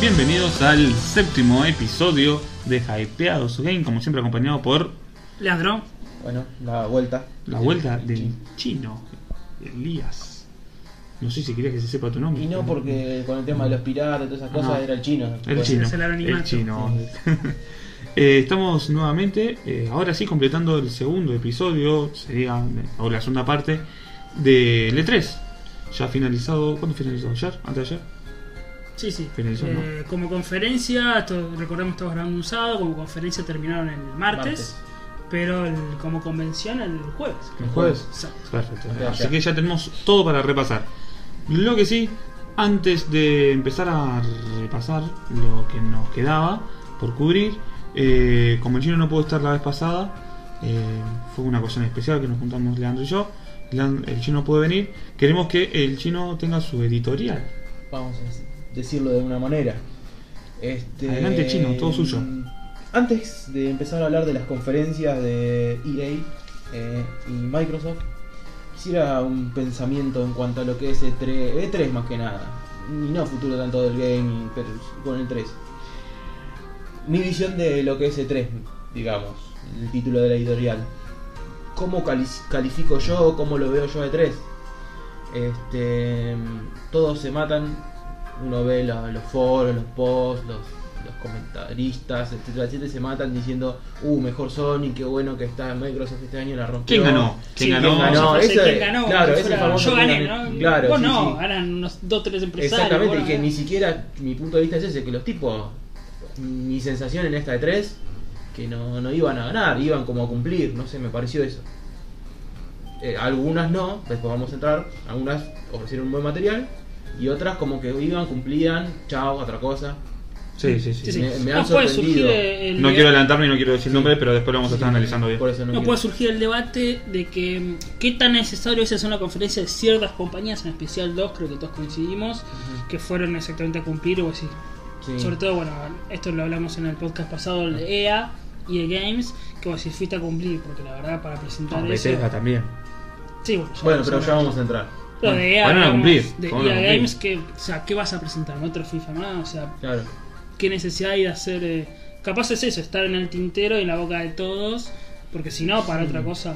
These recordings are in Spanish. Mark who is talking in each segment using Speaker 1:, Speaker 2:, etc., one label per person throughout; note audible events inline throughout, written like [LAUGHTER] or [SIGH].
Speaker 1: Bienvenidos al séptimo episodio de Hypeados Game, como siempre acompañado por
Speaker 2: Leandro,
Speaker 3: Bueno, la vuelta.
Speaker 1: la vuelta del chino, Elías. No sé si querías que se sepa tu nombre.
Speaker 3: Y no porque con el tema de los piratas y todas esas cosas
Speaker 1: No.
Speaker 3: era el chino.
Speaker 1: El
Speaker 3: Pues,
Speaker 1: chino.
Speaker 2: es el anonimato.
Speaker 1: el chino. [LAUGHS] Eh, estamos nuevamente, eh, ahora sí, completando el segundo episodio, sería, eh, o la segunda parte, de L3. Ya finalizado, ¿cuándo finalizó? ¿Ayer? ¿Antes de ayer?
Speaker 2: sí, sí.
Speaker 1: Finalizó,
Speaker 2: Eh, Como conferencia, esto recordemos todos grabando un sábado, como conferencia terminaron el martes,
Speaker 3: Martes.
Speaker 2: pero el- como convención el jueves.
Speaker 1: ¿El jueves?
Speaker 2: Exacto.
Speaker 1: Perfecto.
Speaker 3: Ok,
Speaker 1: Así
Speaker 3: ya.
Speaker 1: que ya tenemos todo para repasar. Lo que sí, antes de empezar a repasar lo que nos quedaba por cubrir, eh, como el chino no pudo estar la vez pasada, eh, fue una ocasión especial que nos juntamos Leandro y yo. Lean- El chino no puede venir. Queremos que el chino tenga su editorial.
Speaker 3: Vamos a decirlo de una manera. Este,
Speaker 1: Adelante, chino, todo suyo.
Speaker 3: Antes de empezar a hablar de las conferencias de EA eh, y Microsoft, quisiera un pensamiento en cuanto a lo que es E E3, E3 más que nada. Y no futuro tanto del gaming, pero con E el 3. Mi visión de lo que es E3, digamos, el título de la editorial. ¿Cómo cali- califico yo? ¿Cómo lo veo yo E3? Este, todos se matan. Uno ve lo- los, foros, los posts, los, los comentaristas, etcétera, etcétera, se matan diciendo, uh, mejor Sony, qué bueno que está Microsoft este año, la rompió.
Speaker 1: ¿Quién ganó?
Speaker 2: Sí,
Speaker 1: ¿Quién ganó?
Speaker 3: ganó?
Speaker 2: Yo no sé
Speaker 3: Eso
Speaker 2: quién
Speaker 3: es-
Speaker 2: ganó,
Speaker 3: claro,
Speaker 2: como
Speaker 3: ese
Speaker 2: fuera,
Speaker 3: famoso
Speaker 2: yo gané,
Speaker 3: que ganó.
Speaker 2: ¿no?
Speaker 3: Claro,
Speaker 2: Vos
Speaker 3: sí,
Speaker 2: no,
Speaker 3: sí.
Speaker 2: ganan unos dos, tres empresarios.
Speaker 3: Exactamente,
Speaker 2: vos
Speaker 3: y que
Speaker 2: no.
Speaker 3: ni siquiera mi punto de vista es ese, que los tipos, mi sensación en esta de tres, que no, no iban a ganar, iban como a cumplir, no sé, me pareció eso. Eh, algunas no, después vamos a entrar, algunas ofrecieron buen material y otras como que iban, cumplían, chao, otra cosa.
Speaker 1: Sí, sí, sí.
Speaker 2: Sí, sí.
Speaker 3: me- me
Speaker 2: no
Speaker 3: han
Speaker 2: puede surgir
Speaker 3: sorprendido.
Speaker 2: el-
Speaker 1: No quiero adelantarme y no quiero decir nombre, pero después lo vamos a estar
Speaker 3: Sí,
Speaker 1: analizando bien.
Speaker 3: Por eso no,
Speaker 2: No
Speaker 3: quiero.
Speaker 2: puede surgir el debate de que mm, qué tan necesario es hacer una conferencia de ciertas compañías, en especial dos, creo que todos coincidimos,
Speaker 3: Ujú.
Speaker 2: que fueron exactamente a cumplir o así.
Speaker 3: Sí.
Speaker 2: Sobre todo, bueno, esto lo hablamos en el podcast pasado, el de EA y de Games, que vos si fuiste a cumplir, porque la verdad para presentar
Speaker 1: Ah,
Speaker 2: eso...
Speaker 1: Bethesda también.
Speaker 2: Sí, bueno, ya
Speaker 3: Bueno,
Speaker 2: vamos a
Speaker 3: pero ya
Speaker 2: hablar.
Speaker 3: vamos a entrar.
Speaker 2: Pero de EA,
Speaker 1: Bueno, van a
Speaker 2: hablamos
Speaker 1: cumplir,
Speaker 2: de
Speaker 1: van a
Speaker 2: EA
Speaker 1: cumplir.
Speaker 2: Games, que, o sea, ¿qué vas a presentar? ¿No? ¿Otro FIFA más? O sea,
Speaker 3: Claro.
Speaker 2: qué necesidad hay de hacer. eh, Capaz es eso, estar en el tintero y en la boca de todos, porque si no, para otra cosa.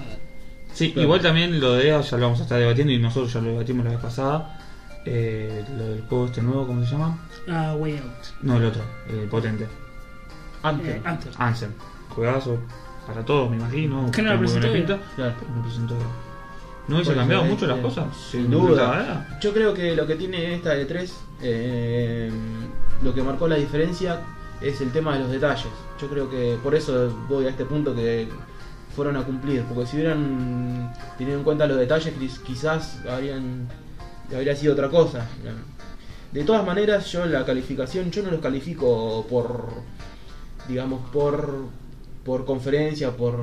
Speaker 1: Sí,
Speaker 3: Claro.
Speaker 1: igual también lo de EA ya lo vamos a estar debatiendo y nosotros ya lo debatimos la vez pasada. Eh, lo del juego este nuevo, ¿cómo se llama?
Speaker 2: Ah, way out.
Speaker 1: No, el otro, el potente.
Speaker 3: Antes.
Speaker 2: Eh, Anthem.
Speaker 1: Ansem. Juegazo para todos, me imagino.
Speaker 2: Que no lo
Speaker 1: Muy buena
Speaker 2: presentó
Speaker 1: pinta.
Speaker 2: EA.
Speaker 3: Claro.
Speaker 1: Pero No presentó EA. ¿No hubiese
Speaker 3: Por
Speaker 1: cambiado
Speaker 3: eso,
Speaker 1: mucho las
Speaker 3: eh,
Speaker 1: cosas?
Speaker 3: Sin
Speaker 1: la
Speaker 3: duda. Yo creo que lo que tiene esta de 3, lo que marcó la diferencia es el tema de los detalles. Yo creo que por eso voy a este punto que fueron a cumplir, porque si hubieran tenido en cuenta los detalles, quiz- quizás habrían habría sido otra cosa. De todas maneras, yo la calificación, yo no los califico por, digamos, por, por conferencia, por,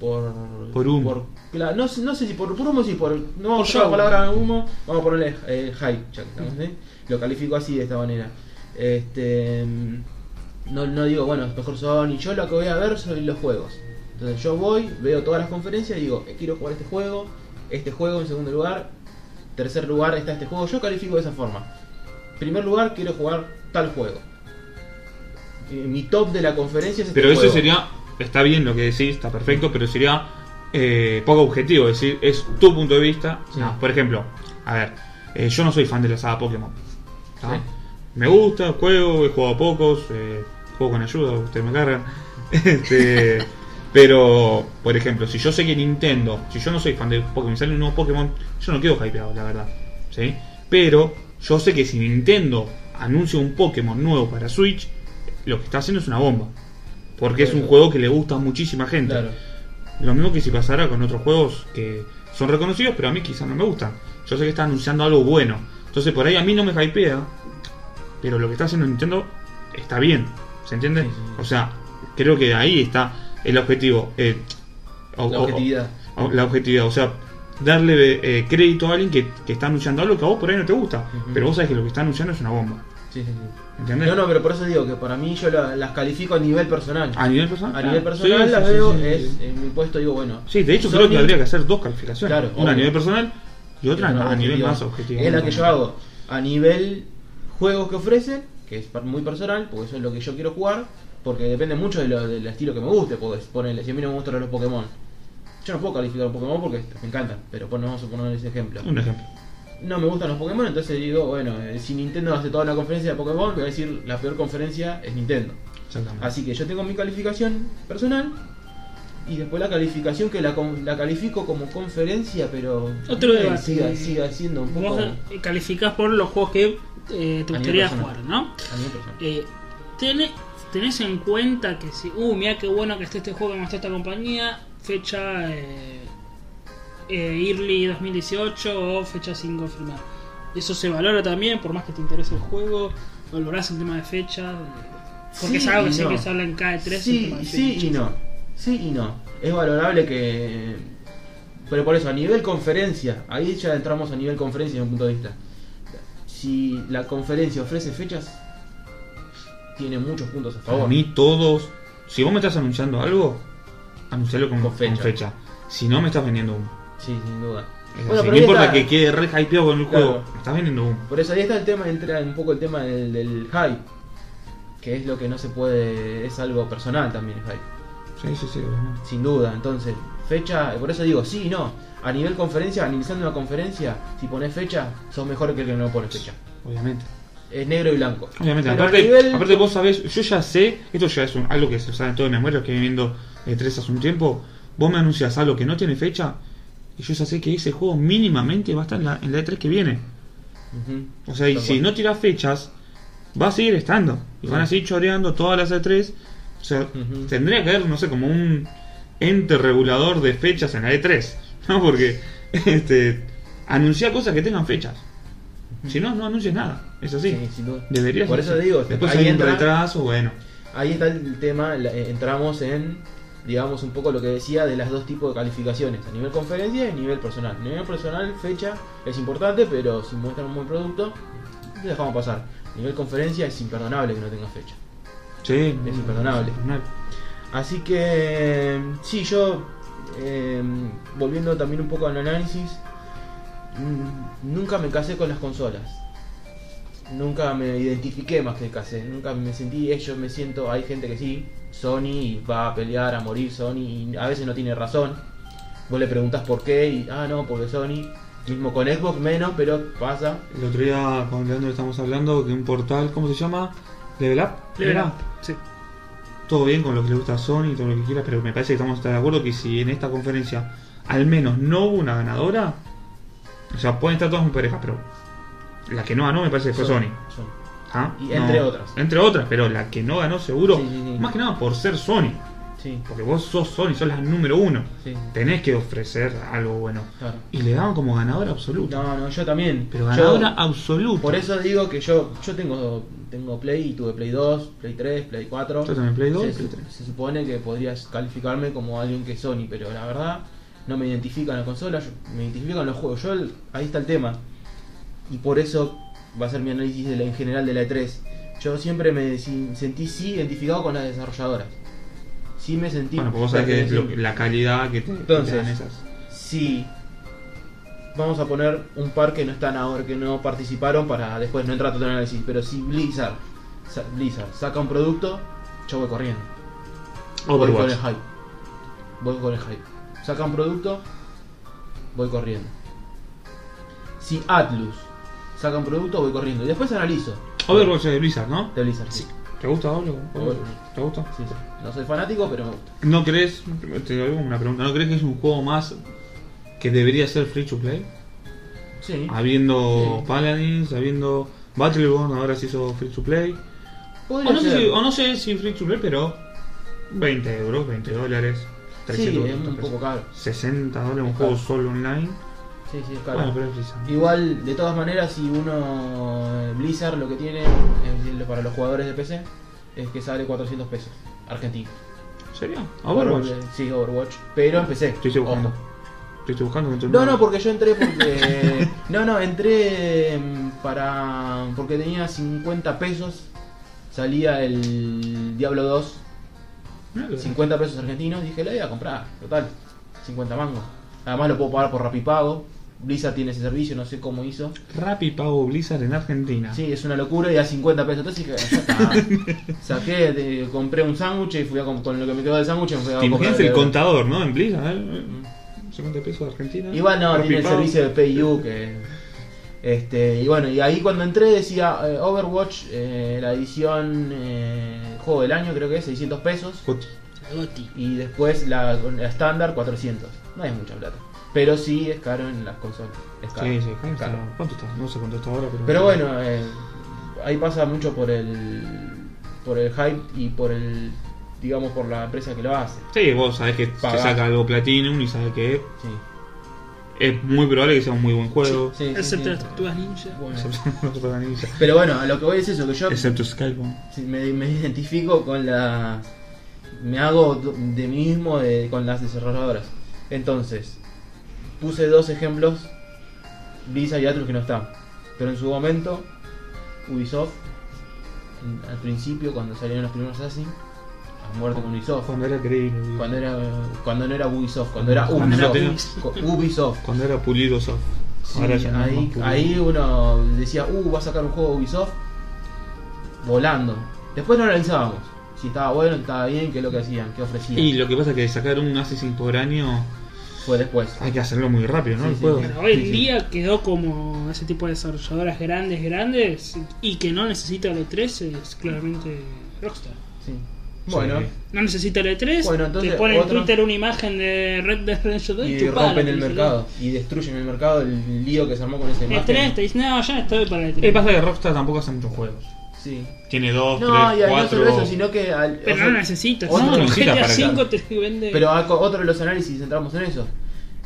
Speaker 3: por,
Speaker 1: Por humo.
Speaker 3: cla- no, sé- no sé si por, por humo, si por, no
Speaker 2: Por
Speaker 3: vamos a usar la
Speaker 2: show.
Speaker 3: palabra humo, vamos a ponerle eh, hype, ya que estamos, ¿eh? lo califico así de esta manera. Este, mm, no, no digo, bueno, mejor son, y yo lo que voy a ver son los juegos. Entonces yo voy, veo todas las conferencias y digo, eh, quiero jugar este juego, este juego en segundo lugar, tercer lugar está este juego, yo califico de esa forma. Primer lugar, quiero jugar tal juego. Eh, Mi top de la conferencia es este
Speaker 1: Pero eso
Speaker 3: juego.
Speaker 1: sería. Está bien lo que decís, está perfecto, pero sería eh, poco objetivo. Es decir, es tu punto de vista.
Speaker 3: Sí.
Speaker 1: Ah, por ejemplo, a ver, eh, yo no soy fan de la saga Pokémon. ¿tá?
Speaker 3: Sí.
Speaker 1: Me gusta, juego, he jugado a pocos, eh, juego con ayuda, ustedes me cargan. [LAUGHS] Este, pero, por ejemplo, si yo sé que Nintendo, si yo no soy fan de Pokémon, sale un nuevo Pokémon, yo no quedo hypeado, la verdad. ¿sí? Pero yo sé que si Nintendo anuncia un Pokémon nuevo para Switch, lo que está haciendo es una bomba. Porque es un
Speaker 3: Claro.
Speaker 1: juego que le gusta a muchísima gente.
Speaker 3: Claro.
Speaker 1: Lo mismo que si pasara con otros juegos que son reconocidos, pero a mí quizás no me gustan. Yo sé que está anunciando algo bueno. Entonces por ahí a mí no me hypea, pero lo que está haciendo Nintendo está bien. ¿Se entiende?
Speaker 3: Sí, sí, sí.
Speaker 1: O sea, creo que ahí está el objetivo. eh, o-
Speaker 3: La
Speaker 1: o-
Speaker 3: objetividad.
Speaker 1: o- la objetividad. O sea, darle eh, crédito a alguien que, que está anunciando algo que a vos por ahí no te gusta.
Speaker 3: Ujú.
Speaker 1: Pero vos sabés que lo que está anunciando es una bomba.
Speaker 3: Sí, sí, sí.
Speaker 1: ¿Entendés?
Speaker 3: No, no, pero por eso digo que para mí yo la- las califico a nivel personal. ah,
Speaker 1: A nivel personal.
Speaker 3: A nivel
Speaker 1: claro.
Speaker 3: personal
Speaker 1: Sí,
Speaker 3: las
Speaker 1: sí, sí,
Speaker 3: veo,
Speaker 1: sí, sí.
Speaker 3: es en mi puesto digo, bueno.
Speaker 1: Sí, de hecho
Speaker 3: Sony-
Speaker 1: creo que habría que hacer dos calificaciones.
Speaker 3: Claro,
Speaker 1: una a
Speaker 3: obvio.
Speaker 1: nivel personal y otra
Speaker 3: Pero
Speaker 1: a nivel
Speaker 3: objetivo.
Speaker 1: más objetivo.
Speaker 3: Es la que yo hago. A nivel juegos que ofrecen, que es par- muy personal, porque eso es lo que yo quiero jugar, porque depende mucho de lo- del estilo que me guste, porque ponele, si a mí no me gustan los Pokémon, yo no puedo calificar un Pokémon porque me encantan, pero pon- vamos a poner ese ejemplo.
Speaker 1: Un ejemplo.
Speaker 3: No me gustan los Pokémon, entonces digo, bueno, eh, si Nintendo hace toda la conferencia de Pokémon, voy a decir la peor conferencia es Nintendo.
Speaker 1: Exactamente.
Speaker 3: Así que yo tengo mi calificación personal y después la calificación que la, con- la califico como conferencia, pero
Speaker 2: Otro
Speaker 3: eh,
Speaker 2: debate.
Speaker 3: siga, siga siendo un poco
Speaker 2: Vos eh, calificás por los juegos que eh, te
Speaker 3: A nivel
Speaker 2: gustaría
Speaker 3: personal.
Speaker 2: jugar, ¿no?
Speaker 3: a mi persona.
Speaker 2: Eh, tene- tenés en cuenta que si, uh, mira qué bueno que esté este juego que mostró esta compañía, fecha eh, eh, early 2018 o fecha sin confirmar. Eso se valora también, por más que te interese el juego, valorás el tema de fecha, eh, porque es
Speaker 3: Sí
Speaker 2: algo que
Speaker 3: y
Speaker 2: sé
Speaker 3: no.
Speaker 2: que se habla en K3. el
Speaker 3: Sí,
Speaker 2: tema de
Speaker 3: sí y
Speaker 2: fechas.
Speaker 3: no. Sí y no. Es valorable que. Pero por eso, a nivel conferencia, ahí ya entramos a nivel conferencia desde un punto de vista. Si la conferencia ofrece fechas, tiene muchos puntos a
Speaker 1: Para
Speaker 3: favor.
Speaker 1: mí todos, si vos me estás anunciando algo, anuncialo con,
Speaker 3: Con
Speaker 1: con fecha.
Speaker 3: fecha.
Speaker 1: Si no me estás vendiendo uno.
Speaker 3: Sí, sin duda.
Speaker 1: Es así.
Speaker 3: Bueno, pero
Speaker 1: no
Speaker 3: ahí
Speaker 1: importa
Speaker 3: está-
Speaker 1: que quede re hypeado con el
Speaker 3: Claro.
Speaker 1: juego, me estás vendiendo uno.
Speaker 3: Por eso ahí está el tema, entra un poco el tema del, del hype. Que es lo que no se puede. Es algo personal también el hype.
Speaker 1: Sí, sí, sí, obviamente.
Speaker 3: Sin duda, entonces, fecha, por eso digo, sí y no. A nivel conferencia, analizando una conferencia, si pones fecha, sos mejor que el que no pone fecha.
Speaker 1: Obviamente.
Speaker 3: Es negro y blanco.
Speaker 1: Obviamente,
Speaker 3: Pero a
Speaker 1: aparte,
Speaker 3: nivel-
Speaker 1: aparte vos sabés, yo ya sé, esto ya es un- algo que se sabe todo de memoria, que viviendo eh, tres hace un tiempo, vos me anuncias algo que no tiene fecha, y yo ya sé que ese juego mínimamente va a estar en la, en la E3 que viene.
Speaker 3: Ujú.
Speaker 1: O sea, y
Speaker 3: Tal
Speaker 1: si
Speaker 3: cual.
Speaker 1: no tiras fechas, va a seguir estando. Y van a
Speaker 3: Sí.
Speaker 1: seguir choreando todas las E3. O sea,
Speaker 3: Ujú.
Speaker 1: tendría que haber, no sé, como un ente regulador de fechas en la E3. [LAUGHS] ¿No? Porque este, anuncia cosas que tengan fechas. Si no, no anuncies nada. Es así.
Speaker 3: Sí, sin duda.
Speaker 1: Deberías
Speaker 3: Por eso
Speaker 1: hacer.
Speaker 3: digo,
Speaker 1: después
Speaker 3: ahí
Speaker 1: hay
Speaker 3: entra-
Speaker 1: un retraso, bueno.
Speaker 3: Ahí está el tema, la- eh, entramos en, digamos, un poco lo que decía de las dos tipos de calificaciones, a nivel conferencia y a nivel personal. A nivel personal, fecha es importante, pero si muestran un buen producto, lo dejamos pasar. A nivel conferencia es imperdonable que no tenga fecha.
Speaker 1: Sí,
Speaker 3: Es imperdonable. Así que, sí, yo, eh, volviendo también un poco al análisis, mm, nunca me casé con las consolas. Nunca me identifiqué más que casé. Nunca me sentí, ellos me siento, hay gente que sí, Sony va a pelear, a morir Sony, y a veces no tiene razón. Vos le preguntas por qué y, ah, no, porque Sony. Mismo con Xbox menos, pero pasa.
Speaker 1: El otro día con Leandro estamos hablando de un portal, ¿cómo se llama? Level Up.
Speaker 2: Level
Speaker 1: Era.
Speaker 2: up, sí.
Speaker 1: todo bien con lo que le gusta a Sony y todo lo que quiera, pero me parece que estamos de acuerdo que si en esta conferencia al menos no hubo una ganadora, o sea, pueden estar todas muy parejas, pero la que no ganó me parece que fue Sony.
Speaker 3: Sony.
Speaker 1: ¿Ah?
Speaker 3: Y
Speaker 1: No,
Speaker 3: entre otras.
Speaker 1: Entre otras, pero la que no ganó seguro,
Speaker 3: Sí, sí, sí.
Speaker 1: más que nada por ser Sony,
Speaker 3: Sí,
Speaker 1: porque vos sos Sony, sos la número uno,
Speaker 3: sí,
Speaker 1: tenés que ofrecer algo bueno.
Speaker 3: claro.
Speaker 1: Y le daban como ganadora absoluta.
Speaker 3: No, no, yo también.
Speaker 1: Pero
Speaker 3: Yo-
Speaker 1: ganadora absoluta.
Speaker 3: Por eso digo que yo yo tengo tengo Play y tuve Play 2, Play 3, Play 4.
Speaker 1: Yo también Play 2
Speaker 3: se,
Speaker 1: y Play 3.
Speaker 3: se supone que podrías calificarme como alguien que es Sony, pero la verdad no me identifican la consola, yo- me identifican los juegos. Yo el- ahí está el tema. Y por eso va a ser mi análisis de la- en general de la E3. Yo siempre me si- sentí sí identificado con las desarrolladoras. Sí me sentí
Speaker 1: Bueno, porque vos sabés que es lo-
Speaker 3: perteneciente.
Speaker 1: la calidad que te, que te
Speaker 3: Entonces,
Speaker 1: dan esas.
Speaker 3: si vamos a poner un par que no están ahora, que no participaron para después no entrar a tu análisis, pero si Blizzard, sa- Blizzard saca un producto, yo voy corriendo. Voy con
Speaker 1: Overwatch.
Speaker 3: el hype. Voy con el hype. Saca un producto, voy corriendo. Si Atlus saca un producto, voy corriendo. Y después analizo.
Speaker 1: Overwatch de Blizzard, ¿no?
Speaker 3: De Blizzard, sí.
Speaker 1: ¿Te gusta Pablo?
Speaker 3: Overwatch.
Speaker 1: ¿Te gusta?
Speaker 3: Sí, sí. No soy fanático, pero me gusta.
Speaker 1: ¿No crees, te hago una pregunta, ¿no crees que es un juego más que debería ser free to play?
Speaker 3: Sí.
Speaker 1: Ah. Habiendo
Speaker 3: Sí.
Speaker 1: Paladins, habiendo Battleborn, ahora se hizo free to play. O
Speaker 3: Podría
Speaker 1: no, sé
Speaker 3: ser.
Speaker 1: si, o no sé si free to play, pero 20 euros, 20 dólares,
Speaker 3: sí,
Speaker 1: 300
Speaker 3: es un
Speaker 1: pesos.
Speaker 3: poco caro.
Speaker 1: 60 dólares un
Speaker 3: Es
Speaker 1: juego
Speaker 3: caro.
Speaker 1: solo online.
Speaker 3: Sí, sí, es caro.
Speaker 1: Bueno, pero es Blizzard.
Speaker 3: Igual, de todas maneras, si uno eh, Blizzard lo que tiene eh, lo- para los jugadores de PC es que sale 400 pesos argentino.
Speaker 1: ¿Sería? Ah, Overwatch.
Speaker 3: Por- eh, Sí, Overwatch, pero en PC.
Speaker 1: Estoy buscando.
Speaker 3: ojo.
Speaker 1: Estoy buscando dentro de
Speaker 3: No,
Speaker 1: una-
Speaker 3: no, porque yo
Speaker 1: [LAUGHS]
Speaker 3: entré porque no, no, entré em, para porque tenía 50 pesos salía el Diablo 2,
Speaker 1: Mirá que-
Speaker 3: 50 pesos argentinos, dije, la voy a comprar, total, 50 mangos. Además lo puedo pagar por Rapipago, Blizzard tiene ese servicio, no sé cómo hizo.
Speaker 1: Rappi pago Blizzard en Argentina.
Speaker 3: [LAUGHS] Sí, es una locura y a 50 pesos. Entonces dije, "Ah, ya
Speaker 1: [LAUGHS]
Speaker 3: está. saqué, de- compré un sándwich y fui a com- con lo que me quedó de sándwich me fui a
Speaker 1: ¿Te
Speaker 3: comprar
Speaker 1: imaginas el
Speaker 3: de-
Speaker 1: contador, no? En Blizzard. ¿eh? 50 pesos de Argentina.
Speaker 3: Igual no,
Speaker 1: Rappi
Speaker 3: tiene el
Speaker 1: pago.
Speaker 3: servicio de PayU que. Este, y bueno, y ahí cuando entré decía eh, Overwatch, eh, la edición eh, juego del año creo que es 600 pesos.
Speaker 1: Coti.
Speaker 2: Goti.
Speaker 3: Y después la la estándar 400. No es mucha plata. Pero sí es caro en las consolas. Es caro.
Speaker 1: Sí, sí,
Speaker 3: es
Speaker 1: ¿cuánto
Speaker 3: caro.
Speaker 1: está? ¿Cuánto está? No sé cuánto está ahora, pero.
Speaker 3: Pero bueno, eh, ahí pasa mucho por el por el hype y por el digamos por la empresa que lo hace.
Speaker 1: Sí, vos sabés que
Speaker 3: Pagá.
Speaker 1: se saca algo Platinum y sabés que
Speaker 3: Sí.
Speaker 1: es muy probable que sea un muy buen juego.
Speaker 3: Sí, sí,
Speaker 2: Excepto
Speaker 3: sí.
Speaker 2: las tortugas ninja.
Speaker 3: Bueno.
Speaker 1: [LAUGHS] Excepto,
Speaker 3: Pero bueno, a lo que voy es eso, que yo
Speaker 1: excepto Skybound.
Speaker 3: sí, me, me identifico con la me hago de mí mismo de- con las desarrolladoras. Entonces, puse dos ejemplos Blizzard y Atlus que no están. Pero en su momento Ubisoft en- al principio cuando salieron los primeros Assassin, a muerte con Ubisoft.
Speaker 1: Cuando era creíble.
Speaker 3: Cuando era cuando no era Ubisoft, cuando era
Speaker 1: Cuando
Speaker 2: era
Speaker 3: Ubisoft. Co- Ubisoft.
Speaker 1: Cuando era pulido soft.
Speaker 3: Sí,
Speaker 1: Ahora ya no es
Speaker 3: ahí,
Speaker 1: más pulido.
Speaker 3: ahí uno decía, uh, va a sacar un juego Ubisoft volando. Después lo analizábamos. Si estaba bueno, estaba bien, qué es lo que hacían, qué ofrecían.
Speaker 1: Y lo que pasa es que sacar un Assassin por año
Speaker 3: Fue después.
Speaker 1: hay que hacerlo muy rápido, ¿no?
Speaker 3: Sí,
Speaker 1: el
Speaker 3: sí,
Speaker 1: juego.
Speaker 3: sí.
Speaker 2: Pero hoy
Speaker 3: Sí,
Speaker 2: en
Speaker 3: sí.
Speaker 2: día quedó como ese tipo de desarrolladoras grandes, grandes y que no necesita el E3 es claramente Rockstar.
Speaker 3: Sí. Bueno,
Speaker 1: Sí.
Speaker 2: No necesita el E3,
Speaker 3: Bueno, entonces,
Speaker 2: te ponen en
Speaker 3: otro-
Speaker 2: Twitter una imagen de Red Dead Redemption 2 y,
Speaker 3: y
Speaker 2: chupala,
Speaker 3: rompen
Speaker 2: te
Speaker 3: el
Speaker 2: dicen,
Speaker 3: mercado. Y destruyen el mercado, el lío que se armó con ese
Speaker 2: "No". E3 te dicen, no, ya estoy para el E
Speaker 1: Lo que
Speaker 2: E3.
Speaker 1: pasa es que Rockstar tampoco hace muchos juegos.
Speaker 3: Sí.
Speaker 1: Tiene dos,
Speaker 3: No, y
Speaker 1: tres,
Speaker 3: no
Speaker 1: cuatro.
Speaker 3: solo eso, sino que... al-
Speaker 2: Pero
Speaker 3: o sea,
Speaker 2: no necesitas,
Speaker 3: otro
Speaker 2: no,
Speaker 1: no necesita
Speaker 2: GTA
Speaker 1: para
Speaker 2: V
Speaker 3: tanto.
Speaker 2: te vende.
Speaker 3: Pero a- co- otro de los análisis entramos en eso.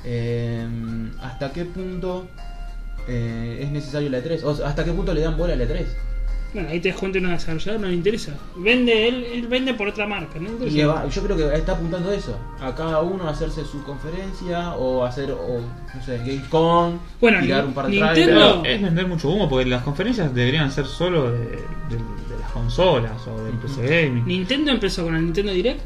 Speaker 3: Eh, ¿Hasta qué punto eh, es necesario la E3? O sea, ¿Hasta qué punto le dan bola a la E E3?
Speaker 2: Bueno, ahí te das cuenta de una desarrolladora, no le interesa. Vende, él, él vende por otra marca, no le
Speaker 3: Y
Speaker 2: interesa.
Speaker 3: que va- yo creo que está apuntando eso. A cada uno a hacerse su conferencia o hacer, o, no sé, GameCon,
Speaker 2: Bueno,
Speaker 3: tirar
Speaker 2: Ni-
Speaker 3: un par de
Speaker 2: Nintendo-
Speaker 3: trailers.
Speaker 1: Pero es vender mucho humo, porque las conferencias deberían ser solo de, de- de las consolas o del PC Gaming.
Speaker 2: Nintendo empezó con el Nintendo Direct.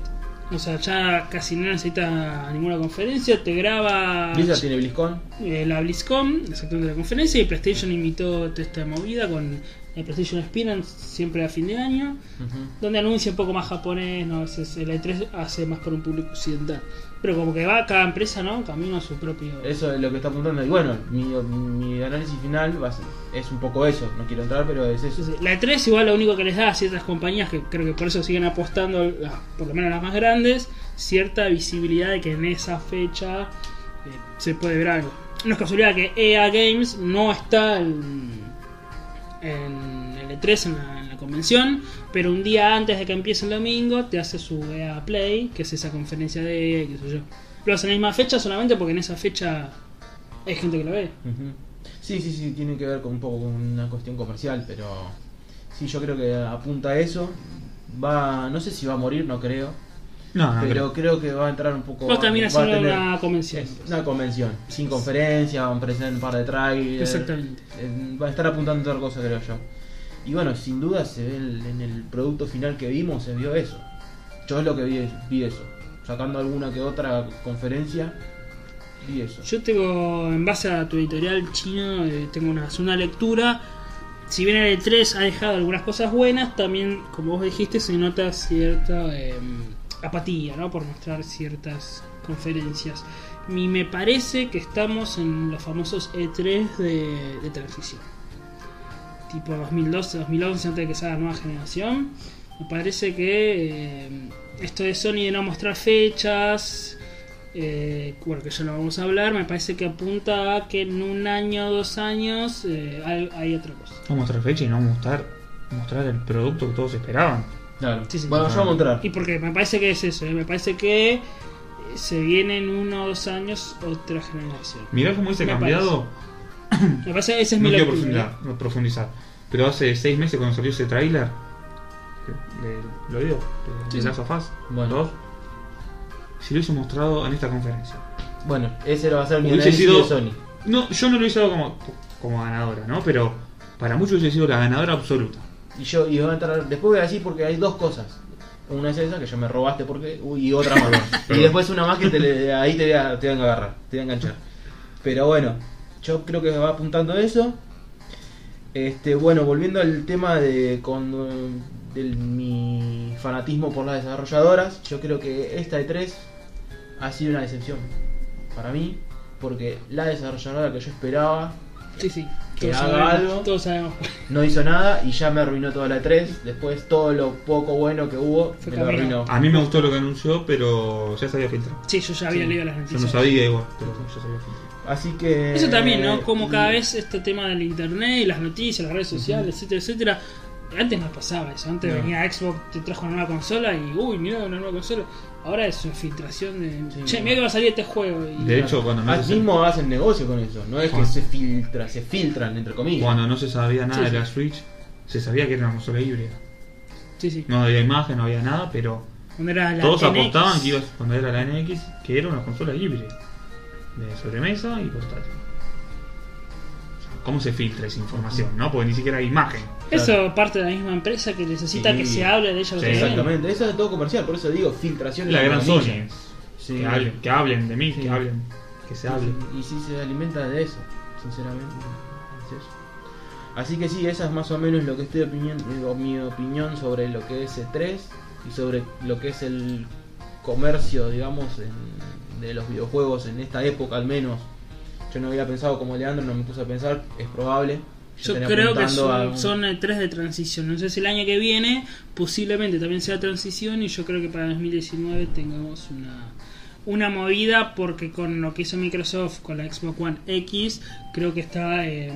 Speaker 2: O sea, ya casi no necesita ninguna conferencia. Te graba
Speaker 3: Blizzard tiene BlizzCon.
Speaker 2: eh, la BlizzCon, exacto de la conferencia. Y PlayStation imitó toda esta movida con el PlayStation Experience siempre a fin de año.
Speaker 3: Ujú.
Speaker 2: Donde anuncia un poco más japonés, ¿no? A veces el E3 hace más por un público occidental. Pero como que va cada empresa, ¿no? Camino a su propio...
Speaker 3: Eso es lo que está apuntando. Y bueno, mi, mi análisis final va a ser- es un poco eso. No quiero entrar, pero es eso.
Speaker 2: Entonces, La E3 igual lo único que les da a ciertas compañías, que creo que por eso siguen apostando, las- por lo menos las más grandes, cierta visibilidad de que en esa fecha eh, se puede ver algo. No es casualidad que EA Games no está en, en el E3, en la, en la convención, pero un día antes de que empiece el domingo te hace su EA Play, que es esa conferencia de EA, qué sé yo. Lo hacen en la misma fecha solamente porque en esa fecha hay gente que lo ve.
Speaker 3: Ujú. Sí, sí, sí, tiene que ver con un poco con una cuestión comercial, pero sí, yo creo que apunta a eso. Va, no sé si va a morir, no creo,
Speaker 1: Ah, No, no, creo.
Speaker 3: pero creo que va a entrar un poco.
Speaker 2: Vos también
Speaker 3: va
Speaker 2: haciendo
Speaker 3: a tener-
Speaker 2: una convención.
Speaker 3: es una convención, sin conferencia, van a presentar un par de trailers.
Speaker 2: Exactamente.
Speaker 3: Eh, Va a estar apuntando a otra cosa, creo yo. Y bueno, sin duda se ve el- en el producto final que vimos, se vio eso. Yo es lo que vi, vi eso. Sacando alguna que otra conferencia, vi eso.
Speaker 2: Yo tengo, en base a tu editorial chino, eh, tengo una, una lectura. Si bien el E3 ha dejado algunas cosas buenas, también, como vos dijiste, se nota cierta eh, apatía, ¿no? Por mostrar ciertas conferencias. Y me parece que estamos en los famosos E3 de, de transición. Tipo 2012, 2011, antes de que salga la nueva generación. Me parece que eh, esto de Sony de no mostrar fechas, eh, bueno, que ya lo vamos a hablar, me parece que apunta a que en un año o dos años eh, hay, hay otra cosa.
Speaker 1: No mostrar fecha y no mostrar, mostrar el producto que todos esperaban.
Speaker 3: Claro.
Speaker 2: Sí, sí.
Speaker 3: bueno, yo voy a mostrar.
Speaker 2: Y porque me parece que es eso, eh, me parece que eh, se viene en uno o dos años otra generación.
Speaker 1: Mirá cómo hice
Speaker 2: Me
Speaker 1: cambiado.
Speaker 2: Me parece que esa es
Speaker 1: No
Speaker 2: mi
Speaker 1: quiero
Speaker 2: lectura,
Speaker 1: profundizar, no profundizar. Pero hace seis meses cuando salió ese tráiler, de- de- lo digo, de,
Speaker 3: Sí.
Speaker 1: de Last of Us
Speaker 3: Bueno.
Speaker 1: dos, si lo hubiese mostrado en esta conferencia.
Speaker 3: Bueno, ese va a ser mi
Speaker 1: Hubiese
Speaker 3: análisis
Speaker 1: sido-
Speaker 3: de Sony.
Speaker 1: No, yo no lo hubiese dado como, como ganadora, ¿no? Pero para muchos hubiese sido la ganadora absoluta.
Speaker 3: Y yo y voy a entrar. Después voy a decir porque hay dos cosas. Una es esa que yo me robaste porque. uy,
Speaker 1: [LAUGHS]
Speaker 3: y otra más. y después una más que te le- ahí te voy, a, te voy a agarrar, te voy a enganchar. Pero bueno, yo creo que va apuntando eso. Este, bueno, volviendo al tema de cuando- del- mi fanatismo por las desarrolladoras, yo creo que esta E3 ha sido una decepción para mí, porque la desarrolladora que yo esperaba
Speaker 2: Sí, sí.
Speaker 3: Que
Speaker 2: todos
Speaker 3: haga
Speaker 2: sabemos,
Speaker 3: algo.
Speaker 2: Todos sabemos.
Speaker 3: no hizo nada y ya me arruinó toda la E3. Después todo lo poco bueno que hubo
Speaker 2: Fue
Speaker 3: me lo
Speaker 2: camino.
Speaker 3: arruinó.
Speaker 1: A mí me gustó lo que anunció, pero ya se había filtrado.
Speaker 2: Sí, yo ya había
Speaker 3: Sí,
Speaker 2: leído las
Speaker 1: Yo
Speaker 2: noticias.
Speaker 1: no sabía igual, pero ya se había filtrado.
Speaker 3: Así que
Speaker 2: Eso también, ¿no? Como cada
Speaker 3: y-
Speaker 2: vez este tema del internet y las noticias, las redes sociales, etcétera, etcétera. Antes no pasaba eso. Antes
Speaker 3: No.
Speaker 2: venía Xbox, te trajo una nueva consola y, uy, mira, una nueva consola. Ahora es una filtración de.
Speaker 3: Sí.
Speaker 2: che, mira que va a salir este juego. Y...
Speaker 1: De hecho, cuando no,
Speaker 3: Ah,
Speaker 1: se,
Speaker 3: mismo hacen negocio con eso, no es que
Speaker 1: Bueno.
Speaker 3: se filtra, se filtran entre comillas.
Speaker 1: cuando no se sabía nada
Speaker 2: Sí,
Speaker 1: de
Speaker 2: sí.
Speaker 1: la Switch, se sabía que era una consola híbrida.
Speaker 2: Sí, sí.
Speaker 1: No había imagen, no había nada, pero
Speaker 2: Cuando era la
Speaker 1: todos
Speaker 2: NX.
Speaker 1: apostaban que iba, cuando era la NX, que era una consola híbrida. De sobremesa y portátil. O sea, ¿Cómo se filtra esa información? ¿No? Porque ni siquiera hay imagen.
Speaker 2: Eso parte de la misma empresa que necesita
Speaker 1: Sí.
Speaker 2: que se hable de ella.
Speaker 1: Sí,
Speaker 2: también.
Speaker 3: Exactamente, eso es todo comercial, por eso digo filtración
Speaker 1: La gran Sony.
Speaker 3: Sony Sí.
Speaker 1: Que, hablen, que hablen de mí,
Speaker 3: Sí.
Speaker 1: que hablen. Que se hable.
Speaker 3: Y sí se alimenta de eso, sinceramente. es eso. Así que sí, esa es más o menos lo que estoy opinión, digo, mi opinión sobre lo que es E3 y sobre lo que es el comercio, digamos, en- de los videojuegos en esta época al menos. Yo no había pensado como Leandro, no me puse a pensar, es probable.
Speaker 2: Yo
Speaker 3: Estaría
Speaker 2: creo que
Speaker 3: apuntando a
Speaker 2: son,
Speaker 3: un-
Speaker 2: son, eh, tres de transición. No sé si el año que viene posiblemente también sea transición y yo creo que para 2019 tengamos una, una movida porque con lo que hizo Microsoft con la Xbox One X creo que está eh,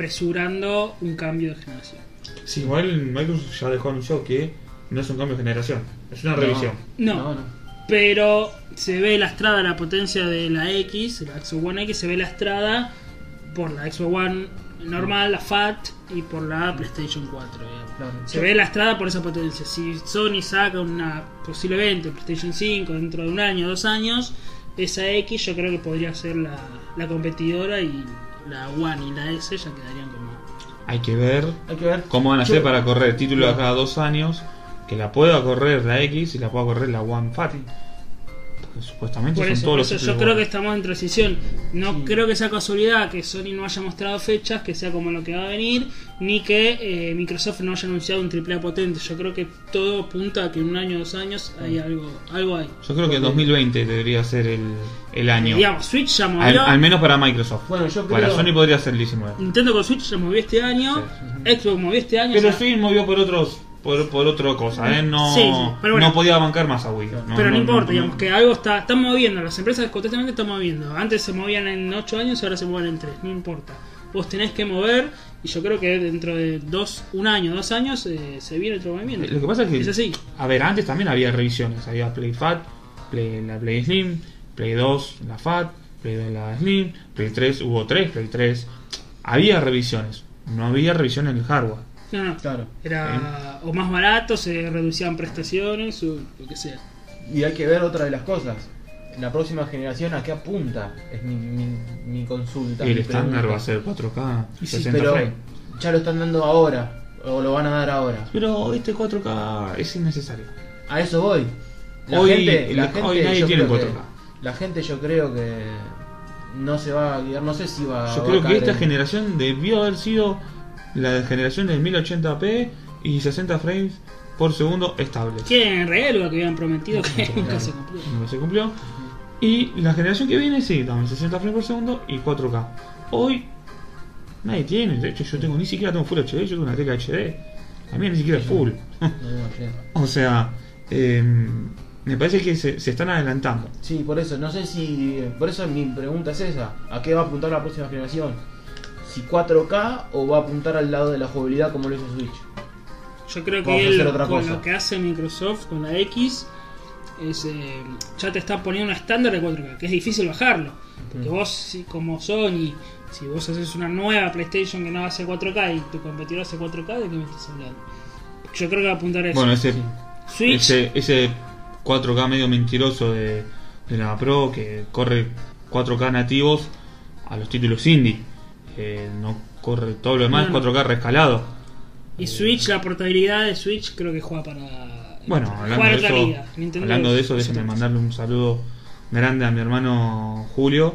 Speaker 2: apresurando un cambio de generación.
Speaker 1: Sí, igual Microsoft ya dejó anunciado que no es un cambio de generación, es una
Speaker 3: No.
Speaker 1: revisión.
Speaker 2: No.
Speaker 3: no, no.
Speaker 2: Pero se ve lastrada la potencia de la X, la Xbox One X se ve lastrada por la Xbox One normal, la FAT y por la PlayStation 4. digamos.
Speaker 3: Claro.
Speaker 2: Se ve lastrada por esa potencia. Si Sony saca una posiblemente PlayStation 5 dentro de un año, dos años, esa X yo creo que podría ser la, la competidora y la One y la S ya quedarían como.
Speaker 1: Hay que ver
Speaker 3: Hay que ver.
Speaker 1: cómo van a hacer
Speaker 3: Yo-
Speaker 1: para correr títulos
Speaker 3: No.
Speaker 1: cada dos años, que la pueda correr la X y la pueda correr la One Fat. Porque supuestamente
Speaker 2: Por
Speaker 1: son
Speaker 2: eso,
Speaker 1: todos
Speaker 2: por
Speaker 1: los
Speaker 2: eso yo
Speaker 1: títulos
Speaker 2: creo que
Speaker 1: buenos.
Speaker 2: estamos en transición. No
Speaker 3: Sí.
Speaker 2: creo que sea casualidad que Sony no haya mostrado fechas, que sea como lo que va a venir, ni que eh, Microsoft no haya anunciado un AAA potente. Yo creo que todo apunta a que en un año, dos años hay algo, algo ahí.
Speaker 1: Yo creo que el 2020 debería ser el, el año.
Speaker 2: Digamos, Switch ya
Speaker 1: Al,
Speaker 2: movió.
Speaker 1: al menos para Microsoft.
Speaker 3: Bueno, yo
Speaker 1: para
Speaker 3: creo-
Speaker 1: Sony podría ser el 19.
Speaker 2: Nintendo con Switch ya movió este año. Xbox movió este año. o
Speaker 1: Pero
Speaker 2: sea,
Speaker 1: Switch movió por otros por, por otra cosa, ¿eh? No,
Speaker 2: Sí, sí, pero bueno.
Speaker 1: no podía bancar más a Wii.
Speaker 2: pero no, importa,
Speaker 1: no-
Speaker 2: digamos que algo está, están moviendo, las empresas constantemente están moviendo. Antes se movían en 8 años, ahora se mueven en 3, no importa. Vos tenés que mover y yo creo que dentro de dos, un año, dos años eh, se viene otro movimiento.
Speaker 1: Eh, Lo que pasa es que.
Speaker 2: Es así.
Speaker 1: A ver, antes también había revisiones. Había Play Fat, Play, la Play Slim, Play 2, la Fat, Play 2, la Slim, Play 3, hubo 3, Play 3. Había revisiones. No había revisión en el hardware.
Speaker 2: No, no.
Speaker 3: Claro.
Speaker 2: Era o más barato, se reducían prestaciones o lo que sea.
Speaker 3: Y hay que ver otra de las cosas. La próxima generación, ¿a qué apunta? Es mi, mi, mi consulta.
Speaker 1: el
Speaker 3: mi
Speaker 1: estándar
Speaker 3: pregunta.
Speaker 1: va a ser 4K,
Speaker 3: Y sí,
Speaker 1: 60
Speaker 3: pero
Speaker 1: frames.
Speaker 3: ya lo están dando ahora. O lo van a dar ahora.
Speaker 1: Pero este 4K es innecesario.
Speaker 3: A eso voy. La
Speaker 1: Hoy-
Speaker 3: gente, la
Speaker 1: el-
Speaker 3: gente
Speaker 1: hoy nadie
Speaker 3: yo
Speaker 1: tiene
Speaker 3: creo que-
Speaker 1: 4K.
Speaker 3: La gente yo creo que no se va a guiar, no sé si va
Speaker 1: Yo
Speaker 3: Ah, va
Speaker 1: creo
Speaker 3: a
Speaker 1: que
Speaker 3: caer
Speaker 1: esta
Speaker 3: en-
Speaker 1: generación debió haber sido la generación de 1080p y 60 frames por segundo estable.
Speaker 2: Que en realidad lo que
Speaker 1: [LAUGHS]
Speaker 2: habían prometido que nunca
Speaker 1: Claro.
Speaker 2: se cumplió.
Speaker 1: No se cumplió. Y la generación que viene, sí, también 60 frames por segundo y 4K. Hoy nadie tiene, de hecho yo tengo ni siquiera tengo Full HD, yo tengo una tele HD. A mí ni siquiera es Full. [LAUGHS]
Speaker 3: No me imagino.
Speaker 1: o sea, eh, me parece que se, se están adelantando.
Speaker 3: Sí, por eso, no sé si. Por eso mi pregunta es esa: ¿a qué va a apuntar la próxima generación? ¿Si 4K o va a apuntar al lado de la jugabilidad como lo hizo Switch?
Speaker 2: Yo creo
Speaker 3: Vamos
Speaker 2: que
Speaker 3: a
Speaker 2: él,
Speaker 3: hacer otra
Speaker 2: con
Speaker 3: cosa.
Speaker 2: lo que hace Microsoft con la X es, eh, ya te está poniendo un estándar de 4K, que es difícil bajarlo. Porque
Speaker 3: Ujú.
Speaker 2: vos, si- como Sony, si vos haces una nueva PlayStation que no hace 4K y tu competidor hace 4K, ¿de qué me estás hablando? Yo creo que va a apuntar a eso.
Speaker 1: Bueno, ese,
Speaker 3: Sí.
Speaker 2: Switch,
Speaker 1: ese, ese 4K medio mentiroso de, de la Pro que corre 4K nativos a los títulos indie. Eh, no corre todo lo demás,
Speaker 2: No, no.
Speaker 1: 4K rescalado.
Speaker 2: y Switch, la portabilidad de Switch creo que juega para.
Speaker 1: Bueno,
Speaker 2: juega
Speaker 1: hablando de,
Speaker 2: otra
Speaker 1: eso,
Speaker 2: liga. Nintendo
Speaker 1: hablando de
Speaker 2: es-
Speaker 1: eso, déjame
Speaker 2: es-
Speaker 1: mandarle un saludo grande a mi hermano Julio,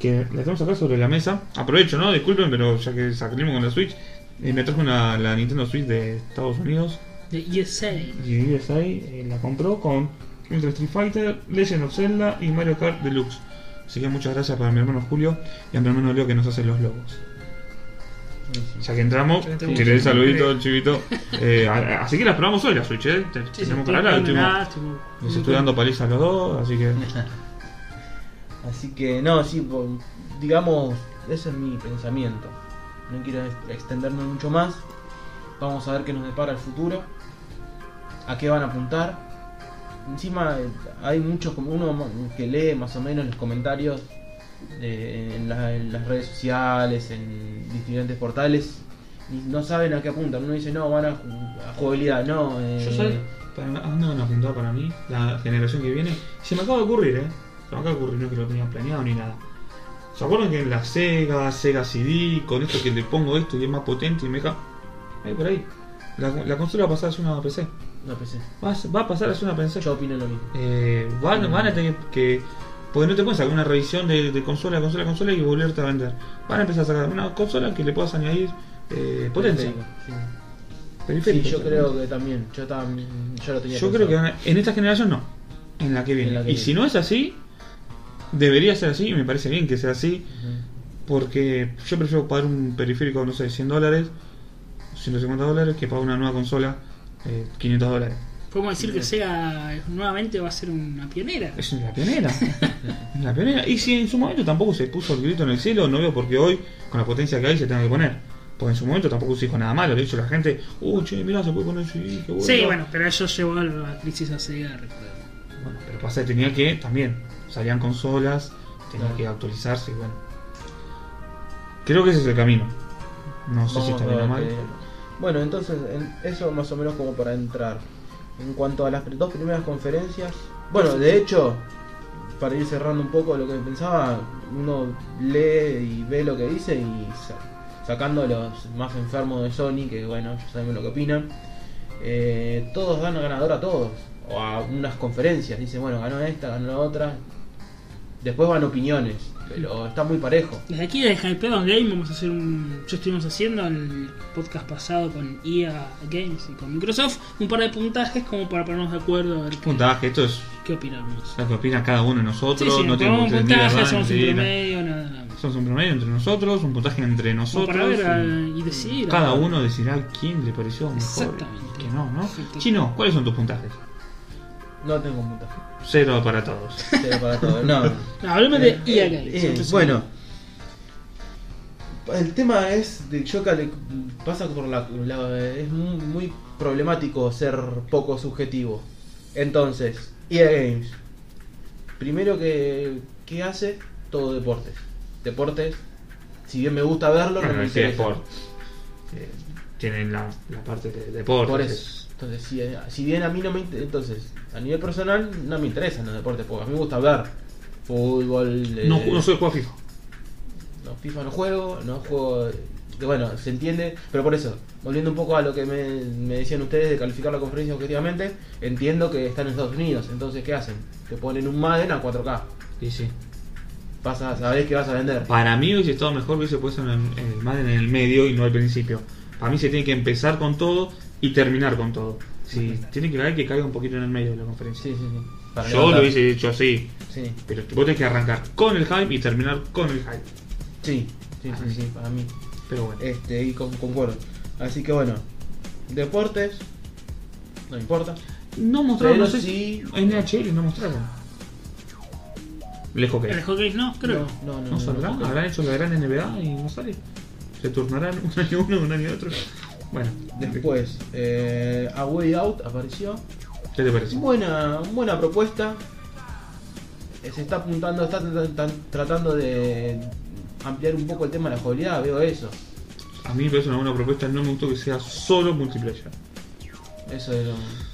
Speaker 1: que la tenemos acá sobre la mesa. Aprovecho, ¿no? Disculpen, pero ya que salimos con la Switch, eh, me trajo una, la Nintendo Switch de Estados Unidos.
Speaker 2: De E ESA.
Speaker 1: Y USA eh, la compró con Ultra Street Fighter, Legend of Zelda y Mario Kart Deluxe. Así que muchas gracias para mi hermano Julio y a mi hermano Leo que nos hace los logos.
Speaker 3: Buenísimo.
Speaker 1: Ya que entramos,
Speaker 2: Ya
Speaker 1: que
Speaker 2: tenemos
Speaker 1: le dé
Speaker 2: un
Speaker 1: saludito
Speaker 2: nombre.
Speaker 1: al chivito. Eh, a- así que la probamos hoy la Switch, ¿eh? Te-
Speaker 2: Sí, sí,
Speaker 1: tenemos que
Speaker 2: estoy
Speaker 1: hablar,
Speaker 2: con
Speaker 1: estuvimos-
Speaker 2: la- estoy-
Speaker 1: les estoy dando paliza a los dos, así que.
Speaker 3: Así que no, sí, por- digamos, ese es mi pensamiento. No quiero ex- extenderme mucho más. Vamos a ver qué nos depara el futuro. A qué van a apuntar. Encima eh, hay muchos, como uno mo- que lee más o menos los comentarios de- en, la- en las redes sociales, en diferentes portales. Y no saben a qué apuntan. Uno dice, no, van a, ju- a jugabilidad, no. eh,
Speaker 1: Yo soy. Para, ¿a ¿Dónde van a apuntar para mí? La generación que viene. Se me acaba de ocurrir, ¿eh? Se me acaba de ocurrir, no es que lo tenían planeado ni nada. ¿Se acuerdan que en la Sega, Sega CD, con esto que le pongo esto y es más potente y me deja. Ahí por ahí. La, la consola va a pasar a ser una PC.
Speaker 3: No, pensé.
Speaker 1: Va a, ser- va a pasar a ser una PC.
Speaker 3: Yo opino lo mismo.
Speaker 1: Eh, van, van a tener que. Porque no te pueden sacar una revisión de, de consola a consola a consola y volverte a vender. Van a empezar a sacar una consola que le puedas añadir eh, potencia.
Speaker 3: Sí. Sí,
Speaker 1: periférico,
Speaker 3: yo
Speaker 1: ¿no?
Speaker 3: creo que también. Yo, tam- yo lo tenía
Speaker 1: Yo creo que van a- en esta generación no. En la que viene.
Speaker 3: En la que
Speaker 1: y
Speaker 3: viene.
Speaker 1: si no es así, debería ser así. Y me parece bien que sea así. Porque yo prefiero pagar un periférico, no sé, 100 dólares, 150 dólares, que pagar una nueva consola, eh, 500 dólares.
Speaker 2: Podemos decir que Sega nuevamente va a ser una pionera.
Speaker 1: Es la [LAUGHS] pionera. Es la pionera. Y si en su momento tampoco se puso el grito en el cielo, no veo por qué hoy, con la potencia que hay, se tenga que poner. Porque en su momento tampoco se dijo nada malo. Le dicho la gente, uh, che, mirá, se puede poner así, qué bueno.
Speaker 2: Sí, bueno, pero eso llevó a la crisis a Sega, recuerdo.
Speaker 1: Bueno, pero pasa que tenía que también. Salían consolas, tenía
Speaker 3: Claro.
Speaker 1: que actualizarse y bueno. Creo que ese es el camino. No sé si
Speaker 3: Vamos
Speaker 1: está
Speaker 3: a
Speaker 1: bien o
Speaker 3: ver
Speaker 1: mal.
Speaker 3: qué- Bueno, entonces en- eso más o menos como para entrar. En cuanto a las pr- dos primeras conferencias, bueno, de hecho, para ir cerrando un poco lo que pensaba, uno lee y ve lo que dice y sa- sacando a los más enfermos de Sony, que bueno, ya sabemos lo que opinan, eh, todos dan ganador a todos, o a unas conferencias, dicen, bueno, ganó esta, ganó la otra, después van opiniones, pero está muy parejo.
Speaker 2: Desde aquí, desde Hypeado Game, vamos a hacer un. Yo estuvimos haciendo el podcast pasado con EA Games y con Microsoft un par de puntajes como para ponernos de acuerdo a ver qué,
Speaker 1: Puntaje, esto es
Speaker 2: qué opinamos.
Speaker 1: lo que opina cada uno de nosotros.
Speaker 2: Sí, sí,
Speaker 1: no
Speaker 2: nos
Speaker 1: tiene
Speaker 2: ponemos un
Speaker 1: que entender
Speaker 2: puntaje,
Speaker 1: nada,
Speaker 2: hacemos un
Speaker 1: ni nada.
Speaker 2: promedio, nada, nada más.
Speaker 1: Hacemos un promedio entre nosotros, un puntaje entre
Speaker 2: Como
Speaker 1: nosotros.
Speaker 2: para ver a-
Speaker 1: y
Speaker 2: y decidir.
Speaker 1: cada uno decidirá quién le pareció mejor.
Speaker 2: Exactamente.
Speaker 1: y quién no, ¿no?
Speaker 2: Perfecto.
Speaker 1: Chino, ¿cuáles son tus puntajes?
Speaker 3: No tengo puntaje.
Speaker 1: Cero para todos.
Speaker 3: Cero para todo. ¿eh?
Speaker 1: [LAUGHS]
Speaker 3: No.
Speaker 2: No, hablemos de EA
Speaker 3: Eh,
Speaker 2: Games.
Speaker 3: eh,
Speaker 2: entonces-
Speaker 3: bueno. El tema es de yo cal- pasa por la, la- es muy, muy problemático ser poco subjetivo. Entonces, EA Games. Primero que ¿qué hace todo deportes. Deportes, si bien me gusta verlo, no
Speaker 1: Bueno,
Speaker 3: me
Speaker 1: sí,
Speaker 3: interesa.
Speaker 1: Sport. Eh, tienen la, la parte de deporte.
Speaker 3: Por eso. Entonces, si, si bien a mí no me interesa, entonces, a nivel personal no me interesan los deportes, porque a mí me gusta ver fútbol, eh,
Speaker 1: No, no soy juega FIFA.
Speaker 3: No, FIFA no juego, no juego. que bueno, se entiende, pero por eso, volviendo un poco a lo que me, me decían ustedes de calificar la conferencia objetivamente, entiendo que están en Estados Unidos, entonces ¿qué hacen? Te ponen un Madden a 4K,
Speaker 1: Sí, sí.
Speaker 3: vas a saber que vas a vender.
Speaker 1: Para mí hubiese estado mejor que hubiese puesto en el, en el Madden en el medio y no al principio. Para mí se tiene que empezar con todo y terminar con todo. Sí, tiene que haber que caiga un poquito en el medio de la conferencia.
Speaker 3: Sí, sí, sí. Para
Speaker 1: Yo
Speaker 3: levantar.
Speaker 1: lo hubiese hecho así,
Speaker 3: Sí,
Speaker 1: pero vos tenés que arrancar con el hype y terminar con el hype.
Speaker 3: sí, sí,
Speaker 1: Para
Speaker 3: sí,
Speaker 1: mí.
Speaker 3: sí, para mí.
Speaker 1: Pero bueno.
Speaker 3: Este, y con, concuerdo. Así que bueno, deportes, no importa.
Speaker 1: No mostraron,
Speaker 3: Pero
Speaker 1: no sé si
Speaker 3: sí-
Speaker 1: NHL no mostraron. Lejos que
Speaker 2: El hockey no, creo.
Speaker 3: No, no, no.
Speaker 1: no saldrá.
Speaker 3: no, no.
Speaker 1: Habrán hecho la gran NBA y no sale. Se turnarán [LAUGHS] un año uno, un año otro. Bueno,
Speaker 3: Después, eh, A Way Out apareció.
Speaker 1: ¿Qué te parece?
Speaker 3: Buena, buena propuesta. Eh, Se está apuntando, está tra- tra- tratando de ampliar un poco el tema de la jugabilidad, veo eso.
Speaker 1: A mí me parece una buena propuesta, no me gustó que sea solo multiplayer.
Speaker 3: Eso es lo-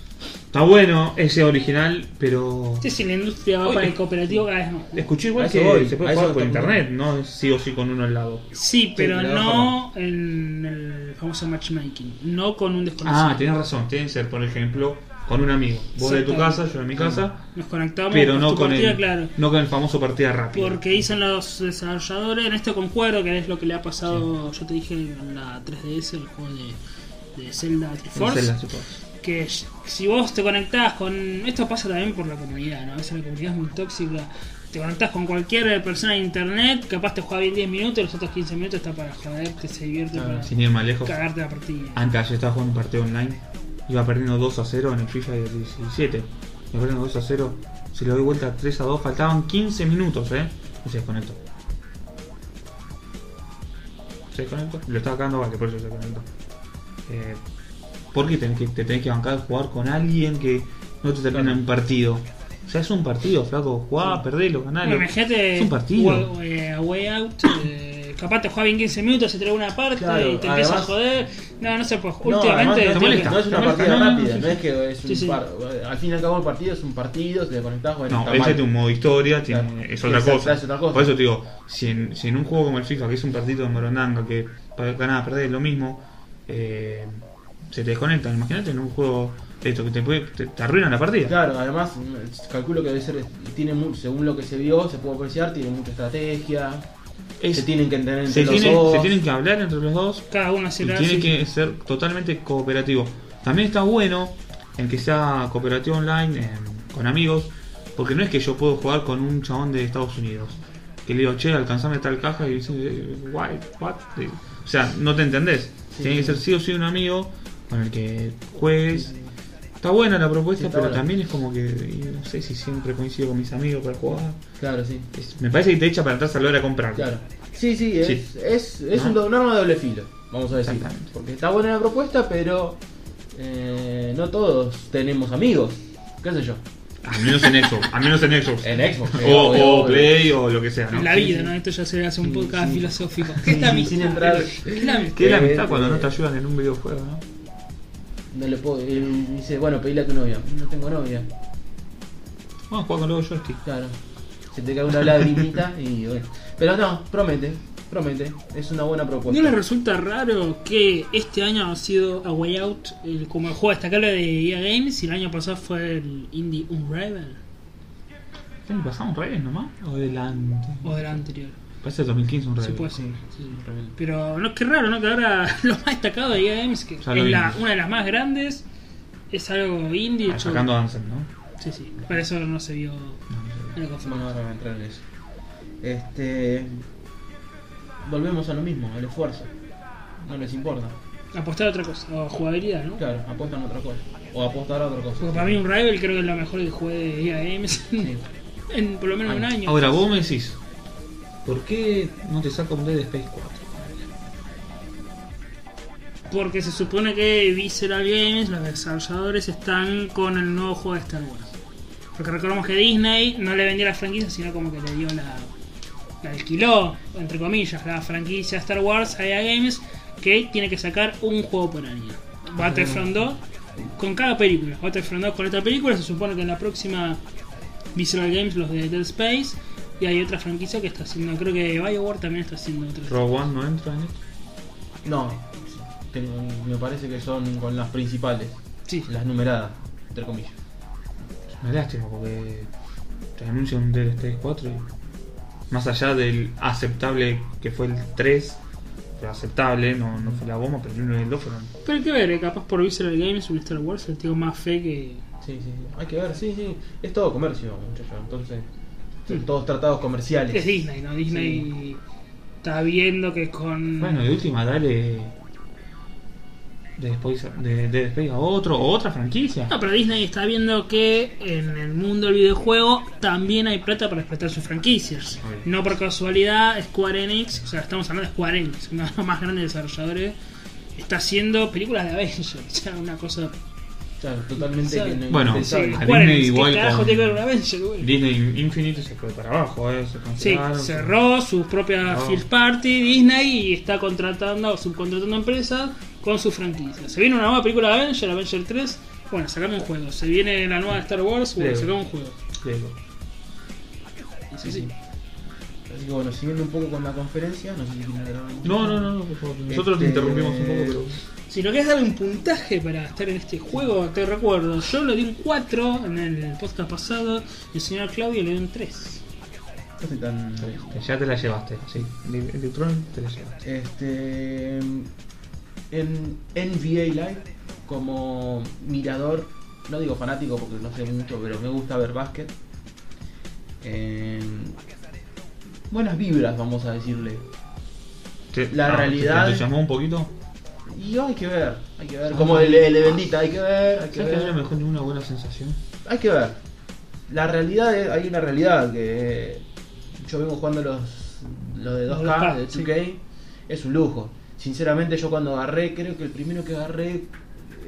Speaker 1: Está bueno ese original, pero.
Speaker 2: Sí, sí, la industria va
Speaker 1: Oye.
Speaker 2: para el cooperativo cada vez más.
Speaker 1: Escuché
Speaker 3: A
Speaker 1: igual
Speaker 3: eso
Speaker 1: que
Speaker 3: voy,
Speaker 1: se
Speaker 3: a
Speaker 1: puede
Speaker 3: eso
Speaker 1: jugar por
Speaker 3: está
Speaker 1: internet, no es sí o sí con uno al lado.
Speaker 2: Sí, pero
Speaker 3: Sí, la
Speaker 2: no en el famoso matchmaking, no con un desconocido.
Speaker 1: Ah, tenés razón, Tencent, por ejemplo, con un amigo. Vos de tu
Speaker 2: Exactamente.
Speaker 1: casa, yo de mi casa.
Speaker 2: Nos conectamos
Speaker 1: Pero
Speaker 2: pues,
Speaker 1: no
Speaker 2: tu
Speaker 1: con,
Speaker 2: partida,
Speaker 1: el,
Speaker 2: claro.
Speaker 1: no con el famoso partida rápida.
Speaker 2: Porque dicen los desarrolladores, en esto concuerdo que es lo que le ha pasado, yo te dije en la 3DS, el juego de, de Zelda
Speaker 1: En
Speaker 2: Triforce,
Speaker 1: Zelda, Triforce.
Speaker 2: que sh- si vos te conectás con... Esto pasa también por la comunidad, ¿no? A veces la comunidad es muy tóxica. Te conectás con cualquier persona en internet, capaz te juega bien 10 minutos y los otros 15 minutos está para joder, que se divierte,
Speaker 3: Ah,
Speaker 2: para
Speaker 1: Sin ir más lejos.
Speaker 2: cagarte la partida.
Speaker 1: Antes ayer estaba jugando un partido online. Iba perdiendo 2 a 0 en el FIFA 17. Iba perdiendo 2 a 0. Se le doy vuelta 3 a 2. Faltaban 15 minutos, ¿eh? Y se desconectó. ¿Se desconectó? Lo estaba cagando vale, por eso se desconectó. Eh, porque tenés que, te tenés que bancar jugar con alguien que no te termina un partido. O sea, es un partido, flaco. Jugá, perdelo, ganalo.
Speaker 2: Bueno, imagínate
Speaker 1: Ah, Es un partido.
Speaker 2: Wa- eh, a Way Out. eh, capaz te juega bien 15 minutos, se trae una parte
Speaker 3: Claro,
Speaker 2: y te empieza a
Speaker 3: además-
Speaker 2: joder. No, no se puede.
Speaker 3: No, además,
Speaker 2: Últimamente.
Speaker 3: no, es-
Speaker 2: te-
Speaker 1: molesta.
Speaker 3: no es una
Speaker 1: te molesta,
Speaker 3: partida
Speaker 1: no, no,
Speaker 3: rápida,
Speaker 1: sí,
Speaker 3: no
Speaker 1: sí.
Speaker 3: es que es un
Speaker 2: Sí, sí.
Speaker 3: par- al fin y al cabo el partido es un partido, si te conectás, bueno,
Speaker 1: No,
Speaker 3: está
Speaker 1: ese
Speaker 3: mal.
Speaker 1: tiene un modo historia, tiene-
Speaker 3: Claro.
Speaker 1: es, otra
Speaker 3: Exacto,
Speaker 1: cosa.
Speaker 3: es otra cosa.
Speaker 1: Por eso te digo, si en, si en un juego como el FIFA, que es un partido de morondanga, que para ganar, perder es lo mismo, eh, se te desconectan. Imagínate en un juego de esto que te, puede- te, te arruinan la partida.
Speaker 3: Claro, además, mm, calculo que debe ser, tiene mu- según lo que se vio, se puede apreciar, tiene mucha estrategia,
Speaker 1: Es-
Speaker 3: se tienen que entender entre
Speaker 1: se
Speaker 3: los
Speaker 1: tienen-
Speaker 3: dos.
Speaker 1: se tienen que hablar entre los dos
Speaker 2: Cada uno
Speaker 1: y
Speaker 2: se
Speaker 1: tiene que ser totalmente cooperativo. También está bueno el que sea cooperativo online eh, con amigos, porque no es que yo puedo jugar con un chabón de Estados Unidos. Que le digo, che, alcanzame tal caja y dice, eh, why, what? Eh, O sea, no te entendés.
Speaker 3: Sí.
Speaker 1: Tiene que ser sí o sí un amigo con el que juegues. Está buena la propuesta,
Speaker 3: Sí, está
Speaker 1: pero
Speaker 3: buena.
Speaker 1: también es como que y no sé si siempre coincido con mis amigos para jugar.
Speaker 3: Claro, sí.
Speaker 1: Es- me parece que te echa para atrás a la hora de comprar.
Speaker 3: Claro. Sí, sí, es,
Speaker 1: Sí.
Speaker 3: es, es
Speaker 1: ¿No?
Speaker 3: un, do- un arma de doble filo, vamos a decir.
Speaker 1: Exactamente.
Speaker 3: Porque está buena la propuesta, pero eh, no todos tenemos amigos. ¿Qué sé yo?
Speaker 1: Al menos en Xbox. Al menos en Xbox.
Speaker 3: En Xbox.
Speaker 1: O,
Speaker 3: obvio,
Speaker 1: o
Speaker 3: obvio.
Speaker 1: Play o lo que sea, ¿no?
Speaker 2: La
Speaker 3: Sí,
Speaker 2: vida,
Speaker 3: sí.
Speaker 2: ¿no? Esto ya se hace un
Speaker 3: Sí,
Speaker 2: podcast
Speaker 3: sí.
Speaker 2: filosófico.
Speaker 3: Sí,
Speaker 2: ¿Qué es la
Speaker 3: sí,
Speaker 2: amistad?
Speaker 3: [LAUGHS] sin entrar-
Speaker 2: ¿Qué es la amistad?
Speaker 1: ¿Qué es la
Speaker 3: Eh,
Speaker 1: amistad cuando
Speaker 3: eh,
Speaker 1: no te ayudan en un videojuego, no?
Speaker 3: No le puedo. él dice, bueno, pedile a tu novia. No tengo novia.
Speaker 1: Vamos a jugar con luego joystick.
Speaker 3: Claro. Se te cae
Speaker 1: [LAUGHS]
Speaker 3: una lagrimita y bueno. Pero no, promete, promete. Es una buena
Speaker 2: ¿No
Speaker 3: propuesta.
Speaker 2: les resulta raro que este año ha sido A Way Out el, como el juego destacable de EA Games y el año pasado fue el Indie Unravel?
Speaker 1: ¿Qué le pasamos revés nomás? O delante.
Speaker 2: ¿O del anterior?
Speaker 1: Parece el 2015 un revés.
Speaker 2: Se puede ser. sí. Pero no, qué raro, ¿no? Que ahora [LAUGHS] lo más destacado de EA Games, que es
Speaker 1: Ya lo
Speaker 2: la,
Speaker 1: vimos.
Speaker 2: una de las más grandes, es algo indie.
Speaker 1: Ah,
Speaker 2: hecho-
Speaker 1: sacando Ansem, ¿no?
Speaker 2: Sí, sí. Para eso no se vio
Speaker 1: No, no sé.
Speaker 2: algo
Speaker 3: Bueno,
Speaker 2: formal.
Speaker 3: ahora voy a entrar en eso. Este. Volvemos a lo mismo, al esfuerzo. No les importa.
Speaker 2: Apostar a otra cosa, o jugabilidad, ¿no?
Speaker 3: Claro, apuestan a otra cosa. O apostar a otra cosa.
Speaker 2: Porque para mí un Rival creo que es lo mejor que jugué de EA Games [LAUGHS] en,
Speaker 3: Sí.
Speaker 2: en por lo menos un año.
Speaker 1: Ahora, vos me decís, ¿por qué no te saca un Dead Space 4?
Speaker 2: Porque se supone que Visceral Games, los desarrolladores, están con el nuevo juego de Star Wars. Porque recordemos que Disney no le vendió la franquicia, sino como que le dio la. la alquiló, entre comillas, la franquicia Star Wars a EA Games, que tiene que sacar un juego por año. Battlefront 2 con cada película. Battlefront 2 con esta película, se supone que en la próxima Visceral Games, los de Dead Space, y hay otra franquicia que está haciendo, creo que BioWare también está haciendo otra.
Speaker 1: ¿Rogue One no entra en esto?
Speaker 3: No, tengo- me parece que son con las principales,
Speaker 2: Sí,
Speaker 3: las numeradas, entre comillas.
Speaker 1: Una lástima porque te anuncian un Dead Space 4 y más allá del aceptable que fue el 3, fue aceptable, no, no fue la bomba, pero el 1 y el 2 fueron
Speaker 2: Pero hay que ver, eh, capaz por Visceral Games un Star Wars el tío más fe que.
Speaker 3: Sí, sí, sí. Hay que ver, sí, sí. Es todo comercio, muchachos. Entonces,
Speaker 2: Sí.
Speaker 3: son todos tratados comerciales.
Speaker 2: Es Disney, ¿no? Disney está viendo que con.
Speaker 1: Bueno, de última, dale. De Space, de, de Space a otro, o otra franquicia.
Speaker 2: No, pero Disney está viendo que en el mundo del videojuego también hay plata para explotar sus franquicias.
Speaker 1: Obvio.
Speaker 2: No por casualidad, Square Enix, o sea, estamos hablando de Square Enix, uno de los más grandes desarrolladores, está haciendo películas de Avengers, [LAUGHS] o sea, una cosa.
Speaker 3: Claro, totalmente.
Speaker 2: Sí.
Speaker 3: que no-
Speaker 1: Bueno,
Speaker 3: no se sabe.
Speaker 2: Sí,
Speaker 1: a
Speaker 2: Square
Speaker 1: Disney
Speaker 2: Enix, ¿qué
Speaker 1: igual
Speaker 2: carajo
Speaker 1: con-
Speaker 2: tiene que ver un Avenger, güey?
Speaker 1: Disney Infinity se fue para abajo, eh, se
Speaker 2: Sí,
Speaker 3: Ah,
Speaker 1: cancelaron, se-
Speaker 2: cerró su propia
Speaker 1: No.
Speaker 2: first party Disney y está contratando o subcontratando empresas con sus franquicias. Se viene una nueva película de Avenger, Avenger 3. Bueno, sacamos un juego. Se viene la nueva de Star Wars. Bueno,
Speaker 1: Lego.
Speaker 2: sacamos un juego.
Speaker 1: Lego.
Speaker 2: Y Sí, sí.
Speaker 3: Así que bueno, siguiendo un poco con la conferencia, no sé si quieren agregar algo.
Speaker 1: No, no, no, no, por favor. Nosotros
Speaker 3: Este,
Speaker 1: interrumpimos un poco, pero.
Speaker 2: Si lo querés darle un puntaje para estar en este juego, te recuerdo, yo le di un 4 en el podcast pasado, el señor Claudio le dio un 3.
Speaker 3: No soy tan.
Speaker 1: Ya te la llevaste, sí. Li- Electron te la llevaste.
Speaker 3: Este. En NBA Live, como mirador, no digo fanático porque no sé mucho, pero me gusta ver básquet. Eh, buenas vibras, vamos a decirle.
Speaker 1: Te-
Speaker 3: La
Speaker 1: ah,
Speaker 3: realidad-
Speaker 1: ¿Te entusiasmó un poquito?
Speaker 3: Y hay que ver, hay que ver.
Speaker 1: Ah.
Speaker 3: Como el, el de Bendita, hay que ver, hay que
Speaker 1: ¿Sabes que no me
Speaker 3: ver.
Speaker 1: dejó ninguna buena sensación?
Speaker 3: Hay que ver. La realidad, es- hay una realidad que yo vengo jugando los, los de 2K, de 2K, es un lujo. Sinceramente yo cuando agarré, creo que el primero que agarré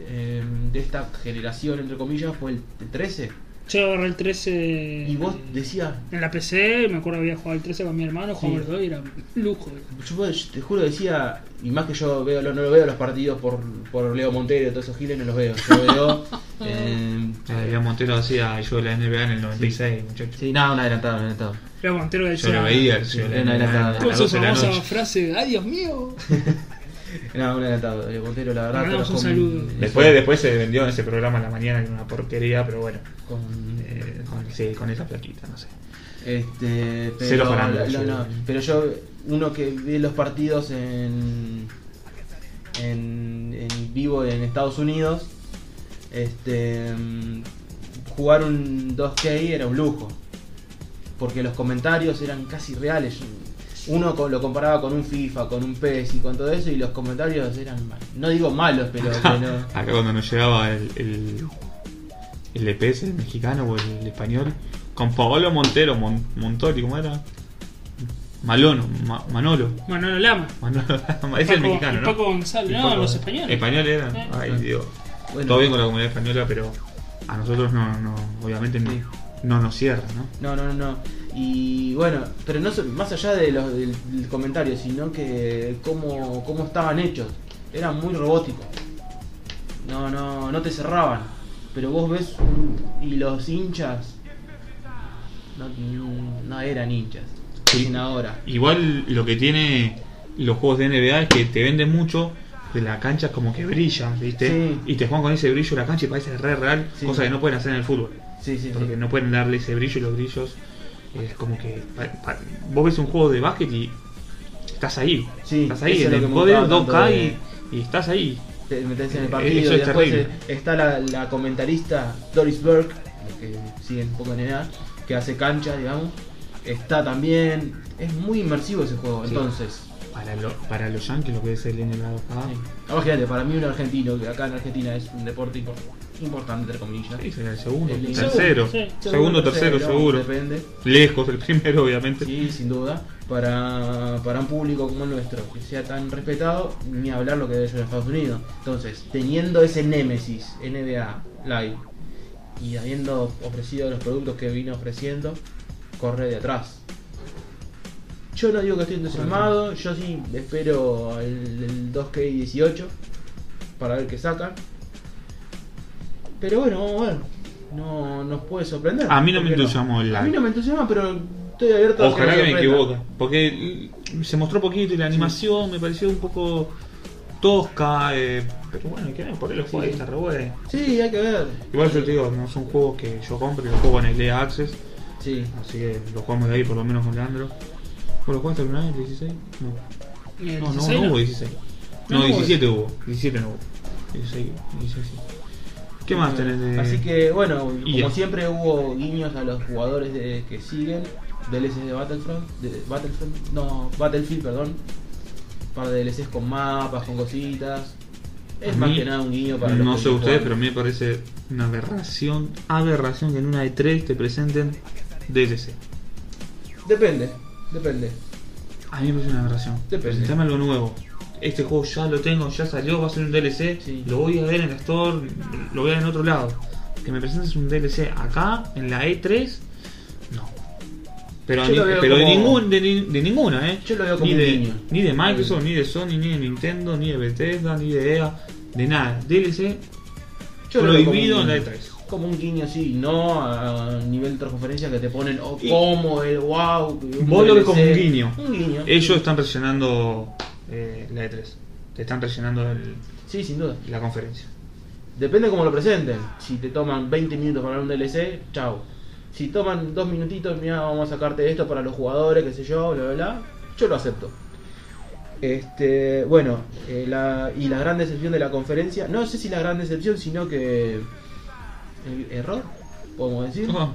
Speaker 3: eh, de esta generación, entre comillas, fue el, el 13.
Speaker 2: Yo agarré el 13
Speaker 3: Y vos decías,
Speaker 2: en la PC, me acuerdo había jugado el 13 con mi hermano, jugaba
Speaker 3: Sí.
Speaker 2: los dos y era un lujo.
Speaker 3: yo vos- te juro decía, y más que yo veo, no, no lo veo los partidos por, por Leo Montero y todos esos giles, no los veo. Yo
Speaker 2: [LAUGHS]
Speaker 3: veo... eh,
Speaker 1: Eh, Leo Montero hacía yo de la NBA en el 96, muchachos.
Speaker 3: sí, nada, un adelantado, un adelantado.
Speaker 2: Era Montero del
Speaker 1: Yo lo veía, yo
Speaker 3: Sí,
Speaker 1: la
Speaker 3: era la-
Speaker 1: NBA a
Speaker 3: la-
Speaker 1: las
Speaker 2: Con su
Speaker 1: 12 de la
Speaker 2: famosa
Speaker 1: noche.
Speaker 2: frase, ¡ay Dios mío!
Speaker 3: No, un adelantado, el portero, la verdad.
Speaker 2: Le mandamos
Speaker 3: trajo
Speaker 2: un saludo.
Speaker 1: Después, después se vendió en ese programa a la mañana, que era una porquería, pero bueno.
Speaker 3: con-
Speaker 1: Eh, con, sí, con esa plaquita, no sé.
Speaker 3: este, pero,
Speaker 1: Cero fanándula,
Speaker 3: la- la-
Speaker 1: yo-
Speaker 3: no, pero yo, uno que ve los partidos en, en, en vivo en Estados Unidos, este, mm, jugar un 2K era un lujo. Porque los comentarios eran casi reales. Uno co- lo comparaba con un FIFA, con un PES y con todo eso, y los comentarios eran, mal- no digo malos, pero.
Speaker 1: [LAUGHS]
Speaker 3: pero-
Speaker 1: Acá cuando nos llegaba el, el, el EPS, el mexicano o el español, con Paolo Montero, Mon- Montori, ¿cómo era? Malono, Ma- Manolo.
Speaker 2: Manolo Lama.
Speaker 1: Manolo [LAUGHS] es el
Speaker 2: Paco-
Speaker 1: mexicano,
Speaker 2: y
Speaker 1: ¿no?
Speaker 2: Paco González,
Speaker 1: Y
Speaker 2: no, los españoles.
Speaker 1: Españoles eran.
Speaker 2: Eh.
Speaker 1: Ay,
Speaker 3: Ah.
Speaker 1: Dios.
Speaker 3: Bueno.
Speaker 1: Todo bien con la comunidad española, pero a nosotros no, no obviamente no,
Speaker 3: Sí.
Speaker 1: no nos cierra, ¿no?
Speaker 3: No, no, no, no. Y bueno, pero no so- más allá de los, del, del comentario, sino que cómo, cómo estaban hechos. Eran muy robóticos. No, no, no te cerraban. Pero vos ves un- y los hinchas no, no- no eran hinchas.
Speaker 1: Sí.
Speaker 3: Dicen ahora.
Speaker 1: Igual lo que tiene los juegos de NBA es que te venden mucho de la cancha como que brillan, ¿viste?
Speaker 3: Sí.
Speaker 1: Y te juegan con ese brillo la cancha y parece re real,
Speaker 3: Sí.
Speaker 1: cosa que no pueden hacer en el fútbol.
Speaker 3: Sí, sí, sí.
Speaker 1: Porque no pueden darle ese brillo y los brillos. Es como que. pa- pa- vos ves un juego de básquet y estás ahí.
Speaker 3: Sí,
Speaker 1: estás ahí.
Speaker 3: eso es
Speaker 1: En
Speaker 3: lo
Speaker 1: el
Speaker 3: que me
Speaker 1: poder
Speaker 3: gustaba
Speaker 1: 2K
Speaker 3: tanto
Speaker 1: y, y estás ahí.
Speaker 3: te metes en el
Speaker 1: Eh,
Speaker 3: partido
Speaker 1: eso
Speaker 3: y
Speaker 1: es
Speaker 3: después
Speaker 1: terrible.
Speaker 3: eh, está la, la comentarista Doris Burke, que sigue un poco en edad, que hace cancha, digamos. Está también. Es muy inmersivo ese juego,
Speaker 1: Sí.
Speaker 3: entonces.
Speaker 1: Para, lo- para los Yankees, lo que es el NBA 2K.
Speaker 3: Imagínate, para mí un argentino, que acá en Argentina es un deporte impor- importante, entre comillas.
Speaker 1: Sí, será el segundo,
Speaker 3: El-
Speaker 1: tercero.
Speaker 2: Sí, sí.
Speaker 1: Segundo, tercero, seguro.
Speaker 3: Depende,
Speaker 1: Lejos del primero, obviamente.
Speaker 3: sí, sin duda. Para, para un público como el nuestro, que sea tan respetado, ni hablar lo que debe ser en Estados Unidos. Entonces, teniendo ese Némesis NBA Live y habiendo ofrecido los productos que vino ofreciendo, corre de atrás. Yo no digo que estoy entusiasmado, yo sí espero el, el 2K18 para ver qué sacan. Pero bueno, vamos a ver. No nos puede sorprender.
Speaker 1: A mí no me
Speaker 3: ¿Por qué
Speaker 1: entusiasmó el
Speaker 3: A
Speaker 1: live.
Speaker 3: mí no me entusiasma, pero estoy abierto a
Speaker 1: Ojalá que me
Speaker 3: sorprenda.
Speaker 1: equivoque. Porque se mostró poquito y la animación me pareció un poco tosca. eh, pero bueno, hay que ver, por ahí lo juega
Speaker 3: Sí.
Speaker 1: está re bueno.
Speaker 3: Sí, hay que ver.
Speaker 1: Igual yo te digo, no son juegos que yo compro, los juego en el EA Access.
Speaker 3: Sí.
Speaker 1: Así que los jugamos de ahí por lo menos con Leandro. ¿Vos lo jugaste alguna vez? ¿16? No.
Speaker 2: El
Speaker 1: No, no,
Speaker 2: 16
Speaker 1: no
Speaker 2: no.
Speaker 1: hubo 16. No,
Speaker 2: No, no hubo
Speaker 1: 17 hubo. 17 no hubo. 16, 16 sí. ¿Qué más tenés de.?
Speaker 3: Eh, Así que bueno,
Speaker 1: Y
Speaker 3: como
Speaker 1: ya.
Speaker 3: siempre hubo guiños a los jugadores de- que siguen DLCs de Battlefront, de Battlefront, no, Battlefield, perdón. Un par de DLCs con mapas, con cositas. Es
Speaker 1: A
Speaker 3: más
Speaker 1: mí,
Speaker 3: que nada un guiño para los
Speaker 1: No
Speaker 3: que
Speaker 1: sé ustedes,
Speaker 3: juegan.
Speaker 1: pero a mí me parece una aberración, aberración que en una de tres te presenten DLC.
Speaker 3: Depende, depende.
Speaker 1: A mí me parece una aberración.
Speaker 3: Depende.
Speaker 1: Presentame algo nuevo. Este juego ya lo tengo, ya salió, va a ser un DLC.
Speaker 3: Sí.
Speaker 1: Lo voy a ver en el store, lo voy a ver en otro lado. Que me presentes un DLC acá, en la E3, no. Pero,
Speaker 3: Yo
Speaker 1: ni-
Speaker 3: lo veo
Speaker 1: pero de,
Speaker 3: como-
Speaker 1: ningún, de, ni- de ninguna, ¿eh?
Speaker 3: Yo lo veo como
Speaker 1: ni,
Speaker 3: un
Speaker 1: de,
Speaker 3: guiño.
Speaker 1: ni de Microsoft, ni de Sony, ni de Nintendo, ni de Bethesda, ni de EA, de nada. DLC
Speaker 3: Yo lo veo como un
Speaker 1: prohibido en la E
Speaker 3: guiño.
Speaker 1: E3.
Speaker 3: Como un guiño sí, no a nivel de conferencia que te ponen oh,
Speaker 1: Y-
Speaker 3: como el wow. un
Speaker 1: Vos lo ves
Speaker 3: DLC.
Speaker 1: como un guiño.
Speaker 3: Un guiño.
Speaker 1: E Ellos están rellenando eh, la E3. Te están rellenando el,
Speaker 3: Sí, sin duda.
Speaker 1: la conferencia.
Speaker 3: Depende cómo lo presenten. Si te toman 20 minutos para un DLC, chao. Si toman dos minutitos, mira, vamos a sacarte esto para los jugadores, qué sé yo, bla, bla, bla, yo lo acepto. Este, bueno, eh, la- y la gran decepción de la conferencia, no sé si la gran decepción, sino que el error, podemos decir,
Speaker 1: Ojo,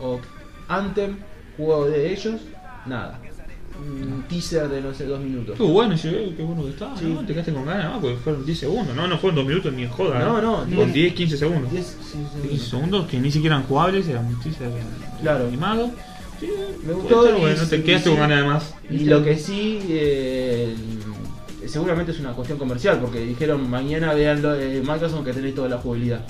Speaker 3: o Anthem, juego de ellos, nada. Un teaser de no sé, dos minutos.
Speaker 1: Estuvo bueno, yo, eh, qué bueno que estaba,
Speaker 3: Sí.
Speaker 1: ¿no? Te quedaste con ganas, ¿no? Porque fueron 10 segundos, ¿no? No fueron 2 minutos ni en joda. ¿eh?
Speaker 3: No, no,
Speaker 1: Con
Speaker 3: 10,
Speaker 1: 10, 15 segundos. 10,
Speaker 3: Diez- sí, sí,
Speaker 1: 15 segundos que ni siquiera eran jugables, eran muchísimas
Speaker 3: Claro.
Speaker 1: animados. Sí,
Speaker 3: Me
Speaker 1: puede
Speaker 3: gustó
Speaker 1: estar
Speaker 3: y-
Speaker 1: bueno, te quedaste
Speaker 3: y-
Speaker 1: con ganas de más.
Speaker 3: Y lo que sí, eh, seguramente es una cuestión comercial, porque dijeron mañana vean lo de Microsoft que tenéis toda la jugabilidad.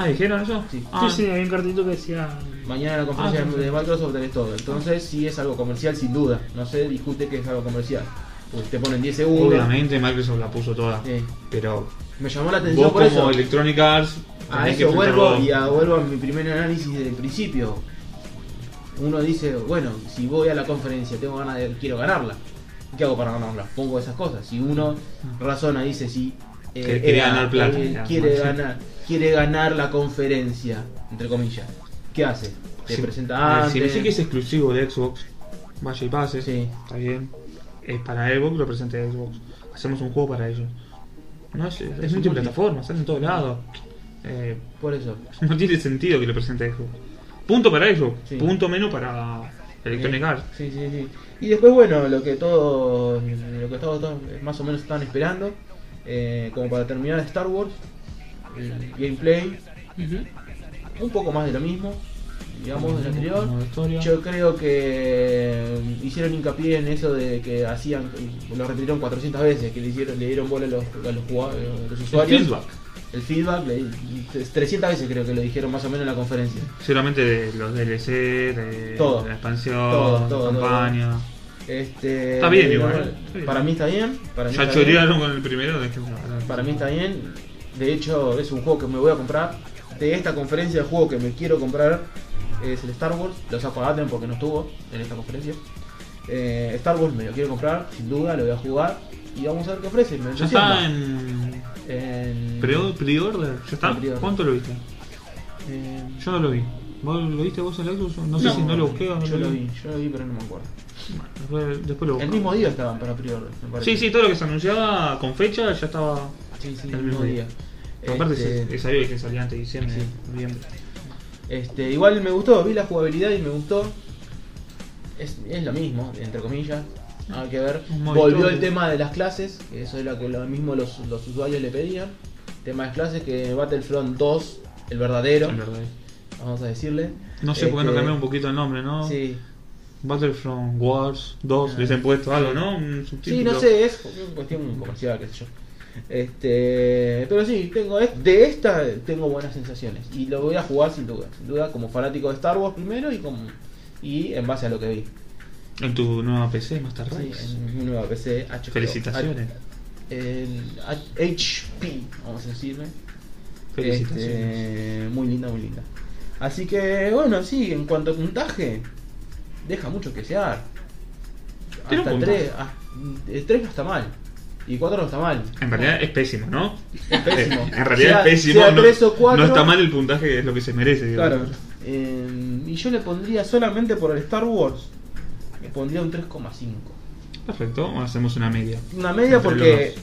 Speaker 1: Ah, dijeron eso?
Speaker 3: Sí.
Speaker 1: Ah,
Speaker 2: Sí, sí, había un cartito que decía.
Speaker 3: Mañana en la conferencia
Speaker 1: Ah, sí, sí.
Speaker 3: de Microsoft tenés todo. Entonces sí es algo comercial sin duda. No se discute que es algo comercial. Porque te ponen 10 segundos.
Speaker 1: Obviamente Microsoft la puso toda.
Speaker 3: Sí.
Speaker 1: Pero
Speaker 3: Me llamó la
Speaker 1: vos
Speaker 3: atención por
Speaker 1: como
Speaker 3: eso.
Speaker 1: Electronic Arts
Speaker 3: A
Speaker 1: tenés que
Speaker 3: eso
Speaker 1: enfrentar
Speaker 3: vuelvo
Speaker 1: vos.
Speaker 3: y a, vuelvo a mi primer análisis del principio. Uno dice, bueno, si voy a la conferencia, tengo ganas de, quiero ganarla. ¿Qué hago para ganarla? Pongo esas cosas. Si uno razona, dice, si eh,
Speaker 1: Que quiere ganar plata,
Speaker 3: eh,
Speaker 1: ya,
Speaker 3: quiere,
Speaker 1: bueno, sí.
Speaker 3: ganar, quiere ganar la conferencia, entre comillas, ¿qué hace? Se
Speaker 1: Si-
Speaker 3: presenta antes.
Speaker 1: Si Eh, me decís que es exclusivo de Xbox, vaya y pase.
Speaker 3: Sí.
Speaker 1: Está bien. Es para Xbox, lo presenta Xbox. Hacemos un juego para ellos. No es, es multiplataforma, sale en todos lados. Eh, [LAUGHS]
Speaker 3: Por eso.
Speaker 1: no tiene sentido que lo presente Xbox. Punto para Xbox,
Speaker 3: Sí.
Speaker 1: punto menos para Electronic Arts.
Speaker 3: Sí, sí, sí. Y después, bueno, lo que todos, lo que todos, todos más o menos estaban esperando, eh, como para terminar Star Wars, el gameplay,
Speaker 2: Ujú.
Speaker 3: un poco más de lo mismo, digamos, del anterior.
Speaker 1: Modo historia.
Speaker 3: Yo creo que mm, hicieron hincapié en eso de que hacían, mm, lo repitieron 400 veces, que le, hicieron, le dieron bola a los, a los, jugado- a los
Speaker 1: El
Speaker 3: usuarios.
Speaker 1: feedback.
Speaker 3: El feedback, le- 300 veces creo que lo dijeron más o menos en la conferencia.
Speaker 1: Seguramente de los DLC, de,
Speaker 3: Todo.
Speaker 1: de la expansión,
Speaker 3: Todo, todo, todo,
Speaker 1: campaña.
Speaker 3: Este,
Speaker 1: Está bien
Speaker 3: le dieron
Speaker 1: igual,
Speaker 3: bola.
Speaker 1: está bien.
Speaker 3: Para mí está bien. Para mí
Speaker 1: Ya
Speaker 3: está bien.
Speaker 1: chorearon con el primero. de que-
Speaker 3: Para mí está bien. De hecho, es un juego que me voy a comprar. De esta conferencia, el juego que me quiero comprar es el Star Wars. Lo saco a Atem porque no estuvo en esta conferencia. Eh, Star Wars me lo quiero comprar, sin duda, lo voy a jugar. Y vamos a ver qué ofrece. Me
Speaker 1: Ya
Speaker 3: entusiasma.
Speaker 1: está en
Speaker 3: En-
Speaker 1: pre- pre-order. ¿Ya está?
Speaker 3: En pre-order.
Speaker 1: ¿Cuánto lo viste?
Speaker 3: eh,
Speaker 1: Yo no lo vi. ¿Vos lo viste vos en la Xbox? No sé
Speaker 2: No.
Speaker 1: si no lo busqué o no
Speaker 3: Yo lo vi, yo lo vi, pero no me acuerdo.
Speaker 1: Bueno, después, después lo busco.
Speaker 3: El mismo día estaban para pre-order, me parece.
Speaker 1: Sí, sí, todo lo que se anunciaba con fecha ya estaba.
Speaker 3: Sí, sí,
Speaker 1: El
Speaker 3: el
Speaker 1: mismo
Speaker 3: mismo día.
Speaker 1: Pero aparte,
Speaker 3: Este-
Speaker 1: se, se sabía que salía antes de diciembre,
Speaker 3: Sí.
Speaker 1: noviembre.
Speaker 3: Este, igual me gustó, vi la jugabilidad y me gustó. Es, es lo mismo, entre comillas. Nada que ver.
Speaker 1: Un modo
Speaker 3: Volvió
Speaker 1: historia.
Speaker 3: el tema de las clases, que eso era que lo mismo los, los usuarios le pedían. Tema de clases que Battlefront 2, el verdadero,
Speaker 1: Es verdad.
Speaker 3: vamos a decirle.
Speaker 1: No sé por qué no
Speaker 3: Este,
Speaker 1: cambiaron un poquito el nombre, ¿no?
Speaker 3: Sí.
Speaker 1: Battlefront Wars 2,
Speaker 3: Ah.
Speaker 1: les han puesto algo, ¿no? Un
Speaker 3: Sí,
Speaker 1: subtítulo.
Speaker 3: no sé, es cuestión comercial, qué sé yo. Este, pero sí, tengo es- de esta tengo buenas sensaciones y lo voy a jugar sin duda, sin duda como fanático de Star Wars primero y como y en base a lo que vi.
Speaker 1: En tu nueva PC, Master
Speaker 3: Sí,
Speaker 1: Race.
Speaker 3: en mi nueva PC HP.
Speaker 1: Felicitaciones.
Speaker 3: El HP, vamos a decirle.
Speaker 1: Felicitaciones.
Speaker 3: Este, muy linda, muy linda. Así que, bueno, sí, en cuanto a puntaje, deja mucho que sear.
Speaker 1: Tiene
Speaker 3: Hasta
Speaker 1: un
Speaker 3: el
Speaker 1: punto.
Speaker 3: 3, el 3 no está mal. Y 4 no está mal.
Speaker 1: En realidad es pésimo, ¿no? [LAUGHS]
Speaker 3: Es pésimo.
Speaker 1: en realidad
Speaker 3: Sea-
Speaker 1: es pésimo.
Speaker 3: sea
Speaker 1: no,
Speaker 3: tres o cuatro.
Speaker 1: no está mal el puntaje, que es lo que se merece. digo.
Speaker 3: Claro. Eh, y yo le pondría solamente por el Star Wars, le pondría un 3,5.
Speaker 1: Perfecto, hacemos una media.
Speaker 3: Una media
Speaker 1: Entre
Speaker 3: porque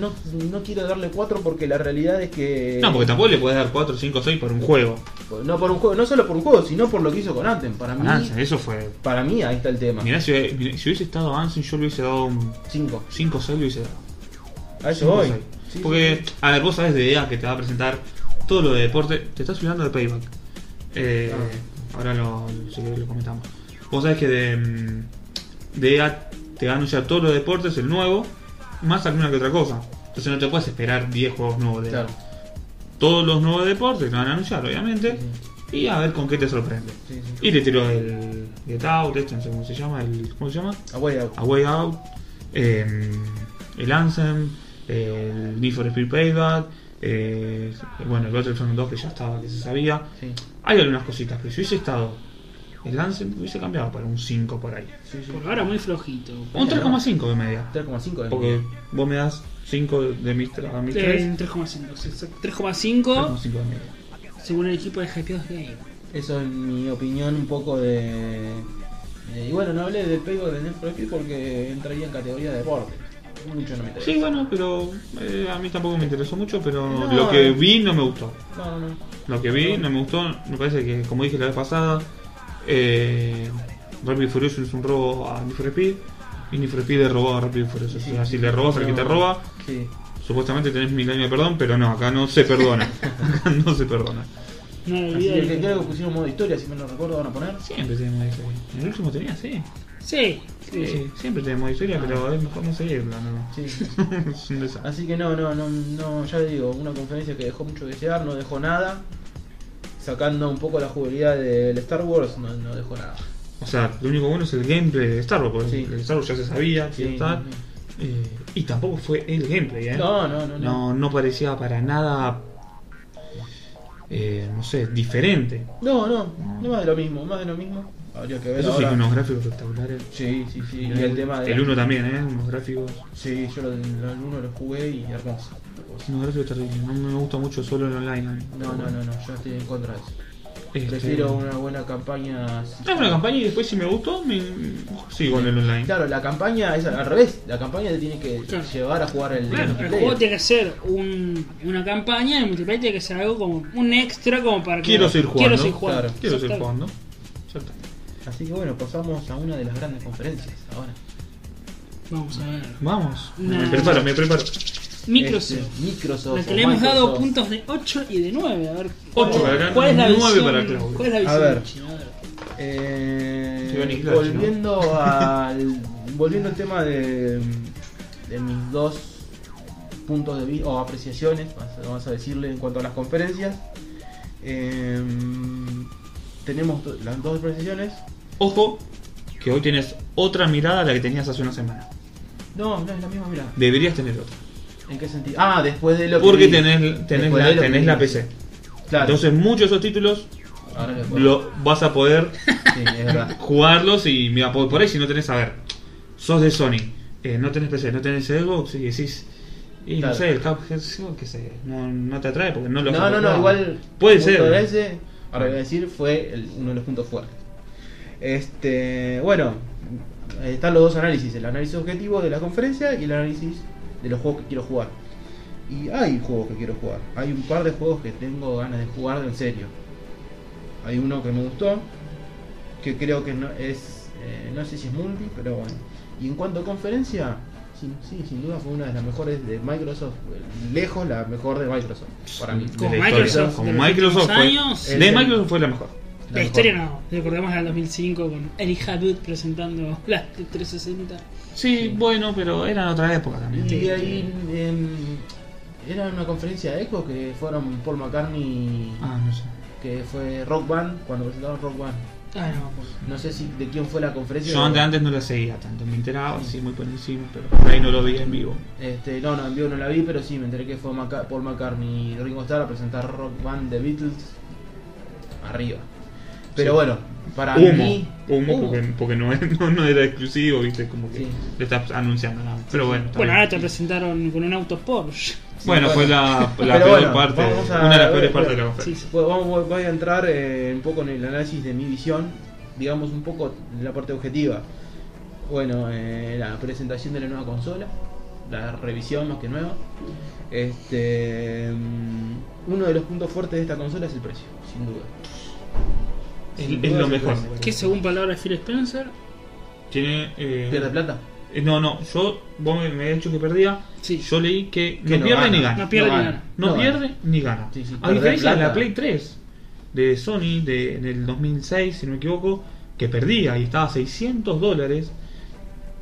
Speaker 3: no, no quiero darle 4 porque la realidad es que...
Speaker 1: No, porque tampoco le puedes dar 4, 5, 6 por un juego.
Speaker 3: No por un juego, no solo por un juego, sino por lo que hizo con Anthem. Para mí,
Speaker 1: Ansen, eso fue.
Speaker 3: para mí ahí está el tema.
Speaker 1: Ah, Mirá, si, mirá, si hubiese estado Ansen, yo le hubiese dado un
Speaker 3: 5.
Speaker 1: 5, 6, le hubiese dado.
Speaker 3: A eso
Speaker 1: Cinco,
Speaker 3: voy.
Speaker 1: seis.
Speaker 3: Sí,
Speaker 1: porque,
Speaker 3: sí, sí.
Speaker 1: a ver, vos sabes de EA que te va a presentar todo lo de deporte. Te estás olvidando de Payback. Eh,
Speaker 3: Ah.
Speaker 1: Ahora lo, si querés lo comentamos. Vos sabés que de, mm, de EA te va a anunciar todos los deportes, el nuevo, más alguna que otra cosa. Entonces no te puedes esperar 10 juegos nuevos de EA.
Speaker 3: Claro.
Speaker 1: Todos los nuevos deportes lo van a anunciar, obviamente. Y a ver con qué te sorprende.
Speaker 3: Sí, sí.
Speaker 1: Y le tiró el Get Out, este, no sé cómo se llama, el, ¿cómo se llama?
Speaker 3: A Way Out.
Speaker 1: A Way Out, eh, el Anthem, el Need for Speed Payback, eh, bueno, el Battlefront 2 que ya estaba, que se sabía.
Speaker 3: Sí.
Speaker 1: Hay algunas cositas, pero si hubiese estado el lance hubiese cambiado para un 5 por ahí.
Speaker 3: Sí, sí.
Speaker 2: Por ahora muy flojito.
Speaker 1: Un 3,5 de media.
Speaker 3: 3,5 de
Speaker 1: Porque vos me das 5 de mis 3.
Speaker 2: Eh, 3,5. sí, exacto. 3,5
Speaker 1: 3,5 de media.
Speaker 2: según el equipo de Hypeados Game.
Speaker 3: Eso es mi opinión un poco de... de- y bueno, no hablé de Pego de Need for Speed porque entraría en categoría de deporte. Mucho no me interesa.
Speaker 1: Sí, bueno, pero eh, a mí tampoco me interesó mucho, pero
Speaker 3: No,
Speaker 1: lo que
Speaker 3: eh.
Speaker 1: vi no me gustó.
Speaker 3: No, no, no.
Speaker 1: Lo que vi no me gustó, me parece que, como dije la vez pasada, eh, Rapid Furioso es un robo a Need for Speed y Need for Speed le robó a Rapid Furioso. o sea, si le robas al que te
Speaker 3: No.
Speaker 1: roba,
Speaker 3: Sí.
Speaker 1: supuestamente tenés mil años de perdón, pero no, acá no se
Speaker 3: [LAUGHS]
Speaker 1: perdona. Acá no se perdona.
Speaker 2: No lo
Speaker 3: Así que
Speaker 2: olvidé.
Speaker 3: creo que pusieron modo historia, si me lo recuerdo, van a poner.
Speaker 1: Siempre tenemos historia. En el último tenía, sí.
Speaker 2: Sí,
Speaker 1: Sí, sí, siempre tenemos historia,
Speaker 3: Ah.
Speaker 1: pero es mejor no seguirla, ¿no? [LAUGHS]
Speaker 3: Sí.
Speaker 1: es un desastre.
Speaker 3: Así que no, no, no, no, ya digo, una conferencia que dejó mucho que desear, no dejó nada. Sacando un poco la jugabilidad del Star Wars, no, no dejó nada.
Speaker 1: O sea, lo único bueno es el gameplay de Star Wars, porque
Speaker 3: Sí.
Speaker 1: el de Star Wars ya se sabía que iba a
Speaker 3: Sí,
Speaker 1: estar. Eh, y tampoco fue el gameplay, ¿eh?
Speaker 3: No, no, no, no.
Speaker 1: no, no parecía para nada, eh, no sé, diferente.
Speaker 3: No, no, no más de lo mismo, más de lo mismo. Habría que ver
Speaker 1: Eso sí,
Speaker 3: ahora.
Speaker 1: con unos gráficos espectaculares.
Speaker 3: Sí, sí, sí. Y el tema de.
Speaker 1: El uno también, ¿eh? Unos gráficos,
Speaker 3: Sí, yo lo- lo- el uno lo jugué y hermoso.
Speaker 1: unos gráficos terribles. No me gusta mucho solo el online. a mí.
Speaker 3: No, no, no, no, yo estoy en contra de eso.
Speaker 1: Este,
Speaker 3: Prefiero una buena campaña.
Speaker 1: Es una campaña y después si me gustó, me... sigo en el online.
Speaker 3: Claro, la campaña es al revés. La campaña te tiene que
Speaker 2: Claro.
Speaker 3: llevar a jugar el.
Speaker 1: Claro,
Speaker 2: El
Speaker 3: multiplayer.
Speaker 2: juego tiene que ser un, una campaña y el multiplayer tiene que ser algo como un extra como para que
Speaker 1: Quiero seguir jugando.
Speaker 2: Quiero seguir jugando.
Speaker 3: Claro,
Speaker 1: Quiero ser
Speaker 2: Exacto.
Speaker 1: fondo. Ya está.
Speaker 3: Así que bueno, pasamos a una de las grandes conferencias ahora.
Speaker 2: Vamos a ver.
Speaker 1: Vamos.
Speaker 2: No.
Speaker 1: Me preparo, me preparo.
Speaker 2: Microsoft.
Speaker 3: Este, Microsoft.
Speaker 2: La que
Speaker 3: o
Speaker 2: le hemos dado
Speaker 3: Microsoft.
Speaker 2: puntos de 8 y de 9. A ver.
Speaker 1: Ocho
Speaker 2: ¿cuál-
Speaker 1: para acá,
Speaker 2: ¿Cuál es la
Speaker 1: nueve
Speaker 2: visión?
Speaker 1: para Claudio.
Speaker 2: ¿Cuál es la visión?
Speaker 3: A ver.
Speaker 2: Chino? A ver.
Speaker 3: Eh,
Speaker 1: Se ve ni claro,
Speaker 3: volviendo al. volviendo al tema de. de mis dos puntos de vista o apreciaciones, vas- vamos a decirle, en cuanto a las conferencias. Eh, tenemos do- las dos apreciaciones.
Speaker 1: Ojo, que hoy tienes otra mirada a la que tenías hace una semana.
Speaker 3: No, no es la misma mirada.
Speaker 1: Deberías tener otra.
Speaker 3: ¿En qué sentido? Ah, después de lo que.
Speaker 1: Porque
Speaker 3: vi.
Speaker 1: tenés, tenés,
Speaker 3: Después
Speaker 1: la,
Speaker 3: de lo que
Speaker 1: tenés
Speaker 3: vi.
Speaker 1: la PC.
Speaker 3: Claro.
Speaker 1: Entonces muchos de esos títulos
Speaker 3: Ahora que puedo.
Speaker 1: lo, vas a poder
Speaker 3: Sí, es verdad.
Speaker 1: jugarlos y mira, por, por ahí si no tenés, a ver, sos de Sony, eh, no tenés PC, no tenés Xbox y decís... Y
Speaker 3: Claro.
Speaker 1: no sé, el Cuphead, yo qué sé, no, no te atrae porque no [LAUGHS] lo
Speaker 3: No, no, no,
Speaker 1: jugás.
Speaker 3: igual.
Speaker 1: Puede
Speaker 3: el
Speaker 1: ser.
Speaker 3: punto ese, ahora voy a decir, fue el- uno de los puntos fuertes. Este, bueno, están los dos análisis: el análisis objetivo de la conferencia y el análisis de los juegos que quiero jugar. Y hay juegos que quiero jugar. Hay un par de juegos que tengo ganas de jugar en serio. Hay uno que me gustó, que creo que no es. eh, no sé si es multi, pero bueno. Y en cuanto a conferencia, sí, sí, sin duda fue una de las mejores de Microsoft. eh, Lejos la mejor de Microsoft, para mí.
Speaker 1: De
Speaker 2: Como
Speaker 1: la historia.
Speaker 2: Microsoft,
Speaker 1: Como
Speaker 2: de los
Speaker 1: Microsoft
Speaker 2: últimos
Speaker 1: fue-
Speaker 2: años,
Speaker 1: de
Speaker 3: el-
Speaker 1: Microsoft fue la mejor.
Speaker 2: La
Speaker 3: mejor.
Speaker 2: historia no. Recordemos al 2005 con Eric Habut presentando la 360.
Speaker 1: Sí, bueno, pero era en otra época también.
Speaker 3: Y ahí em, era una conferencia de eco que fueron Paul McCartney,
Speaker 1: Ah, no sé.
Speaker 3: que fue Rock Band, cuando presentaron Rock Band.
Speaker 2: Ah, no, pues.
Speaker 3: No sé si de quién fue la conferencia.
Speaker 1: Yo antes, antes no la seguía tanto, me enteraba así muy por encima, pero por ahí no lo vi en vivo.
Speaker 3: Este, no, no, en vivo no la vi, pero sí, me enteré que fue Maca- Paul McCartney y Ringo Starr a presentar Rock Band The Beatles arriba. Pero
Speaker 1: Sí.
Speaker 3: bueno, para
Speaker 1: humo,
Speaker 3: mí...
Speaker 1: humo,
Speaker 3: humo.
Speaker 1: porque, porque no, es- [LAUGHS] no, no era exclusivo, viste, como que
Speaker 3: Sí.
Speaker 1: lo estás anunciando nada. Pero bueno, está
Speaker 2: Bueno,
Speaker 1: bien.
Speaker 2: ahora te presentaron con un auto Porsche.
Speaker 3: Sí,
Speaker 1: bueno, pues fue la,
Speaker 3: Pero
Speaker 1: la peor
Speaker 3: bueno,
Speaker 1: parte,
Speaker 3: vamos a-
Speaker 1: una de las peores
Speaker 3: bueno,
Speaker 1: partes de la
Speaker 2: Sí,
Speaker 1: conferencia.
Speaker 2: sí.
Speaker 3: Bueno, vamos, voy a entrar eh, un poco en el análisis de mi visión, digamos un poco en la parte objetiva. Bueno, eh, la presentación de la nueva consola, la revisión más que nueva. Este, mm, uno de los puntos fuertes de esta consola es el precio, sin duda.
Speaker 1: Es-
Speaker 3: Sin
Speaker 1: es
Speaker 3: duda
Speaker 1: lo
Speaker 3: el
Speaker 1: mejor.
Speaker 3: precio.
Speaker 2: Que según palabras de Phil Spencer.
Speaker 1: Tiene. eh,
Speaker 3: ¿Pierde plata?
Speaker 1: eh, No, no, yo, vos me, me habías dicho que perdía.
Speaker 2: Sí.
Speaker 1: Yo leí que,
Speaker 3: Que
Speaker 1: no, pierde ni gana.
Speaker 2: No pierde ni gana.
Speaker 1: No,
Speaker 3: gana.
Speaker 1: pierde ni gana.
Speaker 3: Sí, sí,
Speaker 1: a
Speaker 3: perder
Speaker 1: diferencia de la
Speaker 3: plata.
Speaker 1: Play 3 de Sony de, en el 2006, si no me equivoco, que perdía y estaba a 600 dólares.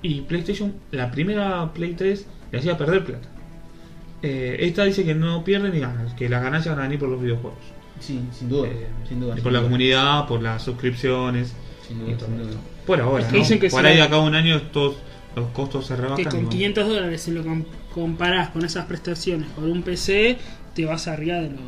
Speaker 1: Y PlayStation, la primera Play 3, le hacía perder plata. Eh, esta dice que no pierde ni gana, que las ganancias van a venir por los videojuegos.
Speaker 3: Sí, sin duda.
Speaker 1: Eh,
Speaker 3: sin duda
Speaker 1: y
Speaker 3: sin
Speaker 1: por la
Speaker 3: duda.
Speaker 1: comunidad, por las suscripciones.
Speaker 3: Sin
Speaker 1: y
Speaker 3: duda,
Speaker 1: todo
Speaker 3: sin
Speaker 1: esto.
Speaker 3: duda.
Speaker 1: Por ahora,
Speaker 2: Es que
Speaker 1: ¿no?
Speaker 2: dicen que
Speaker 1: por
Speaker 2: se
Speaker 1: ahí de
Speaker 2: va-
Speaker 1: acá a un año estos, los costos se rebajan.
Speaker 2: que
Speaker 1: y
Speaker 2: con
Speaker 1: bueno.
Speaker 2: 500 dólares si lo com- comparás con esas prestaciones con un PC te vas arriba de los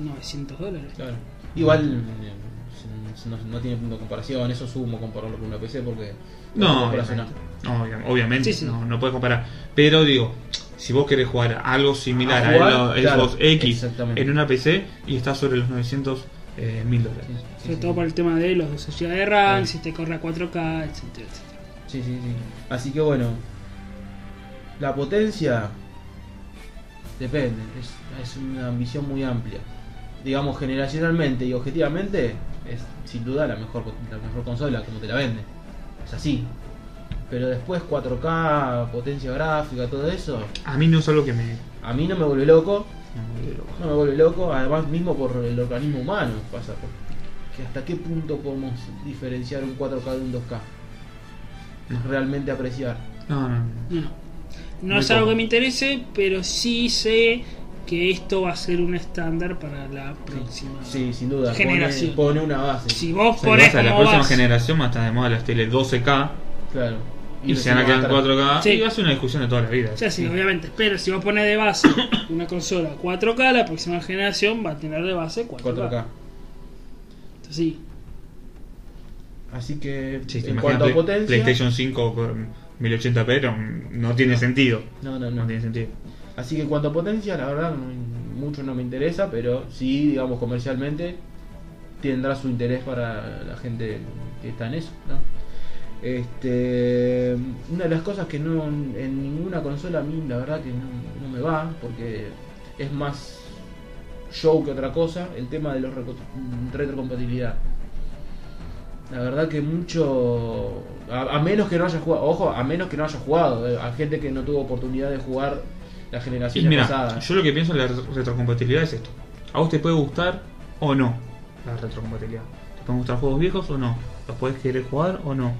Speaker 2: 900 dólares
Speaker 3: Claro. Igual, eh, no, no tiene punto de comparación, eso sumo compararlo con una PC porque
Speaker 1: No,
Speaker 3: comparas una-
Speaker 1: obviamente. No, obvia- obviamente,
Speaker 2: Sí, sí.
Speaker 1: No, no puedes comparar. Pero digo, si vos querés jugar algo similar
Speaker 3: A
Speaker 1: a,
Speaker 3: jugar,
Speaker 1: la
Speaker 3: claro,
Speaker 1: Xbox X
Speaker 3: exactamente.
Speaker 1: en una PC y está sobre los 900 eh, mil dólares.
Speaker 3: Sí, sí,
Speaker 2: Sobre
Speaker 3: sí.
Speaker 2: todo por el tema de los 12 GB de RAM,
Speaker 3: Ahí.
Speaker 2: si te corre a 4K, etcétera, etcétera.
Speaker 3: Sí, sí, sí. Así que bueno. La potencia. Depende. Es, es una ambición muy amplia. Digamos, generacionalmente y objetivamente, es sin duda la mejor, la mejor consola, como te la vende. Es así. Pero después 4K, potencia gráfica, todo eso,
Speaker 1: A mí no es algo que me.
Speaker 3: a mí no me vuelve loco.
Speaker 1: no me vuelve loco.
Speaker 3: No me vuelve loco, además mismo por el organismo humano pasa. por- que hasta qué punto podemos diferenciar un 4K de un 2K.
Speaker 1: No.
Speaker 3: Realmente apreciar.
Speaker 1: No, no, no.
Speaker 2: No, no. No
Speaker 1: Muy
Speaker 2: es algo
Speaker 1: poco.
Speaker 2: que me interese, pero sí sé que esto va a ser un estándar para la próxima.
Speaker 3: Sí, sin duda. pone-
Speaker 2: Generación.
Speaker 3: Pone, una base.
Speaker 2: Si vos
Speaker 1: O sea,
Speaker 2: ponés
Speaker 1: vas a la
Speaker 2: como
Speaker 1: próxima
Speaker 2: base-
Speaker 1: generación va a estar de moda las tele 12K
Speaker 3: Claro.
Speaker 1: y, se van a quedar en 4K
Speaker 2: Sí.
Speaker 1: y va a ser una discusión de toda la vida.
Speaker 2: O sea, sí, obviamente. Pero si vos pones de base una consola 4K, la próxima generación va a tener de base 4K.
Speaker 3: 4K.
Speaker 2: Entonces, sí.
Speaker 3: Así que
Speaker 1: Sí,
Speaker 3: en
Speaker 1: imagínate,
Speaker 3: cuanto a
Speaker 1: Play-
Speaker 3: potencia.
Speaker 1: PlayStation 5 con 1080p no, no tiene sentido.
Speaker 3: No, no,
Speaker 1: No
Speaker 3: no.
Speaker 1: tiene sentido.
Speaker 3: Así que en cuanto a potencia, la verdad, no- mucho no me interesa, pero sí, digamos, comercialmente tendrá su interés para la gente que está en eso, ¿no? Este, una de las cosas que no en ninguna consola a mí la verdad que no, no me va, porque es más show que otra cosa, el tema de la retrocompatibilidad. La verdad que mucho. A, a menos que no haya jugado. Ojo, a menos que no haya jugado. eh, A gente que no tuvo oportunidad de jugar la
Speaker 1: Y
Speaker 3: generación
Speaker 1: mira,
Speaker 3: pasada.
Speaker 1: yo lo que pienso en la re- retrocompatibilidad es esto. A vos te puede gustar o no la retrocompatibilidad. Te pueden gustar juegos viejos o no. Los podés querer jugar o no.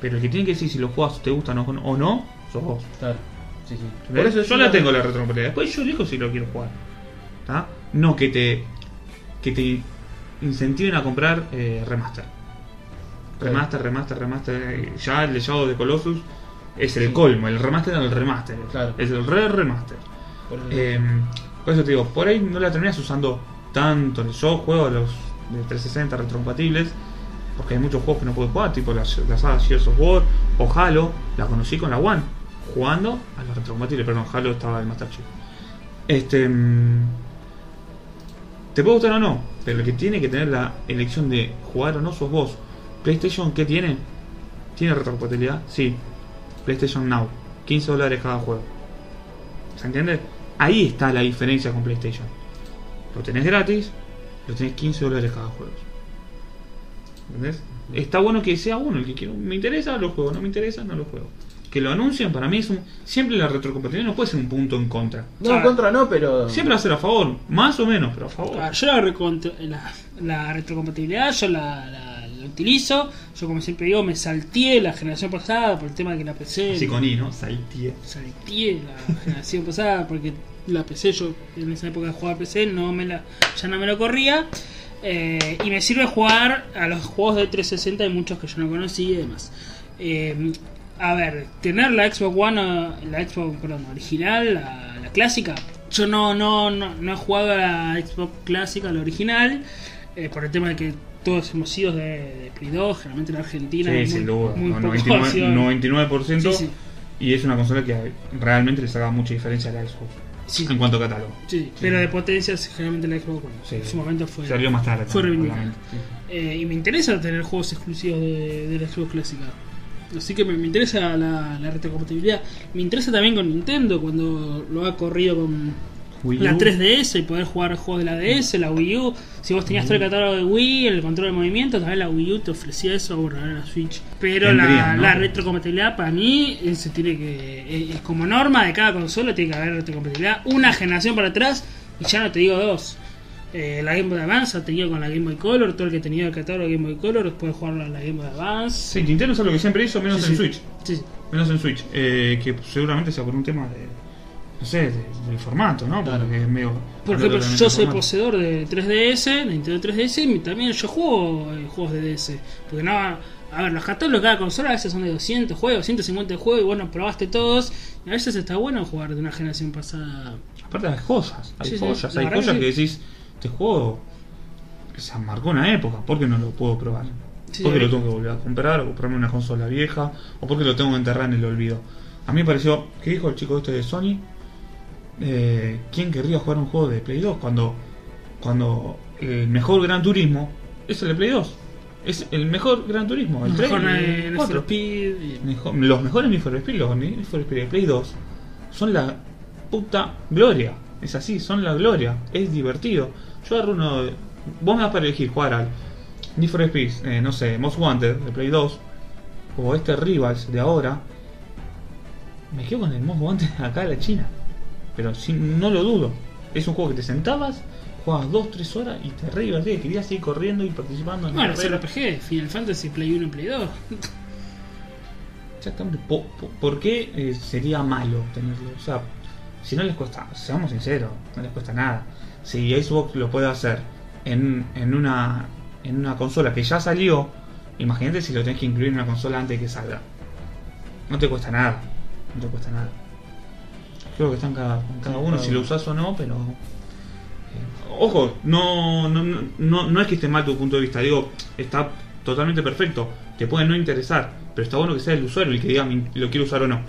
Speaker 1: Pero el que tiene que decir si los juegos te gustan o o no, sos vos.
Speaker 3: Claro, sí, sí.
Speaker 1: ¿Ves?
Speaker 3: es
Speaker 1: yo
Speaker 3: una-
Speaker 1: la tengo la retrocompatibilidad. Después yo elijo si lo quiero jugar. ¿Tá? No que te que te incentiven a comprar eh, remaster. Remaster, remaster, remaster. eh, Ya el de Shadow de Colossus es el
Speaker 3: Sí.
Speaker 1: colmo. El remaster del remaster.
Speaker 3: Claro.
Speaker 1: Es el re remaster.
Speaker 3: Por eso-
Speaker 1: Eh, por eso te digo, por ahí no la terminas usando tanto. Yo juego a los de 360 retrocompatibles. Porque hay muchos juegos que no puedo jugar, tipo la, la saga Gears of War o Halo. La conocí con la One, jugando a los retrocompatibles. Perdón, Halo estaba el Master Chief. Este. mm, Te puede gustar o no, pero el que tiene que tener la elección de jugar o no sos vos. PlayStation, ¿qué tiene? ¿Tiene retrocompatibilidad? Sí. PlayStation Now, 15 dólares cada juego. ¿Se entiende? Ahí está la diferencia con PlayStation. Lo tenés gratis, lo tenés 15 dólares cada juego. ¿Entendés? Está bueno que sea uno el que quiero. Me interesa, lo juego. No me interesa, no lo juego. Que lo anuncien, para mí es un. Siempre la retrocompatibilidad no puede ser un punto en contra.
Speaker 3: No, en contra no, pero.
Speaker 1: Siempre va a ser a favor, más o menos, pero a favor.
Speaker 2: Ah, Yo la, recontr- la, la retrocompatibilidad, yo la, la- la utilizo. Yo, como siempre digo, me salteé la generación pasada por el tema de que la PC.
Speaker 1: Así con I, ¿no? Saltier.
Speaker 2: salteé la generación pasada porque la PC yo en esa época jugaba PC no me la ya no me lo corría Eh, y me sirve jugar a los juegos de 360 hay muchos que yo no conocí y demás Eh, a ver tener la Xbox One eh, la Xbox perdón, original la, la clásica yo no no no no he jugado a la Xbox clásica la original eh, por el tema de que todos hemos sido de, de Play 2 generalmente en Argentina
Speaker 1: Sí,
Speaker 2: muy-
Speaker 1: sin duda.
Speaker 2: muy
Speaker 1: no,
Speaker 2: pocos
Speaker 1: 99,
Speaker 2: hacían-
Speaker 1: 99%.
Speaker 2: Sí, sí.
Speaker 1: Y es una consola que realmente le sacaba mucha diferencia a la Xbox.
Speaker 2: Sí.
Speaker 1: En cuanto a catálogo.
Speaker 2: Sí, pero de potencias generalmente la Xbox One.
Speaker 1: Sí.
Speaker 2: En su momento fue.
Speaker 1: Salió más tarde.
Speaker 2: Fue
Speaker 1: también,
Speaker 2: reivindicada.
Speaker 1: obviamente.
Speaker 2: Eh, y me interesa tener juegos exclusivos de, de la Xbox clásica. Así que me, me interesa la, la retrocompatibilidad. Me interesa también con Nintendo cuando lo ha corrido con
Speaker 1: Wii U.
Speaker 2: la 3DS y poder jugar juegos de la DS, la Wii U. Si vos tenías todo el catálogo de Wii, el control de movimiento, también la Wii U te ofrecía eso, bueno, ahora la Switch. Pero la,
Speaker 1: Tendrían, ¿no?
Speaker 2: la retrocompatibilidad para mí eh, se tiene que eh, es- es como norma de cada consola tiene que haber retrocompatibilidad una generación para atrás y ya no te digo dos. Eh, la Game Boy Advance ha tenido con la Game Boy Color, todo el que tenía el catálogo de Game Boy Color después jugar la Game Boy Advance.
Speaker 1: Sí, Nintendo es algo que siempre hizo, menos en
Speaker 2: Sí, sí.
Speaker 1: Switch.
Speaker 2: Sí, sí.
Speaker 1: Menos en Switch. eh, que seguramente sea por un tema de. No sé, de- del formato, ¿no?
Speaker 3: Claro.
Speaker 1: Porque es medio.
Speaker 2: Por
Speaker 1: medio
Speaker 2: ejemplo,
Speaker 1: totalmente
Speaker 2: yo soy
Speaker 1: formato.
Speaker 2: poseedor de 3DS, Nintendo 3DS, y también yo juego eh, juegos de DS. Porque no, a ver, los catálogos de cada consola a veces son de 200 juegos, 150 juegos, y bueno, probaste todos. Y a veces está bueno jugar de una generación pasada.
Speaker 1: Aparte hay cosas, hay
Speaker 2: Sí, sí,
Speaker 1: joyas,
Speaker 2: la
Speaker 1: hay
Speaker 2: verdad que
Speaker 1: joyas
Speaker 2: sí.
Speaker 1: que decís, este juego se marcó una época, porque no lo puedo probar.
Speaker 2: Sí.
Speaker 1: Porque lo tengo que volver a comprar o comprarme una consola vieja o porque lo tengo que enterrar en el olvido. A mí me pareció, ¿qué dijo el chico este de Sony? Eh, ¿Quién querría jugar un juego de Play 2 cuando, cuando el mejor Gran Turismo es el de Play 2? Es el mejor Gran Turismo, el 3
Speaker 2: Mejor
Speaker 1: y
Speaker 2: eh,
Speaker 1: el
Speaker 2: Need
Speaker 1: 4.
Speaker 2: for Speed y-
Speaker 1: Mejor- los mejores Need for Speed, los Need for Speed de Play 2, son la puta gloria. Es así, son la gloria. Es divertido. Yo agarro uno. de- Vos me das para elegir jugar al Need for Speed, eh, no sé, Most Wanted de Play 2, o este Rivals de ahora. Me quedo con el Most Wanted [LAUGHS] acá de la China. Pero sin, no lo dudo. Es un juego que te sentabas, jugabas 2-3 horas y te re divertías. Querías seguir corriendo y participando en la
Speaker 2: Bueno, los
Speaker 1: carrera.
Speaker 2: RPG, Final Fantasy, Play 1 y Play 2.
Speaker 1: Exactamente. Po- po- ¿Por qué eh, sería malo tenerlo? O sea, si no les cuesta, seamos sinceros, no les cuesta nada. Si Xbox lo puede hacer en, en, una, en una consola que ya salió, imagínate si lo tenés que incluir en una consola antes de que salga. No te cuesta nada. No te cuesta nada. Creo que está en cada, en cada
Speaker 3: Sí,
Speaker 1: uno
Speaker 3: cada
Speaker 1: si lo
Speaker 3: uno.
Speaker 1: usás o no, pero. eh, Ojo, no, no, no- no, no es que esté mal tu punto de vista, digo, está totalmente perfecto. Te puede no interesar, pero está bueno que sea el usuario el que diga "Me- lo quiero usar o no.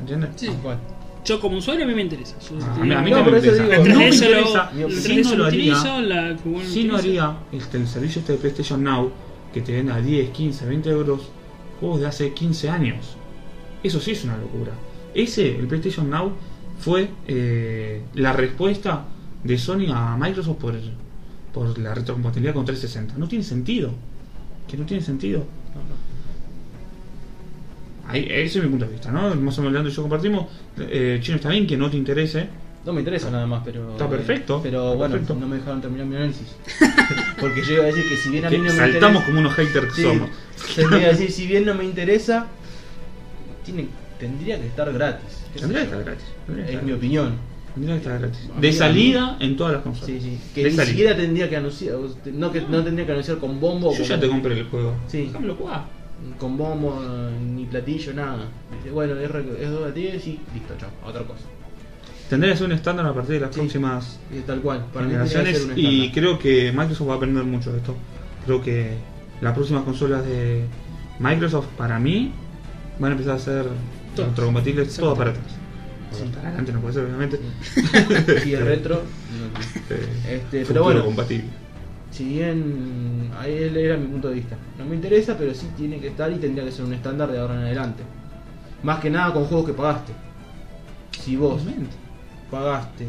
Speaker 1: ¿Entiendes?
Speaker 2: Sí.
Speaker 3: Igual.
Speaker 2: Yo como usuario a mí me interesa. Yo
Speaker 1: Ah,
Speaker 2: te
Speaker 1: a mí- a mí
Speaker 2: digo,
Speaker 1: también
Speaker 3: No, por eso
Speaker 1: me
Speaker 3: digo,
Speaker 2: la
Speaker 1: interesa.
Speaker 3: no me
Speaker 2: 3DS lo-
Speaker 3: interesa.
Speaker 2: la
Speaker 1: Sí
Speaker 2: 3DS
Speaker 1: no lo haría.
Speaker 2: utilizo, la que vos no
Speaker 1: Si no
Speaker 2: utilizas.
Speaker 1: haría este, el servicio este de PlayStation Now, que te den a 10, 15, 20 euros juegos de hace 15 años. Eso sí es una locura. Ese, el PlayStation Now, fue eh, la respuesta de Sony a Microsoft por, por la retrocompatibilidad con 360. No tiene sentido. Que no tiene sentido. Ahí, ese es mi punto de vista, ¿no? Más o menos Leandro y yo compartimos. Eh, Chino está bien que no te interese.
Speaker 3: No me interesa nada más, pero. eh,
Speaker 1: Está perfecto,
Speaker 3: Pero
Speaker 1: está
Speaker 3: bueno,
Speaker 1: perfecto.
Speaker 3: no me dejaron terminar
Speaker 1: [LAUGHS]
Speaker 3: mi análisis. Porque yo iba a decir que si bien a mí
Speaker 1: que
Speaker 3: no me
Speaker 1: saltamos
Speaker 3: interesa-
Speaker 1: como unos haters que
Speaker 3: Sí,
Speaker 1: somos.
Speaker 3: te iba
Speaker 1: [LAUGHS]
Speaker 3: a decir, si bien no me interesa, tiene, tendría que estar gratis. qué sé
Speaker 1: Tendría
Speaker 3: yo.
Speaker 1: que estar gratis. tendría que
Speaker 3: Es
Speaker 1: estar
Speaker 3: mi
Speaker 1: gratis.
Speaker 3: opinión.
Speaker 1: Tendría que estar gratis.
Speaker 3: Amiga,
Speaker 1: De salida en todas las consolas.
Speaker 3: Sí, sí. Que
Speaker 1: De
Speaker 3: ni
Speaker 1: salida.
Speaker 3: siquiera tendría que anunciar, o te- no, que, no tendría que anunciar con bombo.
Speaker 1: Yo ya te compré el juego.
Speaker 3: Sí.
Speaker 1: Déjamelo jugar.
Speaker 3: Con bombo, eh, ni platillo, nada. Dice, Bueno, es, re- es 2 a 10 y listo, chao. a Otra cosa.
Speaker 1: Tendría que ser un estándar a partir de las
Speaker 3: Sí.
Speaker 1: próximas
Speaker 3: Y tal cual. Para mí tendría que ser
Speaker 1: generaciones.
Speaker 3: un
Speaker 1: Y
Speaker 3: estándar.
Speaker 1: creo que Microsoft va a aprender mucho de esto. Creo que las próximas consolas de Microsoft, para mí, van a empezar a ser
Speaker 2: Todas.
Speaker 1: retrocompatibles
Speaker 2: Exacto.
Speaker 1: todas para atrás.
Speaker 3: Sí.
Speaker 1: Para adelante no puede ser, obviamente.
Speaker 3: Si es retro.
Speaker 1: Este,
Speaker 3: Este, pero
Speaker 1: futuro
Speaker 3: bueno,
Speaker 1: compatible.
Speaker 3: si bien ahí él era mi punto de vista. No me interesa, pero sí tiene que estar y tendría que ser un estándar de ahora en adelante. Más que nada con juegos que pagaste. Si vos
Speaker 1: Obviamente.
Speaker 3: pagaste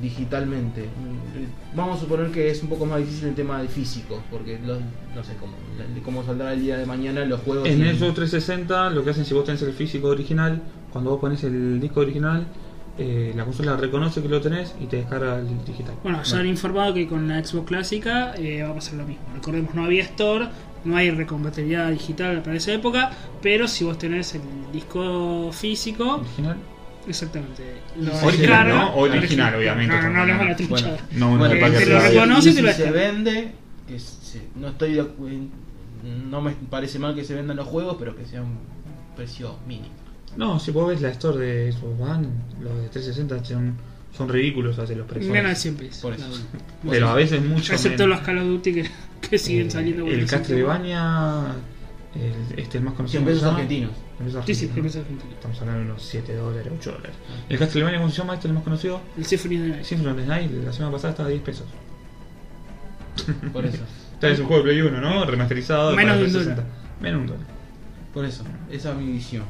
Speaker 3: digitalmente, mm, vamos a suponer que es un poco más difícil el tema de físico, porque los- no sé cómo, la- cómo saldrá el día de mañana los juegos.
Speaker 1: En
Speaker 3: sin-
Speaker 1: el 360 lo que hacen si vos tenés el físico original, cuando vos pones el disco original, eh, la consola reconoce que lo tenés y te descarga el digital.
Speaker 2: Bueno, ya han informado que con la Xbox clásica eh, va a pasar lo mismo. Recordemos, no había Store, no hay recompatibilidad digital para esa época, pero si vos tenés el disco físico,
Speaker 1: original.
Speaker 2: exactamente. Lo
Speaker 3: Original,
Speaker 2: descarga-
Speaker 1: ¿no? Mm. Original, obviamente,
Speaker 2: No, no, no,
Speaker 1: estamos
Speaker 2: hablamos de
Speaker 1: [LAUGHS]
Speaker 2: la
Speaker 1: hablando.
Speaker 2: truchada.
Speaker 3: Bueno.
Speaker 1: No,
Speaker 3: Bueno,
Speaker 2: el paquete
Speaker 3: y
Speaker 2: te lo
Speaker 3: si-
Speaker 2: de- reconoce
Speaker 3: y
Speaker 2: y te
Speaker 3: si
Speaker 2: lo
Speaker 3: se
Speaker 2: descarga.
Speaker 3: vende, que se- no estoy de acu- no me parece mal que se vendan los juegos, pero que sea un precio mínimo.
Speaker 1: No, si vos ves la store de Xbox One, los de 360 son, son ridículos hacia los precios.
Speaker 2: Menos de 100 pesos.
Speaker 3: Por eso.
Speaker 2: cada uno.
Speaker 1: Pero a veces mucho.
Speaker 2: Excepto
Speaker 1: menos.
Speaker 2: los Call of Duty que, [LAUGHS] que siguen
Speaker 1: Eh,
Speaker 2: saliendo. por
Speaker 1: El
Speaker 2: 300.
Speaker 1: Castlevania, el, este el más conocido.
Speaker 3: 100 pesos
Speaker 1: ¿cómo se
Speaker 3: argentinos.
Speaker 1: [LAUGHS] llama? 100 pesos
Speaker 2: Sí, sí,
Speaker 1: argentinos.
Speaker 2: empezó Argentina.
Speaker 1: Estamos hablando de unos 7 dólares, 8 dólares. El Castlevania, ¿cómo se llama? Este el más conocido.
Speaker 2: El Symphony of the Night.
Speaker 1: Symphony of the Night, la semana pasada estaba a 10 pesos.
Speaker 3: Por eso.
Speaker 1: Está es un juego de Play 1, ¿no? Remasterizado.
Speaker 2: Menos
Speaker 1: para
Speaker 2: de un
Speaker 1: 360. Menos de un dólar.
Speaker 3: Por eso. Esa es mi visión.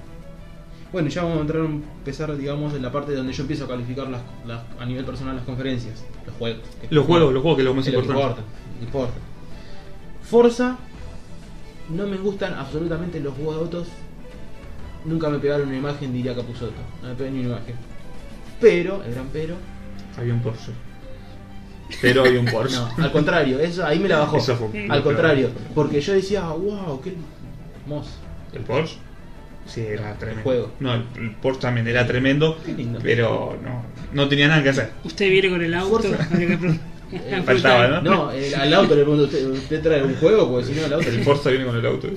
Speaker 3: Bueno, ya vamos a entrar a empezar, digamos, en la parte donde yo empiezo a calificar las, las- a nivel personal las conferencias. Los juegos. que-
Speaker 1: Los juegos, los juegos que es lo más
Speaker 3: que lo que
Speaker 1: importante.
Speaker 3: importa. importa. Forza. No me gustan absolutamente los juegos de autos. Nunca me pegaron una imagen, diría Capuzotto. No me pegan ni una imagen. Pero, el gran pero.
Speaker 1: Había un Porsche. Pero había un [LAUGHS] Porsche.
Speaker 3: No, al contrario, eso ahí me la bajó.
Speaker 1: Eso fue-
Speaker 3: Al contrario, porque yo decía, wow, qué hermoso.
Speaker 1: ¿El Porsche? Sí, era tremendo.
Speaker 3: juego.
Speaker 1: No, el, el Porsche también era tremendo.
Speaker 3: Qué lindo.
Speaker 1: Pero no, no tenía nada que hacer.
Speaker 2: Usted viene con el auto.
Speaker 3: Forza.
Speaker 2: habría que preguntar.
Speaker 3: Eh,
Speaker 1: [LAUGHS] Faltaba, ¿no?
Speaker 3: No, eh, al auto le pregunto, ¿usted, usted trae un juego? Porque si no, al auto.
Speaker 1: El Porsche viene con el auto.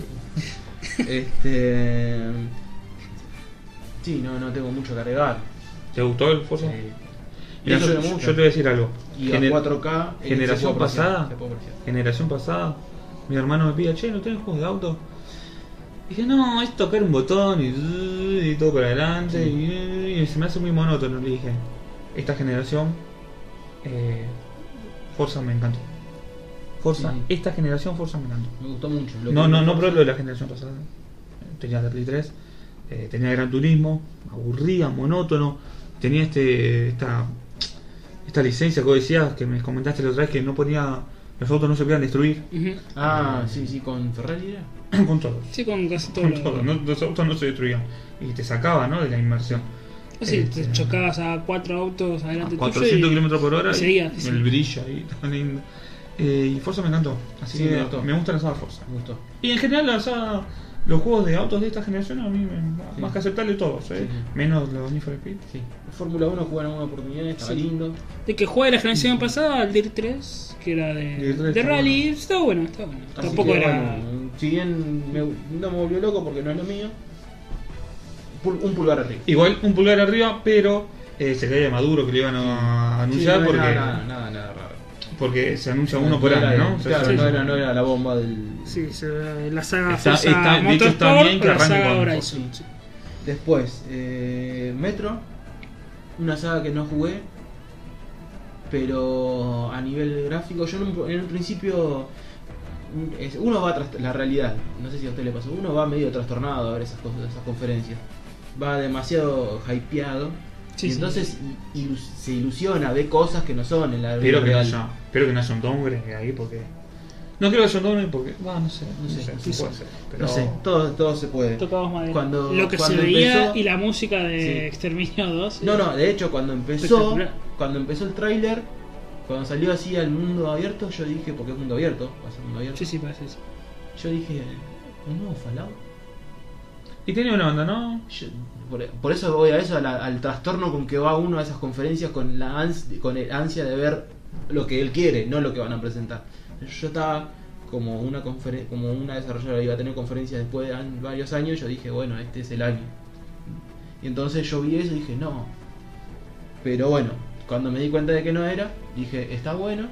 Speaker 3: Este. Sí, no, no tengo mucho que agregar.
Speaker 1: ¿Te gustó el Porsche?
Speaker 3: Eh,
Speaker 1: Mira,
Speaker 3: Eso
Speaker 1: yo,
Speaker 3: es mucho.
Speaker 1: yo te voy a decir algo.
Speaker 3: Y
Speaker 1: Gener-
Speaker 3: a 4K. eh,
Speaker 1: generación
Speaker 3: se puede apreciar,
Speaker 1: pasada.
Speaker 3: se puede apreciar.
Speaker 1: Generación pasada, mi hermano me pide, che, ¿no tenés juegos de auto? Y dije, no, es tocar un botón y, zzzz, y todo para adelante. Y, y se me hace muy monótono. Le dije, esta generación, eh, Forza me encantó. Forza,
Speaker 3: Sí.
Speaker 1: esta generación Forza me encantó.
Speaker 3: Me gustó mucho. lo
Speaker 1: No,
Speaker 3: que-
Speaker 1: no, no probé lo de la generación pasada. Tenía la Play 3, eh, tenía Gran Turismo, aburrida, monótono. Tenía este esta, esta licencia que vos decías, que me comentaste la otra vez, que no ponía. Los autos no se podían destruir [CLEARS THROAT]
Speaker 2: Ujú.
Speaker 3: Ah, sí, sí, con Ferrari era.
Speaker 1: con todos.
Speaker 2: Sí, con casi todo.
Speaker 1: Con
Speaker 2: lo-
Speaker 1: todos, no- los autos no se destruían. Y te sacaba, ¿no? De la inmersión.
Speaker 2: Ah, sí,
Speaker 1: Este,
Speaker 2: te chocabas a cuatro autos adelante
Speaker 1: a
Speaker 2: tuyo
Speaker 1: 400
Speaker 2: y-
Speaker 1: kilómetros por hora
Speaker 2: y
Speaker 1: y
Speaker 2: seguía, sí.
Speaker 1: el brillo ahí [LAUGHS] tan lindo. Eh, y Forza me encantó. Así
Speaker 3: Sí,
Speaker 1: que
Speaker 3: me gustó.
Speaker 1: me gusta la saga Forza.
Speaker 3: Me gustó.
Speaker 1: Y en general, o sea, los juegos de autos de esta generación a mí me,
Speaker 3: Sí.
Speaker 1: más que aceptable todos, ¿eh?
Speaker 3: Sí, sí.
Speaker 1: menos los Need for Speed.
Speaker 3: Sí. Fórmula 1 jugaron una oportunidad, estaba
Speaker 2: Sí.
Speaker 3: lindo.
Speaker 2: De que juega la generación pasada, el Dirt 3, que era de,
Speaker 1: Dirt 3
Speaker 2: de
Speaker 1: está
Speaker 2: rally, está bueno, está bueno.
Speaker 3: Así
Speaker 2: Tampoco
Speaker 3: que,
Speaker 2: era.
Speaker 3: bueno, si bien me- no me volvió loco porque no es lo mío, pul- un pulgar arriba.
Speaker 1: Igual un pulgar arriba, pero eh, se caía de Maduro que le iban a anunciar
Speaker 3: Sí, no
Speaker 1: porque,
Speaker 3: era nada, nada, nada raro.
Speaker 1: porque se anuncia uno por
Speaker 3: era
Speaker 1: año,
Speaker 3: el-
Speaker 1: ¿no? O sea,
Speaker 3: Claro,
Speaker 1: se-
Speaker 3: no era, no era la bomba del.
Speaker 2: Sí, se- la saga
Speaker 1: Está-
Speaker 2: Forza
Speaker 1: está- de hecho,
Speaker 2: Motorsport
Speaker 1: está bien que
Speaker 2: o la
Speaker 1: arranque
Speaker 2: saga
Speaker 1: con-
Speaker 2: Horizon. sí.
Speaker 3: Después, eh, Metro, una saga que no jugué, pero a nivel gráfico, yo en un, en un principio, mm, es- uno va tras la realidad, no sé si a usted le pasó, uno va medio trastornado a ver esas cosas, esas conferencias, va demasiado hypeado,
Speaker 2: Sí,
Speaker 3: y
Speaker 2: sí.
Speaker 3: entonces i- ilu- se ilusiona, ve cosas que no son en la vida
Speaker 1: Espero que, no
Speaker 3: real.
Speaker 1: haya, espero que no haya un downgrade ahí porque. No creo que haya un downgrade porque. Bah, no sé, no,
Speaker 3: No
Speaker 1: sé,
Speaker 3: sé,
Speaker 1: sí
Speaker 2: sí,
Speaker 1: puede
Speaker 2: sí.
Speaker 1: ser.
Speaker 3: No sé, todo, todo se puede.
Speaker 2: Tocabas madera.
Speaker 3: Cuando-
Speaker 2: Lo que se
Speaker 3: cuando
Speaker 2: veía
Speaker 3: empezó-
Speaker 2: y la música de
Speaker 3: Sí.
Speaker 2: Exterminio 2.
Speaker 3: No, no, de hecho cuando empezó, este
Speaker 2: Espectacular.
Speaker 3: cuando empezó el tráiler, cuando salió así al mundo abierto, yo dije, porque es mundo abierto, va a ser mundo abierto.
Speaker 2: Sí, sí, parece eso.
Speaker 3: Yo dije, ¿un nuevo Fallout?
Speaker 1: Y tenía una banda, ¿no?
Speaker 3: Yo- por, por eso voy a eso, a la- al trastorno con que va uno a esas conferencias con la ans- con el ansia de ver lo que él quiere, no lo que van a presentar. Yo estaba como una conferen- como una desarrolladora iba a tener conferencias después de an- varios años, yo dije, bueno, este es el año. Y entonces yo vi eso y dije, no. Pero bueno, cuando me di cuenta de que no era, dije, está bueno,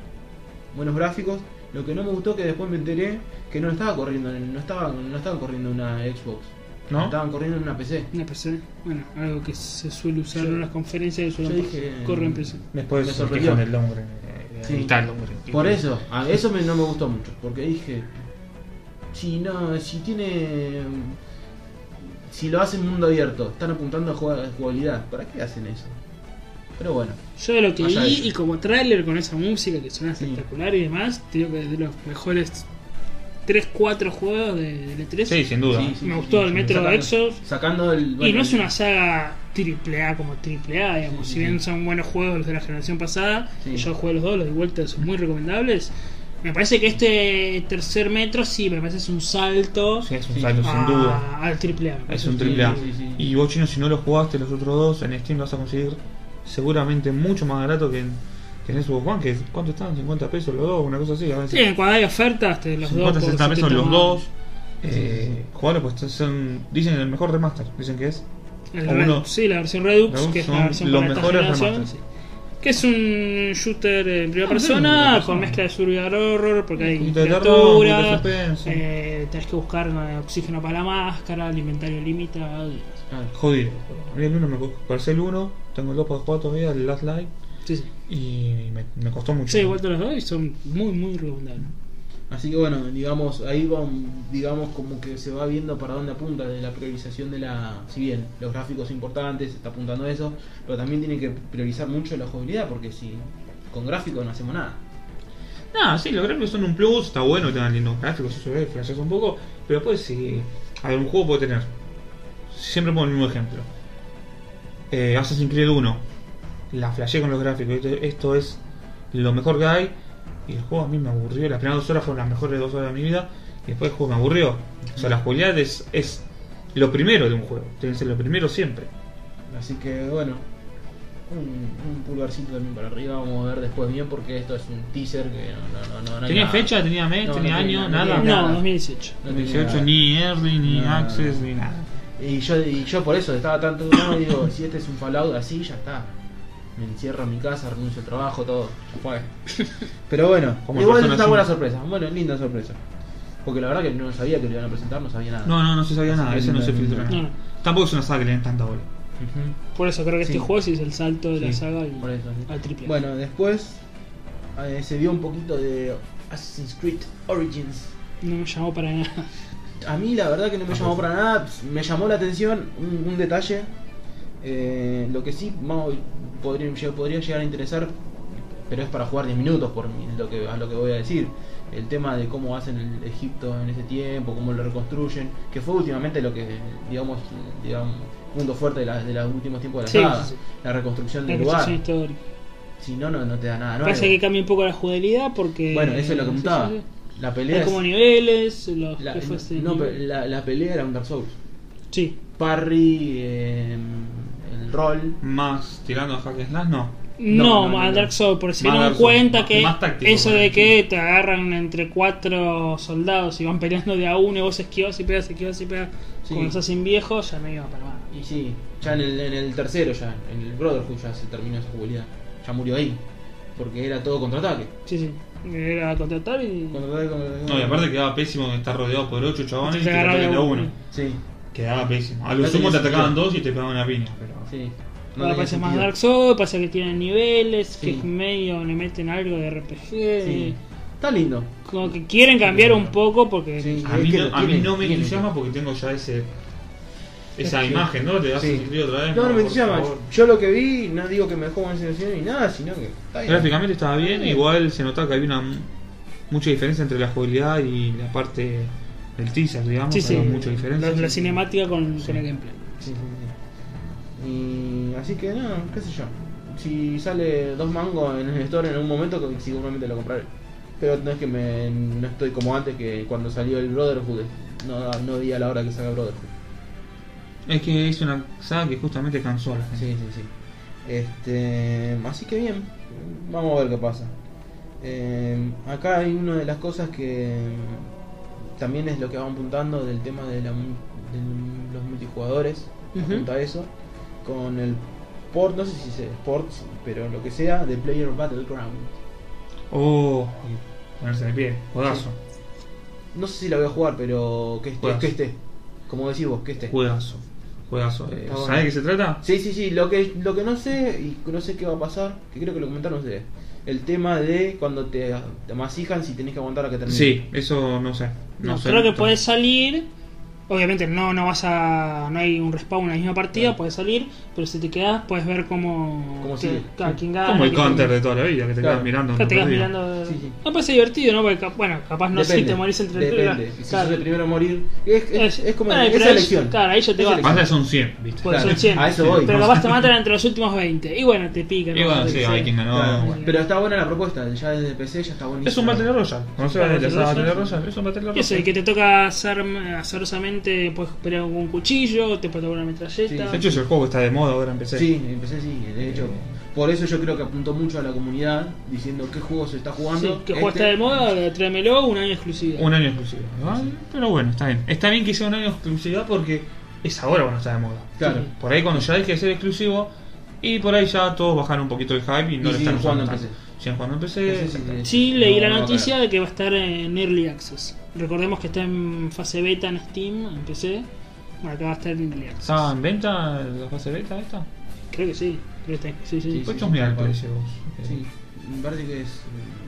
Speaker 3: buenos gráficos. Lo que no me gustó que después me enteré que no estaba corriendo, no estaban, no estaban corriendo una Xbox.
Speaker 1: ¿No?
Speaker 3: Estaban corriendo en una PC.
Speaker 2: Una PC. Bueno, algo que se suele usar
Speaker 3: Yo-
Speaker 2: en las conferencias y
Speaker 3: yo
Speaker 2: suelen
Speaker 3: dije-
Speaker 2: corre en PC.
Speaker 1: Después
Speaker 3: Me
Speaker 1: se
Speaker 3: sorprendió.
Speaker 1: quejan del downgrade. eh,
Speaker 3: Sí.
Speaker 1: y tal downgrade.
Speaker 3: Por eso, a eso me- no me gustó mucho, porque dije, si no, si tiene, si lo hacen mundo abierto, están apuntando a jugab- a jugabilidad, ¿para qué hacen eso? Pero bueno,
Speaker 2: Yo de lo que
Speaker 3: Allá
Speaker 2: vi
Speaker 3: ellos.
Speaker 2: y como tráiler con esa música que
Speaker 1: Mm.
Speaker 2: suena
Speaker 3: Sí.
Speaker 2: espectacular y demás, te digo que es de los mejores 3-4 juegos de, de E3.
Speaker 1: Sí, sin duda.
Speaker 3: Sí, sí.
Speaker 2: Me gustó el Metro
Speaker 3: sacando-
Speaker 2: Exodus.
Speaker 3: sacando el,
Speaker 2: Y
Speaker 3: bueno,
Speaker 2: no es una saga triple A como triple A, digamos.
Speaker 3: Sí,
Speaker 2: si
Speaker 3: sí,
Speaker 2: bien
Speaker 3: sí.
Speaker 2: son buenos juegos los de la generación pasada,
Speaker 3: Sí.
Speaker 2: y yo jugué los dos, los de vuelta son muy recomendables. Me parece que este tercer metro sí, me parece es un salto
Speaker 1: Sí, es un
Speaker 3: Sí. Ah.
Speaker 1: salto, sin
Speaker 2: a-
Speaker 1: duda.
Speaker 2: al triple A. me
Speaker 1: Es
Speaker 2: parece.
Speaker 1: un
Speaker 3: sí,
Speaker 1: triple A.
Speaker 3: sí, sí.
Speaker 1: Y vos, chino, si no lo jugaste los otros dos, en Steam lo vas a conseguir seguramente mucho más barato que en, que en Xbox One. Que, ¿Cuánto están? ¿50 pesos los dos? Una cosa así. A veces.
Speaker 2: Sí, cuando hay ofertas, te los dos.
Speaker 1: 50,
Speaker 2: por
Speaker 1: 60 pesos
Speaker 2: 70
Speaker 1: los
Speaker 2: más.
Speaker 1: dos. Eh, jugarlo, pues son, dicen el mejor remaster. Dicen que es.
Speaker 2: El
Speaker 1: O
Speaker 2: Red-
Speaker 1: uno.
Speaker 2: sí, la versión Redux,
Speaker 1: Redux
Speaker 2: que es
Speaker 1: son
Speaker 2: la versión
Speaker 1: los
Speaker 2: para esta
Speaker 1: mejores
Speaker 2: generación,
Speaker 1: remasters.
Speaker 2: sí. Que es un shooter en primera
Speaker 1: Ah, sí, en
Speaker 2: persona,
Speaker 1: primera
Speaker 2: con
Speaker 1: persona.
Speaker 2: mezcla de survival horror, porque hay
Speaker 1: poquito de terror, un
Speaker 2: criaturas,
Speaker 1: poquito de suspenso.
Speaker 2: eh, tenés que buscar eh, oxígeno para la máscara, el inventario limitado. y demás.
Speaker 3: Ah,
Speaker 1: Jodido. A mí el uno me co- Parcel 1, tengo el 2 para jugar todavía, el Last Light.
Speaker 2: Sí, sí.
Speaker 1: Y me, me costó mucho.
Speaker 2: Yo he vuelto los dos y son muy, muy recomendables.
Speaker 3: Así que bueno, digamos, ahí va, un- digamos como que se va viendo para dónde apunta de la priorización de la... Si bien los gráficos son importantes, está apuntando a eso, pero también tiene que priorizar mucho la jugabilidad porque si con gráficos no hacemos nada.
Speaker 1: Nah, sí, los gráficos son un plus, está bueno que tengan lindos gráficos, eso es, flashes un poco, pero pues sí. A ver, un juego puede tener. Siempre pongo el mismo ejemplo. Eh, Assassin's Creed 1. La flashé con los gráficos. Esto, esto es lo mejor que hay. Y el juego a mí me aburrió. Las primeras dos horas fueron las mejores dos horas de mi vida. Y después el juego me aburrió. O sea, la jugabilidad es, es lo primero de un juego. Tiene que ser lo primero siempre.
Speaker 3: Así que bueno, un, un pulgarcito también para arriba, vamos a ver después bien porque esto es un teaser que no, no, no, no, no hay
Speaker 1: ¿Tenía
Speaker 3: nada.
Speaker 1: fecha? ¿Tenía mes?
Speaker 3: No,
Speaker 1: ¿Tenía
Speaker 3: no tenía
Speaker 1: año?
Speaker 3: nada,
Speaker 1: Nada.
Speaker 3: no tenía
Speaker 2: No,
Speaker 3: nada.
Speaker 2: 2018.
Speaker 3: No tenía
Speaker 1: 18,
Speaker 3: nada.
Speaker 1: ni Early, ni
Speaker 3: No, no, no.
Speaker 1: Access, ni nada.
Speaker 3: Y yo, y yo por eso estaba tanto... No, digo, si este es un Fallout así, ya está. me encierro en mi casa, renuncio al trabajo, todo. ya fue.
Speaker 1: [LAUGHS]
Speaker 3: Pero bueno,
Speaker 1: Como
Speaker 3: igual
Speaker 1: persona
Speaker 3: una buena
Speaker 1: sin-
Speaker 3: sorpresa, bueno, linda sorpresa. Porque la verdad que no sabía que lo iban a presentar, no sabía nada.
Speaker 1: No, no, no se sabía nada, eso no se filtró
Speaker 2: No, no.
Speaker 1: nada. Tampoco es una saga que le den tanta bola.
Speaker 3: Ujú.
Speaker 2: Por eso creo que
Speaker 3: Sí.
Speaker 2: este juego sí es el salto de la
Speaker 1: Sí,
Speaker 2: saga al,
Speaker 3: por eso, sí.
Speaker 2: al triple. A.
Speaker 3: Bueno, después eh, se vio un poquito de Assassin's Creed Origins.
Speaker 2: No me llamó para
Speaker 3: [LAUGHS]
Speaker 2: nada.
Speaker 3: A mí la verdad que no me llamó para nada, ps, me llamó la atención un, un detalle. eh, lo que sí más podría, yo podría llegar a interesar, pero es para jugar 10 minutos por mí, es lo que, a lo que voy a decir. El tema de cómo hacen el Egipto en ese tiempo, cómo lo reconstruyen, que fue últimamente lo que, digamos, digamos punto fuerte de, la- de los últimos tiempos de la
Speaker 2: Sí,
Speaker 3: saga,
Speaker 2: sí, sí.
Speaker 3: la reconstrucción
Speaker 2: La
Speaker 3: del lugar.
Speaker 2: construcción histórica.
Speaker 3: Si no, no, no te da nada nuevo.
Speaker 2: Pasa que cambia un poco la jugabilidad porque.
Speaker 3: Bueno, eso es lo que
Speaker 2: sí,
Speaker 3: contaba.
Speaker 2: sí, sí.
Speaker 3: La
Speaker 2: Hay
Speaker 3: pelea es-
Speaker 2: como niveles, los
Speaker 3: la,
Speaker 2: jefes de
Speaker 3: no,
Speaker 2: nivel.
Speaker 3: pero la, la pelea era un Dark Souls.
Speaker 2: Sí,
Speaker 3: Parry, eh, el rol.
Speaker 1: Más tirando a Hack and Slash, no.
Speaker 3: No,
Speaker 2: No,
Speaker 3: no,
Speaker 2: a
Speaker 3: no.
Speaker 2: Dark Souls, por si
Speaker 1: Más
Speaker 2: no
Speaker 1: Dark Souls,
Speaker 2: cuenta
Speaker 1: más-
Speaker 2: que
Speaker 1: más táctico,
Speaker 2: eso de
Speaker 1: parece.
Speaker 2: que te agarran entre cuatro soldados y van peleando de a uno y vos esquivas y pegas, esquivas y pegas,
Speaker 3: Sí.
Speaker 2: como estás sin viejo, ya no iba para nada.
Speaker 3: Y sí, ya en el, en el tercero, ya en el Brotherhood ya se terminó esa jugabilidad. Ya murió ahí. Porque era todo contraataque.
Speaker 2: Sí, sí, era contratar y
Speaker 3: Contraataque, contraataque.
Speaker 1: No, y aparte quedaba pésimo estar rodeado por ocho chabones y
Speaker 2: Te
Speaker 1: te atacan
Speaker 2: agarraba
Speaker 1: de a
Speaker 2: uno.
Speaker 1: uno.
Speaker 3: Sí,
Speaker 1: Quedaba pésimo. A
Speaker 3: No
Speaker 1: lo sumo te
Speaker 3: tenía
Speaker 1: atacaban
Speaker 3: sentido.
Speaker 1: dos y te pegaban una piña, pero.
Speaker 3: sí. No
Speaker 2: ahora
Speaker 3: tenía
Speaker 2: parece más
Speaker 3: sentido.
Speaker 2: Dark Souls, pasa que tienen niveles,
Speaker 3: Sí.
Speaker 2: que medio le meten algo de RPG,
Speaker 3: Sí. Está lindo.
Speaker 2: como que quieren cambiar un poco porque
Speaker 3: Sí.
Speaker 1: A
Speaker 3: Es
Speaker 1: mí,
Speaker 3: que
Speaker 1: no,
Speaker 3: lo
Speaker 1: a mí
Speaker 3: tiene,
Speaker 1: no me
Speaker 3: tiene.
Speaker 1: entusiasma porque tengo ya ese esa
Speaker 3: Sí.
Speaker 1: imagen, ¿no? Te das
Speaker 3: Sí.
Speaker 1: a sentir otra vez.
Speaker 3: No, no me
Speaker 1: por
Speaker 3: entusiasma.
Speaker 1: favor.
Speaker 3: Yo lo que vi, no digo que me dejó con sensación ni nada, sino que está bien.
Speaker 1: Gráficamente estaba bien,
Speaker 3: Sí.
Speaker 1: igual se notaba que había una mucha diferencia entre la jugabilidad y la parte del teaser, digamos.
Speaker 2: sí, sí,
Speaker 1: había mucha diferencia.
Speaker 2: la, la cinemática con, con el gameplay.
Speaker 3: Sí, sí, sí. Y así que no, qué sé yo. Si sale dos mangos en el store en algún momento, que seguramente lo compraré. Pero no es que me, no estoy como antes que cuando salió el Brotherhood. No, no vi a la hora que salga Brotherhood.
Speaker 1: Es que es una saga que justamente cansó a la gente.
Speaker 3: Sí, sí, sí. Este, así que bien, vamos a ver qué pasa. Eh, acá hay una de las cosas que mm, también es lo que van apuntando del tema de, la mu- de los multijugadores,
Speaker 2: Ujú.
Speaker 3: apunta a eso, con el port, no sé si es sports, pero lo que sea, de Player Battleground.
Speaker 1: Oh, ponerse de pie, juegazo,
Speaker 3: No sé si la voy a jugar, pero que esté,
Speaker 1: Juegas.
Speaker 3: que esté. Como decís vos, que esté.
Speaker 1: juegazo, juegazo. Eh,
Speaker 3: Está
Speaker 1: ¿Sabés
Speaker 3: bueno.
Speaker 1: de qué se trata?
Speaker 3: Sí, sí, sí, lo que, lo que no sé y no sé qué va a pasar, que creo que lo comentaron ustedes, el tema de cuando te, te amasijan si tenés que aguantar a que termine.
Speaker 1: Sí, eso no sé. No,
Speaker 2: No,
Speaker 1: sé.
Speaker 2: creo que
Speaker 1: No.
Speaker 2: puedes salir. Obviamente no, no vas a. no hay un respawn en la misma partida,
Speaker 3: Claro.
Speaker 2: puedes salir, pero si te quedas puedes ver cómo.
Speaker 3: Cómo
Speaker 2: te-
Speaker 3: sigue.
Speaker 2: claro, quién gana,
Speaker 1: Como el
Speaker 2: quién-
Speaker 1: counter de toda la vida, que te
Speaker 3: Claro.
Speaker 1: quedas mirando.
Speaker 2: Claro, te quedas
Speaker 1: perdido.
Speaker 2: mirando.
Speaker 3: Sí, sí.
Speaker 2: No parece divertido, ¿no? Porque, cap- bueno, capaz no sé si te morís entre
Speaker 3: Depende,
Speaker 2: claro.
Speaker 3: si sos el primero a morir, es, es, es como
Speaker 2: Bueno,
Speaker 3: es
Speaker 2: pero ahí-
Speaker 3: elección.
Speaker 2: Claro, ahí ya te
Speaker 3: Es
Speaker 2: vas.
Speaker 1: Pasa que son 100, ¿viste?
Speaker 2: Bueno,
Speaker 3: Claro,
Speaker 2: son 100.
Speaker 3: a eso voy.
Speaker 2: Pero
Speaker 3: No
Speaker 2: capaz te matan entre los últimos 20. Y bueno, te pican.
Speaker 1: Y bueno, sí, hay quien ganó.
Speaker 3: Claro,
Speaker 1: bueno.
Speaker 3: Pero está buena la propuesta, ya desde PC ya está buenísimo.
Speaker 1: Es un Battle Royale. ¿Conoces la
Speaker 2: Battle
Speaker 1: saga
Speaker 2: Royale?
Speaker 1: Battle Royale? Es un Battle Royale.
Speaker 2: Eso, y que te toca hacer azarosamente, puedes pelear con un cuchillo, te puedes tocar una metralleta.
Speaker 1: De hecho, es el juego que está de moda ahora en PC.
Speaker 3: Sí, en PC sí, de hecho. Por eso yo creo que apuntó mucho a la comunidad diciendo qué juego se está
Speaker 2: Sí,
Speaker 3: jugando.
Speaker 2: que juego
Speaker 3: este-
Speaker 2: está de moda, tráemelo, un año exclusivo.
Speaker 1: Un año exclusivo. ¿no? Pero bueno, está bien. Está bien que sea un año de exclusividad porque es ahora cuando está de moda.
Speaker 3: Claro.
Speaker 1: Por ahí cuando ya deje de ser exclusivo y por ahí ya todos bajaron un poquito el hype y no
Speaker 3: Y
Speaker 1: le
Speaker 3: siguen
Speaker 1: están usando
Speaker 3: jugando en
Speaker 1: tanto. Siguen jugando en
Speaker 3: Sí,
Speaker 1: PC.
Speaker 3: sí, sí,
Speaker 2: Sí, leí
Speaker 3: No,
Speaker 2: la
Speaker 3: no,
Speaker 2: noticia
Speaker 3: claro.
Speaker 2: de que va a estar en Early Access. Recordemos que está en fase beta en Steam, en PC. Bueno, acá va a estar en Early Access.
Speaker 3: Ah.
Speaker 1: ¿Está en venta la fase beta esta?
Speaker 2: Creo que sí. Creo que está- sí, sí.
Speaker 3: Sí,
Speaker 1: Después
Speaker 3: sí,
Speaker 1: chos mira el
Speaker 3: tal cual.
Speaker 1: precio vos. Eh,
Speaker 3: Sí, me parece que es,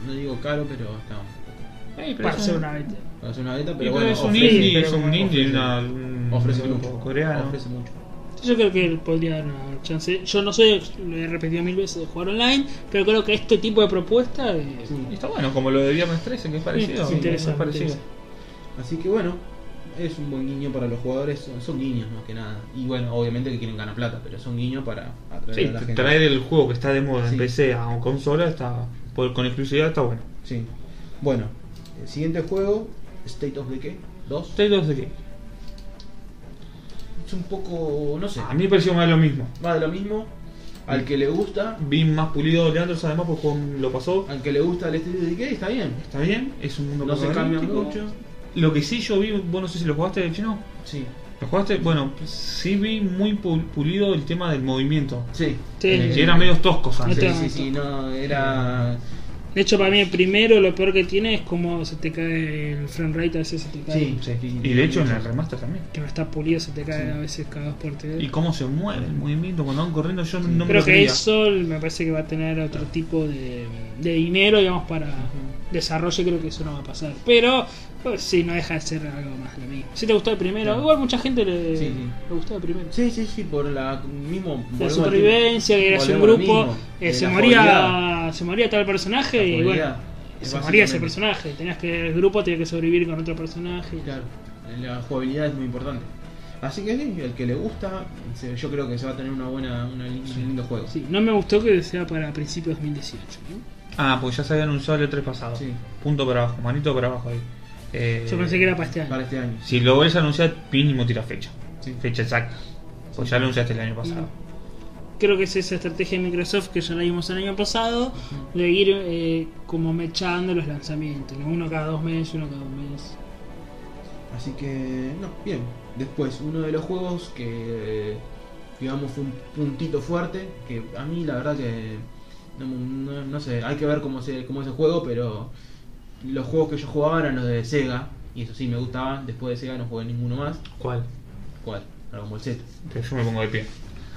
Speaker 3: no digo caro, pero está.
Speaker 1: eh, pero
Speaker 2: Para
Speaker 1: es
Speaker 2: hacer
Speaker 1: un-
Speaker 2: una beta.
Speaker 3: para hacer una beta, pero
Speaker 1: y pero
Speaker 3: bueno,
Speaker 1: es un
Speaker 3: ofrece-
Speaker 1: indie,
Speaker 3: pero
Speaker 1: es un
Speaker 3: bueno,
Speaker 1: indie,
Speaker 3: ofrece-
Speaker 1: una- un
Speaker 3: Ofrece
Speaker 1: grupo
Speaker 3: mucho.
Speaker 1: coreano.
Speaker 3: Ofrece mucho.
Speaker 2: Yo creo que él podría dar una chance. Yo no soy, lo he repetido mil veces, de jugar online, pero creo que este tipo de propuesta eh,
Speaker 3: Sí.
Speaker 1: Y está bueno, como lo de Viernes 13, que es parecido.
Speaker 2: es
Speaker 1: es
Speaker 2: interesante,
Speaker 1: parecido.
Speaker 2: interesante.
Speaker 3: Así que bueno, es un buen guiño para los jugadores, son, son guiños más que nada. Y bueno, obviamente que quieren ganar plata, pero son guiños para atraer
Speaker 1: Sí,
Speaker 3: a la gente.
Speaker 1: traer el juego que está de moda
Speaker 3: Sí.
Speaker 1: en PC a consola está por, con exclusividad está bueno.
Speaker 3: Sí. Bueno, el siguiente juego, State of Decay 2.
Speaker 1: State of Decay.
Speaker 3: Es un poco, no sé,
Speaker 1: A mí me pareció más lo mismo.
Speaker 3: más de lo mismo. Al que le gusta,
Speaker 1: Vi más pulido Leandro además porque jugó- lo pasó.
Speaker 3: al que le gusta el State of Decay está bien.
Speaker 1: Está bien, es un mundo
Speaker 3: No se cambia
Speaker 1: apocalíptico.
Speaker 3: mucho.
Speaker 1: Lo que sí yo vi, vos no sé si lo jugaste de chino,
Speaker 3: Sí.
Speaker 1: ¿Lo jugaste? Bueno, sí vi muy pu- pulido el tema del movimiento.
Speaker 3: Sí. Eh,
Speaker 2: Sí.
Speaker 1: Y eran medios toscos
Speaker 3: Sí,
Speaker 1: antes.
Speaker 2: Este-
Speaker 3: sí, sí, no, era.
Speaker 2: De hecho, para mí, el primero lo peor que tiene es como se te cae el frame rate, a veces se te cae.
Speaker 3: Sí, sí, sí,
Speaker 1: Y de hecho en el remaster también.
Speaker 2: Que no está pulido, se te cae
Speaker 3: Sí.
Speaker 2: a veces cada dos por tres.
Speaker 1: Y cómo se mueve el movimiento cuando van corriendo, yo no me
Speaker 2: Creo
Speaker 1: lo
Speaker 2: que
Speaker 1: creía.
Speaker 2: eso me parece que va a tener otro tipo de, de dinero, digamos, para desarrollo. Creo que eso no va a pasar. Pero pues, sí, no deja de ser algo más de lo mismo. Si te gustó el primero,
Speaker 3: Claro.
Speaker 2: igual mucha gente le,
Speaker 3: Sí, sí.
Speaker 2: le gustó el primero.
Speaker 3: Sí, sí, sí, por la
Speaker 2: La
Speaker 3: mismo. volvemos al
Speaker 2: supervivencia,
Speaker 3: tema.
Speaker 2: que era un
Speaker 3: Volvemos al
Speaker 2: grupo,
Speaker 3: mismo,
Speaker 2: eh,
Speaker 3: de
Speaker 2: se,
Speaker 3: la
Speaker 2: moría, se moría tal personaje
Speaker 3: La
Speaker 2: y
Speaker 3: jugabilidad,
Speaker 2: bueno,
Speaker 3: es
Speaker 2: se moría ese
Speaker 3: básicamente.
Speaker 2: personaje. Tenías que, el grupo tenía que sobrevivir con otro personaje.
Speaker 3: Claro, la jugabilidad es muy importante. Así que sí, el que le gusta, se- yo creo que se va a tener una buena, una, lin- un lindo juego.
Speaker 2: Sí, no me gustó que sea para principios de 2018. ¿no?
Speaker 1: Ah, pues ya se había anunciado el E3 pasado.
Speaker 3: Sí.
Speaker 1: Punto para abajo, manito para abajo ahí. Eh,
Speaker 2: Yo pensé que era para este año.
Speaker 3: Para este año.
Speaker 1: Si lo volvés a anunciar, mínimo tira fecha.
Speaker 3: Sí.
Speaker 1: Fecha exacta. Pues ya lo anunciaste el
Speaker 2: Mm.
Speaker 1: año pasado.
Speaker 2: Creo que es esa estrategia de Microsoft que ya la vimos el año pasado, de ir eh, como mechando los lanzamientos, ¿no? uno cada dos meses, uno cada un mes.
Speaker 3: Así que, no, bien. Después, uno de los juegos que, digamos, fue un puntito fuerte, que a mí la verdad que, no, no- no sé, hay que ver cómo, se, cómo es el juego, pero los juegos que yo jugaba eran los de Sega, y eso sí me gustaban, después de Sega no jugué ninguno más.
Speaker 1: ¿Cuál?
Speaker 3: ¿Cuál? Dragon Ball Z.
Speaker 1: Pero yo me pongo de pie.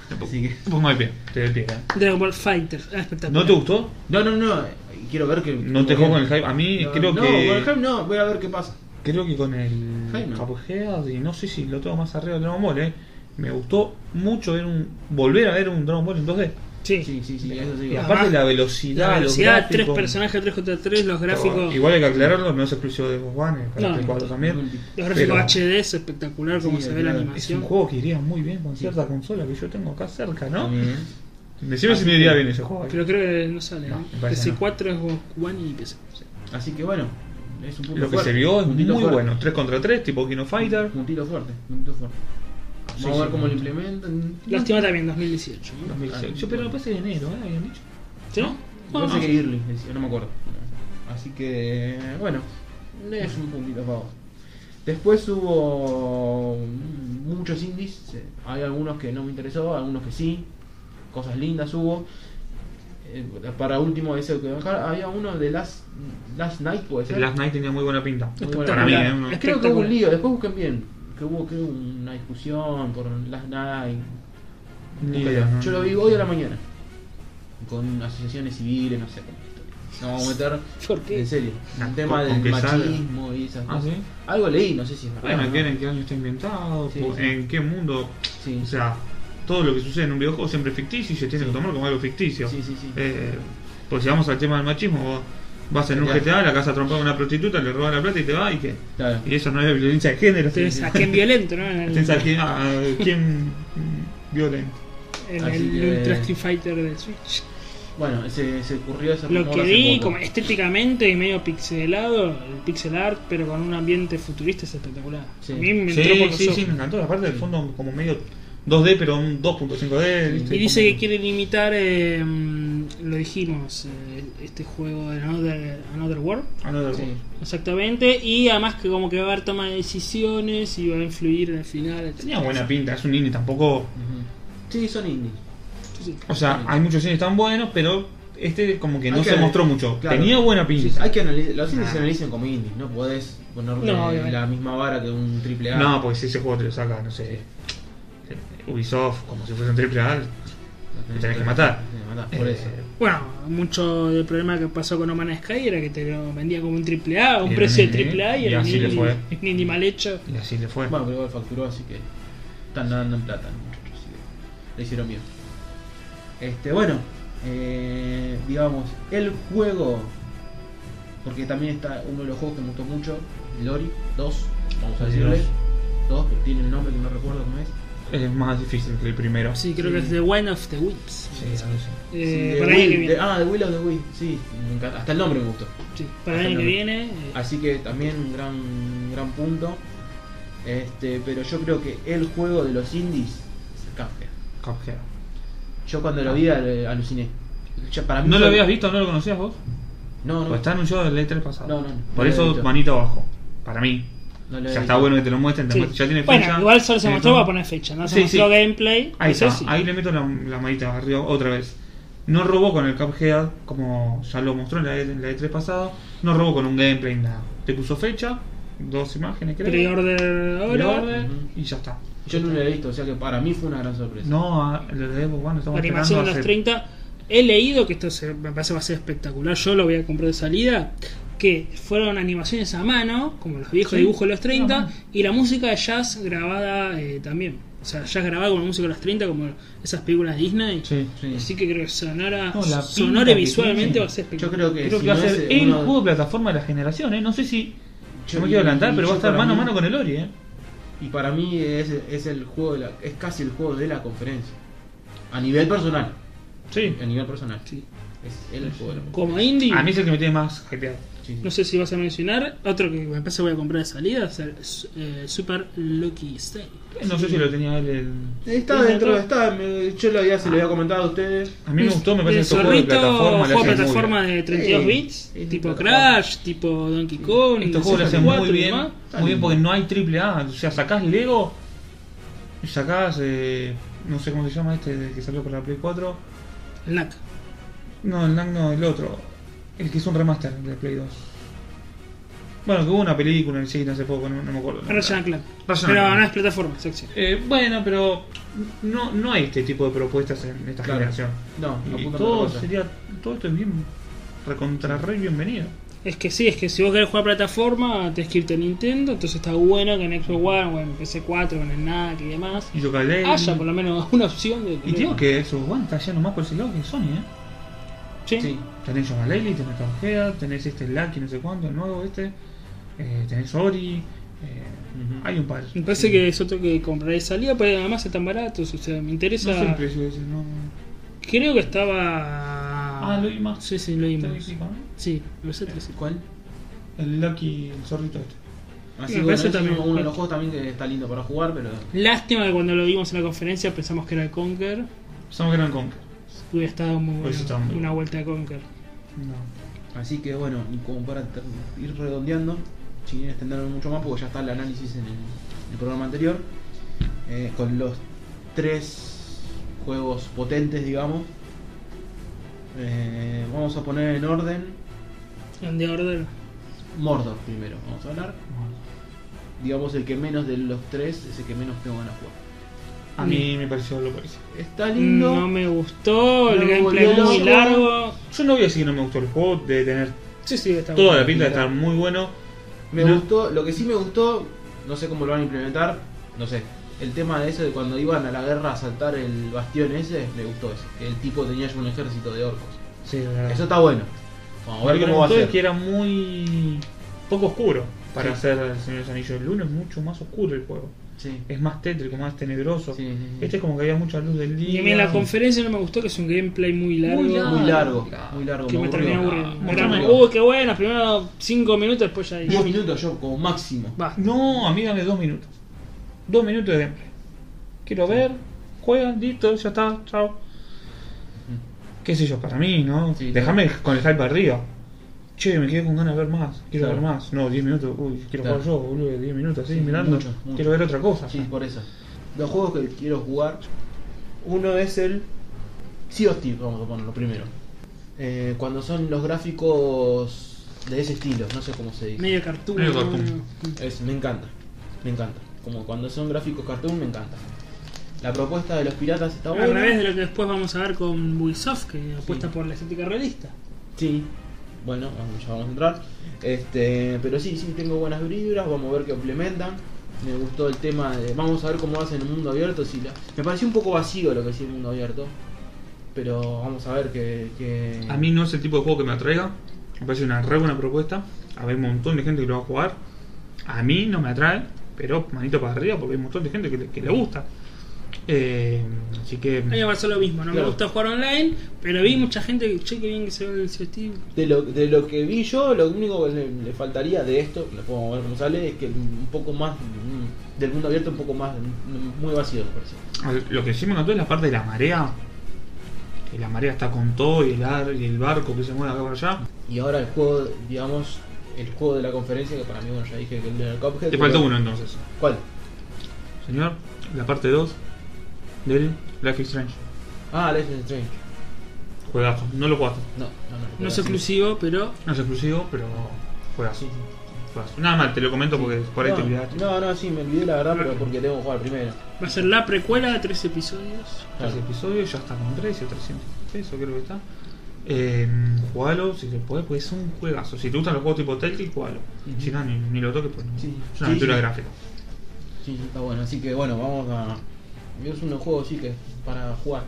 Speaker 1: Me pongo-
Speaker 3: Así que...
Speaker 1: me pongo de pie, estoy de pie. eh.
Speaker 2: Dragon Ball Fighter, ah, espectacular.
Speaker 1: ¿No te gustó?
Speaker 3: No, no, no, eh, quiero ver que...
Speaker 1: No te juego con el hype. A mí
Speaker 3: No,
Speaker 1: creo
Speaker 3: no,
Speaker 1: que.
Speaker 3: con el hype no, voy a ver qué pasa.
Speaker 1: Creo que con el
Speaker 3: Jaime.
Speaker 1: Apogeo, y no sé si lo tengo más arriba del Dragon Ball, eh. Me gustó mucho ver un, volver a ver un Dragon Ball en 2D.
Speaker 2: Sí,
Speaker 3: Sí, sí, sí, eso sí.
Speaker 1: Y
Speaker 2: Además,
Speaker 1: aparte la velocidad,
Speaker 2: la velocidad,
Speaker 1: los
Speaker 2: tres
Speaker 1: gráficos.
Speaker 2: personajes, 3 contra 3, los gráficos,
Speaker 1: Igual hay que aclararlo, no es exclusivo de Xbox One, es para
Speaker 2: No,
Speaker 1: Play 4 también.
Speaker 2: los gráficos
Speaker 1: pero-
Speaker 2: HD es espectacular, como
Speaker 3: Sí,
Speaker 2: se ve la
Speaker 3: claro,
Speaker 1: Es un
Speaker 2: animación.
Speaker 1: juego que iría muy bien con
Speaker 3: Sí.
Speaker 1: cierta consola que yo tengo acá cerca, ¿no?
Speaker 3: También.
Speaker 1: Decime si me iría bien ese juego.
Speaker 2: Pero creo que no sale,
Speaker 1: No,
Speaker 2: ¿no?
Speaker 1: me parece
Speaker 2: PS4, Xbox One y PC.
Speaker 3: Así que bueno, es un punto
Speaker 1: Lo que
Speaker 3: fuerte,
Speaker 1: se vio es
Speaker 3: un
Speaker 1: muy
Speaker 3: puntito fuerte.
Speaker 1: bueno. 3 contra 3, tipo Kino Fighter.
Speaker 3: Puntito fuerte, puntito fuerte. Vamos
Speaker 1: Sí,
Speaker 3: a ver
Speaker 1: sí,
Speaker 3: cómo lo
Speaker 1: sí.
Speaker 3: implementan.
Speaker 2: Lástima también 2018. ¿no?
Speaker 1: 2006. Yo, pero lo pasé en enero, ¿eh? Habían dicho.
Speaker 2: ¿Sí?
Speaker 3: No,
Speaker 2: Bueno,
Speaker 3: sé qué Irly, decía, no me acuerdo. Así que, bueno, es un puntito a favor. Después hubo muchos indies. eh, Hay algunos que no me interesó, algunos que sí. Cosas lindas hubo. Eh, Para último, ese que bajar, había uno de Last, Last Night, puede ser.
Speaker 1: El Last Night tenía muy buena pinta.
Speaker 3: Muy bueno.
Speaker 1: Para mí,
Speaker 2: Espectacular.
Speaker 1: ¿eh?
Speaker 2: Es
Speaker 3: Creo que hubo
Speaker 2: Espectacular.
Speaker 3: un lío, después busquen bien. Que hubo creo, una discusión por Last Night.
Speaker 1: Ni
Speaker 3: Busquen.
Speaker 1: idea, ¿no?
Speaker 3: Yo lo vi hoy a la mañana. Con asociaciones civiles, no sé cómo es la historia. No vamos a meter
Speaker 2: ¿Por qué?
Speaker 3: en serio.
Speaker 1: Ah,
Speaker 3: El tema
Speaker 1: con-
Speaker 3: del
Speaker 1: con que
Speaker 3: machismo y esas
Speaker 1: Ah,
Speaker 3: cosas.
Speaker 1: sí.
Speaker 3: Algo leí, no sé si es verdad.
Speaker 1: Bueno,
Speaker 3: ¿no?
Speaker 1: ¿qué- ¿en qué año está inventado?
Speaker 3: Sí, sí.
Speaker 1: ¿En qué mundo?
Speaker 3: Sí.
Speaker 1: O sea, todo lo que sucede en un videojuego siempre es ficticio y se tiene que tomar como algo ficticio.
Speaker 3: Sí, sí, sí.
Speaker 1: Eh, pues si vamos al tema del machismo, vos vas en un
Speaker 3: Claro.
Speaker 1: GTA, la casa trompada a una prostituta, le roban la plata y te va y que.
Speaker 3: Claro.
Speaker 1: Y eso no es violencia de género.
Speaker 2: Te saquen violento, ¿no? En
Speaker 1: [LAUGHS]
Speaker 2: el,
Speaker 1: Tenés a quién, a quién violento.
Speaker 2: en
Speaker 3: Así
Speaker 2: el
Speaker 3: que-
Speaker 2: Ultra Street Fighter del Switch.
Speaker 3: Bueno, se, se ocurrió ese
Speaker 2: Lo
Speaker 3: rumor
Speaker 2: que
Speaker 3: hace
Speaker 2: vi,
Speaker 3: poco.
Speaker 2: como estéticamente y medio pixelado, el pixel art, pero con un ambiente futurista es espectacular.
Speaker 3: Sí.
Speaker 2: A mí me entró por
Speaker 1: Sí,
Speaker 2: los
Speaker 1: sí,
Speaker 2: ojos.
Speaker 1: sí, me encantó. Aparte del fondo como medio 2D, pero un 2.5D. ¿viste?
Speaker 2: Y dice
Speaker 1: Como-
Speaker 2: que quieren imitar, eh, lo dijimos, eh, este juego de Another, Another World.
Speaker 1: Ah, no,
Speaker 3: Sí.
Speaker 2: Exactamente, y además que como que va a haber toma de decisiones y va a influir en el final. etc.
Speaker 1: Tenía buena pinta, es un indie tampoco.
Speaker 3: Ujú. Sí, son indies.
Speaker 2: Sí,
Speaker 1: O sea, hay muchos indies tan buenos, pero este como que no
Speaker 3: Hay que
Speaker 1: se
Speaker 3: analiz-
Speaker 1: mostró mucho.
Speaker 3: claro.
Speaker 1: Tenía buena
Speaker 3: Sí,
Speaker 1: pinta.
Speaker 3: hay que analizar. Los indies
Speaker 1: Ah.
Speaker 3: se analizan como indies, no podés ponerle
Speaker 2: No, obviamente.
Speaker 3: la misma vara que un triple A.
Speaker 1: No, porque si ese juego te lo saca, no sé. Ubisoft, como si fuese un triple A.
Speaker 3: Lo
Speaker 1: tenés que matar.
Speaker 3: Tenés que matar, por
Speaker 1: Eh,
Speaker 3: eso.
Speaker 2: Bueno, mucho del problema que pasó con Oman Sky era que te lo vendía como un triple A, un
Speaker 1: Y
Speaker 2: precio de
Speaker 1: era un
Speaker 2: triple A y,
Speaker 1: indie, y
Speaker 2: era un
Speaker 1: así le fue.
Speaker 2: indie, un indie mal hecho.
Speaker 1: Y así le fue.
Speaker 3: Bueno, pero igual facturó, así que están dando en plata, muchachos. así que Le hicieron bien. Este, bueno, eh, digamos, el juego, porque también está uno de los juegos que me gustó mucho, Lori 2, vamos a
Speaker 1: Lori
Speaker 3: decirle. 2, que tiene el nombre que no recuerdo cómo es.
Speaker 1: Es más difícil que el primero.
Speaker 2: Sí, creo
Speaker 3: Sí.
Speaker 2: que es The One of the Whips.
Speaker 1: Sí, sí, sí.
Speaker 2: Eh,
Speaker 3: Sí,
Speaker 2: para
Speaker 3: de
Speaker 2: el año que
Speaker 3: Will-
Speaker 2: viene.
Speaker 3: de- ah, de Will of the Will, sí, me encanta, hasta el nombre me gustó.
Speaker 2: Sí, para el año que viene. eh,
Speaker 3: Así que también un gran, un gran punto. Este, pero yo creo que el juego de los indies se cambia.
Speaker 1: Cuphead.
Speaker 3: Yo cuando lo vi al- eh, aluciné. Ya para mí
Speaker 1: ¿No lo
Speaker 3: fue-
Speaker 1: habías visto? ¿No lo conocías vos?
Speaker 3: No, no.
Speaker 1: Pues está anunciado el E3 pasado.
Speaker 3: No, no, no.
Speaker 1: Por
Speaker 3: No lo he
Speaker 1: eso,
Speaker 3: visto.
Speaker 1: manito abajo. Para mí.
Speaker 3: No lo
Speaker 1: Ya
Speaker 3: he
Speaker 1: está
Speaker 3: visto.
Speaker 1: bueno que te lo muestren. te
Speaker 2: Sí.
Speaker 1: muest- Ya tiene
Speaker 2: bueno,
Speaker 1: fecha.
Speaker 2: igual solo se
Speaker 1: Eh,
Speaker 2: mostró
Speaker 1: no.
Speaker 2: para poner fecha, no se
Speaker 1: Sí,
Speaker 2: mostró
Speaker 1: sí.
Speaker 2: gameplay.
Speaker 1: Ahí
Speaker 2: eso
Speaker 1: está,
Speaker 2: sí.
Speaker 1: ahí le meto la, la manita arriba otra vez. No robó con el Cuphead, como ya lo mostró en la, E- en la E3 pasado. No robó con un gameplay, nada. Te puso fecha, dos imágenes, creo.
Speaker 2: Pre-order ahora.
Speaker 1: Pre-order,
Speaker 3: Ujú.
Speaker 1: y ya está.
Speaker 3: Yo no lo he visto, o sea que para mí fue una gran sorpresa.
Speaker 1: No, a- lo de Xbox One estamos
Speaker 2: Animación
Speaker 1: esperando
Speaker 2: de los
Speaker 1: hace-
Speaker 2: 30. He leído que esto se, me parece va a ser espectacular. Yo lo voy a comprar de salida. Que fueron animaciones a mano, como los viejos
Speaker 1: Sí.
Speaker 2: dibujos de los 30,
Speaker 1: Ajá.
Speaker 2: y la música de jazz grabada eh, también. O sea, jazz grabada con la música de los 30, como esas películas de Disney.
Speaker 1: Sí.
Speaker 2: Así que creo que sonora,
Speaker 1: No, la
Speaker 2: sonora
Speaker 1: pinta
Speaker 2: y
Speaker 1: que
Speaker 2: visualmente
Speaker 1: tiene.
Speaker 2: va a ser
Speaker 3: Yo
Speaker 2: espectacular.
Speaker 3: creo que,
Speaker 1: Creo
Speaker 3: si
Speaker 1: que va a
Speaker 3: no
Speaker 1: ser
Speaker 3: es eh,
Speaker 1: el
Speaker 3: uno-
Speaker 1: juego de plataforma de la generación, ¿eh? No sé si. Yo
Speaker 3: Yo-
Speaker 1: me quiero adelantar, pero
Speaker 3: yo
Speaker 1: va a estar
Speaker 3: para
Speaker 1: mano a
Speaker 3: mí-
Speaker 1: mano con el Ori, ¿eh?
Speaker 3: Y para mí es, es el juego de la, es casi el juego de la conferencia. A nivel personal.
Speaker 1: Sí.
Speaker 3: A nivel personal.
Speaker 2: Sí.
Speaker 3: Es el juego de la conferencia.
Speaker 2: Como indie,
Speaker 1: A mí es el que me tiene más hypeado.
Speaker 3: Sí, sí.
Speaker 2: no sé si vas a mencionar, otro que me parece voy a comprar de salida, es el, eh, Super Lucky Stay.
Speaker 1: No sé si lo tenía él. El...
Speaker 3: Está dentro, está. me- Yo lo había, se lo había comentado a ustedes.
Speaker 1: A mí me gustó, me parece
Speaker 2: el
Speaker 1: que estos juegos de plataforma. le
Speaker 2: juego
Speaker 1: hacen muy
Speaker 2: plataforma
Speaker 1: bien.
Speaker 2: de 32
Speaker 3: Sí,
Speaker 2: bits,
Speaker 3: es
Speaker 2: tipo
Speaker 3: plataforma.
Speaker 2: Crash, tipo Donkey Kong,
Speaker 1: Estos juegos lo hacen
Speaker 2: 64
Speaker 1: muy
Speaker 2: y
Speaker 1: bien.
Speaker 2: demás.
Speaker 3: Está
Speaker 1: Muy bien
Speaker 3: lindo.
Speaker 1: porque no hay triple A. O sea, sacás Lego y sacás. eh, no sé cómo se llama este que salió para la Play 4.
Speaker 2: El NAC.
Speaker 1: No, el Lang no, el otro. El que es un remaster de Play 2. Bueno, que hubo una película en sí hace poco, no, no me acuerdo.
Speaker 2: Ratchet and Clank.
Speaker 1: Ratchet and
Speaker 2: Pero
Speaker 1: Clank.
Speaker 2: no es plataforma, es acción.
Speaker 1: Eh, bueno, pero no, no hay este tipo de propuestas en esta
Speaker 3: Claro.
Speaker 1: generación.
Speaker 3: No,
Speaker 1: Y
Speaker 3: apuntan a
Speaker 1: todo
Speaker 3: otra cosa.
Speaker 1: sería. Todo esto es bien. Recontra re bienvenido.
Speaker 2: Es que sí, es que si vos querés jugar plataforma, tenés que irte a Nintendo, entonces está bueno que en Xbox One o en PC4 o en el NAC y demás
Speaker 1: Y yo calé.
Speaker 2: haya Ah, por lo menos una opción de...
Speaker 1: Mm. Y digo que eso, bueno, está yendo más por ese lado que Sony, ¿eh?
Speaker 2: Sí.
Speaker 3: Sí.
Speaker 1: Tenés Yooka-Laylee, tenés Cuphead, tenés este Lucky, no sé cuánto, el nuevo este. eh, tenés Ori. eh,
Speaker 3: Ujú.
Speaker 1: Hay un par.
Speaker 2: Me parece que es otro que compraré de salida, pero además están baratos, o sea, me
Speaker 1: No sé el
Speaker 2: interesa...
Speaker 1: precio ese, no.
Speaker 2: Creo que estaba...
Speaker 1: Ah, lo vi más.
Speaker 2: Sí, sí, lo
Speaker 1: Está bien
Speaker 2: vimos.
Speaker 1: pico, ¿no?
Speaker 2: Sí, lo sé, tres.
Speaker 3: ¿Cuál?
Speaker 1: El Lucky, el zorrito este.
Speaker 3: Así
Speaker 2: Me
Speaker 3: bueno,
Speaker 2: parece
Speaker 3: ese es
Speaker 2: también.
Speaker 3: uno de los juegos también que está lindo para jugar, pero.
Speaker 2: Lástima que cuando lo vimos en la conferencia pensamos que era el Conker.
Speaker 1: Somos Gran Conquer.
Speaker 2: Hubiera estado muy
Speaker 1: Hubiese
Speaker 2: bueno
Speaker 1: estado Pues muy
Speaker 2: una
Speaker 1: bueno.
Speaker 2: vuelta a Conker.
Speaker 1: No.
Speaker 3: Así que bueno, y como para ter- ir redondeando, sin extenderme mucho más, porque ya está el análisis en el, en el programa anterior, eh, con los tres juegos potentes, digamos. Eh, vamos a poner en orden
Speaker 2: En The Order.
Speaker 3: Mordor primero, vamos a hablar. Digamos, el que menos de los tres es el que menos tengo ganas de jugar.
Speaker 1: A mí me pareció lo parecido.
Speaker 3: Está lindo.
Speaker 2: No me gustó, el
Speaker 3: No me
Speaker 2: gameplay
Speaker 3: volvió
Speaker 2: muy
Speaker 3: loco.
Speaker 2: largo.
Speaker 1: Yo no voy a decir que no me gustó el juego, de tener
Speaker 2: Sí, sí, está
Speaker 1: toda
Speaker 2: bueno.
Speaker 1: la pinta de estar muy bueno.
Speaker 3: Me
Speaker 1: No.
Speaker 3: gustó, lo que sí me gustó, no sé cómo lo van a implementar, no sé. El tema de eso de cuando iban a la guerra a saltar el bastión ese, me gustó eso. Que el tipo tenía ya un ejército de orcos.
Speaker 1: Sí, la verdad.
Speaker 3: Eso está bueno. Ah. Vamos a
Speaker 1: Lo
Speaker 3: ver
Speaker 1: que me
Speaker 3: cómo va a
Speaker 1: gustó es
Speaker 3: ser.
Speaker 1: que era muy poco oscuro para
Speaker 3: Sí.
Speaker 1: hacer el Señor de los Anillos. El 1 es mucho más oscuro el juego.
Speaker 3: Sí.
Speaker 1: Es más tétrico, más tenebroso.
Speaker 3: Sí, sí, sí.
Speaker 1: Este es como que había mucha luz del
Speaker 2: Y
Speaker 1: día.
Speaker 2: a mí en la conferencia no me gustó, que es un gameplay muy largo.
Speaker 1: Muy largo.
Speaker 3: Muy largo,
Speaker 1: Claro.
Speaker 3: muy largo.
Speaker 2: Que me
Speaker 3: aburrió.
Speaker 2: terminé aburriendo.
Speaker 1: Ah,
Speaker 2: Era
Speaker 1: me
Speaker 2: como,
Speaker 1: aburrió.
Speaker 2: Uy, qué bueno, primero 5 minutos, después ya
Speaker 3: 10 minutos yo como máximo.
Speaker 2: Va.
Speaker 1: No, a mí dame dos minutos. Dos minutos de gameplay. Quiero ver, juega, listo, ya está, chao. Qué sé yo, para mí, ¿no?
Speaker 3: Sí,
Speaker 1: Déjame con el hype arriba. Che, me quedé con ganas de ver más. Quiero
Speaker 3: Claro.
Speaker 1: ver más. No, 10 minutos. Uy, quiero
Speaker 3: Claro.
Speaker 1: jugar yo, boludo. 10 minutos así
Speaker 3: Sí,
Speaker 1: mirando.
Speaker 3: mucho, mucho.
Speaker 1: Quiero ver otra cosa.
Speaker 3: Sí, por eso. Los juegos que quiero jugar, uno es el Sea of Thieves, vamos a ponerlo primero. Eh, cuando son los gráficos de ese estilo, no sé cómo se dice.
Speaker 2: Medio cartoon.
Speaker 1: Medio
Speaker 2: ¿no?
Speaker 1: cartoon.
Speaker 3: Es- me encanta, me encanta. Como cuando son gráficos cartoon, me encanta. La propuesta de los piratas está
Speaker 2: Al revés
Speaker 3: buena.
Speaker 2: de lo que después vamos a ver con Ubisoft, que apuesta por la estética realista.
Speaker 3: Sí, bueno, vamos- ya vamos a entrar. Este, pero sí, sí, tengo buenas vibras, vamos a ver qué implementan. Me gustó el tema de. Vamos a ver cómo hacen el mundo abierto. Si la- me pareció un poco vacío lo que hacía el mundo abierto. Pero vamos a ver que. que-
Speaker 1: A mí no es el tipo de juego que me atraiga. Me parece una re buena propuesta. Hay un montón de gente que lo va a jugar. A mí no me atrae, pero manito para arriba porque hay un montón de gente que le, que le gusta. Eh, así que.
Speaker 2: A mí me pasó lo mismo, no me
Speaker 3: Mm. Claro.
Speaker 2: gusta jugar online, pero vi mucha gente que, che, qué bien que se ve el Sea of Thieves".
Speaker 3: De lo, de lo que vi yo, lo único que le, le faltaría de esto, lo podemos ver cómo sale, es que un poco más mm, del mundo abierto, un poco más, mm, muy vacío, me pareció.
Speaker 1: Al- Lo que sí me encantó es la parte de la marea. Que la marea está con todo y el, ar- y el barco que se mueve acá para allá.
Speaker 3: Y ahora el juego, digamos, el juego de la conferencia, que para mí, bueno, ya dije que el de Cuphead.
Speaker 1: Te faltó
Speaker 3: pero-
Speaker 1: uno entonces.
Speaker 3: ¿Cuál?
Speaker 1: Señor, la parte 2 del Life is Strange.
Speaker 3: Ah, Life is Strange.
Speaker 1: Juegazo. No lo jugaste.
Speaker 3: No, no, no.
Speaker 2: No es
Speaker 3: se
Speaker 2: exclusivo, pero
Speaker 1: No es exclusivo, pero juegazo. Juegazo. Nada más, te lo comento porque por ahí te
Speaker 3: no,
Speaker 1: olvidaste.
Speaker 3: no, no, sí, me olvidé la verdad, pero porque tengo que jugar primero.
Speaker 2: va a ser la precuela de tres episodios.
Speaker 1: Tres
Speaker 3: Claro.
Speaker 1: episodios, ya está con precio, 300 pesos creo que está. Eh, jugalo si se puede, porque es un juegazo. Si te gustan los juegos tipo Telltale, jugalo.
Speaker 3: Ujú.
Speaker 1: Si no, ni, ni lo toques, pues no.
Speaker 3: Sí.
Speaker 1: Es una
Speaker 3: Sí,
Speaker 1: aventura
Speaker 3: sí.
Speaker 1: gráfica.
Speaker 3: Sí, sí, está bueno. Así que bueno, vamos a. Es un juego, sí, que es para jugar.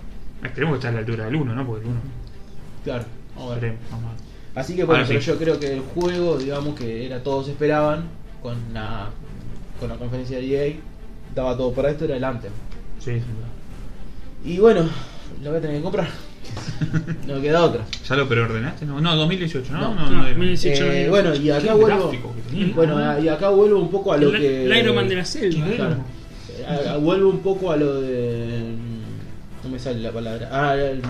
Speaker 1: Esperemos que esté a la altura del 1, ¿no? Porque el 1.
Speaker 3: Claro, vamos a ver.
Speaker 1: Esperemos, vamos a ver.
Speaker 3: Así que bueno,
Speaker 1: Ahora
Speaker 3: pero
Speaker 1: sí.
Speaker 3: yo creo que el juego, digamos que era todos esperaban, con la, con la conferencia de EA, daba todo para esto, era el Anthem.
Speaker 1: Sí, sin duda.
Speaker 3: Y bueno, lo voy a tener que comprar. No queda otra.
Speaker 1: ¿Ya lo preordenaste? No, no 2018, ¿no?
Speaker 3: No,
Speaker 1: no,
Speaker 2: no,
Speaker 1: no, era.
Speaker 2: 2018. Sí,
Speaker 3: Eh,
Speaker 2: yo lo digo.
Speaker 3: bueno, y
Speaker 1: Qué
Speaker 3: acá vuelvo.
Speaker 1: gráfico que tenía.
Speaker 3: Bueno, y acá vuelvo un poco a lo
Speaker 2: el,
Speaker 3: que.
Speaker 2: el Iron Man de la
Speaker 1: Qué
Speaker 2: selva.
Speaker 1: raro.
Speaker 3: Claro. Eh, Vuelvo un poco a lo de. mm, No me sale la palabra. Ah, al-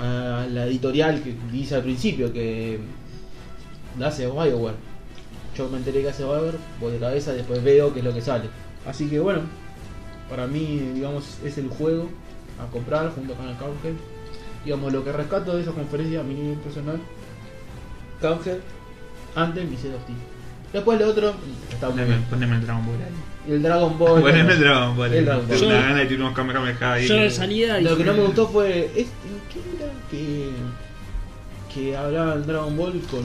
Speaker 3: A, la editorial que dice al principio que la hace Bioware. Yo me enteré que hace Bioware, voy de cabeza, después veo qué es lo que sale. Así que bueno, para mí, digamos, es el juego a comprar junto con el Cuphead. Digamos, lo que rescato de esa conferencia, a mi nivel personal, Cuphead, Anthem y Zero Two. Después lo otro, mm, está muy
Speaker 1: Poneme,
Speaker 3: bien.
Speaker 1: poneme el Dragon Ball ahí.
Speaker 3: Y Oh, el Dragon Ball.
Speaker 1: Poneme el Dragon Ball.
Speaker 3: El Dragon Ball.
Speaker 1: Tengo una
Speaker 2: Yo-
Speaker 1: gana de tirar unos Kamehameha ahí.
Speaker 2: Yo de salida
Speaker 3: Lo
Speaker 2: dije,
Speaker 3: que no me gustó fue. ¿es- ¿en ¿Qué era? Que. Que hablaban Dragon Ball con.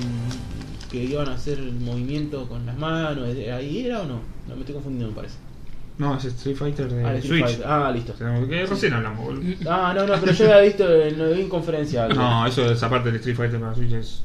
Speaker 3: Que iban a hacer el movimiento con las manos. ¿Ahí era o no? No, me estoy confundiendo, me parece.
Speaker 1: No, es Street Fighter de
Speaker 2: Eh,
Speaker 3: Ah, el Street
Speaker 1: Switch.
Speaker 3: Fighter. Ah, listo.
Speaker 1: Tenemos que- Recién hablamos, boludo.
Speaker 3: Ah, no, no, pero yo había visto. en- Lo vi en conferencia. algo.
Speaker 1: No, eso, esa parte del Street Fighter para Switch es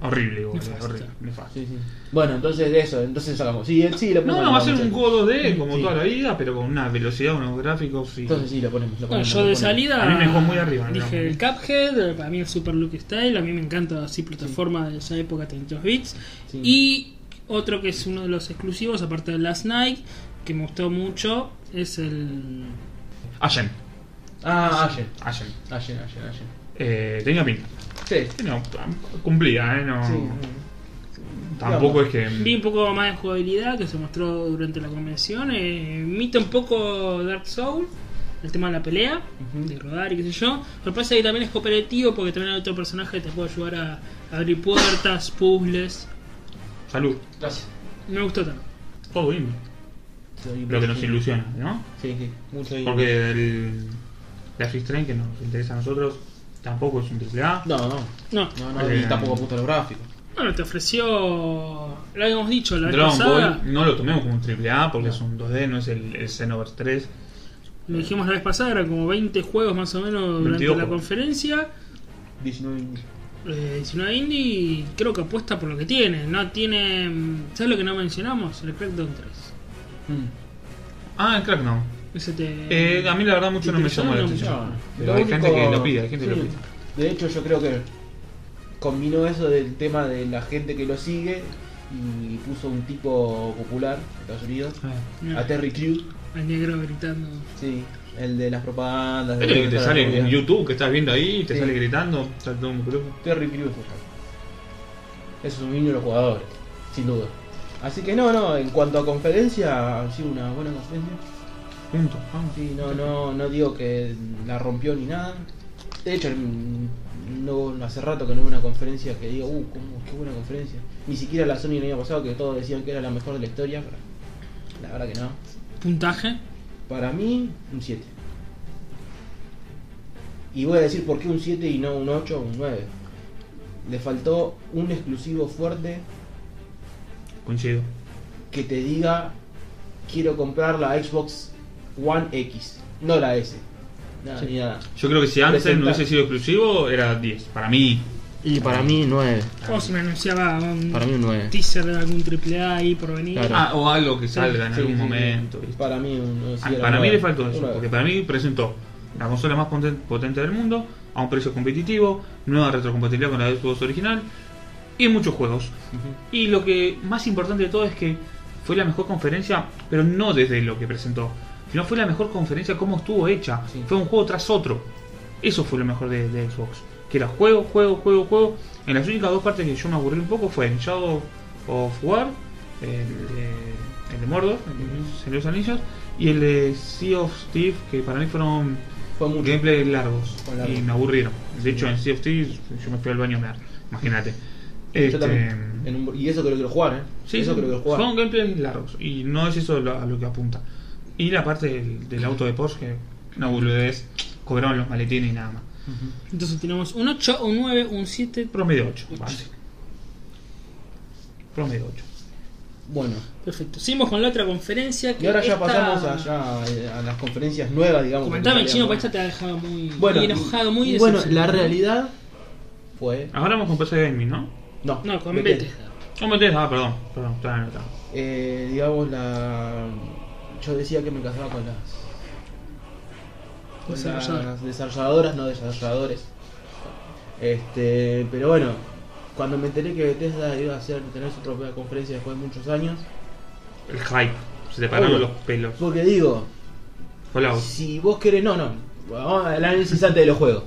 Speaker 1: horrible, boludo.
Speaker 2: Nefasta.
Speaker 1: Horrible, nefasto.
Speaker 3: Sí, sí. Bueno, entonces de eso, entonces sacamos. Sí, sí, lo ponemos.
Speaker 1: No, no, va a
Speaker 3: vamos
Speaker 1: ser
Speaker 3: a
Speaker 1: un
Speaker 3: hacer.
Speaker 1: juego 2D como
Speaker 3: Sí.
Speaker 1: toda la vida, pero con una velocidad, unos gráficos y.
Speaker 3: Entonces sí, lo ponemos. Lo
Speaker 2: Bueno,
Speaker 3: ponemos,
Speaker 2: yo
Speaker 3: lo
Speaker 2: de
Speaker 3: ponemos.
Speaker 2: salida.
Speaker 1: A mí me dejó muy arriba, ¿no?
Speaker 2: Dije el Cuphead, para mí el Super Look Style, a mí me encanta así plataforma de esa época 32 bits.
Speaker 3: Sí.
Speaker 2: Y otro que es uno de los exclusivos, aparte de Last Night, que me gustó mucho, es el.
Speaker 1: Ashen.
Speaker 3: Ah, Ashen.
Speaker 1: Ashen.
Speaker 3: Ashen, Ashen, Ashen.
Speaker 1: Eh, tenía pinta.
Speaker 3: Sí.
Speaker 1: No, cumplía, ¿eh? No,
Speaker 3: Sí. mm,
Speaker 1: tampoco
Speaker 3: Digamos.
Speaker 1: es que.
Speaker 2: Vi un poco más de jugabilidad que se mostró durante la convención. Eh, imita un poco Dark Souls, el tema de la pelea,
Speaker 3: Ujú.
Speaker 2: de rodar y qué sé yo. Lo que pasa es que también es cooperativo porque también hay otro personaje que te puede ayudar a abrir puertas, puzzles.
Speaker 1: Salud.
Speaker 3: Gracias.
Speaker 2: Me gustó también.
Speaker 1: Todo bien. Lo que nos ilusiona, ¿no?
Speaker 3: Sí, sí. Mucho bien.
Speaker 1: Porque el Life is Strange que nos interesa a nosotros tampoco es un triple A.
Speaker 3: No, no.
Speaker 2: No,
Speaker 3: No, no, y
Speaker 1: Eh,
Speaker 3: tampoco apunta a los gráficos.
Speaker 2: bueno, te ofreció. Lo habíamos dicho la vez
Speaker 1: Dragon
Speaker 2: pasada.
Speaker 1: Ball no lo tomemos como un triple A porque
Speaker 3: No.
Speaker 1: es un 2D, no es el, el Xenoverse 3.
Speaker 2: Lo dijimos la vez pasada, eran como 20 juegos más o menos durante
Speaker 1: 22
Speaker 2: la
Speaker 1: juegos.
Speaker 2: conferencia.
Speaker 3: 19
Speaker 2: Eh, 19 indie y creo que apuesta por lo que tiene. No tiene. mm, ¿Sabes lo que no mencionamos? El Crackdown 3.
Speaker 1: Ah, el Crackdown.
Speaker 2: Ese te.
Speaker 1: Eh, a mí la verdad mucho no me llamó la
Speaker 2: No,
Speaker 1: atención.
Speaker 2: no.
Speaker 1: Pero hay gente que lo pide, hay gente que lo pide.
Speaker 3: De hecho, yo creo que combinó eso del tema de la gente que lo sigue y puso un tipo popular de Estados Unidos,
Speaker 1: Ah,
Speaker 2: Mira,
Speaker 3: a Terry Crew,
Speaker 2: al negro gritando.
Speaker 3: sí, el de las propagandas.
Speaker 1: Es
Speaker 3: de
Speaker 1: el que te
Speaker 3: todas
Speaker 1: sale
Speaker 3: las
Speaker 1: en
Speaker 3: movidas.
Speaker 1: YouTube, que estás viendo ahí, te
Speaker 3: Sí.
Speaker 1: sale gritando, saltó un micrófono.
Speaker 3: Terry Crew fue Es un niño de los jugadores, sin duda. Así que no, no, en cuanto a conferencia, ha sido una buena conferencia.
Speaker 1: Punto, vamos.
Speaker 3: Sí, no, no, no digo que la rompió ni nada. De hecho, mm, no, hace rato que no hubo una conferencia que diga, uh, cómo, qué buena conferencia. Ni siquiera la Sony el año pasado, que todos decían que era la mejor de la historia. pero la verdad que no.
Speaker 2: Puntaje.
Speaker 3: Para mí, un 7. Y voy a decir por qué un 7 y no un 8 o un 9. Le faltó un exclusivo fuerte
Speaker 1: Coincido.
Speaker 3: que te diga, quiero comprar la Xbox One X, no la S. Nada, ni nada.
Speaker 1: Yo creo que si antes no
Speaker 3: Presentar.
Speaker 1: hubiese sido exclusivo, era 10. Para mí,
Speaker 4: Y para mí 9.
Speaker 3: Ah.
Speaker 2: O se me anunciaba un
Speaker 4: Para mí 9.
Speaker 2: teaser de algún AAA ahí por venir.
Speaker 4: Claro.
Speaker 1: Ah, o algo que salga en
Speaker 3: Sí,
Speaker 1: algún
Speaker 3: sí, sí.
Speaker 1: momento. ¿viste?
Speaker 3: Para mí, un- sí,
Speaker 1: Ah,
Speaker 3: era
Speaker 1: para
Speaker 3: una-
Speaker 1: mí le faltó
Speaker 3: una-
Speaker 1: eso, porque para mí presentó la consola más poten- potente del mundo, a un precio competitivo, nueva retrocompatibilidad con la Xbox original y muchos juegos.
Speaker 3: Ujú.
Speaker 1: Y lo que más importante de todo es que fue la mejor conferencia, pero no desde lo que presentó, sino fue la mejor conferencia como estuvo hecha.
Speaker 3: Sí.
Speaker 1: Fue un juego tras otro. Eso fue lo mejor de, de Xbox. Que era juego, juego, juego, juego. En las únicas dos partes que yo me aburrí un poco fue en Shadow of War, el de, el de Mordor, el de Señor de los Anillos, y el de Sea of Steve, que para mí fueron
Speaker 3: Fue mucho.
Speaker 1: gameplays largos
Speaker 3: Fue largo.
Speaker 1: y me aburrieron. De hecho,
Speaker 3: Sí.
Speaker 1: en Sea of Thieves yo me fui al baño a mear, imagínate. Este,
Speaker 3: Yo también. este, En un- y eso creo que lo jugar, ¿eh?
Speaker 1: Sí,
Speaker 3: eso creo que lo jugar.
Speaker 1: son gameplays largos y no es eso lo- a lo que apunta. Y la parte del, del auto de Porsche, que una boludez, cobraron los maletines y nada más.
Speaker 3: Ujú.
Speaker 2: Entonces tenemos un 8, un 9, un 7.
Speaker 1: Promedio 8,
Speaker 2: Ocho.
Speaker 1: básico. Promedio 8.
Speaker 3: Bueno,
Speaker 2: Perfecto. Seguimos con la otra conferencia. Que
Speaker 3: y ahora ya
Speaker 2: esta-
Speaker 3: pasamos allá eh, a las conferencias nuevas, digamos.
Speaker 2: Comentame,
Speaker 3: que
Speaker 2: chino, porque
Speaker 3: habíamos-
Speaker 2: esta te ha dejado muy,
Speaker 3: Bueno,
Speaker 2: muy enojado,
Speaker 3: y-
Speaker 2: muy
Speaker 3: y bueno, la
Speaker 2: decepcionado.
Speaker 3: realidad fue.
Speaker 1: Ahora vamos con PC Gaming, ¿no?
Speaker 3: No,
Speaker 2: No, con
Speaker 3: Bethesda.
Speaker 2: Bethesda.
Speaker 1: No me entiendes, ah, perdón, perdón, está anotado.
Speaker 3: Eh, digamos, la. Yo decía que me casaba con las. con
Speaker 2: Desarrolladoras.
Speaker 3: las desarrolladoras, no desarrolladores. Este, pero bueno, cuando me enteré que Bethesda iba a hacer, tener su propia conferencia después de muchos años,
Speaker 1: El hype, se te pararon
Speaker 3: Obvio.
Speaker 1: los pelos.
Speaker 3: porque digo,
Speaker 1: Fallout.
Speaker 3: Si vos querés, no, no. Vamos al análisis antes de los juegos.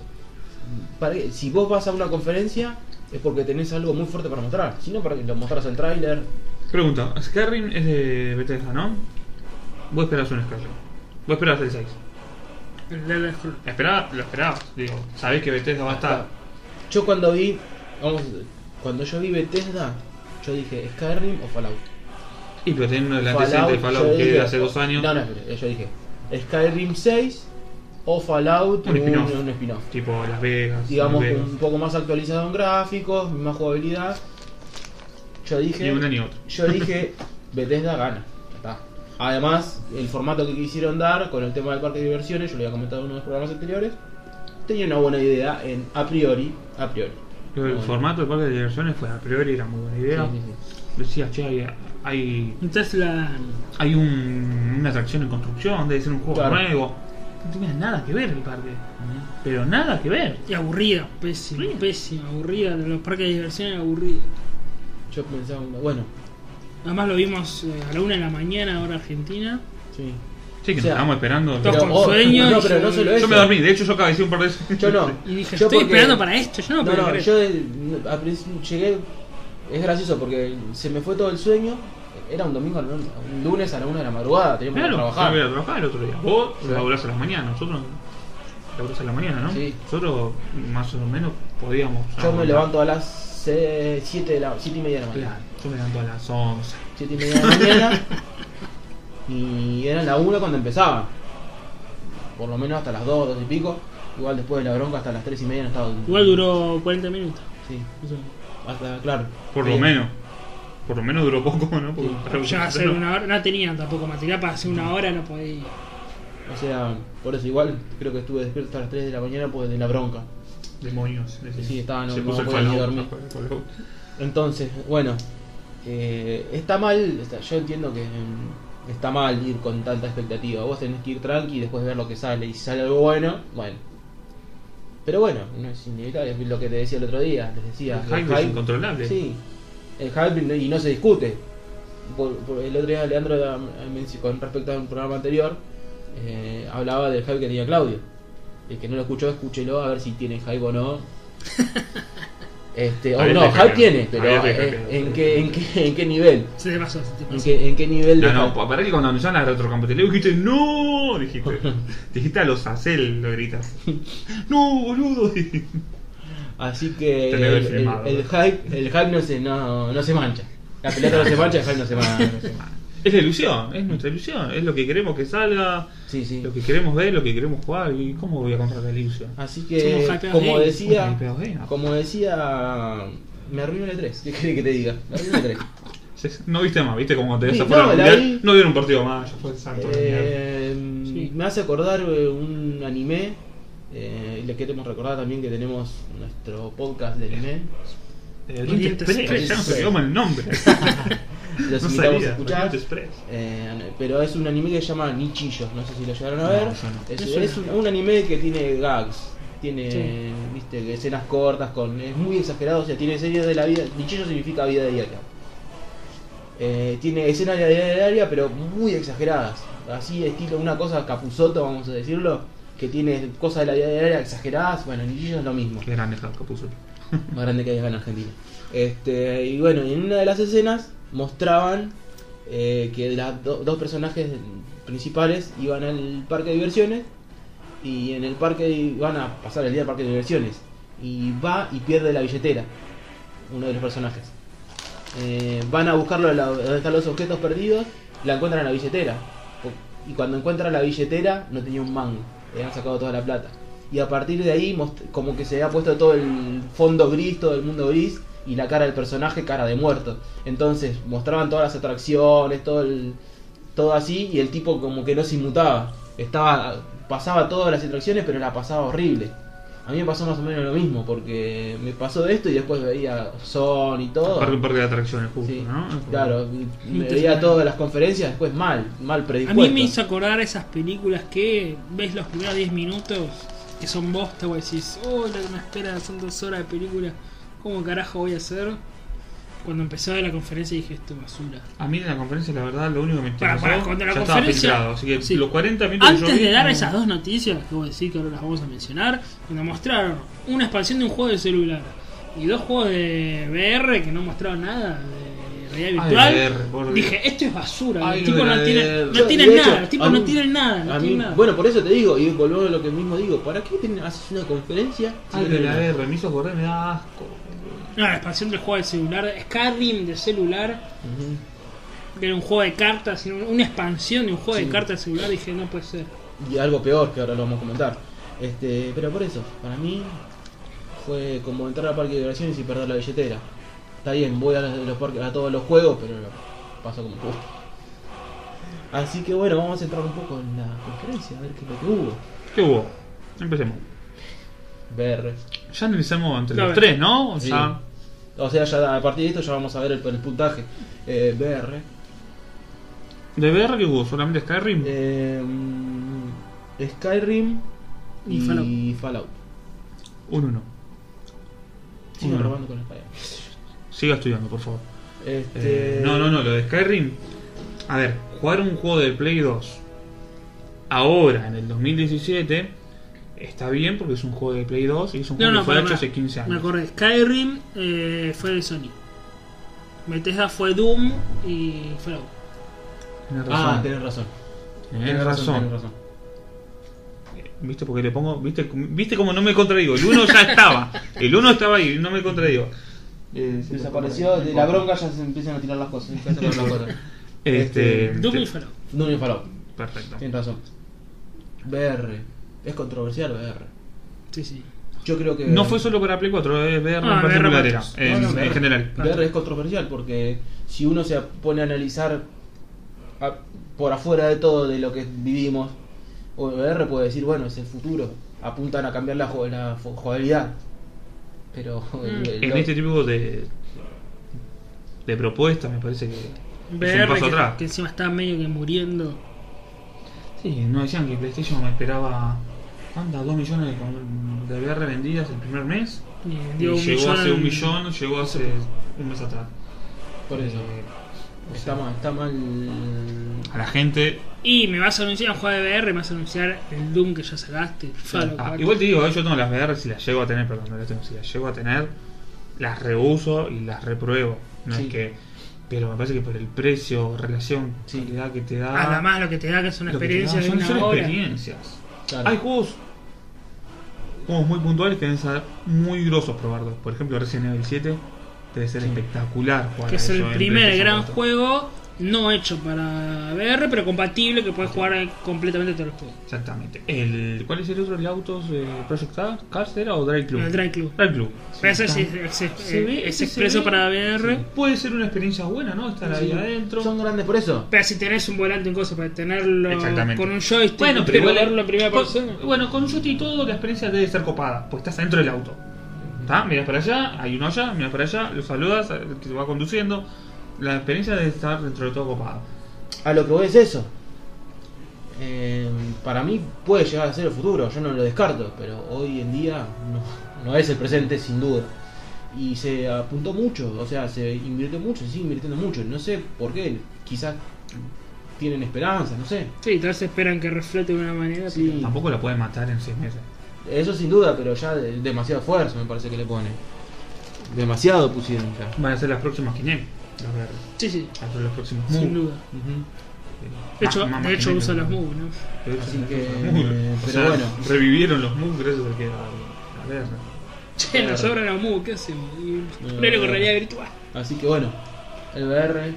Speaker 3: Para que- si vos vas a una conferencia es porque tenés algo muy fuerte para mostrar. Si no, para que lo mostraras el tráiler.
Speaker 1: Pregunta, Skyrim es de Bethesda, ¿no? Vos esperás un Skyrim. Vos esperás el 6.
Speaker 2: El de Elder Scrolls.
Speaker 1: Esperá, lo esperabas, digo. Sabés que Bethesda va a estar.
Speaker 3: Yo cuando vi, vamos, cuando yo vi Bethesda, yo dije Skyrim o Fallout.
Speaker 1: Y pero teniendo el antecedente de
Speaker 3: yo
Speaker 1: Fallout que
Speaker 3: dije-
Speaker 1: de hace dos años.
Speaker 3: No, no, pero yo dije Skyrim 6 o Fallout
Speaker 1: Un
Speaker 3: un
Speaker 1: spin-off.
Speaker 3: un spin-off.
Speaker 1: Tipo Las Vegas.
Speaker 3: digamos
Speaker 1: Las Vegas.
Speaker 3: un poco más actualizado en gráficos, más jugabilidad. Yo dije.
Speaker 1: Ni una ni otra. [LAUGHS]
Speaker 3: Yo dije, Bethesda gana. Ya está. Además, el formato que quisieron dar con el tema del parque de diversiones, yo lo había comentado en uno de los programas anteriores, tenía una buena idea en a priori, a priori.
Speaker 1: Pero el
Speaker 3: Bueno.
Speaker 1: formato del parque de diversiones fue a priori era muy buena idea.
Speaker 3: Sí, sí,
Speaker 1: Decías, che, hay, hay,
Speaker 2: Entonces la.
Speaker 1: hay un- una atracción en construcción, debe ser un juego
Speaker 3: Claro.
Speaker 1: nuevo. No tenía nada que ver el parque. Pero nada que ver.
Speaker 2: Y aburrida, pésima,
Speaker 1: Aburrida.
Speaker 2: pésima, aburrida. Los parques de diversión aburridos.
Speaker 3: sí. Yo pensaba, bueno,
Speaker 2: Además lo vimos eh, a la una de la mañana, hora argentina.
Speaker 3: sí.
Speaker 1: Sí, que
Speaker 3: O
Speaker 1: nos
Speaker 3: sea,
Speaker 1: estábamos esperando.
Speaker 2: Pero con
Speaker 3: oh,
Speaker 2: sueño
Speaker 3: no,
Speaker 2: y-
Speaker 3: pero no solo eso.
Speaker 1: Yo me dormí, de hecho yo cabeceé un par de veces. [LAUGHS]
Speaker 3: Yo no.
Speaker 2: Y dije,
Speaker 3: Yo
Speaker 2: estoy
Speaker 3: porque-
Speaker 2: esperando para esto, yo no
Speaker 3: No,
Speaker 2: puedo
Speaker 3: no,
Speaker 2: creer.
Speaker 3: yo eh, al principio llegué. Es gracioso porque se me fue todo el sueño. Era un domingo, ¿no? un lunes a la una de la madrugada, teníamos
Speaker 1: Claro,
Speaker 3: que
Speaker 1: yo
Speaker 3: trabajar.
Speaker 1: voy a trabajar el otro día. Vos
Speaker 3: Sí.
Speaker 1: laburás a las mañanas, nosotros laburás a la mañana, ¿no?
Speaker 3: Sí.
Speaker 1: Nosotros más o menos podíamos.
Speaker 3: Yo me
Speaker 1: aguantar.
Speaker 3: levanto a las 7 de la, siete y media de la mañana.
Speaker 1: Claro, yo me levanto a las 11.
Speaker 3: 7 y media de la mañana.
Speaker 2: [LAUGHS]
Speaker 3: Y eran la 1 cuando empezaba. Por lo menos hasta las 2, 2 y pico. Igual después de la bronca hasta las 3 y media no estaba.
Speaker 2: Igual duró 40 minutos.
Speaker 3: Sí,
Speaker 2: O sea,
Speaker 3: hasta, claro. Eh,
Speaker 1: Por lo
Speaker 3: Sí.
Speaker 1: menos. Por lo menos duró poco, ¿no? Porque
Speaker 3: Sí.
Speaker 1: para
Speaker 2: ya hacer
Speaker 1: no.
Speaker 2: una hora, no tenía tampoco material para hacer una hora, no podía.
Speaker 3: O sea, por eso igual creo que estuve despierto hasta las 3 de la mañana pues de la bronca.
Speaker 1: Demonios. es decir,
Speaker 3: Sí, estaba, no-
Speaker 1: se
Speaker 3: no
Speaker 1: puso el
Speaker 3: podía ni
Speaker 1: Fallout,
Speaker 3: dormir.
Speaker 1: se fue el Fallout.
Speaker 3: Entonces, bueno, eh, está mal, está- yo entiendo que mm, está mal ir con tanta expectativa. Vos tenés que ir tranqui y después ver lo que sale. Y si sale algo bueno, bueno. Pero bueno, no es inevitable, es lo que te decía el otro día. Les decía,
Speaker 1: El hype es incontrolable.
Speaker 3: Sí, el hype no- y no se discute. Por- por- el otro día Leandro, eh, menc- con respecto a un programa anterior, eh, hablaba del hype que tenía Claudio. El que no lo escuchó, escúchelo a ver si tiene hype o no. Este, o
Speaker 1: Había
Speaker 3: no,
Speaker 1: de
Speaker 3: hype
Speaker 1: hype,
Speaker 3: tiene,
Speaker 1: había
Speaker 3: pero
Speaker 1: de
Speaker 3: eh,
Speaker 1: hype.
Speaker 3: ¿en, qué, en, qué, ¿en qué nivel?
Speaker 2: Se te pasó, se te
Speaker 3: ¿En
Speaker 2: pasó.
Speaker 3: qué, en qué nivel de
Speaker 1: No, no,
Speaker 3: hype?
Speaker 1: pa- pará que cuando anunciaron la retrocompatibilidad dijiste ¡No!
Speaker 3: [LAUGHS]
Speaker 1: Dijiste, dijiste a los Acel, lo gritas. ¡No, boludo!
Speaker 3: Así que
Speaker 1: Te
Speaker 3: el,
Speaker 1: lo he
Speaker 3: el-
Speaker 1: filmado.
Speaker 3: el hype, el hype no, se, no, no se mancha. La pelota no se mancha, el hype no se mancha. no
Speaker 1: [LAUGHS]
Speaker 3: se mancha.
Speaker 1: Es la ilusión, es nuestra ilusión, es lo que queremos que salga,
Speaker 3: Sí, sí.
Speaker 1: lo que queremos ver, lo que queremos jugar. ¿Y cómo voy a comprar la ilusión?
Speaker 3: Así
Speaker 2: Somos
Speaker 3: que,
Speaker 2: hypeados
Speaker 3: como
Speaker 2: gays.
Speaker 3: decía,
Speaker 1: Uy, pero bueno.
Speaker 3: como decía, me arruinó el 3 ¿Qué querés que te diga? Me arruinó el E 3
Speaker 1: Se- No viste más, viste cómo te
Speaker 3: Sí,
Speaker 1: desafueron
Speaker 3: no,
Speaker 1: al
Speaker 3: la
Speaker 1: mundial.
Speaker 3: vi. Eh,
Speaker 1: No dieron un partido más, ya fue el santo. de mierda.
Speaker 2: Sí.
Speaker 3: Em, Me hace acordar eh, un anime. eh, y le queremos recordar también que tenemos nuestro podcast de anime.
Speaker 1: Eh,
Speaker 2: Oriente
Speaker 1: Oriente Express,
Speaker 2: Express.
Speaker 1: ya nos olvidamos el nombre.
Speaker 3: [LAUGHS]
Speaker 1: [LAUGHS]
Speaker 3: Los
Speaker 1: no
Speaker 3: invitamos
Speaker 1: sabía,
Speaker 3: a escuchar.
Speaker 1: Oriente Express.
Speaker 3: Eh, pero es un anime que se llama Nichillo, no sé si lo llegaron a ver.
Speaker 1: No, yo no.
Speaker 3: Es,
Speaker 2: Eso
Speaker 3: es un,
Speaker 2: no.
Speaker 3: un anime que tiene gags, tiene
Speaker 2: Sí.
Speaker 3: viste, escenas cortas, con es muy exagerado, o sea, tiene escenas de la vida. Nichillo significa vida diaria. Eh, tiene escenas de la vida diaria, pero muy exageradas. Así, estilo una cosa capuzoto, vamos a decirlo, que tiene cosas de la vida diaria exageradas. Bueno, Nichillo es lo mismo.
Speaker 1: Qué grande Jacob Capuzoto.
Speaker 3: más grande que hay acá en Argentina. Este, y bueno, y en una de las escenas mostraban eh, que las do- dos personajes principales iban al parque de diversiones y en el parque iban a pasar el día al parque de diversiones. Y va y pierde la billetera, uno de los personajes. Eh, van a buscarlo a la- a donde están los objetos perdidos, la encuentran en la billetera. O- Y cuando encuentran la billetera, no tenía un mango, le habían sacado toda la plata. Y a partir de ahí, most- como que se había puesto todo el fondo gris, todo el mundo gris, y la cara del personaje, cara de muerto. Entonces, mostraban todas las atracciones, todo el, todo así, y el tipo como que no se inmutaba. Estaba, pasaba todas las atracciones, pero la pasaba horrible. A mí me pasó más o menos lo mismo, porque me pasó de esto y después veía Son y todo.
Speaker 1: Aparte un parque de atracciones, justo,
Speaker 3: Sí,
Speaker 1: ¿no?
Speaker 3: Claro,
Speaker 2: Este,
Speaker 3: me veía todas las conferencias después mal, mal
Speaker 2: A
Speaker 3: predispuesto.
Speaker 2: mí me hizo acordar esas películas que ves los primeros 10 minutos que son bosta o decís, oh, la que me espera son dos horas de película, ¿cómo carajo voy a hacer? Cuando empezaba la conferencia dije, esto es basura.
Speaker 1: A mí en la conferencia, la verdad, lo único que me
Speaker 2: Para, para,
Speaker 1: interesó,
Speaker 2: cuando la
Speaker 1: ya estaba
Speaker 2: conferencia-
Speaker 1: filtrado. Así que
Speaker 2: sí.
Speaker 1: los 40 minutos que yo
Speaker 2: Antes
Speaker 1: vi,
Speaker 2: de dar
Speaker 1: no-
Speaker 2: esas dos noticias, que voy a decir que ahora las vamos a mencionar, cuando mostraron una expansión de un juego de celular y dos juegos de VR que no mostraron nada de realidad
Speaker 1: Ay,
Speaker 2: virtual,
Speaker 1: VR, por Dios.
Speaker 2: dije, esto es basura,
Speaker 1: Ay,
Speaker 2: los
Speaker 1: lo
Speaker 2: tipos
Speaker 1: de la
Speaker 2: no tienen,
Speaker 1: VR.
Speaker 2: no
Speaker 3: Yo,
Speaker 2: tienen
Speaker 3: de hecho,
Speaker 2: nada, los tipos
Speaker 3: a mí-
Speaker 2: no tienen nada, no
Speaker 3: A mí-
Speaker 2: tienen nada.
Speaker 3: Bueno, por eso te digo, y volvemos a lo que mismo digo, ¿para qué ten- haces una conferencia? si
Speaker 1: Ay, lo
Speaker 3: no
Speaker 1: de la
Speaker 3: tenés nada?
Speaker 1: R, me hizo acordar, me da asco. boludo.
Speaker 2: No, la expansión del juego de celular, Skyrim de celular,
Speaker 3: Ujú.
Speaker 2: que era un juego de cartas, sino una expansión de un juego
Speaker 3: Sí.
Speaker 2: de cartas de celular, dije, no puede ser.
Speaker 3: Y algo peor que ahora lo vamos a comentar. Este, pero por eso, para mí fue como entrar al parque de diversiones y perder la billetera. Está bien, voy a, los parques- a todos los juegos, pero paso como justo. Así que bueno, vamos a entrar un poco en la conferencia, a ver qué es lo que hubo.
Speaker 1: ¿Qué hubo? Empecemos.
Speaker 3: VR.
Speaker 1: Ya analizamos entre
Speaker 2: Claro.
Speaker 1: los tres, ¿no? O
Speaker 3: Sí.
Speaker 1: sea,
Speaker 3: O sea, ya a partir de esto ya vamos a ver el, el puntaje. Eh, VR.
Speaker 1: ¿de VR qué hubo? ¿Solamente Skyrim?
Speaker 3: Eh, Skyrim
Speaker 2: Y
Speaker 3: y,
Speaker 2: Fallout.
Speaker 3: Fallout.
Speaker 1: Un 1.
Speaker 3: Siguen
Speaker 1: Bueno.
Speaker 3: robando con las palabras.
Speaker 1: Siga estudiando, por favor.
Speaker 3: Este...
Speaker 1: Eh, no, no, no, lo de Skyrim. A ver, jugar un juego del Play 2 ahora, en el 2017, está bien porque es un juego de Play 2 y es un
Speaker 2: No,
Speaker 1: juego
Speaker 2: no,
Speaker 1: que fue
Speaker 2: pero
Speaker 1: hecho
Speaker 2: me-
Speaker 1: hace 15
Speaker 2: Me
Speaker 1: años.
Speaker 2: acordé, Skyrim eh, fue de Sony. Bethesda fue Doom y Fallout.
Speaker 1: Tienes
Speaker 3: Ah,
Speaker 1: razón.
Speaker 3: tenés razón.
Speaker 1: tenés razón.
Speaker 3: tenés razón.
Speaker 1: ¿Viste? Porque le pongo. ¿Viste, ¿Viste como no me contradigo? El 1 ya estaba. El 1 estaba ahí, no me contradigo. Eh, se
Speaker 3: Desapareció, de la bronca ya se empiezan a tirar las [LAUGHS] cosas. empiezan a tirar las cosas.
Speaker 1: Este.
Speaker 2: Doom y
Speaker 1: te-
Speaker 2: Fallout.
Speaker 3: No me faló,
Speaker 1: Perfecto.
Speaker 3: tienes razón. VR. Es controversial VR.
Speaker 2: Sí, sí.
Speaker 3: Yo creo que.
Speaker 1: No fue solo para Play eh, 4, es VR
Speaker 2: Ah,
Speaker 1: en
Speaker 2: VR
Speaker 1: particular era,
Speaker 2: matos.
Speaker 1: en,
Speaker 3: No, no,
Speaker 1: en
Speaker 3: VR.
Speaker 1: general.
Speaker 3: VR es controversial porque si uno se pone a analizar a- por afuera de todo de lo que vivimos, o VR puede decir, bueno, es el futuro, apuntan a cambiar la, ju- la fu- jugabilidad. Pero [LAUGHS]
Speaker 2: Mm.
Speaker 3: eh,
Speaker 1: En
Speaker 3: lo-
Speaker 1: este tipo de. de propuestas, me parece que. es un
Speaker 2: VR
Speaker 1: paso
Speaker 2: que,
Speaker 1: atrás.
Speaker 2: que encima está medio que muriendo.
Speaker 1: Sí, no decían que PlayStation me esperaba. ¿Cuántas? ¿2 millones de con- de VR vendidas el primer mes?
Speaker 2: Y
Speaker 1: Y
Speaker 2: vendió
Speaker 1: llegó
Speaker 2: eh, un millón
Speaker 1: hace un
Speaker 2: en-
Speaker 1: millón, llegó hace un mes atrás.
Speaker 3: por eso.
Speaker 1: Eh, o
Speaker 3: Está
Speaker 1: sea,
Speaker 3: mal, está mal.
Speaker 1: a la gente.
Speaker 2: Y me vas a anunciar un juego de VR, me vas a anunciar el Doom que ya sacaste. el Fallout
Speaker 1: Ah,
Speaker 2: 4.
Speaker 1: igual te digo, eh, yo tengo las VR si las llego a tener, perdón, no las tengo, si las llego a tener, las reuso y las repruebo. No
Speaker 3: Sí.
Speaker 1: es que. Pero me parece que por el precio, relación,
Speaker 3: Sí.
Speaker 1: calidad que te da.
Speaker 2: Además, lo que te da que es Ah, una
Speaker 1: Ah. lo que te
Speaker 2: experiencia
Speaker 1: da
Speaker 2: de
Speaker 1: son,
Speaker 2: una
Speaker 1: son
Speaker 2: hora.
Speaker 1: experiencias.
Speaker 3: Claro.
Speaker 1: Hay juegos. Juegos muy puntuales que deben ser muy grosos probarlos. Por ejemplo, Resident Evil 7 debe ser
Speaker 3: Sí.
Speaker 1: espectacular jugar
Speaker 2: Que
Speaker 1: a
Speaker 2: es
Speaker 1: eso
Speaker 2: el
Speaker 1: en
Speaker 2: primer
Speaker 1: PlayStation
Speaker 2: gran
Speaker 1: 4.
Speaker 2: juego no hecho para VR, pero compatible, que puedes jugar completamente todos los juegos.
Speaker 1: Exactamente. El, ¿Cuál es el otro? ¿El de autos? eh, ¿Project Car- Cars era o Drive Club?
Speaker 2: El Drive Club.
Speaker 1: Drive Club.
Speaker 2: Pero ese
Speaker 1: Está-
Speaker 2: sí es, es-
Speaker 1: se
Speaker 2: eh,
Speaker 1: ve-
Speaker 2: es
Speaker 1: ese se
Speaker 2: expreso
Speaker 1: ve-
Speaker 2: para VR.
Speaker 1: Puede ser una experiencia buena, ¿no? Estar ahí
Speaker 3: Sí,
Speaker 1: adentro.
Speaker 3: Son grandes por eso.
Speaker 2: Pero si tenés un volante en cosa para tenerlo
Speaker 1: Exactamente.
Speaker 2: con un joystick,
Speaker 1: Bueno, pero
Speaker 2: y
Speaker 1: igual-
Speaker 2: verlo en primera
Speaker 1: con-
Speaker 2: persona.
Speaker 1: Bueno, con shot y todo, la experiencia debe ser copada, porque estás dentro del auto. ¿Está? Miras para allá, hay uno allá, miras para allá, lo saludas, el que te va conduciendo. La experiencia debe estar dentro de todo copada.
Speaker 3: A lo que voy es eso. Eh, para mí puede llegar a ser el futuro, yo no lo descarto, pero hoy en día no, no es el presente sin duda. Y se apuntó mucho, o sea, se invirtió mucho, se sigue invirtiendo mucho, no sé por qué, quizás tienen esperanza, no sé.
Speaker 2: Sí, todos esperan que reflete de una manera.
Speaker 3: Sí.
Speaker 2: pero-
Speaker 1: Tampoco la puedes matar en seis meses.
Speaker 3: Eso sin duda, pero ya de- demasiado esfuerzo me parece que le pone. Demasiado pusieron ya.
Speaker 1: Van a ser las próximas Kinect. Los VR.
Speaker 2: Sí, sí,
Speaker 1: Van a ser los próximos Move.
Speaker 2: sin duda.
Speaker 3: Ujú.
Speaker 2: De hecho,
Speaker 1: Más- más
Speaker 2: de hecho
Speaker 1: Kinect.
Speaker 2: usa los Move, ¿no?
Speaker 1: De hecho,
Speaker 3: Así
Speaker 1: usa
Speaker 3: que,
Speaker 1: los Move.
Speaker 3: eh,
Speaker 1: O
Speaker 3: pero
Speaker 1: sea,
Speaker 3: bueno.
Speaker 1: Revivieron los Move gracias a que. a- a ver,
Speaker 2: Che, nos sobran los Move, ¿qué hacemos? Y
Speaker 3: No.
Speaker 2: Pleno con realidad virtual.
Speaker 3: Así que bueno, el VR,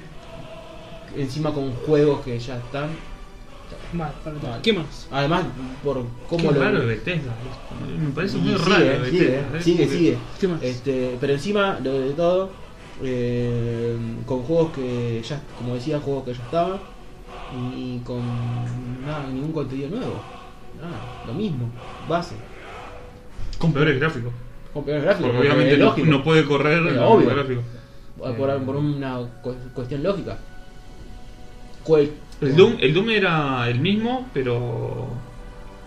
Speaker 3: encima con juegos que ya están.
Speaker 2: Mal, para todo.
Speaker 3: Mal.
Speaker 2: ¿Qué más?
Speaker 3: Además, por cómo
Speaker 1: Qué
Speaker 3: lo.
Speaker 1: raro de Bethesda. ¿viste? Me parece
Speaker 3: Y
Speaker 1: muy
Speaker 3: sigue,
Speaker 1: raro de
Speaker 3: eh, sigue,
Speaker 1: Bethesda.
Speaker 3: eh,
Speaker 1: Es
Speaker 3: sigue,
Speaker 1: como que-
Speaker 3: sigue.
Speaker 2: ¿Qué más?
Speaker 3: Este, pero encima, lo de todo, eh, con juegos que ya, como decía, juegos que ya estaban, y, y con nada, ningún contenido nuevo. Nada, lo mismo, base.
Speaker 1: Con peores gráficos.
Speaker 3: Con peores gráficos,
Speaker 1: Porque
Speaker 3: porque
Speaker 1: obviamente
Speaker 3: es
Speaker 1: no,
Speaker 3: lógico,
Speaker 1: no Eh. puede correr
Speaker 3: Pero
Speaker 1: los
Speaker 3: obvio.
Speaker 1: gráficos.
Speaker 3: por, por una cu- cuestión lógica. Cual-
Speaker 1: El Doom, el Doom era el mismo, pero.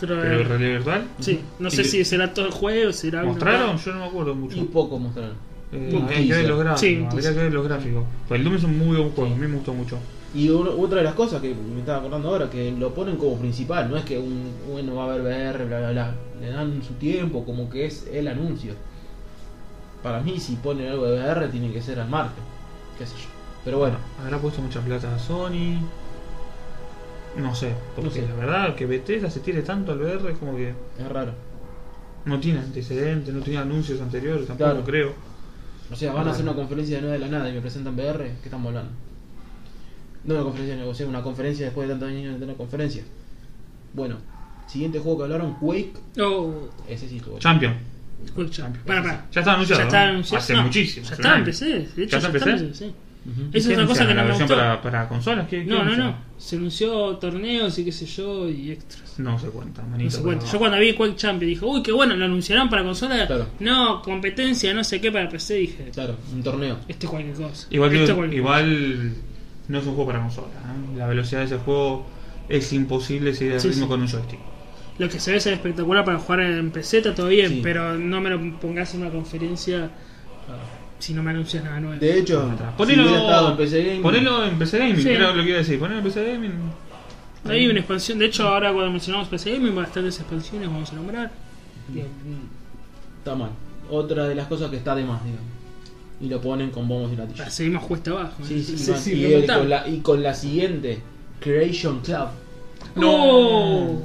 Speaker 2: Pero,
Speaker 1: Pero
Speaker 2: eh,
Speaker 1: en realidad virtual.
Speaker 2: sí, no sé
Speaker 1: ¿Y
Speaker 2: si será todo el juego, será una-
Speaker 1: ¿Mostraron? Yo no me acuerdo mucho.
Speaker 3: y poco mostraron.
Speaker 1: Eh,
Speaker 3: un
Speaker 1: habría que ver
Speaker 3: teaser.
Speaker 1: los gráficos.
Speaker 2: Sí, un
Speaker 1: habría
Speaker 2: teaser.
Speaker 1: que ver los gráficos. Pues el Doom es un muy buen juego, a mí me gustó mucho.
Speaker 3: Y uno- otra de las cosas que me estaba acordando ahora, que lo ponen como principal, no es que un bueno va a haber VR, bla bla bla, le dan su tiempo, como que es el anuncio. Para mí, si ponen algo de VR, tiene que ser al martes, qué sé yo. Pero bueno,
Speaker 1: Habrá puesto mucha plata a Sony. No sé, porque
Speaker 3: No sé.
Speaker 1: la verdad que Bethesda se tire tanto al VR es como que
Speaker 3: es raro.
Speaker 1: no tiene antecedentes, no tiene anuncios anteriores, tampoco
Speaker 3: Claro.
Speaker 1: creo.
Speaker 3: O sea, van a hacer una conferencia de nueve de la nada y me presentan VR, ¿qué estamos hablando? No una conferencia de negocio, una conferencia después de tantos años de tener conferencias. Bueno, siguiente juego que hablaron, Quake,
Speaker 2: Oh,
Speaker 3: ese sí estuvo.
Speaker 1: Champion.
Speaker 2: Quick Jump. Pará, pará.
Speaker 1: Ya está anunciado.
Speaker 2: Ya está
Speaker 1: ¿no?
Speaker 2: anunciado.
Speaker 1: Hace
Speaker 2: No,
Speaker 1: muchísimo.
Speaker 2: Ya
Speaker 1: hace
Speaker 2: está,
Speaker 1: un año.
Speaker 2: empecé. De
Speaker 1: ¿Ya está
Speaker 2: hecho, ya
Speaker 1: en PC?
Speaker 2: está en PC, sí.
Speaker 3: Ujú.
Speaker 2: Esa es otra
Speaker 1: ¿Qué
Speaker 2: cosa que
Speaker 1: anunciaron?
Speaker 2: no
Speaker 1: ¿La
Speaker 2: me
Speaker 1: versión
Speaker 2: gustó.
Speaker 1: para, para consolas? ¿Qué, qué
Speaker 2: No, no,
Speaker 1: anunciaron?
Speaker 2: no. Se anunció torneos y qué sé yo y extras.
Speaker 1: No se cuenta, manito.
Speaker 2: No se cuenta.
Speaker 1: pero-
Speaker 2: Yo cuando vi Quake Champion dije, uy, qué bueno, lo anunciarán para consola.
Speaker 3: Claro.
Speaker 2: No, competencia, no sé qué para PC. Dije,
Speaker 3: Claro, un torneo.
Speaker 2: este es cualquier cosa.
Speaker 1: Igual,
Speaker 2: Esto
Speaker 1: digo,
Speaker 2: es cualquier
Speaker 1: igual no es un juego para consola. ¿eh? La velocidad de ese juego es imposible seguir el
Speaker 2: Sí,
Speaker 1: ritmo
Speaker 2: sí.
Speaker 1: con un joystick.
Speaker 2: cosa. Lo que se ve es espectacular para jugar en PC, está todo bien,
Speaker 3: Sí.
Speaker 2: pero no me lo pongas en una conferencia si no me anuncias nada nuevo.
Speaker 3: De hecho,
Speaker 1: Ponelo,
Speaker 3: si hubiera estado en PC Gaming,
Speaker 1: ponelo en PC Gaming,
Speaker 2: Sí.
Speaker 1: era lo que iba a decir. Ponelo en PC Gaming.
Speaker 2: Hay una expansión, de hecho ahora cuando mencionamos PC Gaming, bastantes expansiones vamos a nombrar. Bien,
Speaker 3: está mal. Otra de las cosas que está de más, digamos. Y lo ponen con bombos y
Speaker 2: la
Speaker 3: platillos.
Speaker 2: seguimos cuesta abajo. ¿eh?
Speaker 3: Sí, sí,
Speaker 2: Se-
Speaker 3: man.
Speaker 2: se-
Speaker 3: y, el-
Speaker 2: lamentable.
Speaker 3: con la, y con la siguiente, Creation Club.
Speaker 2: No.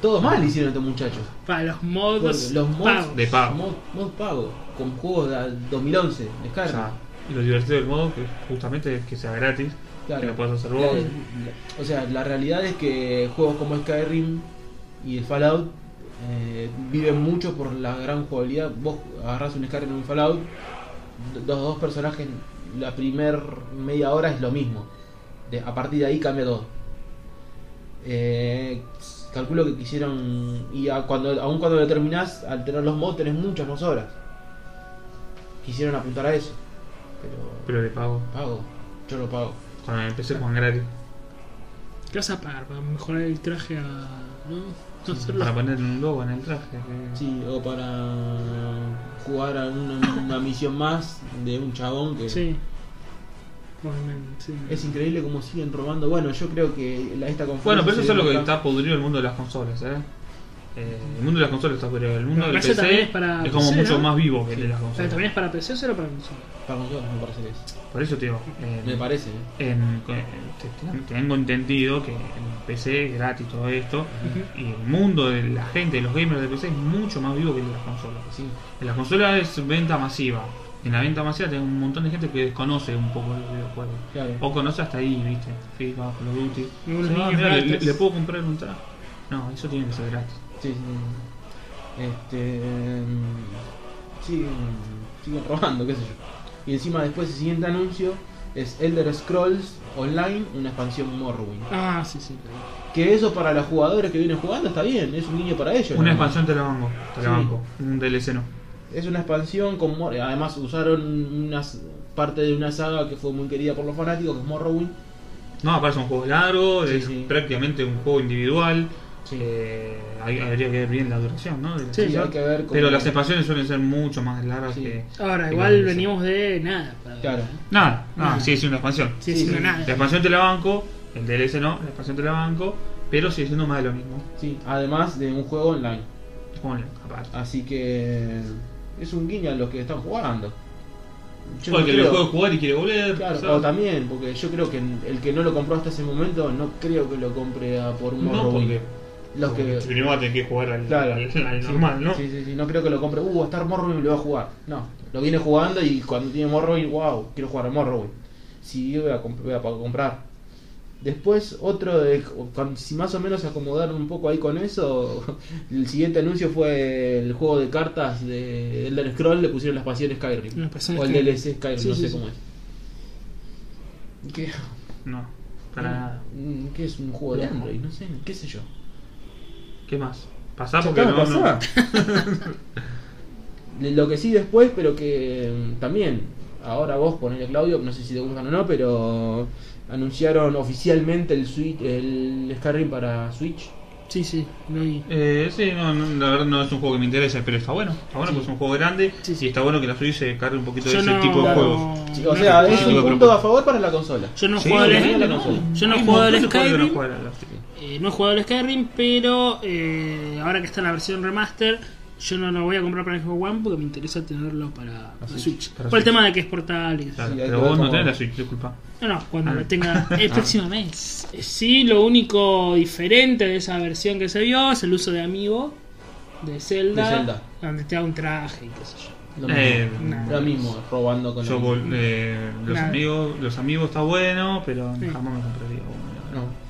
Speaker 3: Todo mal hicieron estos muchachos.
Speaker 2: Para los modos.
Speaker 3: Los mods
Speaker 2: pagos.
Speaker 1: De pago.
Speaker 3: Mod, mod pago, con juegos de 2011,
Speaker 1: O
Speaker 3: descarga.
Speaker 1: sea, lo divertido del modo que justamente es que sea gratis, que lo puedas hacer vos.
Speaker 3: La- la- o sea, la realidad es que juegos como Skyrim y el Fallout eh, viven mucho por la gran jugabilidad. Vos agarrás un Skyrim y un Fallout, do- los dos personajes, la primer media hora es lo mismo. De- a partir de ahí cambia todo. Eh, calculo que quisieron. Y a- cuando, aun cuando lo terminás, al tener los mods tenés muchas más horas. Quisieron apuntar a eso. Pero
Speaker 1: Pero de pago.
Speaker 3: pago, yo lo pago.
Speaker 1: Cuando empecé juegan gratis.
Speaker 2: ¿Qué vas a pagar? Para mejorar el traje a. ¿No? No hacerlo.
Speaker 1: Para poner un logo en el traje. que-
Speaker 3: Sí, o para jugar a una, una misión más de un chabón que
Speaker 2: Sí. Obviamente, sí.
Speaker 3: es increíble como siguen robando. Bueno, yo creo que la, esta conferencia.
Speaker 1: Bueno, pero eso
Speaker 3: se
Speaker 1: es lo que
Speaker 3: demuestra-
Speaker 1: está podrido el mundo de las consolas, ¿eh? Eh, el mundo de las consolas está podrido. El mundo
Speaker 2: Pero
Speaker 1: del
Speaker 2: eso
Speaker 1: PC
Speaker 2: también
Speaker 1: es,
Speaker 2: es para
Speaker 1: como
Speaker 2: PC,
Speaker 1: mucho
Speaker 2: ¿no?
Speaker 1: más vivo que el de las
Speaker 2: Pero
Speaker 1: consolas.
Speaker 2: también es para PC o será para consola.
Speaker 3: Para nosotros me parece que es.
Speaker 1: Por eso, tío. eh,
Speaker 3: Me parece, ¿eh?
Speaker 1: en- eh, te- te- tengo entendido que en PC es gratis todo esto.
Speaker 3: Ah.
Speaker 1: Y el mundo de la gente, de los gamers de PC, es mucho más vivo que el de las consolas.
Speaker 3: Sí.
Speaker 1: En las consolas es venta masiva. En la venta masiva tenés un montón de gente que desconoce un poco los videojuegos.
Speaker 3: Claro.
Speaker 1: O conoce hasta ahí, viste. FIFA, Call of Duty.
Speaker 2: Algunos
Speaker 1: Dice, "Ah,
Speaker 2: niños
Speaker 1: mirá, le- le,
Speaker 2: ratas".
Speaker 1: le puedo comprar un traje. No, eso tiene que ser gratis.
Speaker 3: Sí, sí, sí. Este. mm, Siguen, siguen robando, qué sé yo. Y encima, después, el siguiente anuncio es Elder Scrolls Online, una expansión Morrowind.
Speaker 2: Ah, sí, sí.
Speaker 3: Que eso para los jugadores que vienen jugando está bien, es un niño para ellos.
Speaker 1: Una
Speaker 3: nada más.
Speaker 1: expansión te la banco. Te la
Speaker 3: Sí.
Speaker 1: banco. Un DLC no.
Speaker 3: Es una expansión con Mor- además usaron una s- parte de una saga que fue muy querida por los fanáticos, que es Morrowind.
Speaker 1: No, aparte es un juego largo,
Speaker 3: Sí,
Speaker 1: es
Speaker 3: sí.
Speaker 1: prácticamente un juego individual.
Speaker 3: Sí.
Speaker 1: Eh, hay- habría que ver bien la duración, ¿no? De la
Speaker 2: Sí,
Speaker 1: actividad.
Speaker 3: hay que ver cómo-
Speaker 1: Pero las expansiones suelen ser mucho más largas
Speaker 3: Sí.
Speaker 1: que.
Speaker 2: Ahora,
Speaker 1: que
Speaker 2: igual
Speaker 1: los DLC.
Speaker 2: venimos de nada. para ver,
Speaker 3: Claro.
Speaker 2: ¿eh?
Speaker 1: Nada, nada,
Speaker 2: Nada.
Speaker 1: sigue siendo una expansión.
Speaker 2: Sí, sí,
Speaker 3: Sí,
Speaker 2: no
Speaker 3: sí.
Speaker 1: La
Speaker 2: nada.
Speaker 1: expansión te la banco, el DLC no, la expansión te la banco, pero sigue siendo más de lo mismo.
Speaker 3: Sí, además de un juego online.
Speaker 1: Es como la- aparte.
Speaker 3: Así que Es un guiño a los que están jugando. Yo no
Speaker 1: Porque
Speaker 3: creo-
Speaker 1: lo puede jugar y quiere volver.
Speaker 3: Claro,
Speaker 1: ¿sabes?
Speaker 3: o también, porque yo creo que el que no lo compró hasta ese momento, no creo que lo compre a por un
Speaker 1: no,
Speaker 3: Morrowind.
Speaker 1: porque
Speaker 3: Los que.
Speaker 1: primero va a tener que jugar al,
Speaker 3: Claro.
Speaker 1: al- al
Speaker 3: Sí,
Speaker 1: normal, ¿no?
Speaker 3: Sí, sí, sí, no creo que lo compre. Uh, va a estar Morrowind y lo va a jugar. No, lo viene jugando y cuando tiene Morrowind, wow, quiero jugar a Morrowind. Sí, voy a, comp- voy a pa- comprar. Después, otro de. con- si más o menos se acomodaron un poco ahí con eso, [LAUGHS] el siguiente anuncio fue el juego de cartas de Elder Scroll, le pusieron las pasiones Skyrim.
Speaker 2: Las pasiones
Speaker 3: o el
Speaker 2: Skyrim.
Speaker 3: DLC Skyrim,
Speaker 2: Sí,
Speaker 3: no
Speaker 2: sí,
Speaker 3: sé
Speaker 2: sí.
Speaker 3: cómo es. ¿Qué?
Speaker 1: No, para nada.
Speaker 3: Mm, ¿Qué es un juego de
Speaker 1: Loco.
Speaker 3: Android? No sé, qué sé yo.
Speaker 1: ¿Qué más? Pasá
Speaker 3: Ya
Speaker 1: Ah, porque
Speaker 3: está,
Speaker 1: no,
Speaker 3: pasá.
Speaker 1: no.
Speaker 3: De [LAUGHS] Lo que sí después, pero que mm, también, ahora vos ponele Claudio, no sé si te gustan o no, pero anunciaron oficialmente el Switch, el Skyrim para Switch.
Speaker 2: Sí, sí, lo vi.
Speaker 1: Eh, sí, no, no, la verdad no es un juego que me interese, pero está bueno. Está bueno
Speaker 2: Sí.
Speaker 1: porque es un juego grande
Speaker 2: Sí, sí.
Speaker 1: y está bueno que la Switch se cargue un poquito
Speaker 2: Yo
Speaker 1: de ese
Speaker 2: no-
Speaker 1: tipo de
Speaker 2: Claro.
Speaker 1: juegos.
Speaker 3: Sí, O
Speaker 2: No,
Speaker 3: sea,
Speaker 2: no,
Speaker 3: es
Speaker 1: Ah, no,
Speaker 3: un
Speaker 1: no,
Speaker 3: punto
Speaker 1: no.
Speaker 3: a favor para la consola.
Speaker 2: Yo no he
Speaker 1: Sí,
Speaker 2: jugado al
Speaker 1: no,
Speaker 3: no,
Speaker 2: Skyrim.
Speaker 3: no, no.
Speaker 2: Yo no he
Speaker 1: Hay
Speaker 2: jugado al
Speaker 1: montones de juegos que no
Speaker 2: Skyrim.
Speaker 1: juegan a la Switch.
Speaker 2: eh, no he jugado al Skyrim, pero eh, ahora que está la versión remaster, yo no lo voy a comprar para el Xbox One porque me interesa tenerlo para, para
Speaker 3: Switch,
Speaker 2: Switch.
Speaker 1: para
Speaker 2: Por el
Speaker 1: Switch.
Speaker 2: tema de que es portátil.
Speaker 1: Claro,
Speaker 3: Sí, hay que
Speaker 1: pero
Speaker 3: ver
Speaker 1: vos no
Speaker 3: cómo-
Speaker 1: tenés la Switch, disculpa.
Speaker 2: No, no, cuando
Speaker 1: Ah. [LAUGHS]
Speaker 2: lo tenga el próximo mes. Eh, Sí, lo único diferente de esa versión que se vio es el uso de amigo de Zelda,
Speaker 3: De Zelda.
Speaker 2: donde te da un traje y qué sé yo.
Speaker 3: Lo mismo,
Speaker 1: Eh,
Speaker 2: Nah.
Speaker 3: Lo mismo, robando con
Speaker 1: yo
Speaker 3: lo
Speaker 1: vol-
Speaker 3: mismo.
Speaker 1: eh, los
Speaker 2: Nada.
Speaker 1: amigos, los amigos está bueno, pero
Speaker 2: Sí. Ah,
Speaker 1: jamás me compraría uno.
Speaker 3: No.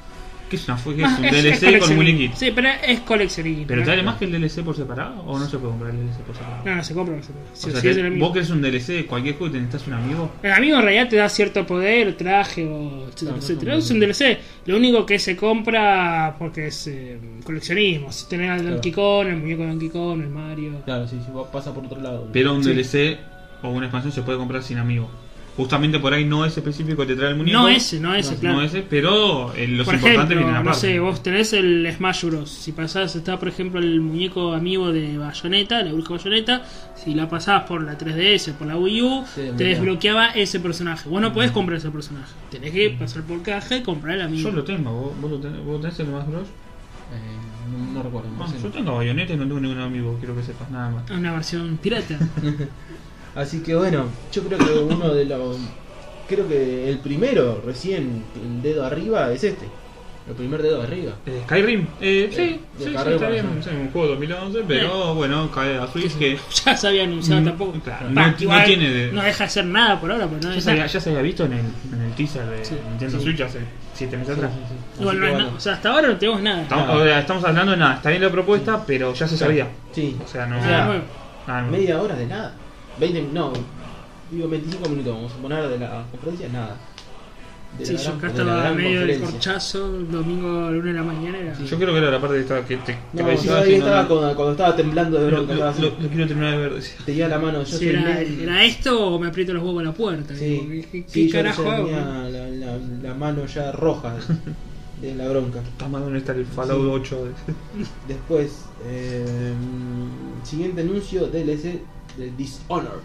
Speaker 1: ¿Qué es una fue- qué es
Speaker 2: Más- [LAUGHS]
Speaker 1: un
Speaker 2: es- es
Speaker 1: DLC con
Speaker 2: coleccionismo.
Speaker 1: muñequitos?
Speaker 2: Sí, pero es coleccionismo.
Speaker 1: ¿Pero te vale
Speaker 2: No,
Speaker 1: más que el DLC por separado? ¿O no se puede comprar el DLC por separado?
Speaker 2: No, no se compra. No se compra.
Speaker 1: O
Speaker 2: Sí,
Speaker 1: sea,
Speaker 2: sí,
Speaker 1: te-
Speaker 2: es el amigo.
Speaker 1: vos querés un DLC de cualquier juego y te necesitas un amigo.
Speaker 2: El amigo en realidad te da cierto poder, traje o etcétera,
Speaker 3: No, no,
Speaker 2: etcétera.
Speaker 3: no, no.
Speaker 2: Es un DLC. Lo único que se compra porque es eh, coleccionismo. Si tenés al Donkey Kong, el muñeco de Donkey Kong, el Mario.
Speaker 3: Claro, sí, sí, va- pasa por otro lado.
Speaker 1: Pero un
Speaker 2: Sí.
Speaker 1: DLC o una expansión se puede comprar sin amigo. Justamente por ahí no es específico que te trae el muñeco.
Speaker 2: No ese, no ese,
Speaker 3: No,
Speaker 2: claro.
Speaker 1: No ese, pero eh, los
Speaker 2: por
Speaker 1: importantes
Speaker 2: ejemplo,
Speaker 1: vienen
Speaker 2: no
Speaker 1: aparte.
Speaker 2: sé, vos tenés el Smash Bros. Si pasás, está por ejemplo el muñeco amigo de Bayonetta, la bruja Bayonetta. Si la pasás por la 3DS, por la Wii U,
Speaker 3: Sí,
Speaker 2: te
Speaker 3: mirá.
Speaker 2: desbloqueaba ese personaje. Vos no podés comprar ese personaje. Tenés que pasar por caja y comprar el amigo.
Speaker 1: Yo lo tengo, vos, vos lo tenés, vos tenés el más grosso.
Speaker 3: Eh, no, no recuerdo. no
Speaker 1: Ah,
Speaker 3: sé.
Speaker 1: yo tengo bayoneta y no tengo ningún amigo, quiero que sepas nada más.
Speaker 2: Una versión pirata.
Speaker 3: Así que bueno, yo creo que uno de los. Creo que el primero, recién, el dedo arriba, es este. El primer dedo arriba.
Speaker 1: Eh, Skyrim, eh, sí,
Speaker 3: Eh,
Speaker 1: sí,
Speaker 3: de
Speaker 1: sí,
Speaker 3: Skyrim,
Speaker 1: está bien,
Speaker 3: bueno.
Speaker 1: sí, un juego 2011, pero bueno, cae a Switch que
Speaker 2: [LAUGHS] ya se había anunciado
Speaker 1: Mm,
Speaker 2: tampoco.
Speaker 1: claro,
Speaker 2: Pa,
Speaker 1: no- no
Speaker 2: igual
Speaker 1: tiene de-
Speaker 2: no deja de ser nada por ahora, pero no
Speaker 1: ya
Speaker 2: es
Speaker 1: se, había,
Speaker 2: nada.
Speaker 1: ya se había visto en el, en el teaser de
Speaker 2: Sí,
Speaker 1: Nintendo
Speaker 3: sí.
Speaker 1: Switch hace 7 meses atrás.
Speaker 2: Igual no es
Speaker 3: Así que,
Speaker 2: nada.
Speaker 3: bueno.
Speaker 2: O sea, hasta ahora no tenemos nada.
Speaker 1: Estamos, o sea, estamos hablando de nada, está bien la propuesta, pero ya se sabía.
Speaker 3: Sí.
Speaker 1: O sea, no.
Speaker 3: O
Speaker 2: Nada
Speaker 3: sea,
Speaker 2: nuevo.
Speaker 1: nada nuevo.
Speaker 3: Media hora de nada. 20 min- no, digo 25 minutos, vamos a poner de la conferencia, nada. De
Speaker 2: Sí,
Speaker 3: la
Speaker 2: yo
Speaker 3: gran-
Speaker 2: acá
Speaker 3: de la
Speaker 2: estaba
Speaker 3: gran
Speaker 2: en medio del
Speaker 3: conferencia.
Speaker 2: corchazo, el domingo a la una de la mañana. Era...
Speaker 1: Yo creo que era la parte que estaba que te
Speaker 3: No,
Speaker 1: te-
Speaker 3: yo ahí
Speaker 1: sí, no,
Speaker 3: estaba
Speaker 1: no.
Speaker 3: Cuando, cuando estaba temblando de
Speaker 1: Lo,
Speaker 3: bronca,
Speaker 1: lo-
Speaker 3: estaba así.
Speaker 1: lo- lo quiero terminar de ver. decía.
Speaker 3: Tenía la mano, yo
Speaker 2: Si
Speaker 3: soy
Speaker 2: era,
Speaker 3: medio-
Speaker 2: era esto o me aprieto los huevos a la puerta? Digo,
Speaker 3: Sí,
Speaker 2: ¿Qué, qué
Speaker 3: sí, yo
Speaker 2: carajo
Speaker 3: ya
Speaker 2: hago?
Speaker 3: tenía la, la- la mano ya roja de la bronca.
Speaker 1: Toma, ¿dónde está el Fallout este?".
Speaker 3: Sí.
Speaker 1: 8?
Speaker 3: Después, eh, siguiente anuncio, DLC de Dishonored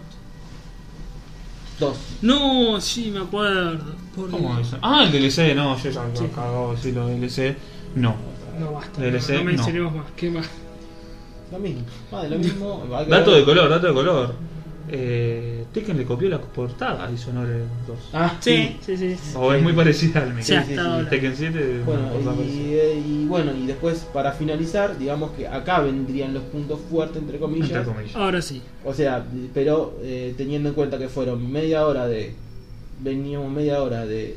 Speaker 3: 2.
Speaker 2: No, sí, me acuerdo. Por
Speaker 1: ¿Cómo
Speaker 2: Dios.
Speaker 1: eso? Ah, el DLC, no, yo ya
Speaker 2: Sí.
Speaker 1: lo acabo de decir lo DLC. No.
Speaker 3: Ah,
Speaker 2: No basta.
Speaker 1: DLC,
Speaker 2: no, no
Speaker 1: no.
Speaker 2: mencionemos más. ¿Qué más?
Speaker 3: Lo mismo, más de lo mismo. hay que
Speaker 1: Dato
Speaker 3: ver-
Speaker 1: de color, dato de color. Eh, Tekken le copió la portada a Dishonored 2.
Speaker 3: Ah,
Speaker 2: Sí, sí, sí. sí.
Speaker 1: O es muy parecida al
Speaker 2: Sí,
Speaker 1: mecánico.
Speaker 2: hasta
Speaker 3: sí.
Speaker 2: ahora.
Speaker 1: Tekken 7
Speaker 3: Bueno,
Speaker 1: una portada
Speaker 3: y,
Speaker 1: parecida.
Speaker 3: eh, y bueno, y después para finalizar, digamos que acá vendrían los puntos fuertes, entre comillas.
Speaker 1: Entre
Speaker 3: Ah,
Speaker 1: comillas.
Speaker 2: Ahora sí.
Speaker 3: O sea, pero eh, teniendo en cuenta que fueron media hora de. Veníamos media hora de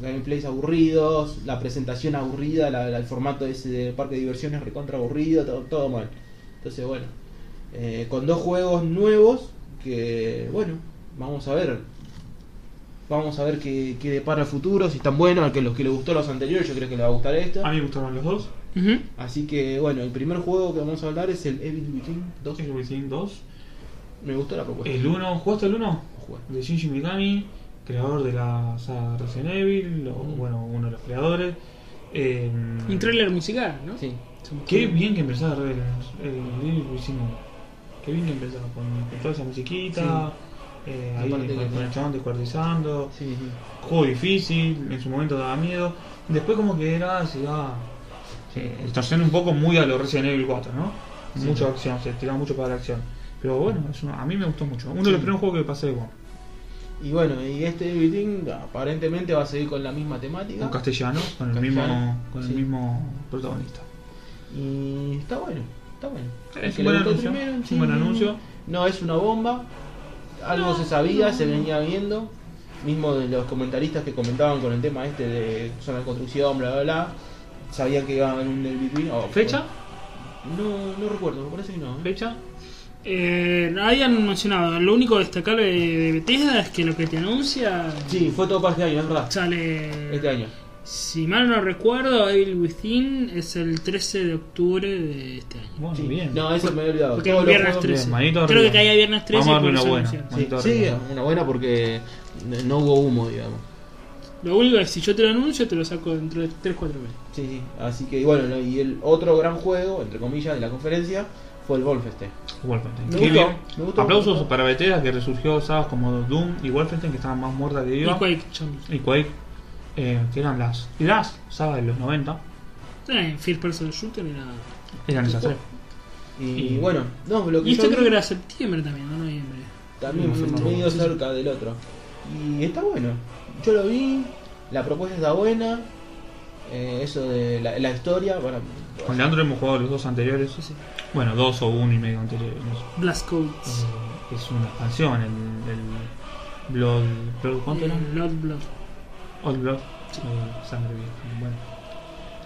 Speaker 3: gameplays aburridos, la presentación aburrida, la, la- el formato ese de parque de diversiones recontra aburrido, todo, todo mal. Entonces, bueno, eh, con dos juegos nuevos que, bueno, vamos a ver. Vamos a ver qué, qué depara el futuro, si están buenos, al que los que le gustó los anteriores, yo creo que le va a gustar esto.
Speaker 1: A mí me gustaron los dos.
Speaker 2: Ujú.
Speaker 3: Así que, bueno, el primer juego que vamos a hablar es el Evil Within 2.
Speaker 1: El Within 2.
Speaker 3: Me gustó la propuesta.
Speaker 1: El 1, ¿jugaste el 1?
Speaker 3: Jugar.
Speaker 1: De Shinji Mikami, creador de la saga Resident Evil, o
Speaker 3: Mm.
Speaker 1: bueno, uno de los creadores. Eh,
Speaker 2: Y Un trailer musical, ¿no?
Speaker 3: Sí.
Speaker 1: Qué bien que empezaba el, el Evil Within 1. Qué bien que empezaba con, con toda esa musiquita. eh, ahí
Speaker 3: Aparte
Speaker 1: con,
Speaker 3: que-
Speaker 1: con el chabón descuartizando.
Speaker 3: Sí, sí.
Speaker 1: Juego difícil, en su momento daba miedo. Después, como que era, se iba eh, distorsionando un poco muy a lo Resident Evil 4, ¿no?
Speaker 3: Sí.
Speaker 1: Mucha acción, se tiraba mucho para la acción. Pero bueno, es una- a mí me gustó mucho. Uno
Speaker 3: Sí.
Speaker 1: de los primeros juegos que pasé de WoW.
Speaker 3: Y bueno, y este Everything aparentemente va a seguir con la misma temática.
Speaker 1: Con castellano, con el
Speaker 3: Castellano,
Speaker 1: mismo, con
Speaker 3: sí.
Speaker 1: el mismo protagonista.
Speaker 3: Y está bueno, está bueno.
Speaker 1: Sí,
Speaker 3: El
Speaker 1: es
Speaker 3: que
Speaker 1: un
Speaker 3: le
Speaker 1: buen
Speaker 3: gustó
Speaker 1: anuncio,
Speaker 3: primero,
Speaker 1: es un
Speaker 3: sí.
Speaker 1: buen anuncio.
Speaker 3: No es una bomba. Algo
Speaker 2: No,
Speaker 3: se sabía,
Speaker 2: no,
Speaker 3: se
Speaker 2: no.
Speaker 3: venía viendo. Mismo de los comentaristas que comentaban con el tema este de zona de construcción, bla bla bla. Sabían que iba a haber un Everything. Oh,
Speaker 1: ¿Fecha?
Speaker 3: No, no recuerdo, me parece que no. ¿eh?
Speaker 1: ¿Fecha?
Speaker 2: Eh, habían mencionado, lo único destacable de Bethesda es que lo que te anuncia
Speaker 3: Sí, fue todo para este año, es verdad.
Speaker 2: sale.
Speaker 3: Este año.
Speaker 2: Si mal no recuerdo, Evil Within es el 13 de octubre de este año.
Speaker 1: Bueno,
Speaker 3: Sí.
Speaker 1: bien.
Speaker 3: No, eso me había olvidado.
Speaker 2: Porque
Speaker 3: Todos los
Speaker 2: viernes
Speaker 3: juegos-
Speaker 2: 13.
Speaker 1: Bien, manito
Speaker 2: Creo
Speaker 1: arriba.
Speaker 2: que caía viernes 13
Speaker 1: Vamos a darle
Speaker 2: y por
Speaker 1: una
Speaker 2: eso
Speaker 1: buena.
Speaker 2: anunciaron.
Speaker 1: Manito
Speaker 3: Sí, sí,
Speaker 1: arriba.
Speaker 3: una buena porque no hubo humo, digamos.
Speaker 2: Lo único es que si yo te lo anuncio, te lo saco dentro de 3-4 meses.
Speaker 3: Sí, sí. Así que, y bueno, lo- y el otro gran juego, entre comillas, de la conferencia fue el Wolfenstein.
Speaker 1: Wolfenstein.
Speaker 3: Me
Speaker 1: Qué
Speaker 3: gustó,
Speaker 1: bien.
Speaker 3: me gustó,
Speaker 1: Aplausos
Speaker 3: me gustó.
Speaker 1: para Bethesda que resurgió sabes como Doom y Wolfenstein que estaban más muertas que
Speaker 2: Y
Speaker 1: viva.
Speaker 2: Quake, chon.
Speaker 1: Y Quake, eh, que eran las, las sagas de los 90.
Speaker 2: Eh, First Person Shooter era.
Speaker 1: Eran esas eh. tres.
Speaker 3: Y,
Speaker 1: Y-
Speaker 3: bueno, no, lo que
Speaker 2: Y este
Speaker 3: yo
Speaker 2: creo
Speaker 3: vi
Speaker 2: que era septiembre también, no noviembre.
Speaker 3: también
Speaker 1: No sé, no
Speaker 3: medio
Speaker 1: recuerdo.
Speaker 3: cerca del otro. Y está bueno. Yo lo vi, la propuesta está buena. eh, eso de la, la historia, bueno,
Speaker 1: Con Leandro hemos jugado los dos anteriores.
Speaker 2: Sí, sí.
Speaker 1: Bueno, dos o uno y medio anteriores. no sé.
Speaker 2: Blast Codes.
Speaker 1: Eh, Es una expansión, el, el Blood. Blood- ¿Cuánto era?
Speaker 3: Mm.
Speaker 2: Eh, Blood Blood.
Speaker 1: Old Blood. eh, sangre vieja. Bueno.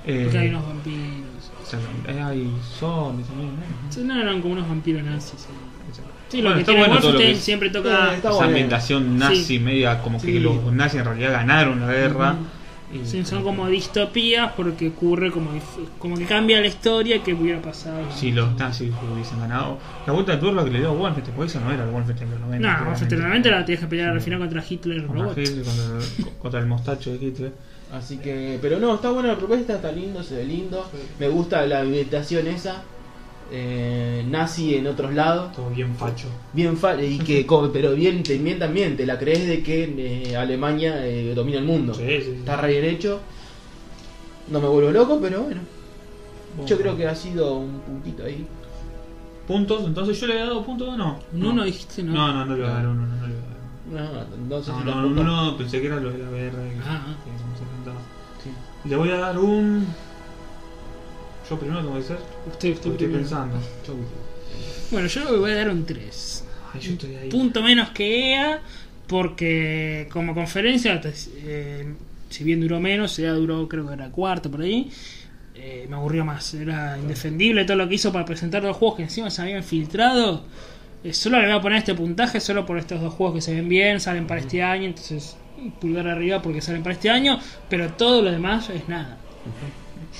Speaker 1: Eh,
Speaker 2: Porque hay unos vampiros.
Speaker 1: exactamente. Eh, hay zombies también, ¿no?
Speaker 2: Sí, no eran como unos vampiros nazis. eh.
Speaker 1: Exactamente.
Speaker 2: Sí, lo
Speaker 1: Bueno,
Speaker 2: que
Speaker 1: está
Speaker 2: tiene
Speaker 1: bueno todo lo que
Speaker 2: Wolfenstein
Speaker 1: es-
Speaker 2: siempre toca.
Speaker 3: Eh, está-
Speaker 1: Esa
Speaker 3: bueno.
Speaker 1: ambientación nazi
Speaker 2: Sí.
Speaker 1: media, como que
Speaker 3: Sí.
Speaker 1: los nazis en realidad ganaron la guerra. y-
Speaker 2: Sí, son como distopías porque ocurre como, dif- como que cambia la historia que hubiera pasado.
Speaker 1: Si los nazis hubiesen ganado. La vuelta de turno que le dio a Wolfenstein, porque eso no era el Wolfenstein de los 90.
Speaker 2: No,
Speaker 1: claramente.
Speaker 2: realmente la tienes que pelear al
Speaker 1: Sí.
Speaker 2: final contra Hitler
Speaker 1: Contra
Speaker 2: Robot.
Speaker 1: Hitler, contra, contra el mostacho de Hitler.
Speaker 3: así que, pero no, está buena la propuesta, está lindo, se ve lindo. Me gusta la ambientación esa, eh, nazi en otros lados.
Speaker 1: Todo bien facho.
Speaker 3: Bien fa- y que co- pero bien te bien también te la crees de que eh, Alemania eh, domina el mundo.
Speaker 1: Sí, sí, sí.
Speaker 3: Está re bien hecho. No me vuelvo loco, pero bueno. Yo creo que ha sido un puntito ahí.
Speaker 1: ¿Puntos? Entonces yo le he dado punto o no.
Speaker 2: No, no dijiste no.
Speaker 1: No, no, no le voy a dar
Speaker 3: No.
Speaker 1: uno, no, no le voy a dar uno.
Speaker 3: No, no sé
Speaker 1: No,
Speaker 3: si
Speaker 1: no, no,
Speaker 3: tampoco-
Speaker 1: no, pensé que era lo de la guerra. que-
Speaker 2: Ah.
Speaker 1: que se me encantaba.
Speaker 3: Sí.
Speaker 1: Le voy a dar un. Yo primero tengo que ser.
Speaker 2: Usted, usted
Speaker 1: Estoy
Speaker 2: primero.
Speaker 1: pensando.
Speaker 3: Yo-
Speaker 2: Bueno, yo le voy a dar un 3.
Speaker 1: Ay, yo estoy ahí.
Speaker 2: Punto menos que EA, porque como conferencia, te- eh, si bien duró menos, EA duró creo que era cuarto por ahí. eh, me aburrió más, era indefendible todo lo que hizo para presentar dos juegos que encima se habían filtrado. Eh, solo le voy a poner este puntaje, solo por estos dos juegos que se ven bien, salen para este año, entonces un pulgar arriba porque salen para este año, pero todo lo demás es nada.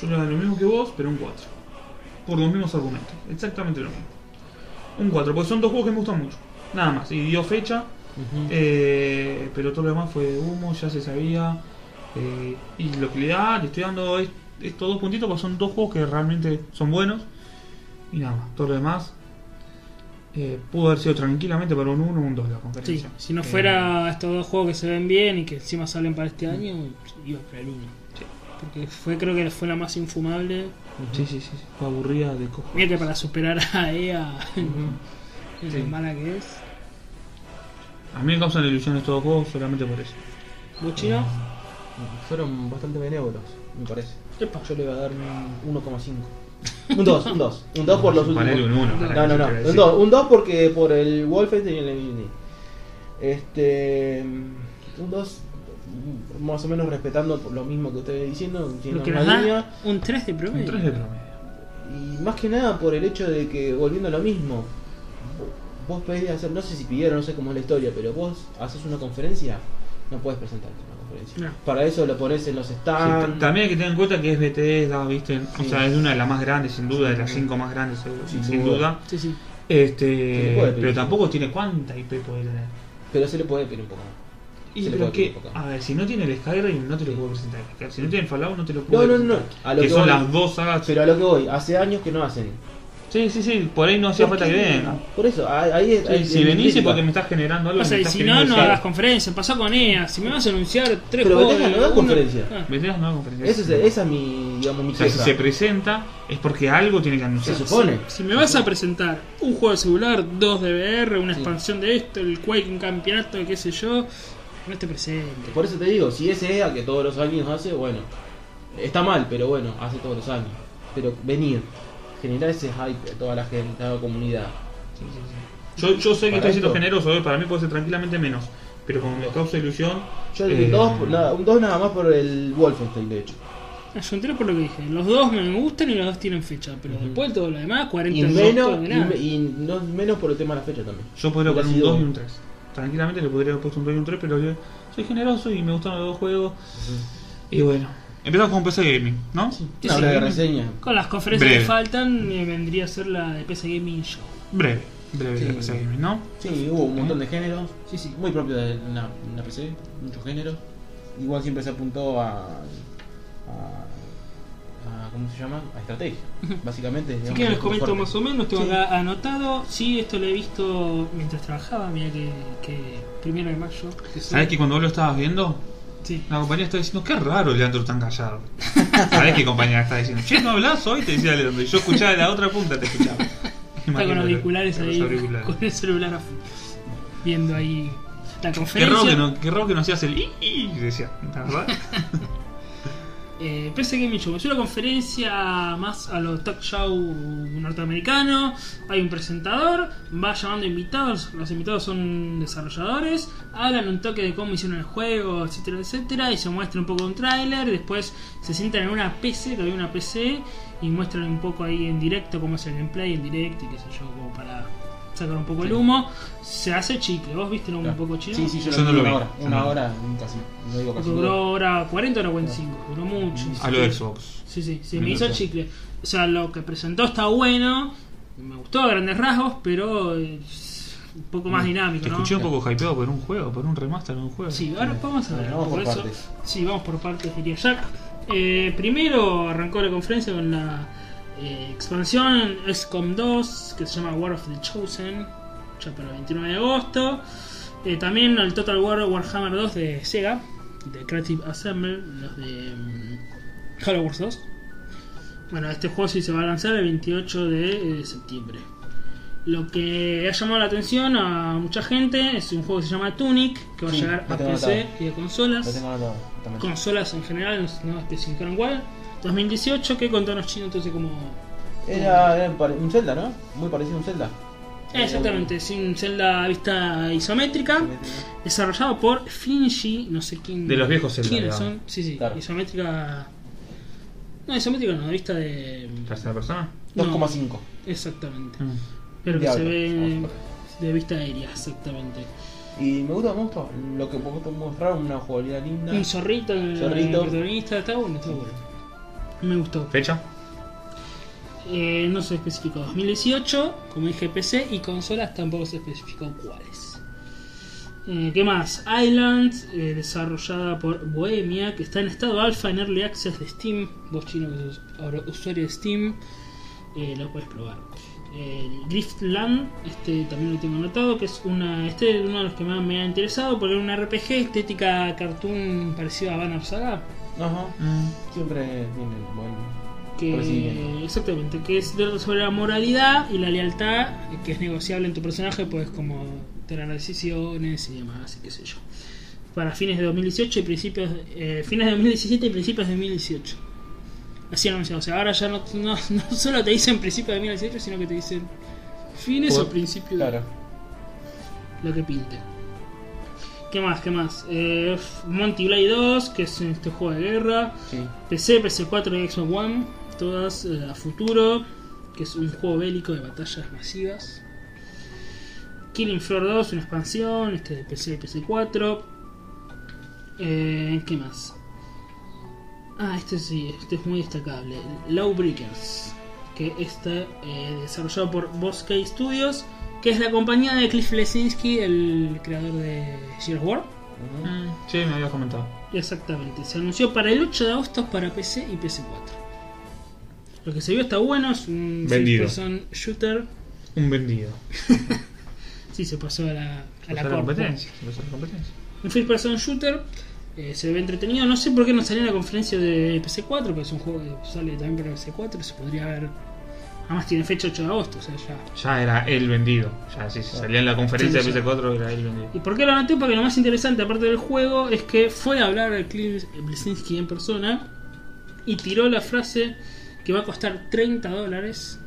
Speaker 1: Yo le doy lo mismo que vos, pero un 4. Por los mismos argumentos. Exactamente lo mismo. Un 4, porque son dos juegos que me gustan mucho. Nada más. Y dio fecha.
Speaker 3: Ujú.
Speaker 1: eh, pero todo lo demás fue de humo, ya se sabía. eh, y lo que le da, le estoy dando es- estos dos puntitos porque son dos juegos que realmente son buenos. Y nada más. Todo lo demás. eh, pudo haber sido tranquilamente para un 1 o un 2 la
Speaker 2: Sí,
Speaker 1: conferencia.
Speaker 2: si no
Speaker 1: Eh,
Speaker 2: fuera estos dos juegos que se ven bien y que encima salen para este año, iba para el uno.
Speaker 1: Sí.
Speaker 2: Porque fue, creo que fue la más infumable.
Speaker 1: Eh, Sí, sí, sí, sí, Fue aburrida de cojo.
Speaker 2: Mira que para superar a EA, [LAUGHS]
Speaker 3: Ujú.
Speaker 2: en
Speaker 1: Sí.
Speaker 2: lo mala que es.
Speaker 1: A mí me causan ilusión estos dos juegos solamente por eso.
Speaker 2: ¿Vos chino?
Speaker 3: Fueron bastante benévolos, me parece.
Speaker 2: Epa.
Speaker 3: Yo le voy a dar un 1,5. Un 2, un 2. Un 2 por los últimos.
Speaker 1: Ponele un uno, para que
Speaker 3: No, no,
Speaker 1: se
Speaker 3: no.
Speaker 1: te vea
Speaker 3: Un
Speaker 1: así.
Speaker 3: 2, un 2 porque por el Wolfenstein y el Infinity. Este. Un 2, más o menos respetando por lo mismo que ustedes diciendo,
Speaker 2: Lo
Speaker 1: Eh,
Speaker 3: siguiendo
Speaker 2: que
Speaker 3: la
Speaker 2: nos
Speaker 3: misma
Speaker 2: da
Speaker 3: línea.
Speaker 2: un 3 de
Speaker 1: Un
Speaker 2: promedio.
Speaker 1: 3 de promedio.
Speaker 3: Y más que nada por el hecho de que, volviendo a lo mismo, vos pedís hacer, no sé si pidieron, no sé cómo es la historia, pero vos haces una conferencia, no puedes presentarte en una conferencia.
Speaker 2: No.
Speaker 3: Para eso lo pones en los
Speaker 1: Sí,
Speaker 3: stands.
Speaker 1: t- también hay que tener en cuenta que es Bethesda, ¿viste? O
Speaker 3: Ah. Sí.
Speaker 1: sea, es una de las más grandes, sin duda, de las
Speaker 3: Sí.
Speaker 1: 5 más grandes, seguro,
Speaker 3: Sin
Speaker 1: sin,
Speaker 3: duda.
Speaker 1: duda.
Speaker 2: Sí, sí.
Speaker 3: Se
Speaker 1: Este,
Speaker 3: le puede pedir,
Speaker 1: pero
Speaker 3: sí.
Speaker 1: tampoco tiene cuánta IP puede tener.
Speaker 3: Pero se le puede pedir un poco más.
Speaker 1: Y
Speaker 3: Se le
Speaker 1: pero
Speaker 3: puede
Speaker 1: que,
Speaker 3: pedir poco.
Speaker 1: a ver, si no tiene el Skyrim, no te lo puedo presentar. Si no tiene el Fallout, no te lo
Speaker 3: No,
Speaker 1: puedo
Speaker 3: no, no,
Speaker 1: presentar.
Speaker 3: no. A lo
Speaker 1: que
Speaker 3: que
Speaker 1: son
Speaker 3: voy-
Speaker 1: las dos sagas.
Speaker 3: Pero a lo que voy, hace años que no hacen
Speaker 1: Sí, sí, sí, por ahí no hacía
Speaker 3: ¿Por
Speaker 1: falta que
Speaker 3: qué?
Speaker 1: venga.
Speaker 3: Por eso, ahí, ahí
Speaker 1: Sí,
Speaker 3: ahí-
Speaker 1: si
Speaker 3: es mi
Speaker 1: venís es
Speaker 3: crítica.
Speaker 1: porque me estás generando algo.
Speaker 2: O
Speaker 1: me
Speaker 2: sea, y
Speaker 1: estás
Speaker 2: si no,
Speaker 1: queriendo
Speaker 2: no
Speaker 1: decir.
Speaker 2: hagas conferencia. Pasó con EA. Si me vas a anunciar tres
Speaker 3: Pero
Speaker 2: juegos.
Speaker 3: Bethesda no da
Speaker 2: uno-
Speaker 3: conferencia.
Speaker 2: Ah.
Speaker 1: Vendrás nueva conferencia.
Speaker 3: Eso es- esa es mi, digamos, mi
Speaker 1: Este. O sea, si
Speaker 3: queja.
Speaker 1: se presenta es porque algo tiene que
Speaker 3: Se
Speaker 1: anunciar.
Speaker 3: supone.
Speaker 2: Si me vas a presentar un juego de celular, dos de VR, una
Speaker 3: Sí.
Speaker 2: expansión de esto, el Quake, un campeonato, qué sé yo, no te presente.
Speaker 3: Por eso te digo, si es EA que todos los años hace, bueno, está mal, pero bueno, hace todos los años. Pero venir, generar ese hype a toda la gente, a la comunidad.
Speaker 1: Yo, yo sé que
Speaker 3: Para
Speaker 1: estoy siendo
Speaker 3: esto-
Speaker 1: generoso, eh, para mí puede ser tranquilamente menos. Pero como me causa ilusión.
Speaker 3: Yo
Speaker 1: eh,
Speaker 3: el dos, nada, un 2 nada más por el Wolfenstein, de hecho.
Speaker 2: Ah, Yo entero por lo que dije. Los dos me gustan y los dos tienen fecha, pero
Speaker 3: Ujú.
Speaker 2: después todo lo demás, 40
Speaker 3: Y
Speaker 2: de
Speaker 3: menos,
Speaker 2: octubre,
Speaker 3: y,
Speaker 2: nada.
Speaker 3: me- y no, menos por el tema de la fecha también.
Speaker 1: Yo podría poner
Speaker 3: Hubiera
Speaker 1: un
Speaker 3: sido-
Speaker 1: 2 y un 3. Tranquilamente le podría haber puesto un 2 y un 3, pero yo soy generoso y me gustan los dos juegos. Y bueno, empezamos con PC Gaming, ¿no?
Speaker 3: Sí,
Speaker 2: sí.
Speaker 3: Habla de reseña.
Speaker 2: Con las conferencias
Speaker 1: Breve.
Speaker 2: que faltan, eh, vendría a ser la de PC Gaming Show.
Speaker 1: Breve, breve
Speaker 3: Sí.
Speaker 1: de PC Gaming, ¿no?
Speaker 3: Sí, hubo un montón de géneros.
Speaker 2: Sí, sí.
Speaker 3: Muy propio de la, la PC, muchos géneros. Igual siempre se apuntó a. a, a- ¿Cómo se llama? A estrategia. Básicamente.
Speaker 2: Así
Speaker 3: digamos,
Speaker 2: que les
Speaker 3: es como
Speaker 2: comento
Speaker 3: fuerte.
Speaker 2: más o menos, tengo
Speaker 3: Sí.
Speaker 2: acá anotado. Sí, esto lo he visto mientras trabajaba, mira que, que primero de mayo. que
Speaker 1: ¿Sabés
Speaker 2: sí.
Speaker 1: que cuando vos lo estabas viendo,
Speaker 2: Sí.
Speaker 1: la compañía está diciendo, qué raro Leandro tan callado?
Speaker 2: [LAUGHS]
Speaker 1: ¿Sabés qué compañía está diciendo? Che, no hablas hoy, te decía Leandro. Y yo escuchaba de la otra punta, te escuchaba.
Speaker 2: Está con
Speaker 1: [LAUGHS] Imagínate,
Speaker 2: auriculares
Speaker 1: con
Speaker 2: ahí, [LAUGHS]
Speaker 1: los auriculares.
Speaker 2: con el celular a full, viendo ahí la
Speaker 1: [LAUGHS] Qué raro,
Speaker 2: conferencia.
Speaker 1: que no, qué raro que no hacías el i, i, decía, la
Speaker 2: [LAUGHS]
Speaker 1: verdad.
Speaker 2: Eh, PC Gaming Show es una conferencia más a los talk show norteamericano. Hay un presentador, va llamando invitados. Los invitados son desarrolladores, hablan un toque de cómo hicieron el juego, etcétera, etcétera, y se muestra un poco un tráiler. Después se sientan en una PC, que había una PC, y muestran un poco ahí en directo cómo es el gameplay en directo y qué sé yo, como para sacar un poco el humo. Se hace chicle. ¿Vos viste un
Speaker 3: Claro.
Speaker 2: poco chino?
Speaker 3: Sí, sí, yo,
Speaker 1: Yo no
Speaker 3: vi
Speaker 1: lo
Speaker 3: una
Speaker 1: vi.
Speaker 3: hora.
Speaker 1: Yo
Speaker 3: Una
Speaker 1: no.
Speaker 3: hora, casi. No digo casi.
Speaker 2: Duró hora 40 o 45, duró mucho.
Speaker 1: A Ah, lo de Xbox.
Speaker 2: Sí, sí, se
Speaker 1: Me
Speaker 2: me hizo el
Speaker 1: gustó.
Speaker 2: chicle. O sea, lo que presentó está bueno, me gustó a grandes rasgos, pero es un poco más dinámico,
Speaker 1: Te
Speaker 2: ¿no?
Speaker 1: escuché un poco hypeado por un juego, por un remaster de un juego.
Speaker 2: Sí, ahora vamos a ver.
Speaker 3: Bueno, vamos por
Speaker 2: eso-
Speaker 3: partes.
Speaker 2: Sí, vamos por partes, diría Jack. Eh, primero arrancó la conferencia con la eh, expansión XCOM 2, que se llama War of the Chosen, ya para el 29 de agosto. Eh, también el Total War Warhammer 2 de Sega, de Creative Assembly, los de mm, Halo Wars 2. Bueno, este juego sí se va a lanzar el 28 de eh, septiembre. Lo que ha llamado la atención a mucha gente es un juego que se llama Tunic, que va
Speaker 3: Sí,
Speaker 2: a llegar
Speaker 3: lo
Speaker 2: a
Speaker 3: tengo
Speaker 2: PC
Speaker 3: anotado.
Speaker 2: y a
Speaker 3: Lo
Speaker 2: consolas.
Speaker 3: tengo anotado también.
Speaker 2: Consolas en general, no, no especificaron cuál. 2018, que contanos chino entonces como...
Speaker 3: Era, era pare- un Zelda, ¿no? Muy parecido a un Zelda.
Speaker 2: Eh, Exactamente, sin celda a vista
Speaker 3: Eh,
Speaker 2: isométrica, desarrollado por Finji, no sé quién...
Speaker 1: De los viejos Zelda,
Speaker 2: ¿Quiénes
Speaker 1: digamos.
Speaker 2: son? Sí, sí,
Speaker 3: Claro.
Speaker 2: isométrica... No, isométrica no, a vista de...
Speaker 1: ¿Tercera persona?
Speaker 2: No,
Speaker 3: 2,5.
Speaker 2: exactamente.
Speaker 1: Mm.
Speaker 2: Pero que
Speaker 3: Diablo,
Speaker 2: se ve
Speaker 3: vamos a
Speaker 2: de vista aérea, exactamente.
Speaker 3: Y me gusta mucho lo que mostraron, una jugabilidad linda.
Speaker 2: Un zorrito, el
Speaker 3: Zorrito.
Speaker 2: protagonista, está bueno, está bueno. Me gustó.
Speaker 1: ¿Fecha?
Speaker 2: Eh, no se especificó 2018, como dije PC, y consolas tampoco se especificó cuáles. Eh, ¿Qué más? Island, eh, desarrollada por Bohemia, que está en estado alfa en Early Access de Steam. Vos chino que sos ahora usuario de Steam, eh, lo puedes probar. El Griftland, este también lo tengo anotado, que es una, este es uno de los que más me ha interesado, porque era un RPG, estética cartoon parecido a Banner Saga.
Speaker 3: Ajá.
Speaker 1: Mm.
Speaker 3: Siempre tiene buen.
Speaker 2: que
Speaker 3: Recibimiento.
Speaker 2: exactamente que es de- sobre la moralidad y la lealtad eh, que es negociable en tu personaje pues como tener decisiones y demás y qué sé yo para fines de 2018 y principios eh, fines de 2017 y principios de 2018 así anunciado o sea ahora ya no, no, no solo te dicen principios de 2018 sino que te dicen fines
Speaker 1: Por-
Speaker 2: o principios de-
Speaker 3: Claro.
Speaker 2: lo que pinte. ¿Qué más? ¿Qué más? Eh, Monty Blade 2, que es este juego de guerra.
Speaker 3: Sí.
Speaker 2: PC, PC4 y Xbox One, todas eh, a futuro, que es un juego bélico de batallas masivas. Killing Floor 2, una expansión, este de PC y PC4. Eh, ¿Qué más? Ah, este sí, este es muy destacable. Lawbreakers, que está eh, desarrollado por Bosque Studios, que es la compañía de Cliff Lesinski, el creador de Gears of War.
Speaker 3: Ujú.
Speaker 1: Mm. Sí, me habías comentado.
Speaker 2: Exactamente, se anunció para el 8 de agosto para PC y PS4. Lo que se vio está bueno, es un
Speaker 1: Vendido.
Speaker 2: first-person shooter.
Speaker 1: Un vendido.
Speaker 2: Sí, se pasó a la, a
Speaker 1: Pasó
Speaker 2: la
Speaker 1: a la
Speaker 2: corpo.
Speaker 1: competencia. pasó a la competencia.
Speaker 2: Un first person shooter. eh, se ve entretenido. No sé por qué no salió en la conferencia de PC4, porque es un juego que sale también para PC4. Se podría haber. Además, tiene fecha 8 de agosto, o sea, ya.
Speaker 1: Ya era el vendido. Ya, si se salía en la conferencia
Speaker 2: Sí, sí.
Speaker 1: de PS4, era el vendido.
Speaker 2: ¿Y por qué lo anoté? Porque lo más interesante, aparte del juego, es que fue a hablar el Blesinski en persona y tiró la frase que va a costar 30 dólares.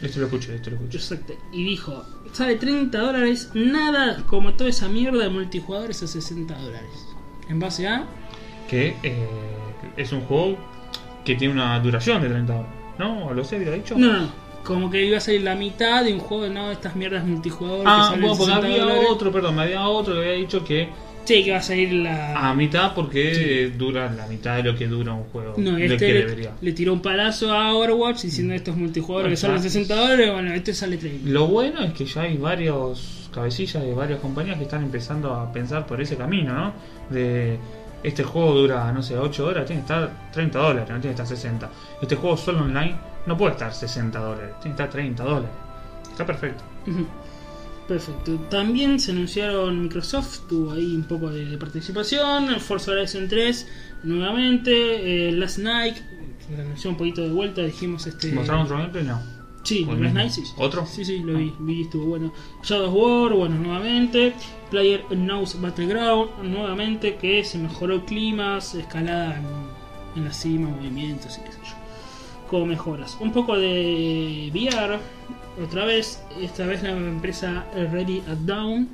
Speaker 1: Esto lo escuché, esto lo escuché.
Speaker 2: Exacto. Y dijo, sale 30 dólares, nada como toda esa mierda de multijugadores a 60 dólares. En base a...
Speaker 1: Que eh, es un juego que tiene una duración de 30 horas. ¿No? ¿Lo sé? ¿Había dicho?
Speaker 2: No, no, no. Como que iba a salir la mitad de un juego, no, estas mierdas multijugador
Speaker 1: Ah,
Speaker 2: que salen
Speaker 1: bueno, porque
Speaker 2: 60
Speaker 1: había
Speaker 2: dólares.
Speaker 1: otro, perdón, me había otro que había dicho que
Speaker 2: Sí, que va a salir la...
Speaker 1: a mitad porque eh, dura la mitad de lo que dura un juego.
Speaker 2: No,
Speaker 1: de
Speaker 2: este
Speaker 1: que
Speaker 2: le,
Speaker 1: debería.
Speaker 2: le tiró un palazo a Overwatch diciendo estos multijugadores que salen
Speaker 1: Exacto.
Speaker 2: 60 dólares, bueno, este sale 30.
Speaker 1: Lo bueno es que ya hay varios cabecillas de varias compañías que están empezando a pensar por ese camino, ¿no? De este juego dura, no sé, 8 horas, tiene que estar 30 dólares, no tiene que estar 60. Este juego solo online no puede estar 60 dólares, tiene que estar 30 dólares. Está perfecto.
Speaker 2: Ujú. Perfecto. También se anunciaron Microsoft, tuvo ahí un poco de, de participación, Forza Horizon 3 nuevamente, eh, Last Night, que lo anunció un poquito de vuelta, dijimos este...
Speaker 1: ¿Mostraron otro gameplay? No.
Speaker 2: Sí,
Speaker 1: ¿O el
Speaker 2: Last
Speaker 1: mismo?
Speaker 2: Night sí. sí.
Speaker 1: ¿Otro? Ah.
Speaker 2: Sí, sí, lo vi, vi, estuvo bueno. Shadow of War, bueno, nuevamente. Player Knows Battleground, nuevamente, que se mejoró climas, escalada en, en la cima, movimientos y qué sé yo. Como mejoras. Un poco de VR, otra vez, esta vez la empresa Ready at Down,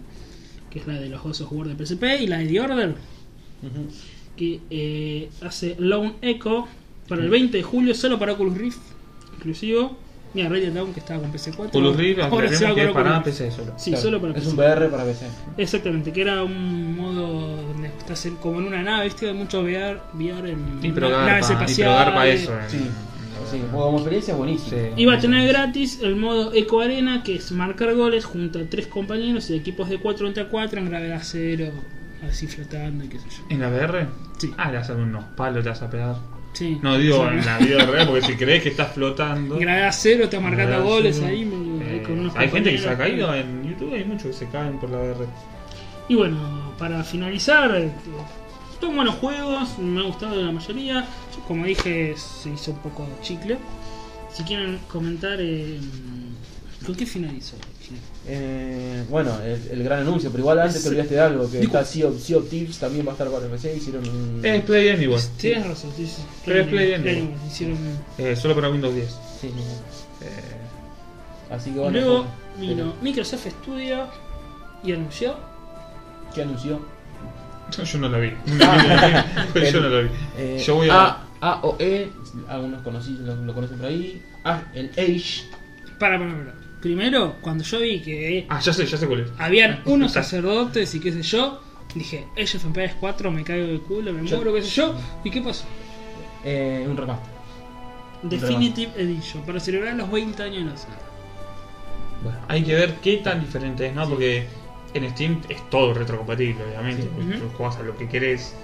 Speaker 2: que es la de los Ghost of War de PSP, y la de The Order,
Speaker 3: Ujú.
Speaker 2: que eh, hace Lone Echo para el 20 de julio solo para Oculus Rift inclusivo. Mira, Ray Down que estaba con PC4.
Speaker 1: Oculus Rift,
Speaker 2: ahora se va
Speaker 1: aclaremos que
Speaker 2: con
Speaker 1: es para
Speaker 2: Oculus Rift.
Speaker 1: PC solo.
Speaker 2: Sí,
Speaker 3: Claro,
Speaker 2: solo para
Speaker 3: Es
Speaker 2: PC.
Speaker 3: un VR para PC.
Speaker 2: Exactamente, que era un modo donde estás en- como en una nave, viste, hay mucho VR, VR en
Speaker 1: Y pero
Speaker 2: naves
Speaker 1: garpa, y pero
Speaker 2: espaciales.
Speaker 1: garpa eso. eh.
Speaker 3: Sí. Sí, juego como experiencia es buenísimo.
Speaker 1: Sí.
Speaker 2: Y va a tener gratis el modo Eco Arena, que es marcar goles junto a tres compañeros y equipos de 4 contra 4 en gravedad cero, así flotando y qué sé yo.
Speaker 1: ¿En la VR?
Speaker 2: Sí.
Speaker 1: Ah, le vas a dar unos palos, te vas a pegar.
Speaker 2: Sí.
Speaker 1: No digo
Speaker 2: Sí.
Speaker 1: en la vida real, porque si crees que estás flotando.
Speaker 2: Gravedad cero, estás marcando
Speaker 1: Gravedad
Speaker 2: goles
Speaker 1: cero.
Speaker 2: ahí. medio- ahí
Speaker 1: Ah, Eh,
Speaker 2: con unos
Speaker 1: hay gente que se ha
Speaker 2: compañeros.
Speaker 1: caído eh. en YouTube, hay muchos que se caen por la VR.
Speaker 2: Y bueno, para finalizar, eh, son buenos juegos, me ha gustado la mayoría. Como dije, se hizo un poco chicle. Si quieren comentar, eh, ¿con qué finalizó?
Speaker 3: Eh, bueno, el, el gran anuncio, pero igual antes te olvidaste de algo, que
Speaker 2: Digo- Eh,
Speaker 3: está sea of, sea of Thieves también va a estar para PC, hicieron un...
Speaker 1: Es Eh, Play Anywhere,
Speaker 2: Tienes razón, sí, sí.
Speaker 1: Pero es Play
Speaker 2: Anywhere,
Speaker 1: Anywhere.
Speaker 2: hicieron-
Speaker 1: eh, solo para Windows 10.
Speaker 3: Sí, sí, sí.
Speaker 1: Eh,
Speaker 3: Así que bueno...
Speaker 2: Luego
Speaker 3: fue-
Speaker 2: vino Microsoft Studio y anunció.
Speaker 3: ¿Qué anunció?
Speaker 1: yo no la vi. yo no la vi.
Speaker 3: Eh,
Speaker 1: yo voy a.
Speaker 3: A, AOE, algunos conocidos lo, lo conocen por ahí. Ah, el Age.
Speaker 2: Para, para, para. Primero, cuando yo vi que eh,
Speaker 1: Ah, ya sé, ya sé cuál es.
Speaker 3: [LAUGHS]
Speaker 2: habían unos sacerdotes y qué sé yo, dije, Age of Empires 4, me caigo de culo, me
Speaker 3: Yo-
Speaker 2: muero, qué sé yo. ¿Y qué pasó?
Speaker 3: Eh, un remaster.
Speaker 2: Definitive Edition, para celebrar los 20 años de la saga.
Speaker 3: Bueno,
Speaker 1: Hay que ver qué tan diferente es, ¿no? Porque en Steam es todo retrocompatible, obviamente.
Speaker 3: Sí.
Speaker 1: porque
Speaker 2: Ujú.
Speaker 1: Tú juegas a lo que querés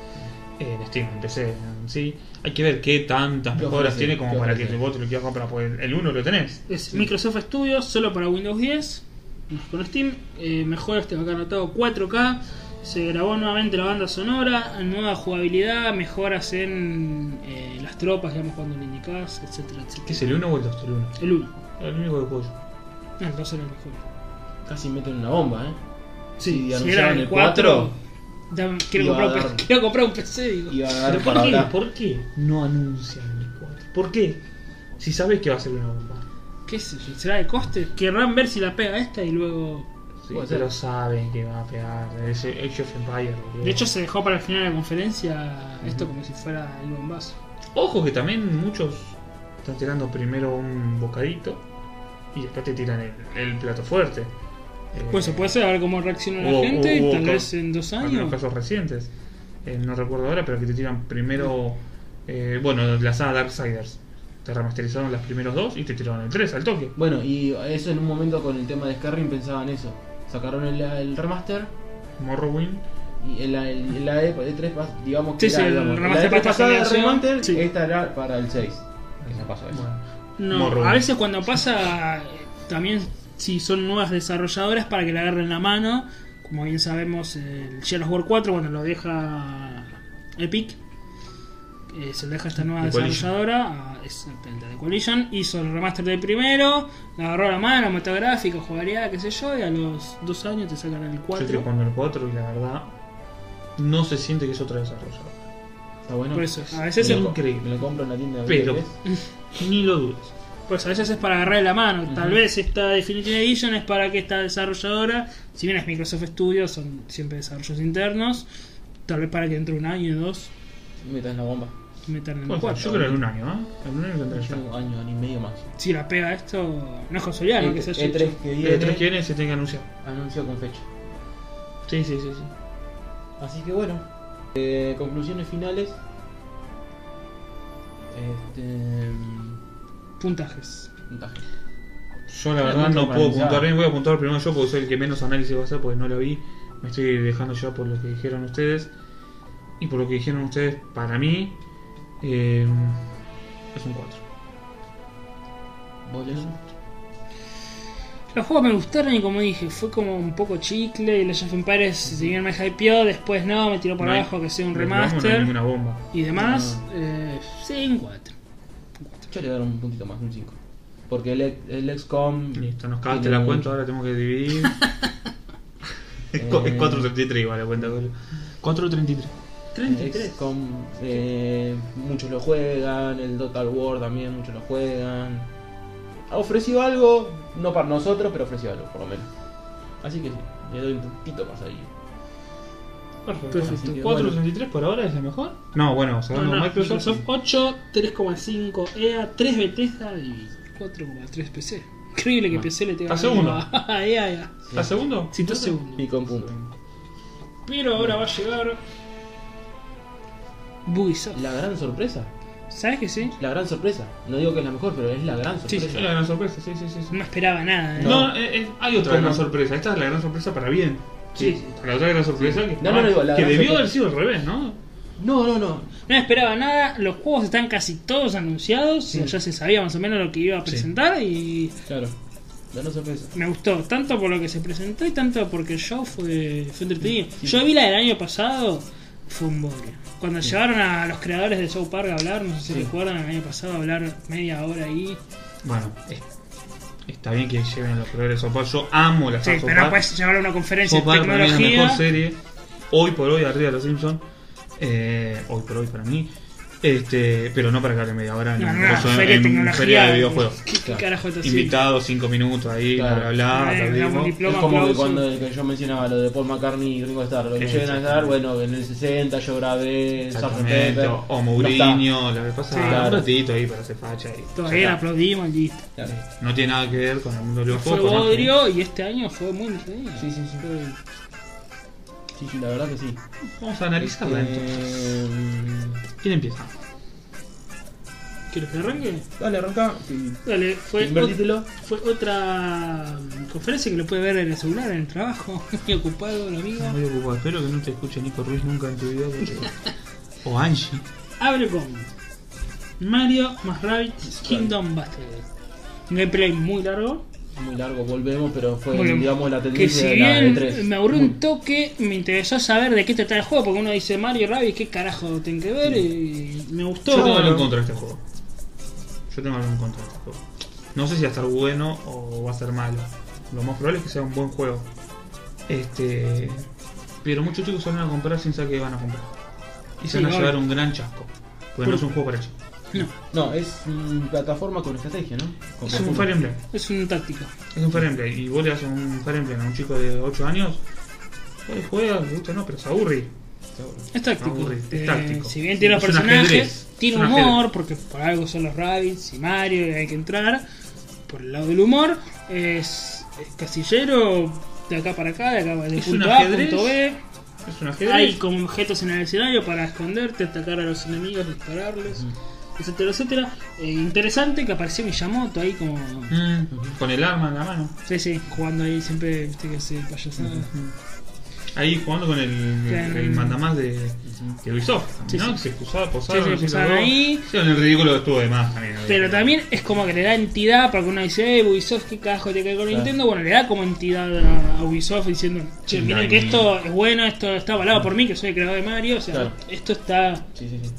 Speaker 1: eh, en Steam, en PC, en sí. Hay que ver qué tantas
Speaker 3: ¿Qué
Speaker 1: mejoras
Speaker 3: ofrece?
Speaker 1: tiene como
Speaker 3: ¿Qué
Speaker 1: para que
Speaker 3: ofrece?
Speaker 1: vos te lo quieras comprar. Porque el 1 lo tenés.
Speaker 2: Es Microsoft Studios, solo para Windows 10, con Steam. Eh, mejoras, tengo acá anotado 4K. Se grabó nuevamente la banda sonora, nueva jugabilidad, mejoras en eh, las tropas, digamos, cuando le indicás, etcétera, etcétera.
Speaker 1: ¿Qué es el 1 o el 2? El 1.
Speaker 2: El 1.
Speaker 1: El único que puedo yo.
Speaker 2: Ah, el 2 era el mejor.
Speaker 3: Casi meten una bomba, ¿eh?
Speaker 2: Sí,
Speaker 3: Y
Speaker 2: si
Speaker 3: anunciaban
Speaker 2: era el
Speaker 3: el
Speaker 2: 4,
Speaker 3: cuatro,
Speaker 2: dame- quiero,
Speaker 3: iba a
Speaker 2: comprar un,
Speaker 3: dar-
Speaker 2: pe- [LAUGHS] quiero comprar un PC, digo.
Speaker 3: Iba a
Speaker 1: Pero
Speaker 3: dar
Speaker 1: ¿por
Speaker 3: para
Speaker 1: qué?
Speaker 3: acá.
Speaker 1: ¿Por qué no anuncian el 4? ¿Por qué? Si sabes que va a ser una bomba.
Speaker 2: ¿Qué sé yo? ¿Será de coste? Querrán ver si la pega esta y luego
Speaker 1: Sí,
Speaker 3: Puede ser.
Speaker 1: pero saben que va a pegar. Es Age of Empires. boludo.
Speaker 2: De hecho, se dejó para el final de la conferencia esto como si fuera el bombazo.
Speaker 1: ojo que también muchos están tirando primero un bocadito y después te tiran el, el plato fuerte. Eh,
Speaker 2: Pues se puede ser, a ver cómo reacciona la
Speaker 1: hubo-
Speaker 2: gente,
Speaker 1: hubo- hubo
Speaker 2: tal
Speaker 1: ca-
Speaker 2: vez en dos
Speaker 1: Algunos
Speaker 2: años.
Speaker 1: casos recientes. Eh, no recuerdo ahora, pero que te tiran primero. eh, bueno, la saga Darksiders. Te remasterizaron los primeros dos y te tiraron el 3 al toque.
Speaker 3: Bueno, y eso en un momento con el tema de Skyrim pensaban eso. Sacaron el, el remaster
Speaker 1: Morrowind.
Speaker 3: y el, el, el AE para el 3 pas- digamos que
Speaker 2: Sí,
Speaker 3: era,
Speaker 2: sí, el
Speaker 3: digamos,
Speaker 2: remaster
Speaker 3: la E3
Speaker 2: para esta
Speaker 3: pasada era
Speaker 2: generación,
Speaker 3: remaster,
Speaker 2: sí.
Speaker 3: esta era para el 6. Que se pasó eso.
Speaker 1: Bueno,
Speaker 2: No,
Speaker 1: Morro.
Speaker 2: a veces cuando pasa, eh, también si son nuevas desarrolladoras para que le agarren la mano, como bien sabemos, eh, el Shadow War 4 cuando lo deja Epic, eh, se lo deja esta nueva
Speaker 1: The Coalition.
Speaker 2: desarrolladora, a- exactamente, de Coalition, hizo el remaster del primero, le agarró la mano, meta gráfico, jugaría, qué sé yo, y a los dos años te sacan el
Speaker 1: Yo
Speaker 2: 4.
Speaker 1: estoy jugando el 4 y la verdad no se siente que es otra desarrolladora.
Speaker 3: Está bueno.
Speaker 2: Por eso, a veces
Speaker 1: Sí.
Speaker 2: es
Speaker 3: Me lo-
Speaker 1: increíble.
Speaker 3: Me lo compro en la tienda de
Speaker 1: Pero-
Speaker 3: BTS.
Speaker 1: Ni lo dudes.
Speaker 2: Pues a veces es para agarrar la mano. Tal
Speaker 3: Ujú.
Speaker 2: vez esta Definitive Edition es para que esta desarrolladora, si bien es Microsoft Studios, son siempre desarrollos internos, tal vez para que dentro de un año o dos
Speaker 3: Metas la bomba.
Speaker 2: metan en el
Speaker 1: Bueno,
Speaker 2: cuatro.
Speaker 1: yo creo que en un año, ¿eh? En un año tendrá
Speaker 3: Yo
Speaker 1: ya.
Speaker 3: un año, año y medio más.
Speaker 2: Si la pega esto, no es consolidar, ¿no? Que se haya
Speaker 3: E3
Speaker 2: hecho.
Speaker 3: que viene.
Speaker 1: Eh, El 3 que viene se tiene que anunciar.
Speaker 3: Anunció con fecha.
Speaker 1: Sí, sí, sí. sí.
Speaker 3: Así que bueno, eh, conclusiones finales. Este. mm,
Speaker 2: puntajes.
Speaker 3: puntaje.
Speaker 1: Yo la
Speaker 3: Es
Speaker 1: verdad
Speaker 3: mucho
Speaker 1: no puedo
Speaker 3: paralizado.
Speaker 1: apuntar bien, voy a apuntar primero yo porque soy el que menos análisis va a hacer porque no lo vi. Me estoy dejando ya por lo que dijeron ustedes. Y por lo que dijeron ustedes, para mí, eh, es un 4.
Speaker 3: ¿Vos Jason?
Speaker 2: Los juegos me gustaron y como dije, fue como un poco chicle. Y Legend of Empires, si bien me hypeó, después no, me tiró para
Speaker 1: No hay-
Speaker 2: abajo que sea un
Speaker 1: del programa No hay
Speaker 2: remaster
Speaker 1: ninguna bomba.
Speaker 2: y demás.
Speaker 3: No.
Speaker 2: Eh, sí, un 4.
Speaker 3: Yo le daré un puntito más, un 5. Porque el, el XCOM.
Speaker 1: Listo, nos cagaste
Speaker 3: tiene
Speaker 1: la
Speaker 3: un-
Speaker 1: cuenta, ahora tenemos que dividir. [LAUGHS] es cu- es
Speaker 3: Eh.
Speaker 1: 4.33 igual la cuenta. boludo. 4.33.
Speaker 3: El XCOM, eh, muchos lo juegan, el Total War también muchos lo juegan. Ha ofrecido algo, no para nosotros, pero ofreció algo, por lo menos. Así que sí, le doy un puntito más ahí. Así que,
Speaker 1: 4.33 por ahora es la mejor. No, bueno,
Speaker 2: No,
Speaker 1: sacando
Speaker 2: no,
Speaker 1: Microsoft.
Speaker 2: Microsoft 8, 3,5 EA, 3 E Bethesda y 4,3 PC. Increíble que
Speaker 1: Ah,
Speaker 2: PC le tenga
Speaker 1: está segundo.
Speaker 2: [LAUGHS] a EA, EA.
Speaker 1: ¿Estás segundo?
Speaker 2: Sí, está
Speaker 1: ¿Estás
Speaker 2: segundo.
Speaker 3: Y con punto.
Speaker 2: Pero ahora va a llegar Ubisoft.
Speaker 3: La gran sorpresa,
Speaker 2: ¿Sabes que sí?
Speaker 3: la gran sorpresa. No digo que es la mejor, pero es la gran
Speaker 2: Sí,
Speaker 3: sorpresa.
Speaker 1: Sí, sí, es la gran sorpresa, sí, sí, sí. sí.
Speaker 2: No esperaba nada. ¿eh?
Speaker 1: No, eh, eh, hay otra
Speaker 3: ¿Cómo?
Speaker 1: gran sorpresa. Esta es la gran sorpresa para bien.
Speaker 2: Sí, sí.
Speaker 1: La otra gran sorpresa que,
Speaker 3: No, no, no, digo, la
Speaker 1: que
Speaker 3: gran
Speaker 1: debió
Speaker 3: sorpresa.
Speaker 1: haber sido al revés, ¿no?
Speaker 3: No, no, no.
Speaker 2: No esperaba nada. Los juegos están casi todos anunciados.
Speaker 3: Sí.
Speaker 2: Ya se sabía más o menos lo que iba a
Speaker 1: Sí.
Speaker 2: presentar
Speaker 3: Claro. La gran sorpresa.
Speaker 2: y me gustó. Tanto por lo que se presentó y tanto porque el show fue, fue entretenido. Yo vi la del año pasado. Fue un bodrio. Cuando llevaron a los creadores de Show Park a hablar, no sé si
Speaker 3: Sí.
Speaker 2: recuerdan el año pasado, a hablar media hora ahí.
Speaker 1: Bueno, eh, está bien que lleven los colores Sopar. Yo amo las
Speaker 2: Sí,
Speaker 1: sagas
Speaker 2: pero pues
Speaker 1: Sopar.
Speaker 2: no puedes llevar a una conferencia
Speaker 1: South
Speaker 2: de
Speaker 1: Park para mí es la mejor
Speaker 2: tecnología.
Speaker 1: serie. Hoy por hoy, arriba de los Simpsons. Eh, hoy por hoy para mí. Este, pero no para que hable media hora
Speaker 2: No,
Speaker 1: en,
Speaker 2: no, una
Speaker 1: eso,
Speaker 2: feria de
Speaker 1: en
Speaker 2: tecnología.
Speaker 1: feria de videojuegos.
Speaker 2: ¿Qué, qué
Speaker 3: Claro.
Speaker 2: carajo está haciendo?
Speaker 1: Invitados, cinco minutos ahí,
Speaker 3: Claro.
Speaker 1: bla bla bla.
Speaker 2: Eh,
Speaker 1: aplaudimos.
Speaker 2: damos un diploma,
Speaker 3: Es como que
Speaker 2: aplauso.
Speaker 3: cuando el que yo mencionaba lo de Paul McCartney y Ringo Starr, lo que
Speaker 1: Sí,
Speaker 3: llegan a
Speaker 1: sí.
Speaker 3: estar, bueno, en el 60 yo grabé Sgt.
Speaker 1: Exactamente,
Speaker 3: Pepper.
Speaker 1: o- o
Speaker 3: no está.
Speaker 1: Mourinho, lo que pasa,
Speaker 2: Sí,
Speaker 3: claro.
Speaker 1: un ratito ahí para hacer facha. Y
Speaker 2: Todavía la
Speaker 1: ya está.
Speaker 2: aplaudimos y listo.
Speaker 3: Claro.
Speaker 1: No tiene nada que ver con el mundo de los
Speaker 2: Fue
Speaker 1: juegos.
Speaker 2: bodrio y este año fue muy entretenido.
Speaker 3: Sí, sí, sí. Sí, sí, la verdad que sí.
Speaker 1: Vamos a analizarla entonces.
Speaker 3: Eh,
Speaker 1: ¿Quién empieza?
Speaker 2: ¿Quieres que arranque?
Speaker 3: Dale, arranca. Sí.
Speaker 2: Dale, fue, ot-
Speaker 3: Invertítelo.
Speaker 2: fue otra mm, conferencia que lo puede ver en el celular, en el trabajo. [LAUGHS] Muy ocupado, el amigo.
Speaker 1: Estoy muy ocupado. Espero que no te escuche Nico Ruiz nunca en tu vida. porque-
Speaker 2: [LAUGHS]
Speaker 1: o Angie.
Speaker 2: Abre con Mario más Rabbids Kingdom Battle. Un gameplay muy largo.
Speaker 3: Muy largo, volvemos, pero fue,
Speaker 2: pues- Bueno,
Speaker 3: digamos, la
Speaker 2: Que
Speaker 3: tendencia
Speaker 2: si
Speaker 3: de la E Mm.
Speaker 2: bien
Speaker 3: E3.
Speaker 2: me aburrió
Speaker 3: Muy-
Speaker 2: un toque, me interesó saber de qué trata el juego, porque uno dice Mario Rabbids, qué carajo tiene que ver, y me
Speaker 1: Yo
Speaker 2: gustó.
Speaker 1: tengo algo en contra de este juego. Yo tengo algo en contra de este juego. No sé si va a estar bueno o va a ser malo. Lo más probable es que sea un buen juego. Este. Pero muchos chicos se van a comprar sin saber que van a comprar. Y se
Speaker 2: Sí,
Speaker 1: van a
Speaker 2: obvio.
Speaker 1: llevar un gran chasco. Porque no es un juego para chicos.
Speaker 2: No,
Speaker 3: No, es mm, plataforma con estrategia, ¿no? Con
Speaker 1: Es un
Speaker 3: conjunto.
Speaker 1: Fire Emblem.
Speaker 2: es un táctico.
Speaker 1: Es un Fire Emblem. Y vos le das un Fire Emblem a un chico de 8 años. eh, juega, le gusta, no, pero se aburre.
Speaker 2: Es táctico.
Speaker 1: Aburre, es
Speaker 2: Eh,
Speaker 1: táctico.
Speaker 2: si bien tiene los
Speaker 1: Es un
Speaker 2: personajes,
Speaker 1: ajedrez,
Speaker 2: tiene
Speaker 1: es un
Speaker 2: humor,
Speaker 1: ajedrez.
Speaker 2: porque por algo son los Rabbids y Mario y hay que entrar. Por el lado del humor, es, es casillero de acá para acá, de acá de
Speaker 1: Es
Speaker 2: punto
Speaker 1: un
Speaker 2: A,
Speaker 1: ajedrez.
Speaker 2: punto B.
Speaker 1: Es un ajedrez.
Speaker 2: Hay como objetos en el escenario para esconderte, atacar a los enemigos, dispararles, etcétera, etcétera. Eh, interesante que apareció Miyamoto ahí como.
Speaker 1: Mm, con el arma en la mano.
Speaker 2: Sí, sí, jugando ahí siempre, viste que hace payasada.
Speaker 1: ahí jugando con el, el, el mandamás de, de Ubisoft,
Speaker 2: Sí,
Speaker 1: ¿no?
Speaker 2: sí.
Speaker 1: Que se excusaba,
Speaker 2: Sí,
Speaker 1: posaba,
Speaker 2: sí,
Speaker 1: no sé,
Speaker 2: empezaron
Speaker 1: lo-
Speaker 2: ahí.
Speaker 1: Sí, en el ridículo estuvo de más también.
Speaker 2: Pero también es como que le da entidad para que uno dice, eh, Ubisoft, ¿qué carajo tiene que ver con
Speaker 3: Claro.
Speaker 2: Nintendo? Bueno, le da como entidad a- a Ubisoft diciendo, che,
Speaker 1: No,
Speaker 2: miren
Speaker 1: hay
Speaker 2: que
Speaker 1: ni-
Speaker 2: esto es bueno, esto está avalado por mí, que soy el creador de Mario, o sea,
Speaker 3: Claro.
Speaker 2: esto está.
Speaker 3: Sí, sí, sí.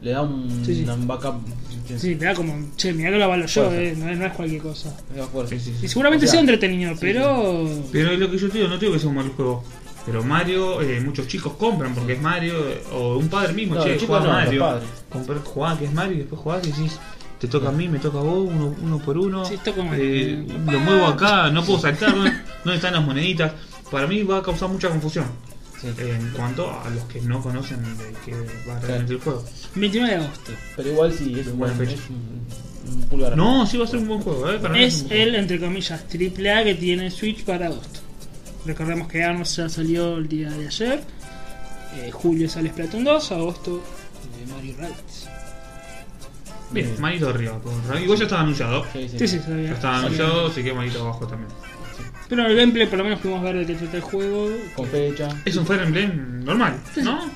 Speaker 3: Le da un,
Speaker 2: Sí, sí.
Speaker 3: un backup. que
Speaker 2: Sí, le da como, che, mirá que lo avalo yo,
Speaker 3: Fuerza.
Speaker 2: eh, no, no es cualquier cosa.
Speaker 3: es más fuerte.
Speaker 1: Sí, sí,
Speaker 2: Y seguramente
Speaker 3: O sea,
Speaker 2: sea entretenido, pero.
Speaker 1: Pero es lo que yo te digo, no te digo que sea un mal juego. Pero Mario, eh, muchos chicos compran porque es Mario, eh, o un padre mismo,
Speaker 3: No,
Speaker 1: che,
Speaker 3: los
Speaker 1: juega
Speaker 3: chicos no, los
Speaker 1: Mario.
Speaker 3: padres.
Speaker 1: Comprar, jugá que es Mario y después jugás y decís, te toca a mí, me toca a vos, uno, uno por uno.
Speaker 2: Sí, esto como-
Speaker 1: Eh, lo muevo acá, no puedo saltar, ¿dónde, dónde están las moneditas? Para mí va a causar mucha confusión
Speaker 3: Sí.
Speaker 1: eh, en cuanto a los que no conocen de qué va realmente el juego.
Speaker 2: 29 de agosto.
Speaker 3: Pero igual sí, es, un
Speaker 1: Buena
Speaker 3: buen-
Speaker 1: fecha.
Speaker 3: es un, un pulgar.
Speaker 1: No, sí va a ser un buen juego, eh, para mí
Speaker 2: Es
Speaker 1: un buen
Speaker 2: el, entre comillas, triple A que tiene Switch para agosto. Recordemos que Arms ya salió el día de ayer. Eh, julio sale Splatoon 2, agosto eh, Mario Rabbids.
Speaker 1: juego. Bien, manito arriba. por- Igual ya estaba anunciado.
Speaker 3: Sí, sí.
Speaker 2: Sí, sí, sabía.
Speaker 1: Ya estaba anunciado, así que manito abajo también.
Speaker 2: Pero el gameplay por lo menos pudimos ver de qué trata el juego.
Speaker 3: Con fecha.
Speaker 1: Es un Fire Emblem normal, ¿no?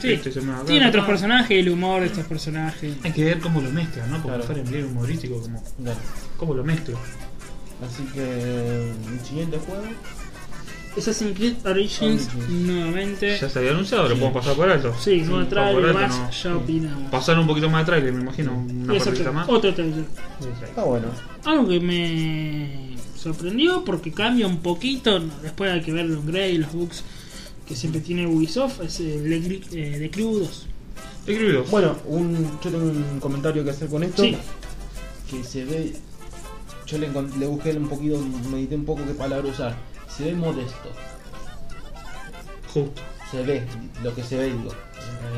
Speaker 2: Sí.
Speaker 1: Este se me acaba.
Speaker 2: Tiene otros personajes, el humor de estos personajes.
Speaker 1: Hay que ver cómo lo mezclan, ¿no? Porque
Speaker 3: Claro.
Speaker 1: el Fire Emblem humorístico, como,
Speaker 3: Dale.
Speaker 1: cómo lo mezclan.
Speaker 3: Así que el siguiente juego.
Speaker 2: Assassin's Creed Origins,
Speaker 3: Origins.
Speaker 2: nuevamente.
Speaker 1: Ya se había anunciado, lo podemos pasar por alto.
Speaker 2: Ah, Sí, no
Speaker 1: Pasar
Speaker 2: atrás
Speaker 1: por
Speaker 2: y
Speaker 1: alto,
Speaker 2: más,
Speaker 1: no.
Speaker 2: ya opinamos.
Speaker 1: Pasar un poquito más de trailer, me imagino, una
Speaker 2: Y es
Speaker 1: partita
Speaker 2: otro,
Speaker 1: más.
Speaker 2: otro trailer.
Speaker 3: Está bueno.
Speaker 2: Algo que me sorprendió porque cambia un poquito, no, después hay que ver los grey, los bugs que siempre tiene Ubisoft, es el de, Cri- eh, de Crew 2.
Speaker 1: Escribido.
Speaker 3: Bueno, un, yo tengo un comentario que hacer con esto.
Speaker 2: Sí.
Speaker 3: Que se ve. Yo le, encon- le busqué un poquito, medité un poco qué palabra usar. Se ve modesto.
Speaker 1: Justo,
Speaker 3: Se ve, lo que se ve, digo.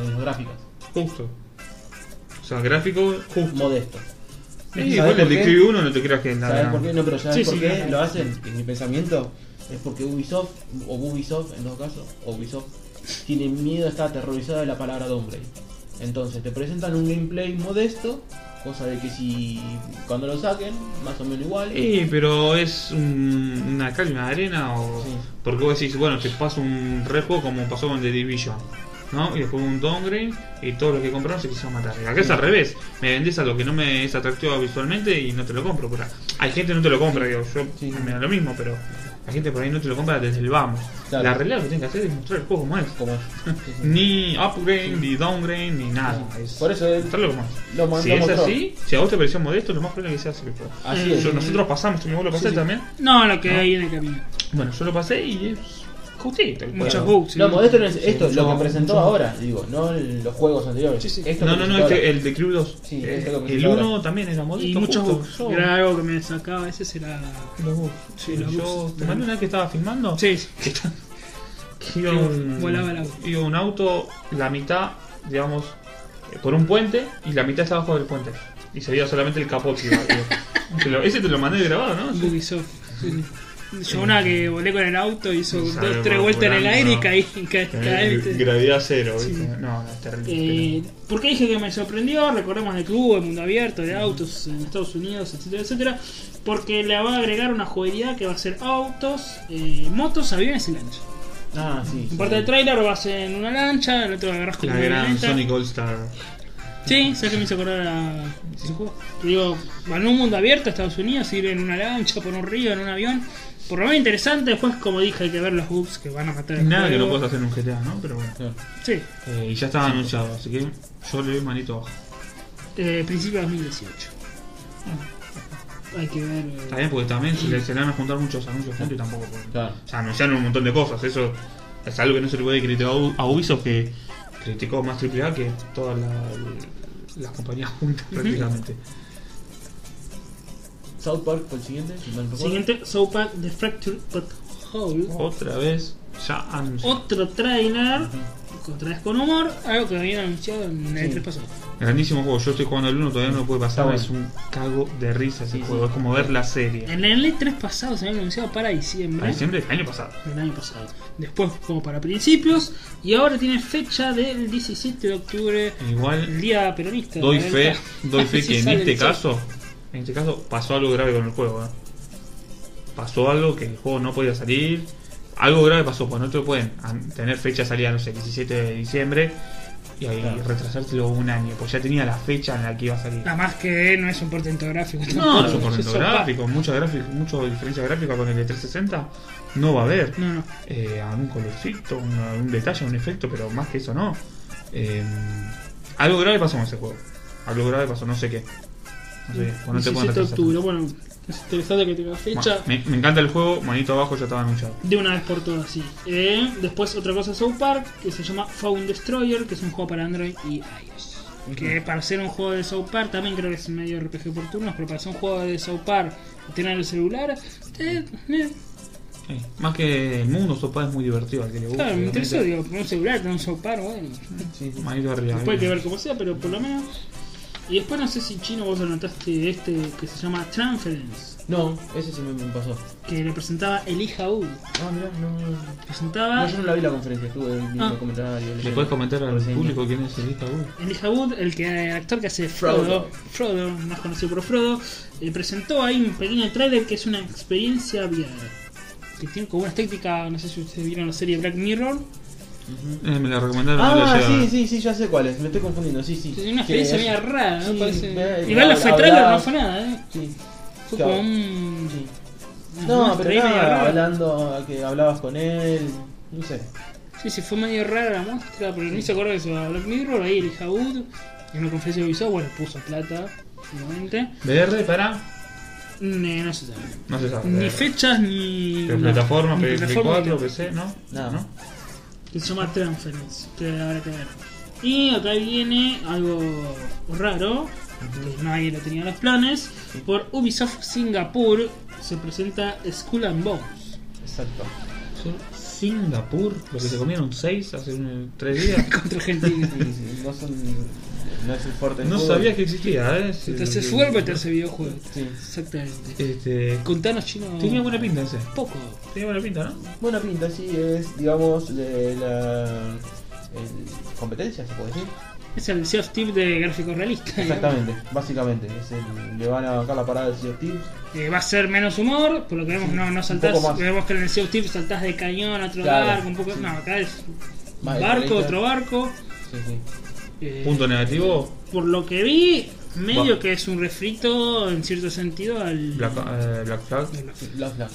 Speaker 3: En las gráficas.
Speaker 1: justo. O sea, gráfico justo.
Speaker 3: Modesto.
Speaker 1: Sí,
Speaker 3: ¿Sabés
Speaker 1: igual el
Speaker 3: por qué?
Speaker 1: de Crew 1 no te creas que es
Speaker 3: ¿Sabes
Speaker 1: nada.
Speaker 3: por qué? No, pero ¿sabes
Speaker 2: Sí,
Speaker 3: por
Speaker 2: sí,
Speaker 3: qué
Speaker 2: claro.
Speaker 3: lo hacen? En mi pensamiento es porque Ubisoft, o Ubisoft en dos casos, o Ubisoft, tiene miedo, está aterrorizada de la palabra downgrade. Entonces, te presentan un gameplay modesto, cosa de que si cuando lo saquen, más o menos igual.
Speaker 1: Eh, pero es un- una cal y una arena o...
Speaker 3: Sí.
Speaker 1: Porque vos decís, bueno, te paso un re juego como pasó con The Division, ¿no? Y después un downgrade y todos los que compraron se quisieron matar. Acá es al revés, me vendés a lo que no me es atractivo visualmente y no te lo compro. Por ahí. Hay gente que no te lo compra, digo, yo
Speaker 3: Sí.
Speaker 1: me da lo mismo, pero la gente por ahí no te lo compra desde el vamos.
Speaker 3: Claro.
Speaker 1: La realidad lo que tienen que hacer es mostrar el juego como es.
Speaker 3: Como es. Sí,
Speaker 1: [LAUGHS]
Speaker 3: sí.
Speaker 1: Ni upgrade, ni downgrade, ni nada.
Speaker 3: No,
Speaker 1: Es
Speaker 3: por eso él
Speaker 1: mostrarlo como es.
Speaker 3: lo mandó
Speaker 1: si es
Speaker 3: mostró.
Speaker 1: así, si a vos te pareció modesto, lo más probable es que sea así. el juego.
Speaker 3: Así
Speaker 2: Eh,
Speaker 3: es.
Speaker 1: Yo- nosotros pasamos, tu vos lo pasaste
Speaker 3: sí.
Speaker 1: también.
Speaker 2: No, lo que
Speaker 1: No.
Speaker 2: hay en el camino.
Speaker 1: Bueno, yo lo pasé y es justito. el
Speaker 2: Muchos
Speaker 1: juego.
Speaker 3: Claro.
Speaker 2: bugs, sí.
Speaker 3: No, modesto no es esto,
Speaker 1: Sí,
Speaker 3: lo que
Speaker 1: no,
Speaker 3: presentó
Speaker 1: no.
Speaker 3: ahora, digo, no en los juegos anteriores.
Speaker 2: Sí, sí.
Speaker 3: Esto
Speaker 1: No,
Speaker 3: que
Speaker 1: no, no, este-
Speaker 3: presentó ahora.
Speaker 1: el de Crew 2.
Speaker 3: Sí,
Speaker 1: Eh,
Speaker 3: es lo que
Speaker 1: el
Speaker 3: presentó
Speaker 1: 1 también era modesto.
Speaker 2: Y muchos
Speaker 1: justo.
Speaker 2: bugs.
Speaker 1: Yo-
Speaker 2: Era algo que me sacaba, ese será.
Speaker 1: Los bugs.
Speaker 2: Sí, los
Speaker 1: Yo
Speaker 2: bugs.
Speaker 1: te mandé una vez que estaba filmando.
Speaker 2: Sí, sí.
Speaker 1: Que
Speaker 2: [LAUGHS]
Speaker 1: está- que iba, un,
Speaker 2: Volaba el auto.
Speaker 1: iba un auto, la mitad, digamos, eh, por un puente y la mitad está abajo del puente. Y se veía solamente el capote. iba,
Speaker 2: [LAUGHS]
Speaker 1: digo. Te lo- ese te lo mandé grabado, ¿no? Sí.
Speaker 2: Ubisoft. sí, sí. Yo una que volé con el auto, hizo
Speaker 1: Sí,
Speaker 2: dos,
Speaker 1: sabe,
Speaker 2: tres
Speaker 1: va
Speaker 2: vueltas en el
Speaker 1: volando.
Speaker 2: aire y caí. caí, caí,
Speaker 1: Eh,
Speaker 2: ¿viste?
Speaker 1: Gravedad cero,
Speaker 2: Sí.
Speaker 1: ¿viste? No, no, es terrible.
Speaker 2: Eh, ¿Por qué dije que me sorprendió? Recordemos de club, el mundo abierto, de autos en Estados Unidos, etcétera, etcétera. Porque le va a agregar una jugabilidad que va a ser autos, eh, motos, aviones y lanchas.
Speaker 3: Ah, sí.
Speaker 2: En parte del trailer vas en una lancha, el otro agarras con
Speaker 1: La
Speaker 2: una
Speaker 1: gran
Speaker 2: avioneta.
Speaker 1: Sonic All Star.
Speaker 2: Sí, sé que me hizo acordar a ese juego. Te Digo, en un mundo abierto, Estados Unidos, ir en una lancha, por un río, en un avión. Por lo menos interesante, después, como dije, hay que ver los bugs que van a matar el
Speaker 1: Nada que no
Speaker 2: juego.
Speaker 1: puedas hacer en un GTA, ¿no? Pero bueno.
Speaker 3: Claro.
Speaker 2: Sí,
Speaker 1: Eh, y ya estaba anunciado, así que yo le doy manito abajo.
Speaker 2: eh, principio de 2018. Hay que ver. eh,
Speaker 1: Ah. Está bien, porque también se le, se le van a juntar muchos anuncios juntos y tampoco pueden.
Speaker 3: Claro.
Speaker 1: O sea, anunciaron un montón de cosas, eso es algo que no se le puede criticar a U- a Ubisoft que criticó más AAA que todas la- las compañías juntas prácticamente.
Speaker 3: South Park fue el siguiente, si mal no recuerdo.
Speaker 2: Siguiente, Sopac The Fractured But Whole.
Speaker 1: Otra vez, ya anunciado.
Speaker 2: Otro trailer, otra vez con humor, algo que habían anunciado en el
Speaker 3: Sí.
Speaker 2: 3 pasado.
Speaker 1: Grandísimo juego, yo estoy jugando al 1, todavía no lo puede pasar,
Speaker 3: Está
Speaker 1: es un cago de risa ese
Speaker 3: Sí,
Speaker 1: juego,
Speaker 3: sí.
Speaker 1: es como ver la serie.
Speaker 2: En el E3 pasado se había anunciado para diciembre.
Speaker 1: A Ah, diciembre del año pasado.
Speaker 2: Del año pasado. Después como para principios. Y ahora tiene fecha del 17 de octubre.
Speaker 1: Igual
Speaker 2: El día peronista.
Speaker 1: Doy
Speaker 2: la
Speaker 1: fe,
Speaker 2: verdad. [LAUGHS]
Speaker 1: doy fe
Speaker 2: Sí
Speaker 1: que en
Speaker 2: sale
Speaker 1: este
Speaker 2: el sol.
Speaker 1: caso, en este caso pasó algo grave con el juego. ¿eh? Pasó algo que el juego no podía salir. Algo grave pasó, pues no te pueden an- tener fecha de salida, no sé, 17 de diciembre y ahí
Speaker 3: Claro.
Speaker 1: retrasártelo un año, pues ya tenía la fecha en la que iba a salir.
Speaker 2: Nada más que no es un portento gráfico.
Speaker 1: No,
Speaker 2: tampoco.
Speaker 1: no es un
Speaker 2: Ah, Eso
Speaker 1: correcto
Speaker 2: va.
Speaker 1: gráfico, mucha, gráfico, mucha diferencia gráfica con el de 360 no va a haber.
Speaker 2: No, no.
Speaker 1: eh, algún colorcito, un, algún detalle, un efecto, pero más que eso no. Eh, algo grave pasó con ese juego. Algo grave pasó, no sé qué. No sé, o no te pueden
Speaker 2: 17 de
Speaker 1: retrasar.
Speaker 2: octubre, bueno, es interesante que tenga
Speaker 1: Bueno,
Speaker 2: fecha.
Speaker 1: me, me encanta el juego, manito abajo ya estaba anunciado.
Speaker 2: De una vez por todas, sí. Eh, después otra cosa South Park, que se llama Phone Destroyer, que es un juego para Android y iOS. Que para ser un juego de South Park, también creo que es medio RPG por turnos, pero para ser un juego de South Park y tener el celular, eh, eh,
Speaker 1: Eh, más que el mundo, sopa es muy divertido al que le gusta.
Speaker 2: claro, me interesó, digo, poner un celular, tener un South Park, bueno.
Speaker 3: Sí, sí.
Speaker 1: Manito arriba. eh.
Speaker 2: Después hay que
Speaker 1: bien.
Speaker 2: ver cómo sea, pero por lo menos. Y después no sé si chino vos anotaste este que se llama Transference,
Speaker 3: No, ese se me, me pasó.
Speaker 2: que le presentaba Elija Uno.
Speaker 3: Ah, mirá, no, no, no.
Speaker 2: Presentaba
Speaker 3: No, yo no la vi la conferencia, estuve viendo
Speaker 2: Ah.
Speaker 3: comentarios.
Speaker 1: ¿Le
Speaker 3: leyendo.
Speaker 1: puedes comentar al
Speaker 3: Por señas.
Speaker 1: público quién es el lista uno?
Speaker 2: Elijah Wood, el que, el actor que hace Frodo, Frodo, más conocido por Frodo, eh, presentó ahí un pequeño tráiler que es una experiencia VR. Que tiene como una técnica, no sé si ustedes vieron la serie Black Mirror.
Speaker 1: Eh, me la recomendaron. no la
Speaker 3: Ah,
Speaker 1: llevo.
Speaker 3: sí, sí, sí, ya sé cuál es. Me estoy confundiendo, sí, sí.
Speaker 2: Es una
Speaker 3: Que
Speaker 2: experiencia
Speaker 3: es-
Speaker 2: media rara, ¿no?
Speaker 3: sí,
Speaker 2: Parece-
Speaker 3: ve- eh,
Speaker 2: Igual no fue
Speaker 3: habla-
Speaker 2: tráiler, no fue nada, ¿eh?
Speaker 3: Sí,
Speaker 2: Fue
Speaker 3: Claro.
Speaker 2: como un.
Speaker 3: sí.
Speaker 2: una
Speaker 3: No,
Speaker 2: muestra ahí
Speaker 3: pero
Speaker 2: media rara.
Speaker 3: nada, hablando, que hablabas con él, no sé.
Speaker 2: Sí, sí, fue medio rara la muestra, pero ni se acuerda que se va a Black Mirror. Ahí Elijah Wood, en una conferencia de Ubisoft, bueno, puso plata, obviamente.
Speaker 1: VR para.
Speaker 2: Ne- no se sabe.
Speaker 1: No se sabe.
Speaker 2: Ni
Speaker 1: VR.
Speaker 2: fechas ni.
Speaker 1: Pero Eh, plataforma,
Speaker 2: ni
Speaker 1: PS4,
Speaker 2: plataforma, ni-
Speaker 1: PC, ¿no?
Speaker 3: Nada.
Speaker 1: ¿No?
Speaker 2: que se llama Transference, que habrá que ver. Y acá viene algo raro, que nadie lo tenía en los planes. Por Ubisoft Singapur se presenta Skull and Bones. [LAUGHS]
Speaker 3: Exacto.
Speaker 1: Son Singapur, lo que se comieron 6 hace 3
Speaker 3: [LAUGHS]
Speaker 1: días.
Speaker 2: Contra
Speaker 1: [LAUGHS]
Speaker 2: Argentina.
Speaker 3: Sí, sí, no, son, no es el fuerte. del
Speaker 1: No
Speaker 3: fútbol.
Speaker 1: sabía que existía, ¿eh?
Speaker 2: te haces fútbol, pero te hace videojuegos.
Speaker 3: Sí.
Speaker 2: Exactamente.
Speaker 1: Este,
Speaker 2: Contanos chino.
Speaker 1: tenía buena pinta ese.
Speaker 2: Poco.
Speaker 1: Tenía buena pinta, ¿no?
Speaker 3: Buena pinta, sí, es, digamos, de la el- competencia, se puede decir.
Speaker 2: Es el Sea of Thieves de gráficos realistas. digamos.
Speaker 3: Exactamente, básicamente. Es el- le van a bancar la parada del Sea of Thieves.
Speaker 2: Eh, va a ser menos humor, por lo que vemos, no, no saltás.
Speaker 3: poco más.
Speaker 2: Vemos que en el Sea of Thieves saltás de cañón a otro
Speaker 3: Claro,
Speaker 2: barco, un poco.
Speaker 3: sí.
Speaker 2: No, acá es.
Speaker 3: Más
Speaker 2: barco,
Speaker 3: detallista.
Speaker 2: otro barco.
Speaker 3: Sí, sí.
Speaker 2: Eh,
Speaker 1: Punto negativo,
Speaker 2: Por lo que vi, medio
Speaker 1: Va.
Speaker 2: que es un refrito en cierto sentido al.
Speaker 1: Black, eh, Black Flag.
Speaker 3: Love, love.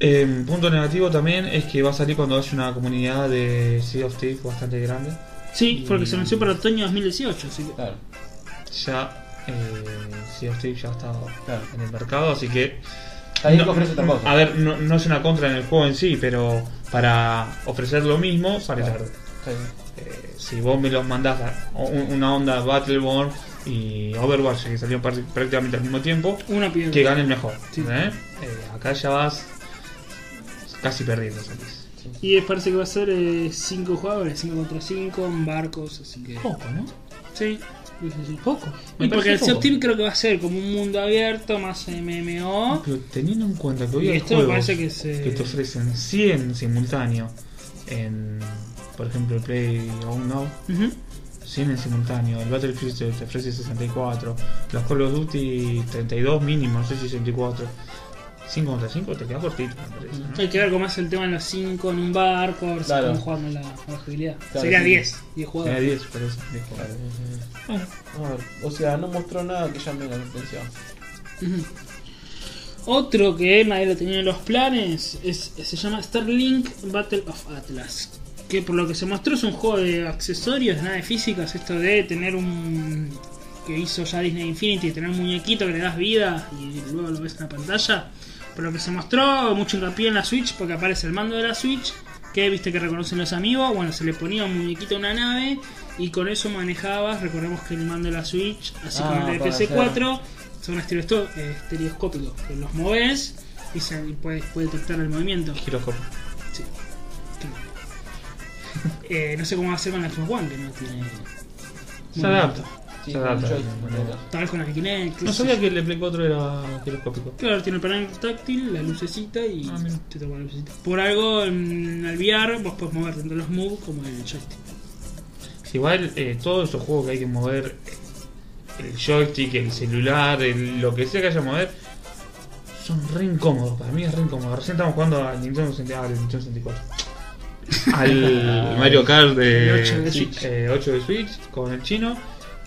Speaker 1: Eh, punto negativo también es que va a salir cuando haya una comunidad de Sea of Thieves bastante grande.
Speaker 2: Sí, porque
Speaker 3: Mm.
Speaker 2: se anunció para otoño 2018. Así que...
Speaker 3: Claro,
Speaker 1: Ya eh, Sea of Thieves ya está
Speaker 3: Claro.
Speaker 1: en el mercado, así que
Speaker 3: Está bien
Speaker 1: No,
Speaker 3: que ofrece otra cosa.
Speaker 1: A ver, no, no es una contra en el juego en sí, pero para ofrecer lo mismo sale
Speaker 3: Claro.
Speaker 1: tarde.
Speaker 3: Sí.
Speaker 1: Eh, si vos me los mandás a un- una onda Battleborn y Overwatch que salieron par- prácticamente al mismo tiempo,
Speaker 2: Una piedra.
Speaker 1: que gane el mejor.
Speaker 2: Sí.
Speaker 1: ¿eh? Eh, acá ya vas casi perdiendo, salís.
Speaker 2: Y parece que va a ser 5 jugadores, 5 contra 5, en barcos, así que.
Speaker 1: ¿no?
Speaker 2: Sí. sí, sí, sí. Poco.
Speaker 1: Oh. Me
Speaker 2: Y porque
Speaker 1: parece
Speaker 2: el Sea of
Speaker 1: poco.
Speaker 2: Thieves creo que va a ser como un mundo abierto, más MMO.
Speaker 1: Ah, Pero teniendo en cuenta que hoy
Speaker 2: Y
Speaker 1: hay
Speaker 2: esto me
Speaker 1: juegos
Speaker 2: parece que eh, se-
Speaker 1: te ofrecen 100 simultáneo en, por ejemplo, el Play o No,
Speaker 2: Ujú.
Speaker 1: 100 en simultáneo, el Battlefield te- te ofrece 64, los Call of Duty 32 mínimo, no sé si 64. 5 contra 5 te quedas cortito, me parece. ¿no?
Speaker 2: Hay que ver cómo es el tema en los 5 en un barco, a ver si
Speaker 3: Claro.
Speaker 2: cómo jugamos la, la jugabilidad.
Speaker 3: Claro,
Speaker 2: Sería
Speaker 3: sí. Eh,
Speaker 2: 10, 10
Speaker 1: Tenía
Speaker 2: jugadores.
Speaker 1: 10, por eso. 10
Speaker 3: Claro,
Speaker 1: jugadores.
Speaker 3: sí, sí.
Speaker 1: Bueno,
Speaker 3: A ver, o sea, no mostró nada que llame la atención.
Speaker 2: Ujú. Otro que nadie lo tenía en los planes es, se llama Starlink Battle of Atlas. Que por lo que se mostró es un juego de accesorios, nada de físicas. Esto de tener un. que hizo ya Disney Infinity, tener un muñequito que le das vida y luego lo ves en la pantalla. Por lo que se mostró, mucho hincapié en la Switch, porque aparece el mando de la Switch, que viste que reconocen los amigos. Bueno, se le ponía un muñequito a una nave y con eso manejabas. Recordemos que el mando de la Switch, así
Speaker 3: Ah,
Speaker 2: como el de
Speaker 3: para
Speaker 2: PC4, son estereo- eh, estereoscópicos, que los moves y se y puede, puede detectar
Speaker 1: [LAUGHS]
Speaker 2: el movimiento.
Speaker 1: giroscopio.
Speaker 2: Sí. Eh, no sé cómo va a ser con la Xbox One, que no
Speaker 3: Mm.
Speaker 2: tiene.
Speaker 1: Se
Speaker 2: movimiento.
Speaker 1: adapta.
Speaker 3: Sí,
Speaker 1: se
Speaker 3: con
Speaker 1: adapta.
Speaker 3: un joystick,
Speaker 1: Bueno,
Speaker 3: con otro.
Speaker 2: Tal vez con la Kinect.
Speaker 1: No sabía que el de Play 4 era giroscópico.
Speaker 2: Claro, tiene el panel táctil, la lucecita y
Speaker 1: Ah, mira.
Speaker 2: te toca la lucecita. Por algo, en el VR vos podés mover tanto los moves como el joystick.
Speaker 1: Igual eh, todos esos juegos que hay que mover, eh, el joystick, el celular, el- lo que sea que haya que mover, Son re incómodos, para mí es re incómodo. Recién estamos jugando al Nintendo 64. Al, Nintendo 64. [LAUGHS] al Mario Kart de
Speaker 2: El 8 de Switch.
Speaker 1: eh, 8 de Switch con el chino.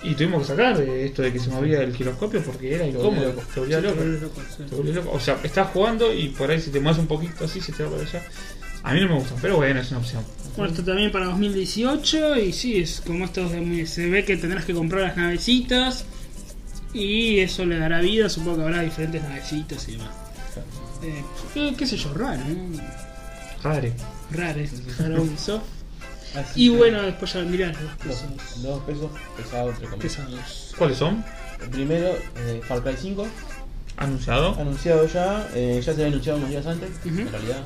Speaker 1: Y tuvimos que sacar eh, esto de que se movía el giroscopio porque era
Speaker 3: volvía
Speaker 1: incómodo,
Speaker 3: loco.
Speaker 1: te volvía
Speaker 2: Sí,
Speaker 1: loco.
Speaker 2: te vuelves loco, sí.
Speaker 1: Te vuelve loco. O sea, estás jugando y por ahí si te mueves un poquito así, se te va para allá. A mí no me gusta, pero bueno, es una opción.
Speaker 2: Bueno, esto también para 2018 y sí, es como estos de muy- se ve que tendrás que comprar las navecitas y eso le dará vida, supongo que habrá diferentes navecitas y demás. Eh, eh, qué sé yo, raro, ¿no?
Speaker 1: Rare.
Speaker 2: Raro eso, raro Ubisoft.
Speaker 3: Así
Speaker 2: Y
Speaker 3: que,
Speaker 2: bueno, después ya mirá los
Speaker 3: dos,
Speaker 2: pesos
Speaker 3: dos pesos pesados, entre comillas.
Speaker 2: pesados.
Speaker 1: ¿Cuáles son?
Speaker 3: El primero, eh, Far Cry 5,
Speaker 1: Anunciado.
Speaker 3: anunciado ya, eh, ya se había anunciado unos días antes,
Speaker 2: Ujú.
Speaker 3: en realidad.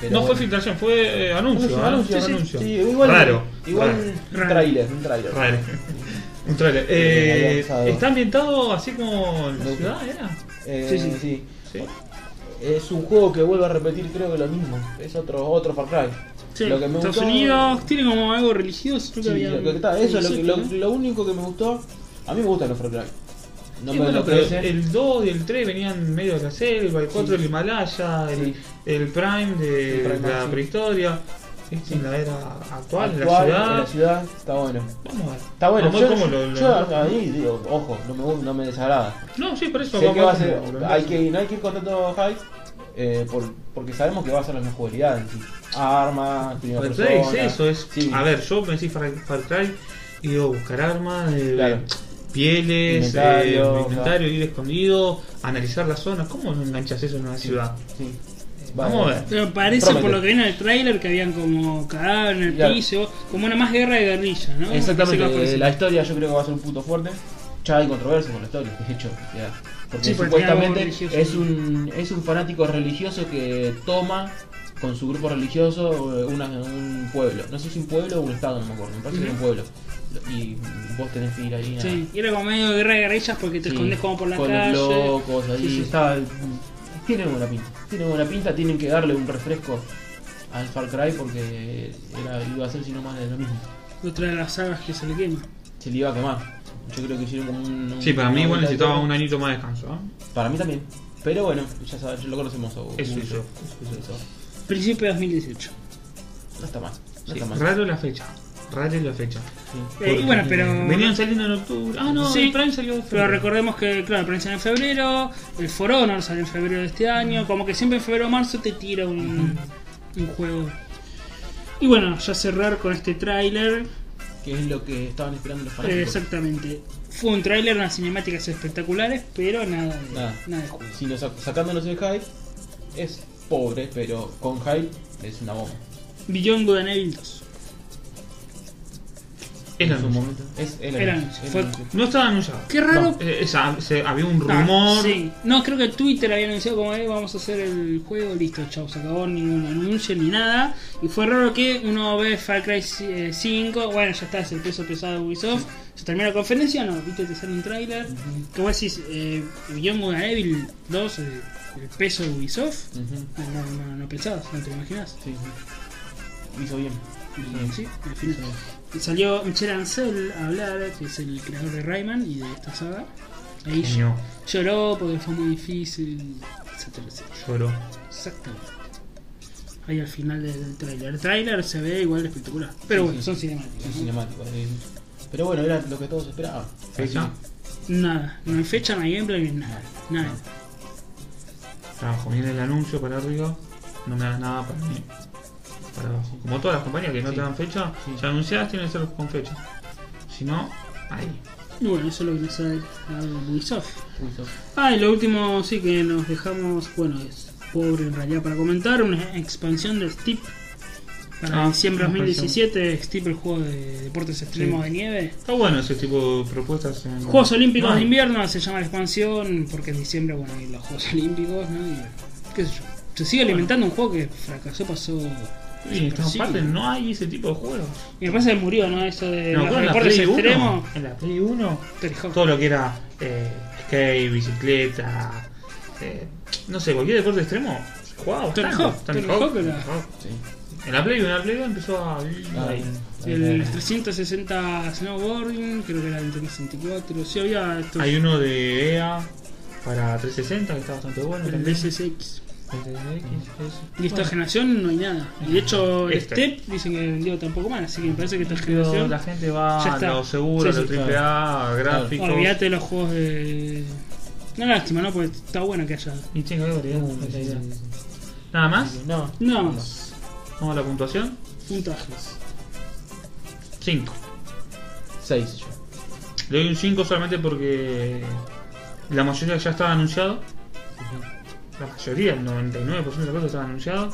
Speaker 3: pero
Speaker 1: No fue
Speaker 3: bueno.
Speaker 1: filtración, fue eh, anuncio. ¿eh?
Speaker 3: Anuncio, anuncio,
Speaker 1: Sí, sí,
Speaker 3: anuncio.
Speaker 1: sí,
Speaker 3: Sí, igual,
Speaker 1: Raro.
Speaker 3: igual
Speaker 2: Raro.
Speaker 3: un trailer, un trailer.
Speaker 1: Raro. [LAUGHS] Un trailer. Eh,
Speaker 3: había usado.
Speaker 1: ¿Está ambientado así como en la
Speaker 3: No.
Speaker 1: ciudad? ¿Era?
Speaker 3: Eh,
Speaker 2: Sí, sí.
Speaker 3: sí.
Speaker 1: Sí.
Speaker 3: Es un juego que vuelve a repetir creo que lo mismo. Es otro, otro Far Cry.
Speaker 2: Sí,
Speaker 3: Lo que me
Speaker 2: Estados
Speaker 3: gustó-
Speaker 2: Unidos tiene como algo religioso, creo
Speaker 3: Sí,
Speaker 2: que había.
Speaker 3: lo que está- eso es lo, que-
Speaker 2: ¿no?
Speaker 3: lo, lo único que me gustó. A mí me gustan los Far Cry. No
Speaker 1: Sí,
Speaker 3: me
Speaker 1: bueno,
Speaker 3: lo
Speaker 1: pero
Speaker 3: parece.
Speaker 1: el 2 y el 3 venían medio de la selva, el 4
Speaker 3: Sí.
Speaker 1: el Himalaya, el,
Speaker 3: Sí.
Speaker 1: el Prime de
Speaker 3: El Prime,
Speaker 1: la
Speaker 3: sí.
Speaker 1: prehistoria, este en la era actual, en la
Speaker 3: Actual,
Speaker 1: ciudad.
Speaker 3: en la ciudad, está bueno.
Speaker 1: Vamos a ver.
Speaker 3: Está bueno,
Speaker 1: Vamos a
Speaker 3: yo,
Speaker 1: ver cómo lo- lo-
Speaker 3: yo ahí digo, ojo, no me, gu- no me desagrada.
Speaker 1: No, sí, por eso
Speaker 3: Sé
Speaker 1: vamos
Speaker 3: que va a
Speaker 1: ver
Speaker 3: ser,
Speaker 1: cómo lo-
Speaker 3: hay que, no hay que ir con tanto hype, eh, por- porque sabemos que va a ser la misma jugabilidad en sí. Armas, primera
Speaker 1: Far Cry
Speaker 3: persona.
Speaker 1: es Pues eso, es.
Speaker 3: Sí.
Speaker 1: A ver, yo me decís Far, Far Cry y digo buscar armas, eh,
Speaker 3: Claro.
Speaker 1: pieles,
Speaker 3: Inventario,
Speaker 1: eh, inventario, ir escondido, analizar la zona. ¿Cómo no enganchas eso en una ciudad?
Speaker 3: Sí.
Speaker 1: Vamos a ver.
Speaker 2: Pero parece
Speaker 3: Promete.
Speaker 2: por lo que viene el tráiler que habían como cadáver en el
Speaker 3: Claro.
Speaker 2: piso, como una más guerra de guerrilla, ¿no?
Speaker 3: Exactamente,
Speaker 2: Así que va por
Speaker 3: eh,
Speaker 2: ese
Speaker 3: la historia yo creo que va a ser un punto fuerte. Ya hay controversia con la historia, de hecho. ya. Porque
Speaker 2: Sí, porque
Speaker 3: supuestamente
Speaker 2: tiene algo
Speaker 3: es
Speaker 2: religioso.
Speaker 3: un, es un fanático religioso que toma con su grupo religioso eh, una- un pueblo. No sé si un pueblo o un estado, no me acuerdo. Me parece que era un pueblo. Y vos tenés que ir ahí. a-
Speaker 2: Sí, y era como medio de guerra de guerrillas porque te
Speaker 3: sí,
Speaker 2: escondes como por la
Speaker 3: con
Speaker 2: calle.
Speaker 3: los locos, ahí.
Speaker 2: Sí, sí.
Speaker 3: Está, tiene buena pinta. Tiene buena pinta, tienen que darle un refresco al Far Cry porque era, iba a ser sino más de lo mismo.
Speaker 2: Otra de las sagas que se le quema.
Speaker 3: Se le iba a quemar. Yo creo que hicieron como un.
Speaker 1: Sí, para mí
Speaker 3: una
Speaker 1: igual
Speaker 3: vuelta
Speaker 1: necesitaba
Speaker 3: de
Speaker 1: un
Speaker 3: tuerca.
Speaker 1: añito más de descanso. ¿eh?
Speaker 3: Para mí también. Pero bueno, ya sabes, lo conocemos. o-
Speaker 1: Es
Speaker 3: mucho.
Speaker 1: suizo,
Speaker 3: Es suizo.
Speaker 2: Principio de 2018.
Speaker 3: No está mal. No
Speaker 1: Sí,
Speaker 3: está mal.
Speaker 1: raro la fecha. Raro la fecha.
Speaker 3: Sí.
Speaker 2: Eh, y bueno, pero.
Speaker 1: Venían saliendo en octubre. Ah, no,
Speaker 2: Sí,
Speaker 1: el Prime salió en
Speaker 2: Pero
Speaker 1: febrero.
Speaker 2: recordemos que, claro, Prince salió en febrero, el For Honor salió en febrero de este año, como que siempre en febrero o marzo te tira un, un juego. Y bueno, ya cerrar con este tráiler.
Speaker 3: Que es lo que estaban esperando los
Speaker 2: Eh,
Speaker 3: fanáticos.
Speaker 2: exactamente. Fue un tráiler, unas cinemáticas espectaculares, pero nada de, nada.
Speaker 3: Nada.
Speaker 2: de juego.
Speaker 3: Si nos sac- sacándonos el hype, es pobre, pero con hype es una bomba.
Speaker 2: Beyond Good and Evil 2.
Speaker 1: Es la
Speaker 3: En su
Speaker 1: noche.
Speaker 3: momento. Es el
Speaker 2: Era
Speaker 3: anuncio.
Speaker 2: anuncio.
Speaker 3: el
Speaker 2: Fue-
Speaker 3: anuncio.
Speaker 1: No estaba anunciado.
Speaker 2: Qué raro.
Speaker 1: No, eh, esa- se- había un
Speaker 2: Ah,
Speaker 1: rumor.
Speaker 2: sí. No, creo que Twitter había anunciado como eh, vamos a hacer el juego, listo, chao, se acabó ningún anuncio ni nada. Y fue raro que uno ve Far Cry eh, 5, bueno, ya está, es el peso pesado de Ubisoft. Se termina la conferencia, no, viste, te sale un tráiler.
Speaker 3: Ujú.
Speaker 2: Que vos decís, eh, Beyond Good and Evil 2, eh, el peso de Ubisoft.
Speaker 3: Ujú.
Speaker 2: No, no, no, no pensabas, no te lo imaginás.
Speaker 3: Sí, sí. Hizo bien.
Speaker 2: Y, sí, al final.
Speaker 3: Hizo bien.
Speaker 2: Y salió Michel Ancel a hablar, que es el creador de Rayman y de esta saga. Ahí
Speaker 1: Genio,
Speaker 2: lloró porque fue muy difícil, etcétera, etcétera.
Speaker 1: lloró.
Speaker 2: Exactamente. Ahí al final del tráiler. El tráiler se ve igual de espectacular. Pero
Speaker 3: Sí,
Speaker 2: bueno,
Speaker 3: sí.
Speaker 2: son cinemáticas.
Speaker 3: Sí,
Speaker 2: ¿no?
Speaker 3: cinemático. eh. Pero bueno, era lo que todos esperaban.
Speaker 1: Fecha.
Speaker 2: Nada, no hay fecha, no hay gameplay, no hay nada. Nada.
Speaker 1: Trabajo. Mira el anuncio para arriba. No me das nada para mí. Para abajo. Como todas las compañías que no
Speaker 3: Sí.
Speaker 1: te dan fecha,
Speaker 3: Sí.
Speaker 1: si anunciadas tienen que ser con fecha. Si no, ahí.
Speaker 2: Y bueno, eso es lo que nos ha dado Ubisoft.
Speaker 3: Así, Ubisoft.
Speaker 2: Ah, y lo último sí que nos dejamos, bueno, es pobre en realidad para comentar, una expansión de Steep para
Speaker 1: Ah,
Speaker 2: diciembre de
Speaker 1: una
Speaker 2: 2017, Steep el juego de deportes extremos
Speaker 1: Sí.
Speaker 2: de nieve.
Speaker 1: Está bueno ese tipo de propuestas. en-
Speaker 2: Juegos Olímpicos
Speaker 1: No,
Speaker 2: de invierno se llama la expansión, porque en diciembre, bueno, hay los Juegos Olímpicos, ¿no? Y bueno, qué sé yo. Se sigue alimentando un juego que fracasó, pasó...
Speaker 1: Y en todas
Speaker 2: Sí.
Speaker 1: partes no hay ese tipo de juegos.
Speaker 2: Y me parece que murió, ¿no? Eso de
Speaker 1: No,
Speaker 2: los
Speaker 1: en la
Speaker 2: deportes
Speaker 1: Play 1.
Speaker 2: extremos.
Speaker 1: En la Play 1.
Speaker 2: Tony Hawk.
Speaker 1: todo lo que era eh, skate, bicicleta, eh, no sé, cualquier deporte extremo, jugaba
Speaker 2: Tony
Speaker 1: bastante.
Speaker 2: Hawk, Tony Hawk era-
Speaker 1: Tony Hawk.
Speaker 3: Sí.
Speaker 1: En la Play, en la Play One empezó a vivir
Speaker 3: Ah,
Speaker 1: ahí.
Speaker 2: El 360 snowboarding, creo que era el 364. Sí, había estos...
Speaker 1: Hay uno de EA, para 360, que está bastante bueno.
Speaker 2: El
Speaker 1: también.
Speaker 2: DSX.
Speaker 1: El DSX, eso.
Speaker 2: Y esta
Speaker 1: Bueno,
Speaker 2: generación no hay nada. Y de hecho, el
Speaker 1: Este.
Speaker 2: Step dicen que vendió tampoco más. Así que me parece que esta
Speaker 1: pero
Speaker 2: generación.
Speaker 1: La gente va
Speaker 2: Ya
Speaker 1: a
Speaker 2: está.
Speaker 1: lo seguro,
Speaker 2: Sí,
Speaker 1: a
Speaker 2: sí,
Speaker 1: lo AAA, a gráficos.
Speaker 2: Olvídate de los juegos de. Una lástima, ¿no? Porque está bueno que haya.
Speaker 1: Y che, qué barbaridad,
Speaker 3: Sí,
Speaker 1: qué
Speaker 3: sí,
Speaker 1: idea.
Speaker 3: sí, sí.
Speaker 1: Nada más,
Speaker 3: No.
Speaker 2: Nada más.
Speaker 1: vamos a la puntuación.
Speaker 2: Puntajes.
Speaker 1: 5.
Speaker 3: 6 yo.
Speaker 1: Le doy un 5 solamente porque la mayoría ya estaba anunciado. La mayoría, el 99% de las cosas estaba anunciado.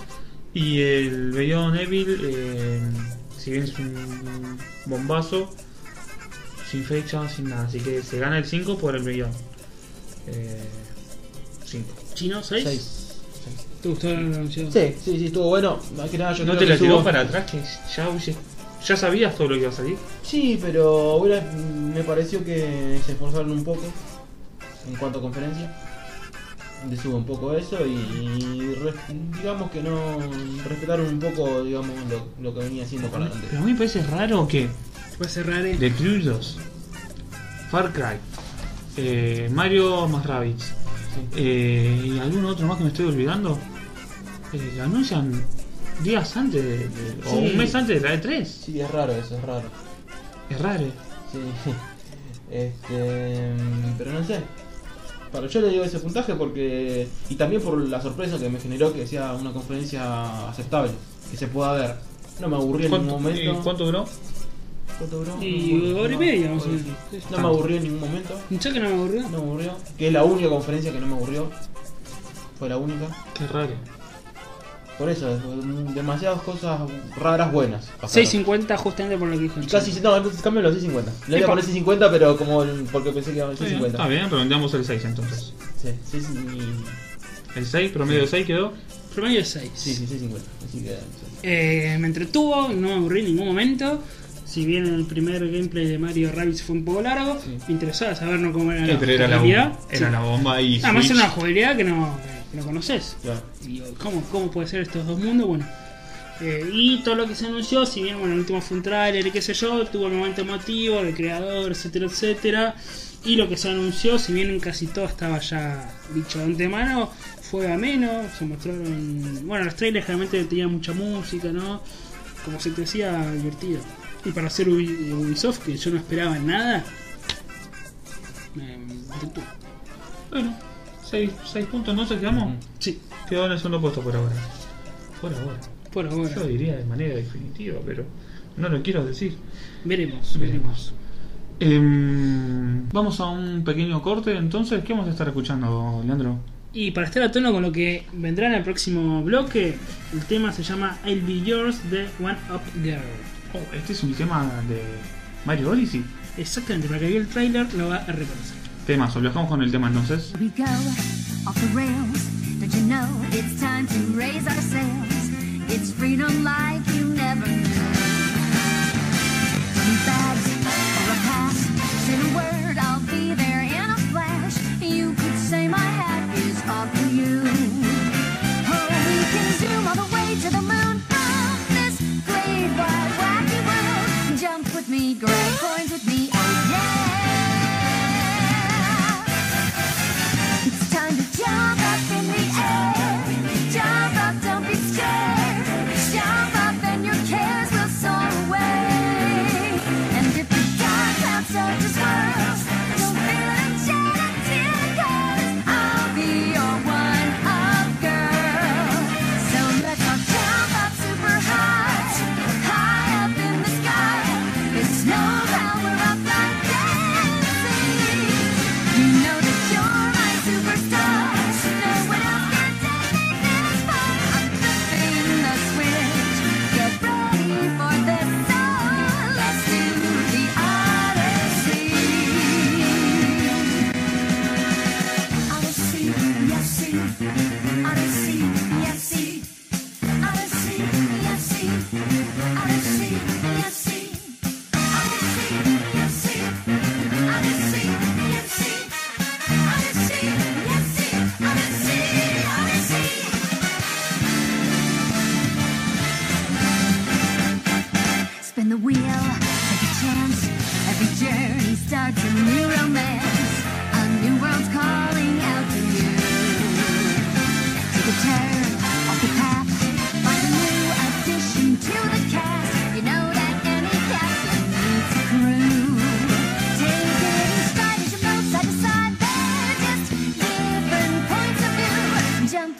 Speaker 1: Y el Beyond Evil, eh, si bien es un bombazo, sin fecha, sin nada. Así que se gana el 5 por el Beyond. Eh, 5.
Speaker 2: ¿Chino? ¿6?
Speaker 3: 6.
Speaker 2: ¿Te gustó el anunciado?
Speaker 3: Sí, sí, sí, estuvo bueno. Más que nada yo
Speaker 1: ¿No
Speaker 3: creo
Speaker 1: te
Speaker 3: que
Speaker 1: la tiró
Speaker 3: subo-
Speaker 1: para atrás? Que ya, hubiese- ya sabías todo lo que iba a salir.
Speaker 3: Sí, pero hubiera- me pareció que se esforzaron un poco en cuanto a conferencia. Le subo un poco eso y, re- digamos que no respetaron un poco digamos lo, lo que venía haciendo para
Speaker 1: Pero
Speaker 3: adelante.
Speaker 1: a mí me parece raro que
Speaker 2: Va a cerrar el.
Speaker 1: The Crew 2, Far Cry, eh, Mario más Rabbids
Speaker 3: este.
Speaker 1: eh, y algún otro más que me estoy olvidando eh, lo anuncian días antes de- de- o
Speaker 3: Sí.
Speaker 1: un mes antes de la E3.
Speaker 3: Sí, es raro eso, es raro.
Speaker 1: Es raro.
Speaker 3: Sí. [LAUGHS] Este, pero no sé. Para yo le digo ese puntaje porque y también por la sorpresa que me generó que sea una conferencia aceptable, que se pueda ver. No me aburrí en ningún
Speaker 1: ¿Cuánto, eh,
Speaker 3: momento.
Speaker 1: cuánto duró?
Speaker 3: ¿Cuánto duró?
Speaker 2: Y
Speaker 3: No,
Speaker 2: hora y
Speaker 3: no,
Speaker 2: media, vamos a
Speaker 3: hora y
Speaker 2: decir.
Speaker 3: media. No me aburrió en ningún momento.
Speaker 2: ¿Ya que no me aburrió?
Speaker 3: No me aburrió. Que es la única conferencia que no me aburrió. Fue la única.
Speaker 1: Qué raro.
Speaker 3: Por eso, mm, demasiadas cosas raras buenas. pasaron.
Speaker 2: 6.50 justamente por lo que dijo el
Speaker 3: Casi,
Speaker 2: chino.
Speaker 3: no, entonces cambio los 650. Le voy a
Speaker 2: Epa.
Speaker 3: poner 650, pero como el- porque pensé que iba a
Speaker 1: Está
Speaker 3: ser
Speaker 1: Ah, bien,
Speaker 3: 650.
Speaker 1: está bien, redondeamos el 6 entonces.
Speaker 3: Sí, sí, sí, y-
Speaker 1: El 6, promedio de 6 quedó.
Speaker 2: Promedio 6.
Speaker 3: sí, sí, 650. Así que. sí.
Speaker 2: Eh, me entretuvo, no me aburrí en ningún momento. Si bien el primer gameplay de Mario Rabbids fue un poco largo,
Speaker 3: Sí.
Speaker 2: me interesaba saber no cómo era
Speaker 1: Eh,
Speaker 2: la
Speaker 1: pero era la,
Speaker 2: jugabilidad.
Speaker 1: bomba, era
Speaker 2: Sí.
Speaker 1: la bomba y
Speaker 2: Además
Speaker 1: Switch.
Speaker 2: era una jugabilidad que no, que no conoces.
Speaker 3: Claro.
Speaker 2: Y digo, ¿cómo, ¿Cómo puede ser estos dos mundos? Bueno. eh, y todo lo que se anunció, si bien bueno, el último fue un trailer y qué sé yo, tuvo el momento emotivo, de creador, etcétera, etcétera. Y lo que se anunció, si bien casi todo estaba ya dicho de antemano, fue ameno, se mostraron... Bueno, los trailers realmente tenían mucha música, ¿no? Como se te decía, divertido. Y para hacer Ubi- Ubisoft, que yo no esperaba nada, me me entretuvo.
Speaker 1: Bueno, 6, puntos entonces quedamos.
Speaker 3: Ujú.
Speaker 2: Sí,
Speaker 1: Quedó en el segundo puesto por ahora. Por ahora.
Speaker 2: por ahora.
Speaker 1: Yo diría de manera definitiva, pero no lo quiero decir.
Speaker 2: Veremos, veremos.
Speaker 1: Veremos. Em, vamos a un pequeño corte, entonces, ¿qué vamos a estar escuchando, Leandro?
Speaker 2: Y para estar a tono con lo que vendrá en el próximo bloque, el tema se llama I'll Be Yours de One Up Girl.
Speaker 1: Oh, este es un tema de Mario Odyssey.
Speaker 2: Exactamente, para que vea el tráiler lo va a reconocer.
Speaker 1: Temas, lo dejamos con el tema entonces.
Speaker 4: We go off the rails. Don't you know it's time to raise our sails? It's freedom like you never knew. Two bags or a pass. Say the word, I'll be there in a flash. You could say my hat is off to you. Oh, we can zoom all the way to the moon. Oh, this great wide wacky world. Jump with me, grab coins with me. Oh yeah. It's time to jump up in the air. Jump up, don't be scared. Jump up and your cares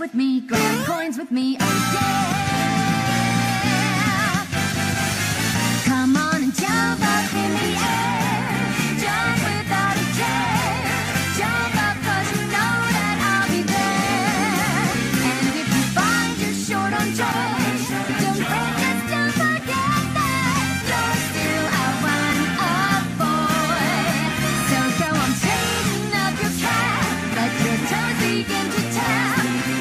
Speaker 4: with me, grab coins with me, oh yeah. Come on and jump up in the air, jump without a care. Jump up 'cause you know that I'll be there. And if you find you're short on joy, don't fret, just don't forget that you're still a one-up boy. So go on straighten up your back, let your toes begin to tap.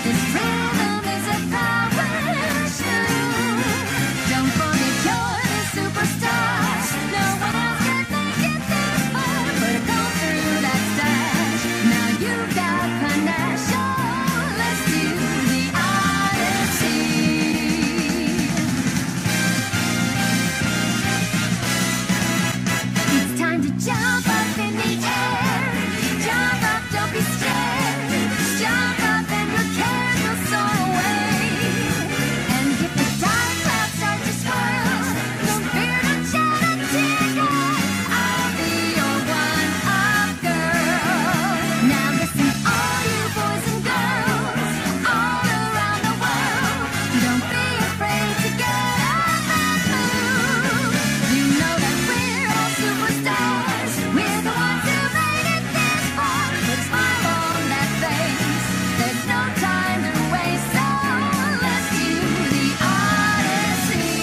Speaker 4: This rhythm is a power shoe. Don't forget you're the superstar. No one else can make it this far. Put a comb through that stash. Now you've got panache. Oh, let's do the odyssey. It's time to jump up in the air. Jump up, don't be scared. Jump up and your cares will soar away. And if the dark clouds start to swirl, don't fear, don't shed a tear, guys. I'll be your one-up girl. Now listen, all you boys and girls, all around the world, don't be afraid to get up and move. You know that we're all superstars. We're the ones who made it this far. Put a smile on that face. There's no time to waste. So let's do the odyssey.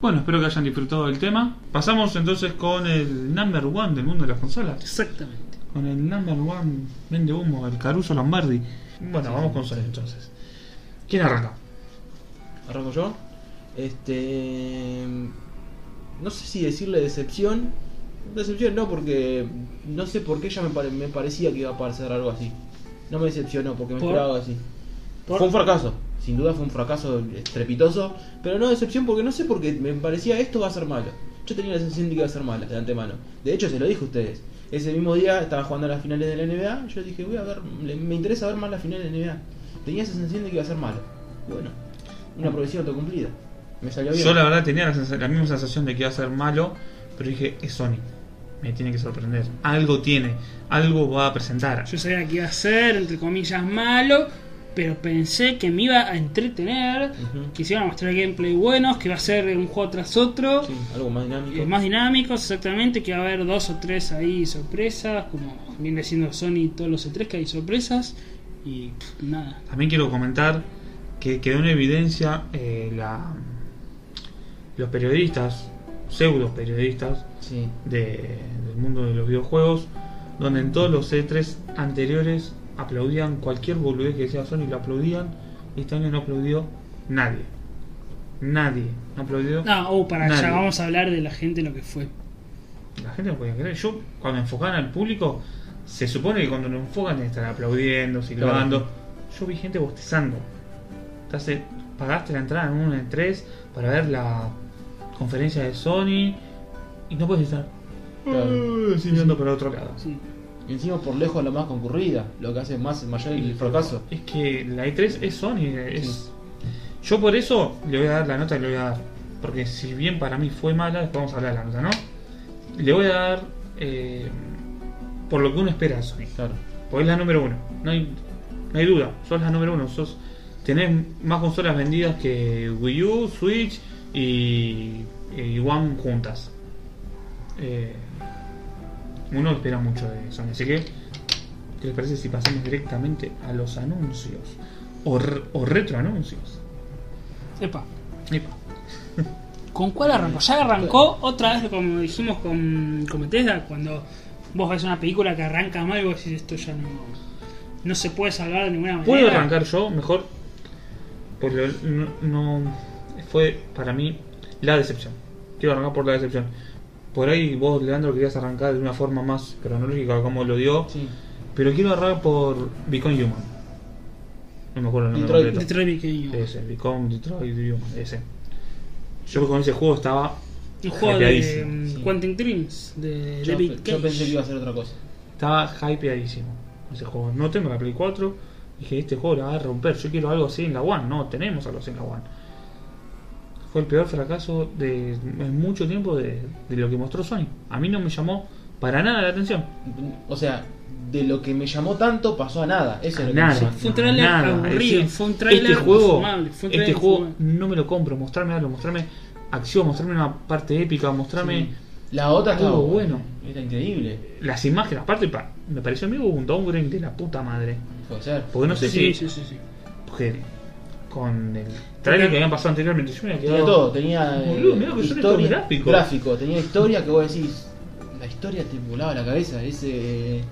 Speaker 1: Bueno, espero que hayan disfrutado del tema. Pasamos entonces con el number one del mundo de las consolas.
Speaker 2: Exactamente.
Speaker 1: Con el number one vende humo, el Caruso Lombardi. Bueno, vamos con Sony entonces. ¿Quién arranca?
Speaker 3: Arranco yo. Este. No sé si decirle decepción. Decepción no, porque no sé por qué ya me, pare- me parecía que iba a pasar algo así. No me decepcionó porque me
Speaker 2: ¿Por?
Speaker 3: esperaba algo así.
Speaker 2: ¿Por?
Speaker 3: Fue un fracaso, sin duda fue un fracaso estrepitoso, pero no decepción porque no sé por qué me parecía esto va a ser malo. Yo tenía la sensación de que iba a ser malo de antemano. De hecho, se lo dije a ustedes. Ese mismo día estaba jugando a las finales de la NBA. Yo dije, voy a ver, le- me interesa ver más las finales de la NBA. Tenía esa sensación de que iba a ser malo. Bueno, una profecía autocumplida. Me salió bien.
Speaker 1: Yo la verdad tenía la, sens- la misma sensación de que iba a ser malo, pero dije, es Sony. Me tiene que sorprender. Algo tiene, algo va a presentar.
Speaker 2: Yo sabía que iba a ser, entre comillas, malo, pero pensé que me iba a entretener,
Speaker 3: Ujú.
Speaker 2: que se iban a mostrar gameplay buenos, que iba a ser un juego tras otro,
Speaker 3: Sí, algo más dinámico.
Speaker 2: eh, más dinámicos, exactamente, que iba a haber dos o tres ahí sorpresas, como viene siendo Sony todos los E3 que hay sorpresas, y pff, nada.
Speaker 1: También quiero comentar que quedó en evidencia eh, la, los periodistas, pseudo periodistas
Speaker 3: Sí.
Speaker 1: de- del mundo de los videojuegos, donde en todos los E3 anteriores aplaudían cualquier boludez que decía Sony, lo aplaudían, y este año no aplaudió nadie. Nadie, no aplaudió.
Speaker 2: Ah, oh, para
Speaker 1: Nadie.
Speaker 2: allá, vamos a hablar de la gente lo que fue.
Speaker 1: La gente no podía creer. Yo, cuando enfocaban al público, se supone que cuando lo enfocan están aplaudiendo, silbando. Yo vi gente bostezando. Entonces, pagaste la entrada en una en tres para ver la conferencia de Sony y no puedes estar.
Speaker 3: Claro.
Speaker 1: "Ah", así mirando para otro lado.
Speaker 2: Sí.
Speaker 3: Encima por lejos la más concurrida, lo que hace más mayor el fracaso.
Speaker 1: Es que la E3 es Sony. Es... Yo por eso le voy a dar la nota que le voy a dar. Porque si bien para mí fue mala, después vamos a hablar de la nota, ¿no? Le voy a dar eh, por lo que uno espera de Sony.
Speaker 3: Claro.
Speaker 1: Porque es la número uno. No hay, no hay duda. Sos la número uno. Sos, tenés más consolas vendidas que Wii U, Switch y, y One juntas. Eh, uno espera mucho de Sony. Así que, ¿qué les parece si pasamos directamente a los anuncios? O, re- o retroanuncios.
Speaker 2: Epa,
Speaker 1: Epa.
Speaker 2: ¿con cuál arrancó? Ya arrancó otra vez, como dijimos con, con Bethesda, cuando vos ves una película que arranca mal y vos decís esto ya no, no se puede salvar de ninguna manera.
Speaker 1: Puedo arrancar yo, mejor. Porque no, no- Fue para mí la decepción. Quiero arrancar por la decepción. Por ahí vos, Leandro, querías arrancar de una forma más cronológica, como lo dio.
Speaker 3: Sí.
Speaker 1: Pero quiero arrancar por Beacon Human. No me acuerdo el nombre
Speaker 3: Detroit-
Speaker 1: completo.
Speaker 2: Detroit Became Human.
Speaker 1: Ese, Beacon Detroit Human, ese. Yo con ese juego estaba.
Speaker 2: Un juego de
Speaker 1: hypeadísimo.
Speaker 2: mm,
Speaker 3: sí.
Speaker 2: Quantum Dreams,
Speaker 1: Eh,
Speaker 2: de
Speaker 3: Yo,
Speaker 2: David
Speaker 3: yo
Speaker 2: Cage.
Speaker 3: pensé que iba a ser otra cosa.
Speaker 1: Estaba hypeadísimo. Ese juego. No tengo la Play 4. Dije, este juego la va a romper, yo quiero algo así en la One. No, tenemos algo así en la One. Fue el peor fracaso de, en mucho tiempo de, de lo que mostró Sony. A mí no me llamó para nada la atención.
Speaker 3: O sea, de lo que me llamó tanto pasó a nada. Eso es lo que
Speaker 1: Nada.
Speaker 3: me
Speaker 2: Fue un
Speaker 1: no,
Speaker 2: trailer
Speaker 1: nada.
Speaker 2: aburrido,
Speaker 1: Es decir,
Speaker 2: fue un trailer
Speaker 1: este juego,
Speaker 2: infumable, fue un
Speaker 1: este
Speaker 2: trailer
Speaker 1: juego
Speaker 2: infumable.
Speaker 1: no me lo compro, mostrarme algo, mostrarme acción, mostrarme una parte épica, mostrarme
Speaker 3: La otra estaba
Speaker 1: Algo
Speaker 3: buena.
Speaker 1: bueno.
Speaker 3: Era increíble.
Speaker 1: las imágenes, aparte pa- me pareció a mí hubo un downgrade de la puta madre.
Speaker 3: Puede ser.
Speaker 1: Porque no sé
Speaker 2: Sí,
Speaker 1: si
Speaker 2: sí, sí. sí.
Speaker 1: porque con el trailer que habían pasado anteriormente yo me había
Speaker 3: Tenía
Speaker 1: quedado
Speaker 3: todo, tenía. eh,
Speaker 1: Boludo, mirá lo que son estos gráficos.
Speaker 3: gráfico, tenía historia que vos decís. La historia te volaba la cabeza, ese. eh,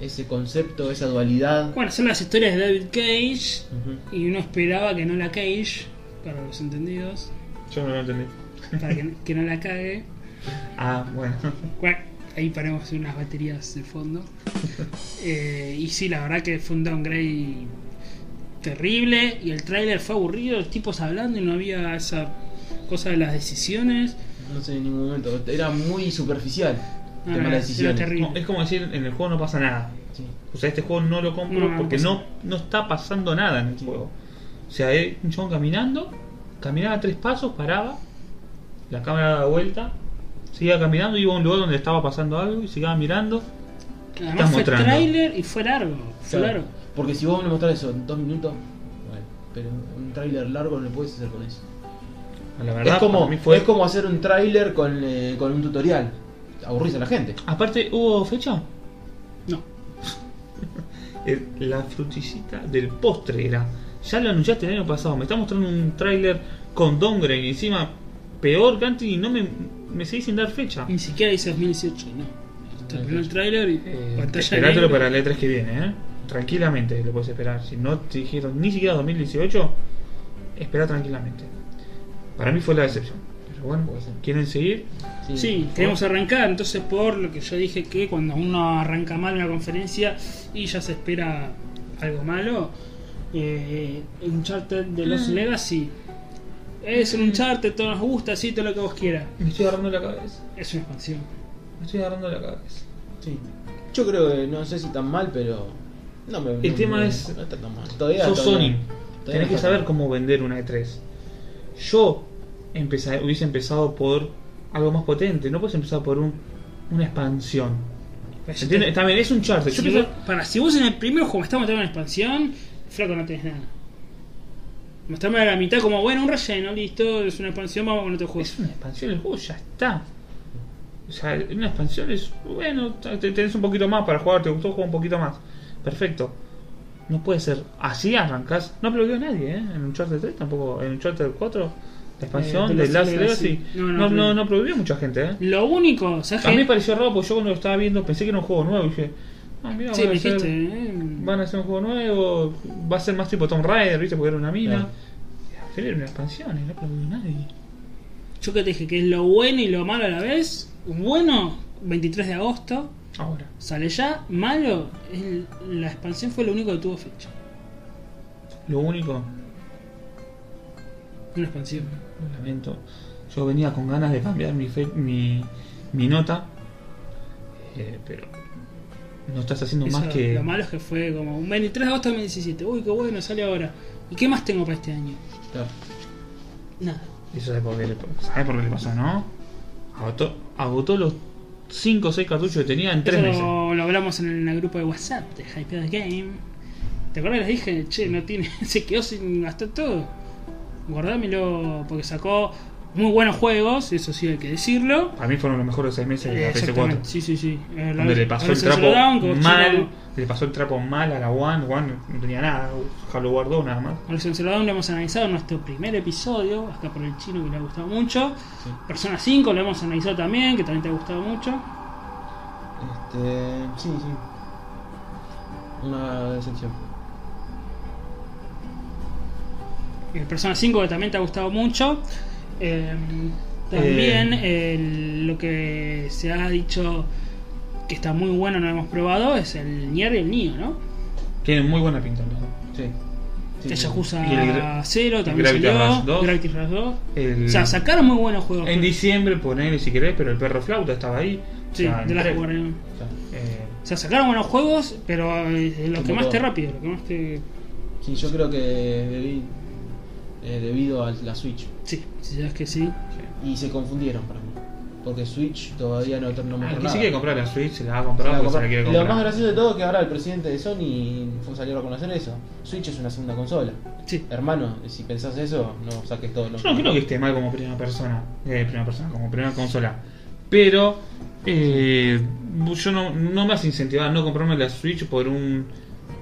Speaker 3: ese concepto, esa dualidad.
Speaker 2: Bueno, son las historias de David Cage.
Speaker 3: Ujú.
Speaker 2: Y uno esperaba que no la Cage, para los entendidos,
Speaker 1: Yo no lo entendí.
Speaker 2: para que, que no la cague.
Speaker 1: Ah, bueno.
Speaker 2: Bueno, ahí paramos unas baterías de fondo. Eh, y sí, la verdad que fue un downgrade terrible. Y el tráiler fue aburrido, los tipos hablando y no había esa cosa de las decisiones.
Speaker 3: No sé en ningún momento. Era muy superficial.
Speaker 2: Ah,
Speaker 3: el tema de las
Speaker 2: era
Speaker 3: decisiones.
Speaker 2: terrible.
Speaker 1: [LAUGHS] No, es como decir, en el juego no pasa nada.
Speaker 3: Sí.
Speaker 1: O sea, este juego no lo compro
Speaker 2: No,
Speaker 1: porque
Speaker 2: pasa
Speaker 1: no,
Speaker 2: nada.
Speaker 1: no está pasando nada en el juego. O sea, es un chabón caminando, caminaba tres pasos, paraba, la cámara daba vuelta, seguía caminando, iba a un lugar donde estaba pasando algo y seguía mirando.
Speaker 2: Además fue
Speaker 1: mostrando.
Speaker 2: tráiler y fue largo. Fue
Speaker 3: Claro.
Speaker 2: largo.
Speaker 3: Porque si vos me mostrás eso en dos minutos. Bueno, pero un tráiler largo no lo puedes hacer con eso.
Speaker 1: La verdad,
Speaker 3: es, como,
Speaker 1: para mí fue...
Speaker 3: es como hacer un tráiler con, eh, con un tutorial. Aburrís a la gente.
Speaker 1: Aparte, ¿hubo fecha?
Speaker 2: No.
Speaker 1: El- la fruticita del postre era. Ya lo anunciaste el año pasado. Me está mostrando un tráiler con downgrade y encima peor que antes y no me, me seguís sin dar fecha.
Speaker 2: Ni siquiera dice 2018, no. Terminó el tráiler y
Speaker 1: Ah, Eh,
Speaker 2: pantalla
Speaker 1: esperátelo
Speaker 2: negra.
Speaker 1: para el E3 que viene, ¿eh? Tranquilamente lo puedes esperar. Si no te dijeron ni siquiera 2018, espera tranquilamente. Para mí fue la decepción. Pero bueno,
Speaker 3: Puede ser.
Speaker 1: ¿quieren seguir?
Speaker 2: Sí, queremos arrancar, entonces por lo que yo dije que cuando uno arranca mal una conferencia y ya se espera algo malo, eh, Uncharted de los Legacy es un Uncharted, todo nos gusta, sí, todo lo que vos quieras.
Speaker 1: Me estoy agarrando la cabeza.
Speaker 2: Es una expansión.
Speaker 1: Me estoy agarrando la cabeza.
Speaker 3: Sí. Yo creo que no sé si tan mal, pero. No me.
Speaker 1: El
Speaker 3: no-
Speaker 1: tema
Speaker 3: no-
Speaker 1: es-
Speaker 3: No está tan mal. Todavía.
Speaker 1: Sos
Speaker 3: todavía-
Speaker 1: Sony.
Speaker 3: todavía no
Speaker 1: Tenés que
Speaker 3: está
Speaker 1: saber
Speaker 3: tan
Speaker 1: cómo vender una E3. Yo empecé- hubiese empezado por algo más potente. No puedes empezar por un, una expansión.
Speaker 2: Pues
Speaker 1: ¿Entiendes? Está bien, es un charter. Yo
Speaker 2: Si
Speaker 1: pensé-
Speaker 2: vos- para, si vos en el primer juego me estás mostrando una expansión, flaco no tenés nada. Mostrame a la mitad como, bueno, un relleno, listo, es una expansión, vamos con otro juego.
Speaker 1: Es una expansión, el juego ya está. O sea, una expansión es. Bueno, te- tenés un poquito más para jugar, te gustó jugar un poquito más. Perfecto. No puede ser. Así arrancás. No aplaudió a nadie, ¿eh? En un Charter 3 tampoco. En un Charter 4, la expansión
Speaker 2: Eh, de
Speaker 1: de
Speaker 2: los
Speaker 1: Last
Speaker 2: Legacy.
Speaker 1: Legacy.
Speaker 2: No,
Speaker 1: No,
Speaker 2: no,
Speaker 1: no,
Speaker 2: aplaudió.
Speaker 1: no, aplaudió mucha gente, ¿eh?
Speaker 2: Lo único, ¿sabes
Speaker 1: A mí
Speaker 2: qué?
Speaker 1: me pareció raro porque yo cuando lo estaba viendo pensé que era un juego nuevo y dije. Ah, mira,
Speaker 2: Sí,
Speaker 1: van,
Speaker 2: me
Speaker 1: a hacer-
Speaker 2: dijiste, eh,
Speaker 1: van a hacer un juego nuevo. Va a ser más tipo Tomb Raider, ¿viste? Porque era una mina.
Speaker 3: Claro.
Speaker 1: Y al final Era una expansión y no aplaudió nadie.
Speaker 2: Yo que te dije que es lo bueno y lo malo a la vez. Bueno, 23 de agosto,
Speaker 1: Ahora.
Speaker 2: sale ya. Malo, el- la expansión fue lo único que tuvo fecha.
Speaker 1: Lo único
Speaker 2: Una expansión.
Speaker 1: Lo lamento. Yo venía con ganas de cambiar mi, fe- mi, mi nota, eh, pero no estás haciendo
Speaker 2: Eso,
Speaker 1: más que.
Speaker 2: Lo malo es que fue como un 23 de agosto de 2017. Uy, qué bueno, sale ahora. ¿Y qué más tengo para este año?
Speaker 3: mal. Claro.
Speaker 2: Nada.
Speaker 1: Eso es porque le, ¿sabes por qué le pasó, no? Agotó, agotó los 5 o 6 cartuchos que tenía en 3
Speaker 2: Eso
Speaker 1: meses.
Speaker 2: lo, lo hablamos en el grupo de WhatsApp de Hypead Game. ¿Te acuerdas? Les dije, che, no tiene. [LAUGHS] Se quedó sin gastar todo. Guardámelo porque sacó muy buenos juegos, eso sí hay que decirlo.
Speaker 1: Para mí fueron los mejores 6 meses de la
Speaker 2: Eh, Exactamente,
Speaker 1: PS4.
Speaker 2: Sí, sí, sí. Eh, la-
Speaker 1: Donde le pasó
Speaker 2: la
Speaker 1: el
Speaker 2: Sensor
Speaker 1: trapo
Speaker 2: Down, que vos
Speaker 1: mal.
Speaker 2: chino-
Speaker 1: Le pasó el trapo mal a la One. One no tenía nada. Halo War 2 nada más.
Speaker 2: Con el Sensor Down lo hemos analizado en nuestro primer episodio, acá por el chino que le ha gustado mucho.
Speaker 3: Sí.
Speaker 2: Persona 5 lo hemos analizado también, que también te ha gustado mucho.
Speaker 3: Este. Sí, sí. Una decepción.
Speaker 2: El Eh, Persona 5 que también te ha gustado mucho. Eh, también
Speaker 1: Eh.
Speaker 2: el- lo que se ha dicho que está muy bueno, no lo hemos probado, es el Nier y el Nio, ¿no?
Speaker 1: Tienen muy buena pinta los dos.
Speaker 3: Sí. Sí,
Speaker 2: Que
Speaker 3: sí.
Speaker 1: Y el
Speaker 2: Yakuza
Speaker 1: Gra-
Speaker 2: 0 también
Speaker 1: Gravity
Speaker 2: salió.
Speaker 1: Rush 2.
Speaker 2: Gravity Rush 2.
Speaker 1: El-
Speaker 2: O sea, sacaron muy buenos juegos.
Speaker 1: En diciembre, ponele si querés, pero el perro flauta estaba ahí.
Speaker 2: Sí,
Speaker 1: O sea, en
Speaker 2: de las
Speaker 1: tres.
Speaker 2: Guardian.
Speaker 3: Claro.
Speaker 1: Eh,
Speaker 2: O sea, sacaron buenos juegos, pero eh, lo
Speaker 3: Como
Speaker 2: que más
Speaker 3: todo.
Speaker 2: te rápido, lo que más te.
Speaker 3: Sí, yo creo que debi- eh, debido a la Switch.
Speaker 2: Sí, si es que sí.
Speaker 3: Y se confundieron para mí. Porque Switch todavía no terminó
Speaker 1: Ah, El
Speaker 3: mejor
Speaker 1: que
Speaker 3: nada.
Speaker 1: se quiere comprar la Switch se la va a
Speaker 3: Se la
Speaker 1: comprar porque se
Speaker 3: compra-
Speaker 1: la quiere
Speaker 3: Lo más
Speaker 1: comprar.
Speaker 3: gracioso de todo es que ahora el presidente de Sony fue salió a reconocer eso. Switch es una segunda consola.
Speaker 2: Sí.
Speaker 3: Hermano, si pensás eso, no saques todo lo
Speaker 1: Yo no creo que esté mal como primera persona, eh, primera persona, como primera consola. Pero eh, yo no, no me hace incentivar a no comprarme la Switch por un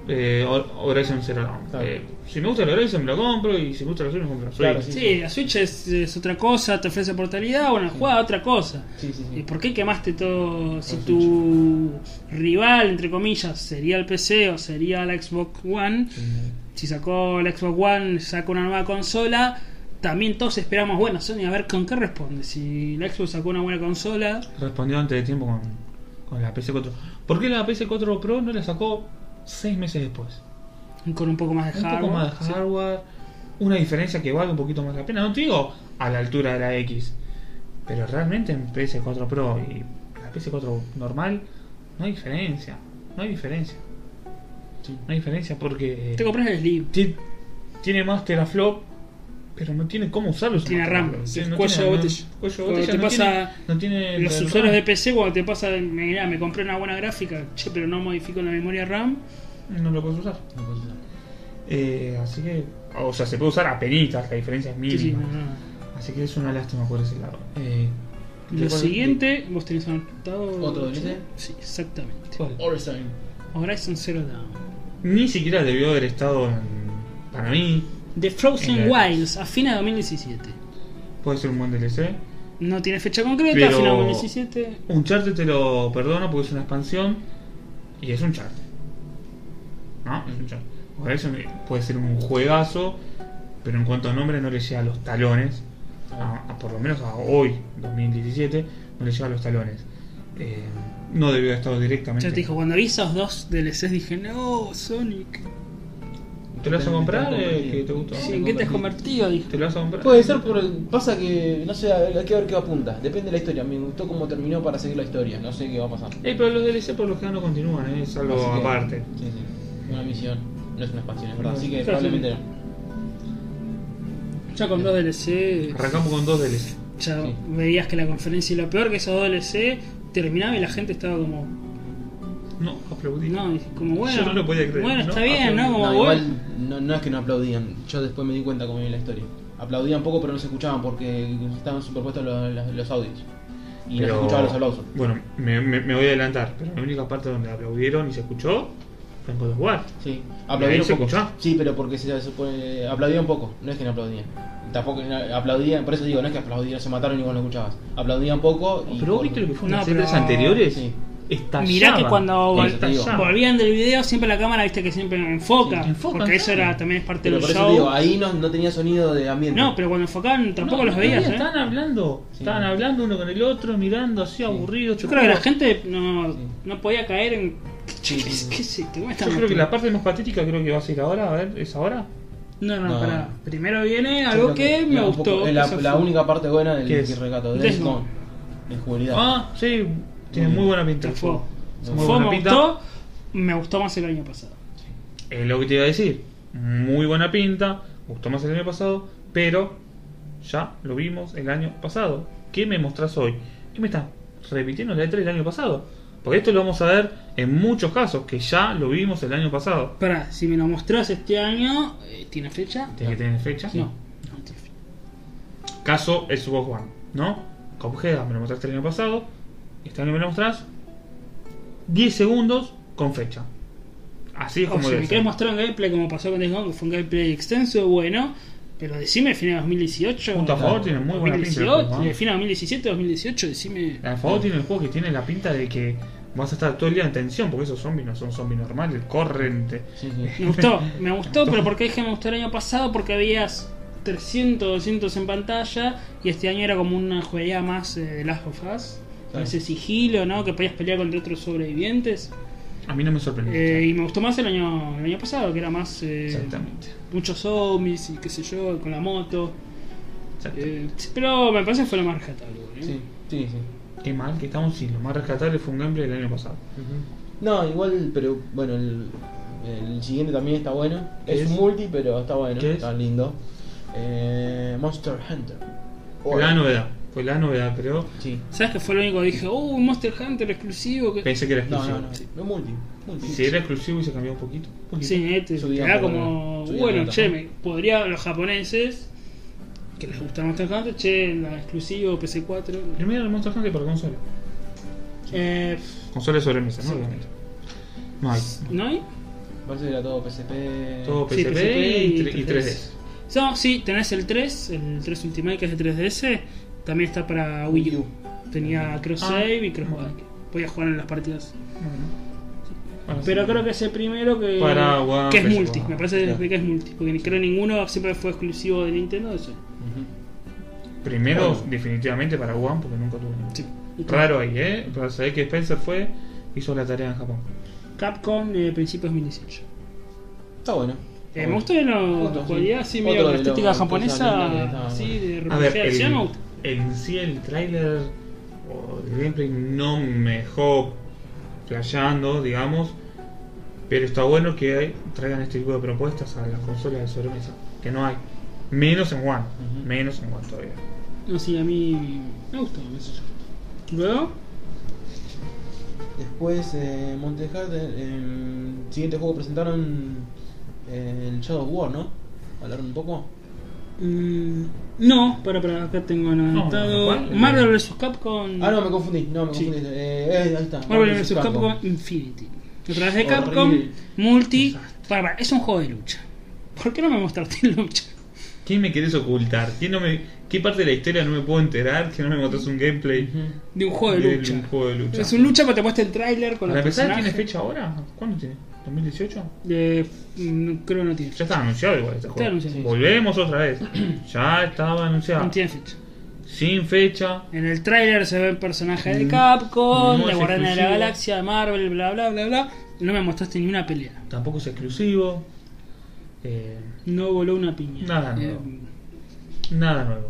Speaker 1: eh, Hor- Horizon Zero Dawn.
Speaker 3: Claro.
Speaker 1: Eh, si me gusta el Horizon me lo compro y si me gusta la Switch me compro la Switch.
Speaker 3: Claro,
Speaker 2: Sí, la Switch es, es otra cosa, te ofrece portabilidad, bueno, juega a otra cosa.
Speaker 3: Sí, sí,
Speaker 2: ¿Y
Speaker 3: sí.
Speaker 2: por qué quemaste todo? Si
Speaker 3: Switch.
Speaker 2: tu rival, entre comillas, sería el PC o sería la Xbox One,
Speaker 1: Eh,
Speaker 2: si sacó la Xbox One, sacó una nueva consola, también todos esperamos, bueno, Sony, a ver con qué responde. Si la Xbox sacó una buena consola,
Speaker 1: Respondió antes de tiempo con, con la PC4. ¿Por qué la PC4 Pro no la sacó seis meses después?
Speaker 2: con un poco más de
Speaker 1: Un
Speaker 2: hardware.
Speaker 1: poco más
Speaker 2: sí.
Speaker 1: de hardware, una diferencia que vale un poquito más la pena. No te digo a la altura de la X, pero realmente en PS4 Pro y la PS4 normal no hay diferencia. No hay diferencia.
Speaker 3: Sí.
Speaker 1: No hay diferencia porque eh,
Speaker 2: Te compras el Slim.
Speaker 1: ti- tiene más teraflop, pero no tiene cómo usarlo. ese
Speaker 2: Tiene
Speaker 1: más
Speaker 2: RAM,
Speaker 1: teraflop.
Speaker 2: sí,
Speaker 1: Tiene- no
Speaker 2: cuello
Speaker 1: tiene-
Speaker 2: de
Speaker 1: no-
Speaker 2: botella.
Speaker 1: cuello de
Speaker 2: Cuando
Speaker 1: botella,
Speaker 2: te
Speaker 1: no
Speaker 2: pasa-
Speaker 1: tiene- no tiene
Speaker 2: Los
Speaker 1: RAM.
Speaker 2: usuarios de PC cuando te pasa, mira, me compré una buena gráfica, che, pero no modifico la memoria RAM.
Speaker 1: No lo puedes usar.
Speaker 3: No puedo usar.
Speaker 1: Eh, así que, o sea, se puede usar a penitas, la diferencia es
Speaker 2: Sí,
Speaker 1: mínima.
Speaker 2: sí, no, no.
Speaker 1: Así que es una lástima por ese lado. Eh, ¿cuál-
Speaker 2: Lo siguiente, vos tenés anotado.
Speaker 3: ¿Otro DLC?
Speaker 2: Sí, exactamente.
Speaker 1: cuál?
Speaker 3: Horizon.
Speaker 2: Horizon Zero Dawn.
Speaker 1: Ni siquiera debió haber estado en- para mí.
Speaker 2: The Frozen
Speaker 1: En la-
Speaker 2: Wilds, a fines de 2017.
Speaker 1: Puede ser un buen DLC.
Speaker 2: No tiene fecha concreta, a
Speaker 1: Pero-
Speaker 2: fines de 2017.
Speaker 1: Un charter te lo perdono porque es una expansión y es un charter. ¿No? Es un charter. Horizon puede ser un juegazo, pero en cuanto a nombre no le llega a los talones. A- a- por lo menos a hoy, 2017, no le llega a los talones. Eh, no debió haber estado directamente.
Speaker 2: Yo te dijo, cuando vi esos dos DLCs dije, no, Sonic.
Speaker 1: ¿Te lo vas a comprar? eh, que te gustó?
Speaker 3: No,
Speaker 2: Sí,
Speaker 3: me
Speaker 2: ¿En qué te has
Speaker 3: convertí.
Speaker 2: convertido? Dije.
Speaker 1: ¿Te lo vas a comprar?
Speaker 3: Puede ser por el- Pasa que, no sé, hay que ver qué apunta. Depende de la historia. Me gustó cómo terminó para seguir la historia. No sé qué va a pasar.
Speaker 1: Eh, pero los DLC por lo que no continúan, eh, es algo
Speaker 3: Así que-
Speaker 1: aparte.
Speaker 3: Sí, sí. Una misión. No es una expansión, es verdad.
Speaker 1: No.
Speaker 3: Así que
Speaker 2: Sí,
Speaker 3: probablemente
Speaker 2: sí.
Speaker 3: no.
Speaker 2: Ya con dos DLC.
Speaker 1: Arrancamos con dos DLC.
Speaker 2: Ya
Speaker 3: Sí.
Speaker 2: veías que la conferencia era peor, que esos dos DLC terminaba y la gente estaba como,
Speaker 1: No, aplaudí.
Speaker 2: no, dije, como bueno,
Speaker 1: Este, Yo no lo podía creer,
Speaker 2: bueno,
Speaker 1: ¿no?
Speaker 2: está bien, ¿no? Como
Speaker 3: No,
Speaker 2: bueno.
Speaker 3: igual no, no es que no aplaudían. Yo después me di cuenta cómo vi la historia. Aplaudían poco, pero no se escuchaban porque estaban superpuestos los, los- los audios. Y no se
Speaker 1: Pero-
Speaker 3: escuchaban los aplausos.
Speaker 1: Bueno, me, me- me voy a adelantar, pero la única parte donde aplaudieron y se escuchó fue en God of War.
Speaker 3: Sí,
Speaker 1: ahí
Speaker 3: aplaudían
Speaker 1: se
Speaker 3: un poco.
Speaker 1: escuchaba?
Speaker 3: Sí, pero porque se supone. Aplaudían poco, no es que no aplaudían. Tampoco no, aplaudían, por eso digo, no es que aplaudían, se mataron y vos no escuchabas. Aplaudían poco y.
Speaker 1: Pero vos
Speaker 3: por-
Speaker 1: viste lo que fueron
Speaker 2: No,
Speaker 1: las
Speaker 2: pero-
Speaker 1: series anteriores.
Speaker 3: Sí.
Speaker 1: Estallaban.
Speaker 2: Mirá que cuando
Speaker 3: Por
Speaker 2: vol-
Speaker 3: eso te digo.
Speaker 1: Estallaban.
Speaker 2: volvían del video, siempre la cámara, viste que siempre enfoca.
Speaker 1: Sí, enfoca,
Speaker 2: porque eso
Speaker 1: claro.
Speaker 2: era también es parte
Speaker 3: Pero
Speaker 2: del
Speaker 3: por eso
Speaker 2: show.
Speaker 3: te digo, ah, ahí no, no tenía sonido de ambiente.
Speaker 2: No, pero cuando enfocaban tampoco
Speaker 1: No,
Speaker 2: los
Speaker 1: no
Speaker 2: veías.
Speaker 1: veía,
Speaker 2: ¿eh?
Speaker 1: Estaban hablando,
Speaker 3: Sí.
Speaker 1: estaban hablando uno con el otro, mirando así aburridos.
Speaker 2: Yo creo que la gente no,
Speaker 3: Sí.
Speaker 2: no podía caer en. ¿Qué,
Speaker 3: Sí, sí, sí.
Speaker 2: qué es esto? ¿Cómo
Speaker 1: Yo
Speaker 2: está
Speaker 1: creo que la parte más patética creo que va a ser ahora, a ver, ¿es ahora?
Speaker 2: No, no,
Speaker 3: No.
Speaker 2: pará. Primero viene
Speaker 3: Yo
Speaker 2: algo
Speaker 3: creo
Speaker 2: que, me
Speaker 3: la- un
Speaker 2: gustó.
Speaker 3: poco- la,
Speaker 2: que se
Speaker 3: la
Speaker 2: fue.
Speaker 3: única parte buena del
Speaker 1: ¿Qué
Speaker 3: que
Speaker 1: es?
Speaker 3: recato,
Speaker 2: Death
Speaker 3: Death
Speaker 2: Note.
Speaker 3: Note. En jugabilidad.
Speaker 1: Ah, sí, tiene
Speaker 3: Mm.
Speaker 1: muy buena pinta.
Speaker 2: Fue.
Speaker 1: Muy
Speaker 2: Fue,
Speaker 1: buena
Speaker 2: me
Speaker 1: pinta.
Speaker 2: gustó. Me gustó más el año pasado.
Speaker 1: Es lo que te iba a decir. Muy buena pinta. Gustó más el año pasado. Pero ya lo vimos el año pasado. ¿Qué me mostrás hoy? ¿Qué me estás repitiendo la E3 del año pasado? Porque esto lo vamos a ver en muchos casos. Que ya lo vimos el año pasado.
Speaker 2: Pará, si me lo mostrás este año, eh, ¿tiene fecha?
Speaker 1: ¿Tiene que tener fecha?
Speaker 2: No, no tiene fecha.
Speaker 1: Caso el Xbox One. ¿No? Cophead me lo mostraste el año pasado. Este año me lo mostrás. 10 segundos con fecha. Así es
Speaker 2: O
Speaker 1: como
Speaker 2: si
Speaker 1: debe
Speaker 2: me
Speaker 1: ser.
Speaker 2: querés mostrar un gameplay como pasó con Days Gone, que fue un gameplay extenso, bueno, pero decime final de 2018.
Speaker 1: Punto a favor, tiene muy buena pinta. el
Speaker 2: 2018,
Speaker 1: juego, Ah. ¿eh?
Speaker 2: de fin de 2017, 2018, decime.
Speaker 1: A favor tiene el juego que tiene la pinta de que vas a estar todo el día en tensión, porque esos zombies no son zombies normales, corren. te-
Speaker 3: Sí, sí.
Speaker 2: Me gustó, me
Speaker 1: [LAUGHS]
Speaker 2: gustó, pero porque dije me gustó el año pasado porque habías 300, 200 en pantalla y este año era como una juguería más eh, de Last of Us. Con
Speaker 3: Claro.
Speaker 2: ese sigilo, ¿no? Que podías pelear contra otros sobrevivientes.
Speaker 1: A mí no me sorprendió.
Speaker 2: Eh, y me gustó más el año, el año pasado, que era más. eh,
Speaker 1: Exactamente.
Speaker 2: muchos zombies y qué sé yo, con la moto.
Speaker 1: exactamente.
Speaker 2: Eh, sí, pero me parece que fue lo más rescatable. ¿eh?
Speaker 3: Sí, sí, sí.
Speaker 1: Qué mal que estamos sin lo más rescatable fue un gameplay del año pasado.
Speaker 3: No, igual, pero bueno, el- El siguiente también está bueno.
Speaker 1: ¿Qué
Speaker 3: Es,
Speaker 1: es?
Speaker 3: un multi, pero está bueno.
Speaker 1: ¿Qué es?
Speaker 3: Está lindo. Eh, Monster Hunter.
Speaker 1: La novedad. Fue la novedad, pero
Speaker 3: Sí.
Speaker 2: ¿Sabes que fue lo único que dije? ¡Uh, un Monster Hunter exclusivo! Que...
Speaker 1: pensé que era
Speaker 3: No,
Speaker 1: exclusivo.
Speaker 3: no, no. No multi. multi.
Speaker 1: Si era exclusivo y se cambió un poquito. un poquito.
Speaker 2: Sí, este,
Speaker 3: Subía
Speaker 2: era
Speaker 3: por-
Speaker 2: como.
Speaker 3: subía
Speaker 2: Bueno,
Speaker 3: nota.
Speaker 2: che, me, podría los japoneses que les gusta Monster Hunter, che, la exclusivo PC4.
Speaker 1: Primero el Monster Hunter para consola.
Speaker 2: Eh,
Speaker 1: Consola sobre mesa, ¿no? Obviamente. No hay.
Speaker 2: ¿No hay?
Speaker 3: Parece que era todo PSP.
Speaker 1: Todo
Speaker 2: Sí,
Speaker 1: PCP y,
Speaker 2: PSP y
Speaker 1: tre- y 3DS.
Speaker 2: 3DS. No, sí, tenés el 3, el 3 Ultimate que es de 3DS. También está para Wii U. Tenía cross
Speaker 1: Ah.
Speaker 2: save y cross
Speaker 1: Bueno.
Speaker 2: Podía jugar en las partidas.
Speaker 1: Bueno,
Speaker 2: Pero
Speaker 1: sí.
Speaker 2: creo que es el primero que,
Speaker 1: Para One
Speaker 2: que es
Speaker 1: PS1.
Speaker 2: multi. Me parece
Speaker 3: Claro.
Speaker 2: que es multi. Porque ni creo ninguno siempre fue exclusivo de Nintendo. Eso.
Speaker 3: Ujú.
Speaker 1: Primero,
Speaker 3: Bueno.
Speaker 1: definitivamente para One, porque nunca tuvo ninguno.
Speaker 2: Sí.
Speaker 1: Raro ahí, ¿eh? Para saber que Spencer fue, hizo la tarea en Japón.
Speaker 2: Capcom eh, de principios 2018.
Speaker 3: Está bueno.
Speaker 2: Eh, me gustó la
Speaker 3: Otro, Eh, sí.
Speaker 2: cualidad así
Speaker 3: Otro
Speaker 2: medio con
Speaker 3: de
Speaker 2: la estética
Speaker 3: los- cosas lindas que
Speaker 2: japonesa,
Speaker 3: estaban
Speaker 2: así de
Speaker 1: A ver,
Speaker 2: RPG de acción. me
Speaker 1: el,
Speaker 2: gusta.
Speaker 1: en sí el tráiler o el gameplay no me dejó flasheando, digamos. Pero está bueno que hay- traigan este tipo de propuestas a las consolas de sobremesa, que no hay. Menos en One,
Speaker 3: Ujú.
Speaker 1: menos en One todavía.
Speaker 2: No, sí, a mí me gustó. qué sé yo. Luego,
Speaker 3: Después, eh, Monster Hunter. eh, siguiente juego presentaron. eh, el Shadow of War, ¿no? ¿Hablaron un poco?
Speaker 2: mm, no, para, para, acá tengo anotado
Speaker 1: ¿cuál?
Speaker 2: Marvel vs. Capcom.
Speaker 3: Ah, no, me confundí. No, me
Speaker 2: Mm. Sí.
Speaker 3: confundí. Eh, eh, ahí está.
Speaker 2: Marvel vs. Capcom Infinity. A través de Capcom,
Speaker 3: Horrible.
Speaker 2: multi.
Speaker 1: Desastre.
Speaker 2: Para, para, es un juego de lucha. ¿Por qué no me mostraste lucha?
Speaker 1: ¿Qué me querés ocultar? ¿Qué, no me, ¿Qué parte de la historia no me puedo enterar? ¿Que no me mostrás un gameplay?
Speaker 3: Ujú.
Speaker 2: De un juego de,
Speaker 1: De
Speaker 2: lucha.
Speaker 1: un juego de lucha.
Speaker 2: Es un lucha, pero te muestra el tráiler con
Speaker 1: Para
Speaker 2: los
Speaker 1: empezar, ¿tiene
Speaker 2: personajes.
Speaker 1: fecha ahora? ¿Cuándo tiene? ¿2018?
Speaker 2: Eh, no, creo que no tiene
Speaker 1: Ya estaba anunciado igual este
Speaker 2: Está
Speaker 1: juego.
Speaker 2: anunciado.
Speaker 1: Volvemos otra
Speaker 2: [CLEARS THROAT]
Speaker 1: vez. ya estaba anunciado.
Speaker 2: No tiene fecha.
Speaker 1: Sin fecha.
Speaker 2: En el tráiler se ve el personaje de Capcom,
Speaker 1: Mm. No
Speaker 2: la
Speaker 1: es
Speaker 2: Guardiana de la
Speaker 1: exclusivo.
Speaker 2: Galaxia, Marvel, bla bla bla bla. No me mostraste ni una pelea.
Speaker 1: Tampoco es exclusivo. Eh,
Speaker 2: No voló una piña.
Speaker 1: Nada
Speaker 2: Eh,
Speaker 1: nuevo. nada nuevo.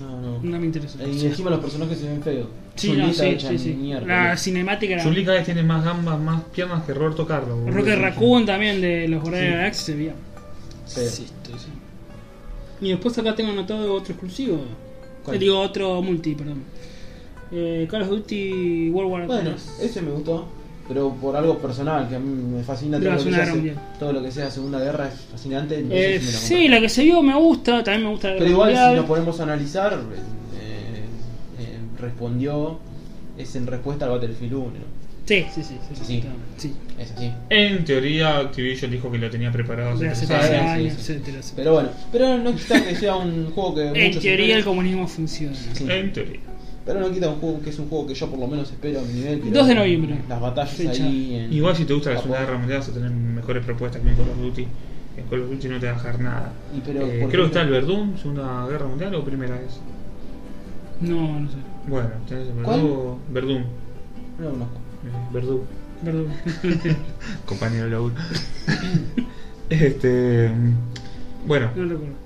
Speaker 3: No, no.
Speaker 2: no me interesó.
Speaker 3: Y encima los personajes se ven feos.
Speaker 2: Sí,
Speaker 3: Zulita
Speaker 2: no, sí,
Speaker 3: hecha
Speaker 2: sí, sí.
Speaker 3: mierda.
Speaker 2: La cinemática era.
Speaker 1: Zully cada vez tiene más gambas, más piernas que Roberto Carlos. boludo.
Speaker 2: Rocket Raccoon también de los Guardianes de
Speaker 1: Sí.
Speaker 2: la Galaxia se veía.
Speaker 3: Feo.
Speaker 2: Sí, esto, sí. Y después acá tengo anotado otro exclusivo.
Speaker 3: ¿Cuál?
Speaker 2: Eh, Digo, otro multi, perdón. Eh, Call of Duty World War
Speaker 3: Bueno,
Speaker 2: III.
Speaker 3: ese me gustó. Pero por algo personal, que a mí me fascina
Speaker 2: Pero
Speaker 3: todo lo, que se
Speaker 2: sonaron
Speaker 3: hace-
Speaker 2: bien.
Speaker 3: todo lo que sea Segunda Guerra, es fascinante.
Speaker 2: Eh,
Speaker 3: entonces me lo
Speaker 2: sí, la que se vio me gusta, también me gusta la
Speaker 3: Pero
Speaker 2: Guerra
Speaker 3: igual si
Speaker 2: Mundial.
Speaker 3: nos ponemos a analizar, eh, eh, respondió, es en respuesta al Battlefield 1.
Speaker 2: Sí, sí, sí, sí, sí,
Speaker 3: Sí.
Speaker 2: claro, sí.
Speaker 3: Es así.
Speaker 1: En teoría, Activision dijo que lo tenía preparado hace
Speaker 2: De hace
Speaker 1: tres
Speaker 2: tres
Speaker 1: años.
Speaker 3: años,
Speaker 2: años,
Speaker 3: sí, sí.
Speaker 2: etcétera, etcétera.
Speaker 3: Pero bueno, pero no quita que sea un juego
Speaker 2: [LAUGHS]
Speaker 3: que...
Speaker 2: En
Speaker 3: muchos
Speaker 2: teoría el
Speaker 3: esperan.
Speaker 2: comunismo funciona.
Speaker 3: Sí.
Speaker 1: En teoría.
Speaker 3: Pero no quita un juego que es un juego que yo por lo menos espero a mi nivel. pero
Speaker 2: 2 de noviembre.
Speaker 3: Las batallas
Speaker 2: Fecha.
Speaker 3: ahí en...
Speaker 1: Igual si te gusta la
Speaker 3: Japón.
Speaker 1: Segunda Guerra Mundial vas a tener mejores propuestas que en Call of Duty. En Call of Duty no te va a dejar nada.
Speaker 3: Y pero,
Speaker 1: Eh,
Speaker 3: por
Speaker 1: creo
Speaker 3: ejemplo-
Speaker 1: que está el Verdún, Segunda Guerra Mundial o Primera vez.
Speaker 2: No, no sé.
Speaker 1: Bueno, tenés el
Speaker 3: ¿Cuál?
Speaker 1: Verdú. Verdún.
Speaker 3: No lo conozco.
Speaker 1: Eh, Verdú.
Speaker 3: [LAUGHS]
Speaker 2: Perdón.
Speaker 1: Compañero de laburo. [LAUGHS] este. Bueno,
Speaker 2: no recuerdo.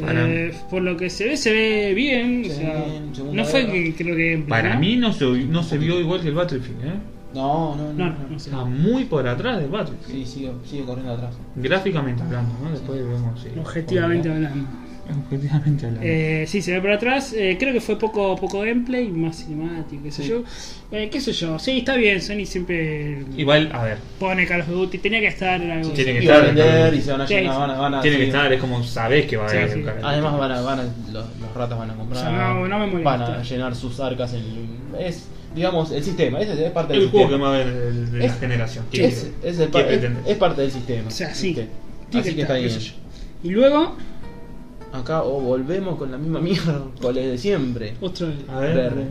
Speaker 1: Para-
Speaker 2: Eh, por lo que se ve, se ve bien. o
Speaker 3: Se ve
Speaker 2: sea,
Speaker 3: bien, segunda
Speaker 2: no fue
Speaker 3: guerra.
Speaker 2: que creo que. en
Speaker 1: para
Speaker 2: plan,
Speaker 1: mí no se, no se vio igual que el Battlefield, ¿eh?
Speaker 3: No, no,
Speaker 2: No,
Speaker 3: no.
Speaker 2: no, no sé.
Speaker 1: Está muy por atrás del Battlefield.
Speaker 3: Sí, sigue, sigue corriendo atrás.
Speaker 1: Gráficamente hablando, ¿no? Después vemos si.
Speaker 2: Objetivamente hablando.
Speaker 1: Objetivamente hablando.
Speaker 2: Eh, sí, se ve por atrás. Eh, creo que fue poco poco gameplay, más cinemático, qué sé
Speaker 1: Sí.
Speaker 2: yo. Eh, qué sé yo. Sí, está bien. Sony siempre
Speaker 1: Igual, a ver,
Speaker 2: pone Call of Duty. Tenía que estar en algo.
Speaker 1: Tiene que
Speaker 3: Y va a
Speaker 1: estar,
Speaker 3: vender
Speaker 1: claro.
Speaker 3: y se van a
Speaker 2: Sí,
Speaker 3: llenar,
Speaker 2: sí.
Speaker 3: van a... Van a
Speaker 1: tiene que
Speaker 3: Ah, sí.
Speaker 1: estar, es como sabés que va
Speaker 2: Sí,
Speaker 1: a haber
Speaker 2: sí.
Speaker 1: un Call of Duty.
Speaker 3: Además van a, van a- los, los ratas van a comprar,
Speaker 2: O sea, no- no me molesta.
Speaker 3: van a llenar sus arcas, en- es digamos el sistema, es, es parte del
Speaker 1: El juego que
Speaker 3: sistema.
Speaker 1: más vende de, de la
Speaker 3: Es-
Speaker 1: generación. ¿Qué
Speaker 3: es,
Speaker 1: quiere?
Speaker 3: es, el
Speaker 1: ¿Qué
Speaker 3: par- es,
Speaker 1: pretende?
Speaker 3: es parte del sistema.
Speaker 2: O sea, sí.
Speaker 3: ¿viste?
Speaker 2: Tiene
Speaker 3: Así
Speaker 2: que
Speaker 3: que
Speaker 2: estar,
Speaker 3: está bien.
Speaker 2: qué sé Y luego,
Speaker 3: Acá o volvemos con la misma [LAUGHS] mierda, con el de siempre.
Speaker 2: otra vez.
Speaker 1: A ver.
Speaker 3: Verde.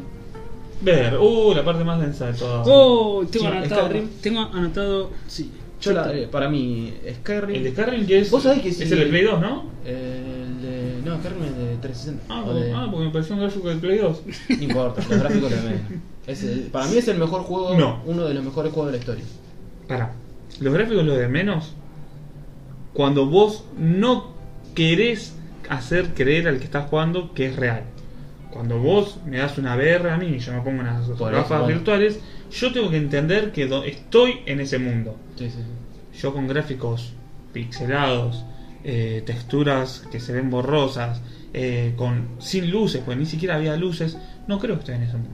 Speaker 1: Ver. Uh, la parte más densa de todas.
Speaker 2: Oh, tengo
Speaker 3: Sí,
Speaker 2: anotado.
Speaker 3: Skyrim.
Speaker 2: Tengo anotado. Sí.
Speaker 3: Yo la- eh, para mí,
Speaker 1: El de
Speaker 3: Skyrim.
Speaker 1: Skyrim que es.
Speaker 3: Vos sabés que
Speaker 1: es
Speaker 3: sí.
Speaker 1: el de Play 2, ¿no?
Speaker 3: El de. No, Skyrim es de 360.
Speaker 1: Ah,
Speaker 3: o
Speaker 1: porque,
Speaker 3: de-
Speaker 1: ah, porque me pareció un gráfico de Play 2.
Speaker 3: No importa, los gráficos también. Es el- para mí es el mejor juego,
Speaker 1: No.
Speaker 3: uno de los mejores juegos de la historia.
Speaker 1: Pará. Los gráficos los de menos. Cuando vos no querés hacer creer al que estás jugando que es real. Cuando vos me das una VR a mí y yo me pongo unas
Speaker 3: Por eso,
Speaker 1: gafas
Speaker 3: bueno.
Speaker 1: virtuales, yo tengo que entender que do- estoy en ese mundo.
Speaker 3: Sí, sí, sí.
Speaker 1: yo con gráficos pixelados, eh, texturas que se ven borrosas, eh, con sin luces, pues ni siquiera había luces, no creo que esté en ese mundo.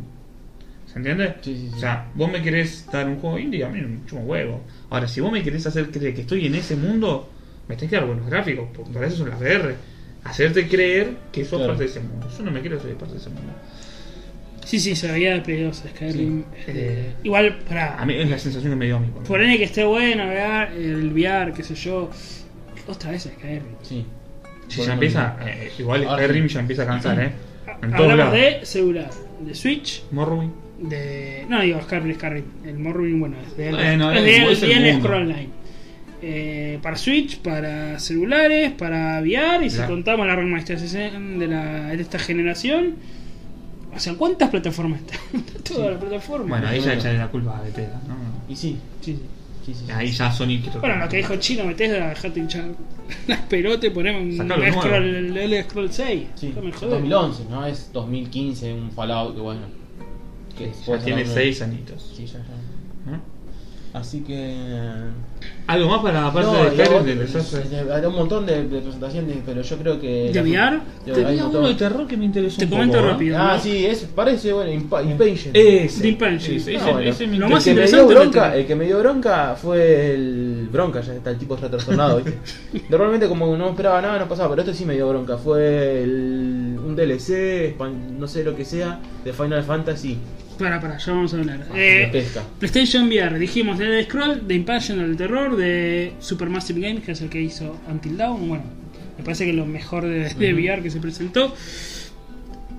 Speaker 1: ¿Se entiende?
Speaker 3: Sí, sí, sí.
Speaker 1: O sea, vos me querés dar un juego indie, a mí me chupa un huevo. Ahora, si vos me querés hacer creer que estoy en ese mundo, me tenés que dar buenos gráficos, porque para eso son las VR. Hacerte creer que sos
Speaker 3: Claro.
Speaker 1: parte de ese mundo. Yo no me quiero ser parte de ese mundo.
Speaker 2: Sí, sí, se veía peligroso Skyrim.
Speaker 1: Sí.
Speaker 2: Eh,
Speaker 1: Eh,
Speaker 2: igual, para.
Speaker 1: A mí es la sensación que me dio a mí. por
Speaker 2: Por que esté bueno, ¿verdad? el VR, qué sé yo. Otra vez Skyrim.
Speaker 3: Sí.
Speaker 1: Si ya empieza, eh, igual
Speaker 3: Ahora
Speaker 1: Skyrim
Speaker 3: sí.
Speaker 1: ya empieza a cansar, ¿eh?
Speaker 2: Ha-
Speaker 1: En todos
Speaker 2: Hablamos
Speaker 1: lados.
Speaker 2: de celular, de Switch,
Speaker 1: Morrowind.
Speaker 2: de. No digo Skyrim, Skyrim. El Morrowind, bueno, es de
Speaker 1: Bueno,
Speaker 2: es
Speaker 1: es-
Speaker 2: de-
Speaker 1: es el
Speaker 2: de Elder
Speaker 1: mundo.
Speaker 2: Scrolls Online. Eh, para Switch, para celulares, para VR, y si
Speaker 1: La-
Speaker 2: contamos la remasterización de, la, de esta generación. O sea, ¿cuántas plataformas está? [LAUGHS] Está toda la plataforma.
Speaker 1: Bueno, ahí ya
Speaker 3: Bueno.
Speaker 1: echaré la culpa a Bethesda, ¿no?
Speaker 3: Y sí,
Speaker 2: Sí, sí.
Speaker 3: sí, sí. sí.
Speaker 1: Ahí ya Sony quiso-
Speaker 2: Bueno, lo que dijo Chino, metés la dejate hinchar [LAUGHS] las pelotas y ponemos un
Speaker 1: Sacalo nuevo.
Speaker 2: Scroll, el Elder Scroll 6.
Speaker 3: Sí,
Speaker 2: Déjame joder.
Speaker 3: 2011, ¿no? Es 2015, un Fallout, que bueno. Que
Speaker 1: Ya
Speaker 3: después
Speaker 1: tiene
Speaker 3: hablar de-
Speaker 1: 6 añitos.
Speaker 3: Sí, ya, ya.
Speaker 1: ¿no?
Speaker 3: Así que.
Speaker 1: ¿Algo más para la parte
Speaker 3: No,
Speaker 1: de
Speaker 3: y
Speaker 1: Skyrim
Speaker 3: ahora-
Speaker 1: del desastre?
Speaker 3: Hay eh, un montón de, de presentaciones, pero yo creo que.
Speaker 2: ¿De VR?
Speaker 3: Yo- hay
Speaker 1: Tenía
Speaker 3: un
Speaker 1: uno de
Speaker 3: montón.
Speaker 1: terror que me interesó
Speaker 2: Te
Speaker 1: un
Speaker 2: comento
Speaker 1: poco, ¿eh?
Speaker 2: rápido.
Speaker 3: Ah,
Speaker 2: ¿no?
Speaker 3: sí, es, parece, bueno, Impa- Impatient.
Speaker 1: Ese,
Speaker 2: Deep Engine.
Speaker 1: ese,
Speaker 3: Ah,
Speaker 1: ese-
Speaker 3: bueno.
Speaker 1: ese me
Speaker 2: Eh, Lo
Speaker 1: interesa.
Speaker 2: más
Speaker 3: el, que me dio
Speaker 2: interesante lo
Speaker 3: bronca,
Speaker 2: tengo.
Speaker 3: el que me dio bronca fue el bronca, ya está el tipo retornado,
Speaker 2: [LAUGHS]
Speaker 3: ¿viste? Normalmente como no esperaba nada, no pasaba, pero este sí me dio bronca. Fue el- un DLC, span- no sé lo que sea, de Final Fantasy.
Speaker 2: Para, para, ya vamos a hablar.
Speaker 3: Ah,
Speaker 2: Eh,
Speaker 3: de pesca.
Speaker 2: PlayStation VR, dijimos de Elder Scroll, de Impassion del Terror, de Supermassive Games, que es el que hizo Until Dawn. Bueno, me parece que lo mejor de, de VR que se presentó.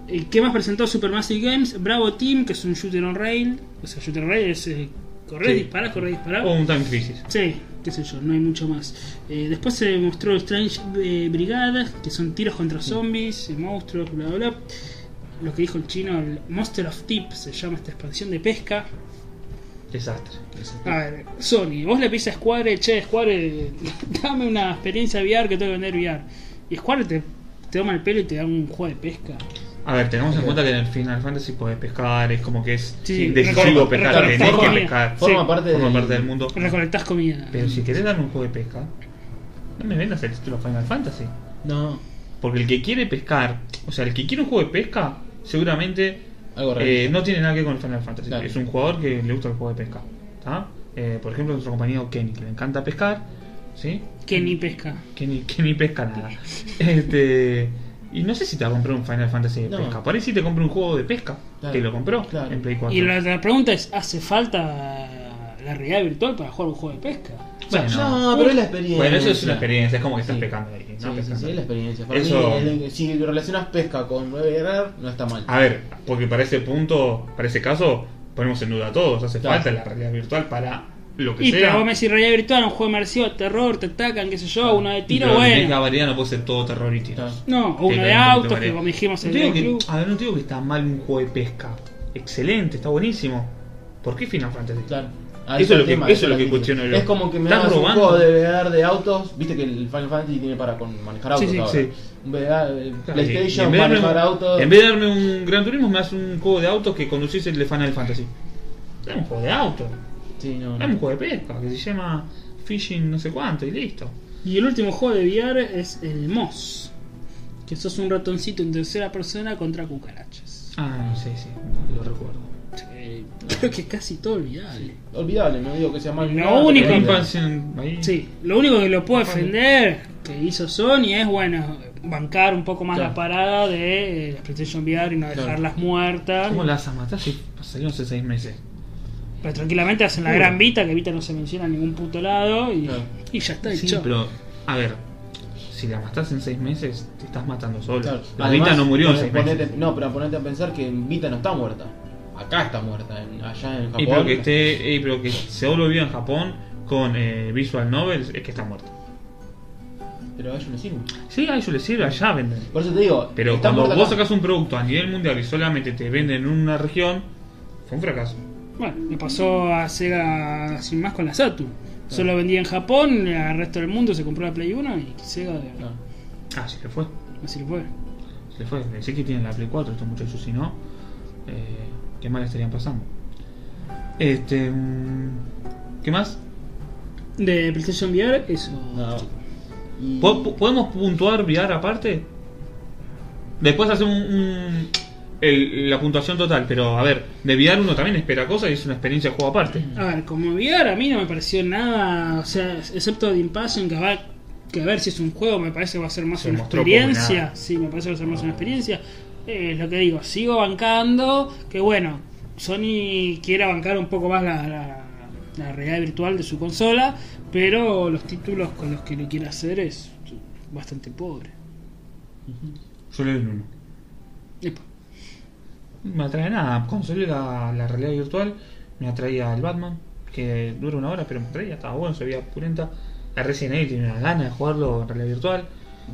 Speaker 2: Eh, ¿Qué más presentó Supermassive Games? Bravo Team, que es un shooter on rail. O sea, shooter on rail es eh, correr,
Speaker 1: Sí.
Speaker 2: disparar, correr,
Speaker 3: Oh,
Speaker 2: disparar.
Speaker 1: O un Time Crisis.
Speaker 2: Sí, qué sé yo, no hay mucho más. Eh, después se mostró Strange eh, Brigadas, que son tiros contra zombies, eh, monstruos, bla bla bla. Lo que dijo el chino, el Monster of Tip se llama esta expansión de pesca.
Speaker 1: Desastre.
Speaker 2: A ver, Sony, vos le pedís a Square, che, Square, [LAUGHS] dame una experiencia VR que tengo que vender VR. Y Square te, te toma el pelo y te da un juego de pesca.
Speaker 1: A ver, tenemos en
Speaker 3: Ok.
Speaker 1: cuenta que en el Final Fantasy podés pescar, es como que es
Speaker 2: Sí,
Speaker 1: decisivo
Speaker 2: reco-
Speaker 1: pescar,
Speaker 2: recolectar
Speaker 1: tenés que
Speaker 2: comida.
Speaker 1: pescar.
Speaker 2: Sí.
Speaker 3: Forma parte
Speaker 1: Forma
Speaker 3: del-
Speaker 1: parte del mundo.
Speaker 2: Recolectás comida.
Speaker 1: Pero si querés darme un juego de pesca, no me vendas el título Final Fantasy.
Speaker 3: No,
Speaker 1: Porque el que quiere pescar, o sea, el que quiere un juego de pesca, seguramente
Speaker 3: algo raro.
Speaker 1: eh, no tiene nada que ver con el Final Fantasy.
Speaker 3: Claro.
Speaker 1: Es un jugador que le gusta el juego de pesca. ¿tá? Eh, por ejemplo, nuestro compañero Kenny, que le encanta pescar, ¿sí?
Speaker 2: Que ni pesca.
Speaker 1: Kenny, [LAUGHS] Kenny pesca nada. Este, y no sé si te va a comprar un Final Fantasy de
Speaker 3: No.
Speaker 1: pesca. Por ahí sí te compra un juego de pesca,
Speaker 3: Claro.
Speaker 1: que lo compró
Speaker 3: Claro.
Speaker 1: en Play 4.
Speaker 2: Y la, la pregunta es, ¿hace falta la realidad virtual para jugar un juego de pesca?
Speaker 1: Bueno,
Speaker 3: no, pero es la experiencia.
Speaker 1: Bueno, eso es una experiencia, es como que estás
Speaker 3: Sí.
Speaker 1: pescando ahí.
Speaker 3: Sí,
Speaker 1: ¿no?
Speaker 3: sí, sí,
Speaker 1: Pescando.
Speaker 3: es la experiencia. Para
Speaker 1: Eso- Ah.
Speaker 3: mí, el- si relacionas pesca con VR, no está mal.
Speaker 1: A ver, porque para ese punto, para ese caso, ponemos en duda a todos. Hace
Speaker 3: Claro.
Speaker 1: falta la realidad virtual para lo que
Speaker 2: Y
Speaker 1: sea.
Speaker 2: pero vos me decís realidad virtual, un juego inmersivo, terror, te atacan, qué sé yo, uno de
Speaker 1: Ah, Y
Speaker 2: tiro,
Speaker 1: pero tenés que
Speaker 2: bueno.
Speaker 1: variedad no puede ser todo terror y tiros.
Speaker 3: Claro.
Speaker 2: No,
Speaker 1: Tiene
Speaker 2: o uno de
Speaker 1: un poquito
Speaker 2: autos, que
Speaker 1: variedad.
Speaker 2: como dijimos
Speaker 1: No
Speaker 2: en el
Speaker 1: digo que-
Speaker 2: club.
Speaker 1: A ver, no te digo que está mal un juego de pesca. Excelente, está buenísimo. ¿Por qué Final Fantasy?
Speaker 3: Claro.
Speaker 1: Eso
Speaker 3: Ah,
Speaker 1: es
Speaker 3: el
Speaker 1: lo que- eso es lo que
Speaker 3: la
Speaker 1: cuestiono yo.
Speaker 3: Es como que me
Speaker 1: Están
Speaker 3: hagas un
Speaker 1: robando.
Speaker 3: juego de VR de autos. Viste que el Final Fantasy tiene para con manejar autos
Speaker 2: Sí, sí,
Speaker 3: ahora.
Speaker 1: sí.
Speaker 3: Un VR, eh,
Speaker 1: Claro, y
Speaker 3: PlayStation,
Speaker 1: en vez de darme
Speaker 3: manejar
Speaker 1: un-
Speaker 3: autos.
Speaker 1: En vez de darme un Gran Turismo, me hace un juego de autos que conducís el de Final Fantasy. Dame un juego de autos.
Speaker 3: Sí, no,
Speaker 1: Dame un
Speaker 3: no.
Speaker 1: juego de pesca que se llama Fishing no sé cuánto y listo.
Speaker 2: Y el último juego de VR es el Moss. Que sos un ratoncito en tercera persona contra cucarachas.
Speaker 1: Ah, sí, sí, lo recuerdo.
Speaker 2: Eh, creo que es casi todo olvidable.
Speaker 3: Olvidable, no digo que sea mal.
Speaker 2: Lo
Speaker 3: nada,
Speaker 2: único-
Speaker 3: pero
Speaker 1: Game
Speaker 3: olvidable.
Speaker 1: Pass en- ahí.
Speaker 2: Sí, lo único que lo puedo defender que hizo Sony es, bueno, bancar un poco más
Speaker 3: Claro.
Speaker 2: la parada de eh, las PlayStation VR y no
Speaker 3: Claro.
Speaker 2: dejarlas muertas.
Speaker 1: ¿Cómo las amatás si salieron hace seis meses?
Speaker 2: Pero tranquilamente hacen la
Speaker 1: Sí.
Speaker 2: gran Vita, que Vita no se menciona en ningún puto lado y,
Speaker 3: Claro.
Speaker 2: y ya está
Speaker 1: Sí,
Speaker 2: hecho.
Speaker 1: pero, a ver, si la matás en seis meses, te estás matando solo.
Speaker 3: Claro.
Speaker 1: La
Speaker 3: Además,
Speaker 1: Vita no murió en
Speaker 3: eh,
Speaker 1: seis
Speaker 3: ponete-
Speaker 1: meses.
Speaker 3: No, pero ponete a pensar que Vita no está muerta. Acá está muerta, en- allá en Japón.
Speaker 1: Y pero que esté, y pero que se volvió en Japón con eh, Visual Novels, es que está muerto.
Speaker 3: Pero a ellos no sirven.
Speaker 1: Sí, a ellos les sirve, allá venden.
Speaker 3: Por eso te digo,
Speaker 1: Pero
Speaker 3: está
Speaker 1: cuando
Speaker 3: muerta
Speaker 1: vos
Speaker 3: acá.
Speaker 1: sacás un producto a nivel mundial y solamente te venden en una región, fue un fracaso.
Speaker 2: Bueno, le pasó a Sega sin más con la Saturn. Solo vendía en Japón, al resto del mundo se compró la Play 1 y Sega
Speaker 3: Claro.
Speaker 1: Ah, se le fue.
Speaker 2: así lo fue.
Speaker 1: Se le fue. Pensé que tienen la Play 4 estos muchachos, si no, eh, qué mal estarían pasando. Este, mm, ¿Qué más?
Speaker 2: de PlayStation VR, eso.
Speaker 3: No. Y-
Speaker 1: ¿Po- po- ¿Podemos puntuar VR aparte? Después hacemos un, un- el- la puntuación total, pero a ver, de VR uno también espera cosas y es una experiencia de juego aparte.
Speaker 2: A ver, como VR a mí no me pareció nada, o sea, excepto de Impassion, que, va- que a ver si es un juego, me parece que va a ser más
Speaker 1: Se
Speaker 2: una
Speaker 1: mostró poco y nada.
Speaker 2: experiencia. Sí, me parece que va a ser más una experiencia. Eh, es lo que digo, sigo bancando, que bueno, Sony quiera bancar un poco más la, la- la realidad virtual de su consola, pero los títulos con los que lo quiera hacer es bastante pobre.
Speaker 1: Solo en uno.
Speaker 2: Epa.
Speaker 1: No me atrae nada. Consolé la, la realidad virtual, me atraía el Batman, que dura una hora, pero me atraía, estaba bueno, se veía pulenta. La Resident Evil tenía unas ganas de jugarlo en realidad virtual.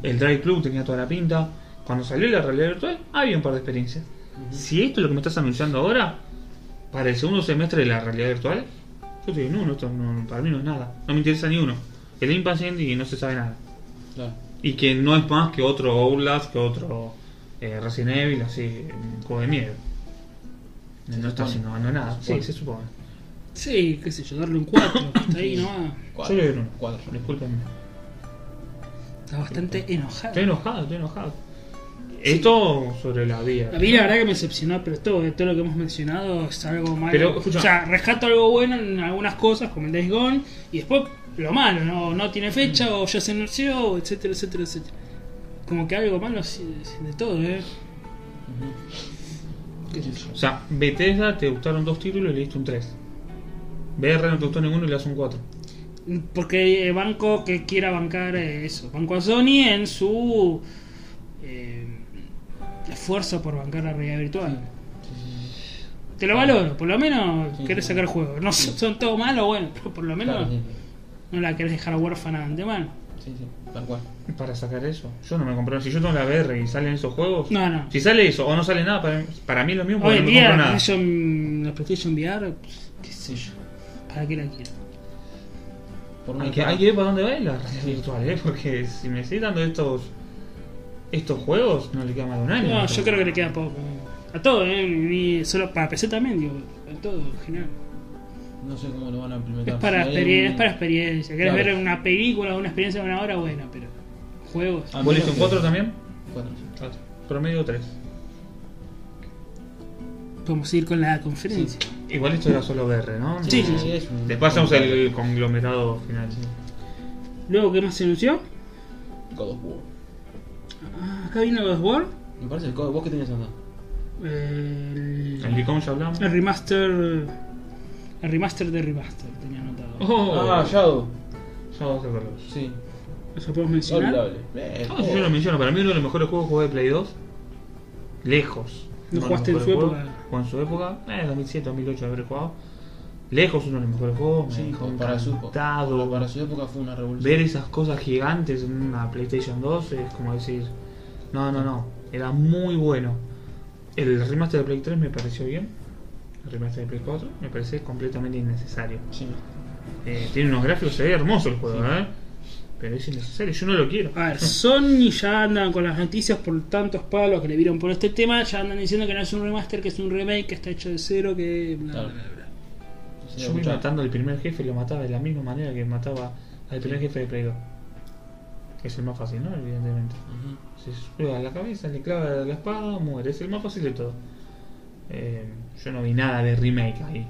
Speaker 1: El Drive Club tenía toda la pinta. Cuando salió la realidad virtual, había un par de experiencias. Si esto es lo que me estás anunciando ahora, para el segundo semestre de la realidad virtual, yo te digo, no, no, esto no- para mí no es nada. No me interesa ni uno. El impaciente y no se sabe nada.
Speaker 3: Claro.
Speaker 1: Y que no es más que otro Outlast, que otro eh, Resident Evil, así, un juego de miedo. No,
Speaker 3: Se
Speaker 1: no está
Speaker 3: supone.
Speaker 1: innovando nada.
Speaker 3: Se
Speaker 1: Sí,
Speaker 3: supone.
Speaker 1: se supone.
Speaker 2: Sí, qué sé yo, darle un 4, está ahí nomás.
Speaker 3: Cuatro.
Speaker 1: Yo le doy uno.
Speaker 3: Cuatro.
Speaker 1: Discúlpenme.
Speaker 2: Está bastante
Speaker 1: eh,
Speaker 2: enojado.
Speaker 1: Estoy enojado, estoy enojado. Esto sobre la vida.
Speaker 2: A mí la verdad que me decepcionó, pero todo, de todo lo que hemos mencionado es algo malo.
Speaker 1: Pero,
Speaker 2: o
Speaker 1: escucha.
Speaker 2: sea, rescato algo bueno en algunas cosas, como el Days Gone, y después lo malo, no, no tiene fecha, o ya se anunció, o etcétera, etcétera, etcétera. Como que algo malo sí, sí, de todo, ¿eh? Qué sé yo.
Speaker 1: O sea, Bethesda te gustaron dos títulos y le diste un 3. BR no te gustó ninguno y le das un 4.
Speaker 2: Porque eh, banco que quiera bancar eh, eso, banco a Sony en su eh, esfuerzo por bancar la realidad virtual. Te lo valoro, por lo menos
Speaker 3: Sí,
Speaker 2: querés
Speaker 3: sí.
Speaker 2: sacar juegos. No [LAUGHS] son, son todos malos, bueno, pero por lo menos
Speaker 3: Claro, sí,
Speaker 2: no la querés dejar huérfana de antemano.
Speaker 3: sí, sí, tal cual.
Speaker 1: Para sacar eso. Yo no me compro. Si yo tengo la VR y salen esos juegos.
Speaker 2: No, no.
Speaker 1: Si sale eso o no sale nada, para, para mí es lo mismo
Speaker 2: Hoy
Speaker 1: porque
Speaker 2: en
Speaker 1: no me compro nada.
Speaker 2: día, la PlayStation, la mm, PlayStation VR, pues, qué sé yo, ¿para qué la quiero?
Speaker 3: Por una
Speaker 1: Hay que,
Speaker 3: parte-
Speaker 1: hay que ver para dónde va la realidad virtual, ¿eh? Porque si me siguen dando estos estos juegos, no le queda más de un año.
Speaker 2: No, yo creo que le queda poco. A todo, ¿eh? Ni solo para PC también, digo, a todo en general.
Speaker 3: No sé cómo lo van a implementar.
Speaker 2: Es para,
Speaker 3: Si hay
Speaker 2: experiencia,
Speaker 3: un-
Speaker 2: es para experiencia. ¿Querés
Speaker 3: Claro.
Speaker 2: ver una película o una experiencia de una hora? Bueno, pero. Juegos.
Speaker 3: Ah.
Speaker 1: ¿Vos le diste un 4 también?
Speaker 3: Cuatro.
Speaker 1: Promedio 3.
Speaker 2: Podemos ir con la conferencia.
Speaker 1: Igual esto era solo VR, ¿no?
Speaker 2: Sí, sí,
Speaker 1: No.
Speaker 2: sí,
Speaker 3: es un-
Speaker 1: Después hacemos el conglomerado final.
Speaker 2: Luego, ¿qué más se anunció?
Speaker 3: God of War.
Speaker 2: Ah, acá vino God of War. eh,
Speaker 3: Me parece el God of War que tenías
Speaker 1: Ah,
Speaker 3: andado.
Speaker 2: El,
Speaker 1: El Licom ya hablamos.
Speaker 2: el remaster. El remaster de remaster, tenía anotado.
Speaker 1: Oh,
Speaker 3: Ah, Shadow.
Speaker 1: ya vamos a verlos.
Speaker 3: Sí.
Speaker 2: ¿Eso podemos mencionar?
Speaker 3: Olvidable. Eh,
Speaker 1: Ah,
Speaker 2: Oh.
Speaker 3: joder.
Speaker 1: yo lo menciono, para mí uno de los mejores juegos que jugué de Play 2. Lejos.
Speaker 2: ¿No
Speaker 1: Uno de los
Speaker 2: jugaste en
Speaker 1: mejores
Speaker 2: su
Speaker 1: juegos.
Speaker 2: época?
Speaker 1: Con su época, eh, 2007, 2008 habré jugado. Lejos uno de los mejores juegos.
Speaker 3: Sí,
Speaker 1: me
Speaker 3: hijo,
Speaker 1: dejó
Speaker 3: para su,
Speaker 1: encantado.
Speaker 3: para su época fue una revolución.
Speaker 1: Ver esas cosas gigantes en una PlayStation 2 es como decir, no, no, no, era muy bueno. El remaster de Play 3 me pareció bien, el remaster de Play 4 me parece completamente innecesario.
Speaker 3: Sí.
Speaker 1: Eh, tiene unos gráficos, se ve hermoso el juego, ¿eh? Pero es innecesario, yo no lo quiero.
Speaker 2: A ver, Sony ya andan con las noticias por tantos palos que le vieron por este tema. Ya andan diciendo que no es un remaster, que es un remake, que está hecho de cero, que. bla,
Speaker 3: Claro.
Speaker 2: bla, bla, bla.
Speaker 3: Sí,
Speaker 1: Yo voy
Speaker 3: mucha-
Speaker 1: matando al primer jefe y lo mataba de la misma manera que mataba al primer jefe de Play 2. Que es el más fácil, ¿no? Evidentemente.
Speaker 3: Ujú.
Speaker 1: Se prueba la cabeza, le clava la espada, muere. Es el más fácil de todo. Eh, yo no vi nada de remake ahí.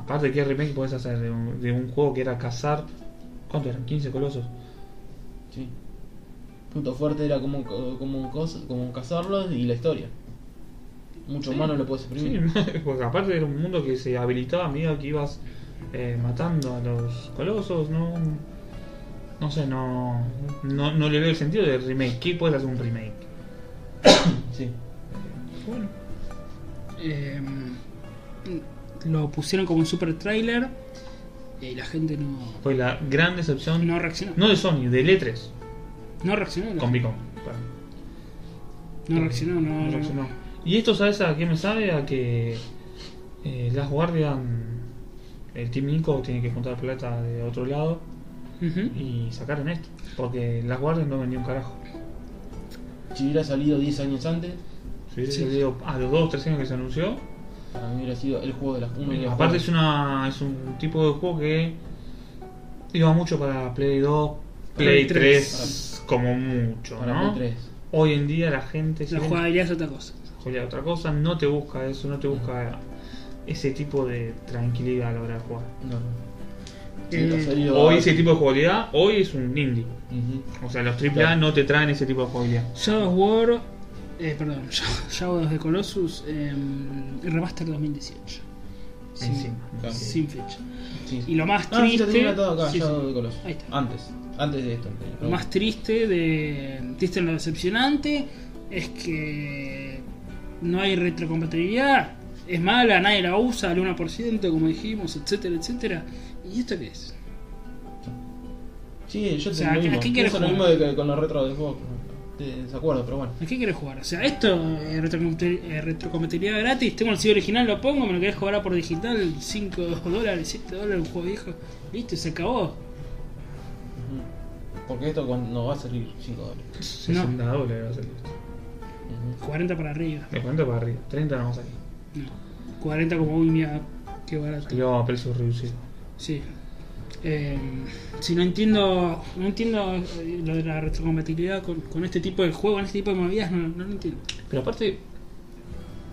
Speaker 1: Aparte, ¿qué remake podés hacer de un, de un juego que era cazar? ¿Cuánto eran? ¿15 colosos?
Speaker 3: Sí. Punto fuerte era como, como, cos- como cazarlos y la historia. Mucho humano lo puedes
Speaker 1: Sí,
Speaker 3: exprimir.
Speaker 1: [LAUGHS]
Speaker 2: Mm.
Speaker 1: porque aparte era un mundo que se habilitaba a medida que ibas eh, matando a los colosos. No, no sé, no, no, no le veo el sentido de remake. ¿Qué puedes hacer un
Speaker 2: [COUGHS]
Speaker 1: remake? Eh,
Speaker 3: Sí.
Speaker 1: Bueno,
Speaker 2: Eh, lo pusieron como un super trailer y la gente no,
Speaker 1: fue la gran decepción,
Speaker 2: no reaccionó. No,
Speaker 1: no de Sony, de L3
Speaker 2: reaccionó.
Speaker 1: con
Speaker 2: No
Speaker 1: Vicom.
Speaker 2: reaccionó, no,
Speaker 1: No
Speaker 2: no-
Speaker 1: reaccionó. Y esto, ¿sabes a qué me sabe? A que eh, Last Guardian, el Team Nico, tiene que juntar plata de otro lado
Speaker 2: Ujú.
Speaker 1: y sacaron esto. Porque Last Guardian no vendió un carajo.
Speaker 3: Si hubiera salido 10 años antes,
Speaker 1: Si hubiese
Speaker 2: Sí.
Speaker 1: salido a los 2 3 años que se anunció.
Speaker 3: para mí hubiera sido el juego de las uno de los
Speaker 1: aparte,
Speaker 3: juegos.
Speaker 1: es, una, es un tipo de juego que Iba mucho para Play 2, Play
Speaker 2: Play
Speaker 1: 3, como mucho,
Speaker 3: Para
Speaker 1: ¿no?
Speaker 3: Play 3.
Speaker 1: Hoy en día la gente se
Speaker 2: La jugabilidad es otra cosa.
Speaker 1: juega otra cosa, no te busca eso, no te busca ese tipo de tranquilidad a la hora de jugar.
Speaker 3: No.
Speaker 2: Eh,
Speaker 3: Nunca salió-
Speaker 1: Hoy ese tipo de jugabilidad, hoy es un indie.
Speaker 3: Ujú.
Speaker 1: O sea, los AAA
Speaker 3: Claro.
Speaker 1: no te traen ese tipo de jugabilidad.
Speaker 2: Shadow of War, eh, perdón, [LAUGHS] Shadow of the Colossus, eh, Remaster 2018. Sin,
Speaker 1: Encima.
Speaker 3: Claro.
Speaker 2: sin fecha.
Speaker 3: Sí.
Speaker 2: Y lo más
Speaker 3: Ah, sí, lo
Speaker 2: triste.
Speaker 3: tenía todo acá,
Speaker 2: sí,
Speaker 3: Shadow
Speaker 2: sí.
Speaker 3: of the Colossus. Ah.
Speaker 2: Ahí está.
Speaker 3: Antes, antes de esto.
Speaker 2: Lo más triste de. Triste en lo decepcionante es que no hay retrocompatibilidad. Es mala, nadie la usa, al 1%, como dijimos, etcétera, etcétera. ¿Y esto qué es?
Speaker 3: Sí, yo
Speaker 2: O
Speaker 3: te
Speaker 2: sea,
Speaker 3: lo
Speaker 2: ¿a
Speaker 3: mismo.
Speaker 2: qué quieres
Speaker 3: Pienso lo mismo
Speaker 2: jugar?
Speaker 3: de que con los retros de juego. De desacuerdo, pero bueno.
Speaker 2: ¿A qué quieres jugar? O sea, esto, eh, retrocompati- eh, retrocompatibilidad gratis, tengo el CD original, lo pongo, me lo querés cobrar por digital, 5 [LAUGHS] dólares, 7 dólares, un juego viejo, listo, y se acabó.
Speaker 3: Ujú. Porque esto cuando nos va a salir 5 dólares.
Speaker 1: 60 dólares va a salir esto.
Speaker 3: Ujú.
Speaker 2: 40 para arriba,
Speaker 1: De 40 para arriba, 30 no vamos a salir.
Speaker 2: no. 40 como, uy, mira, qué barato.
Speaker 1: Salió a precios reducidos.
Speaker 2: Sí. Eh, si no entiendo, no entiendo eh, lo de la retrocompatibilidad con, con este tipo de juego, con este tipo de movidas, no, no lo entiendo.
Speaker 1: Pero aparte,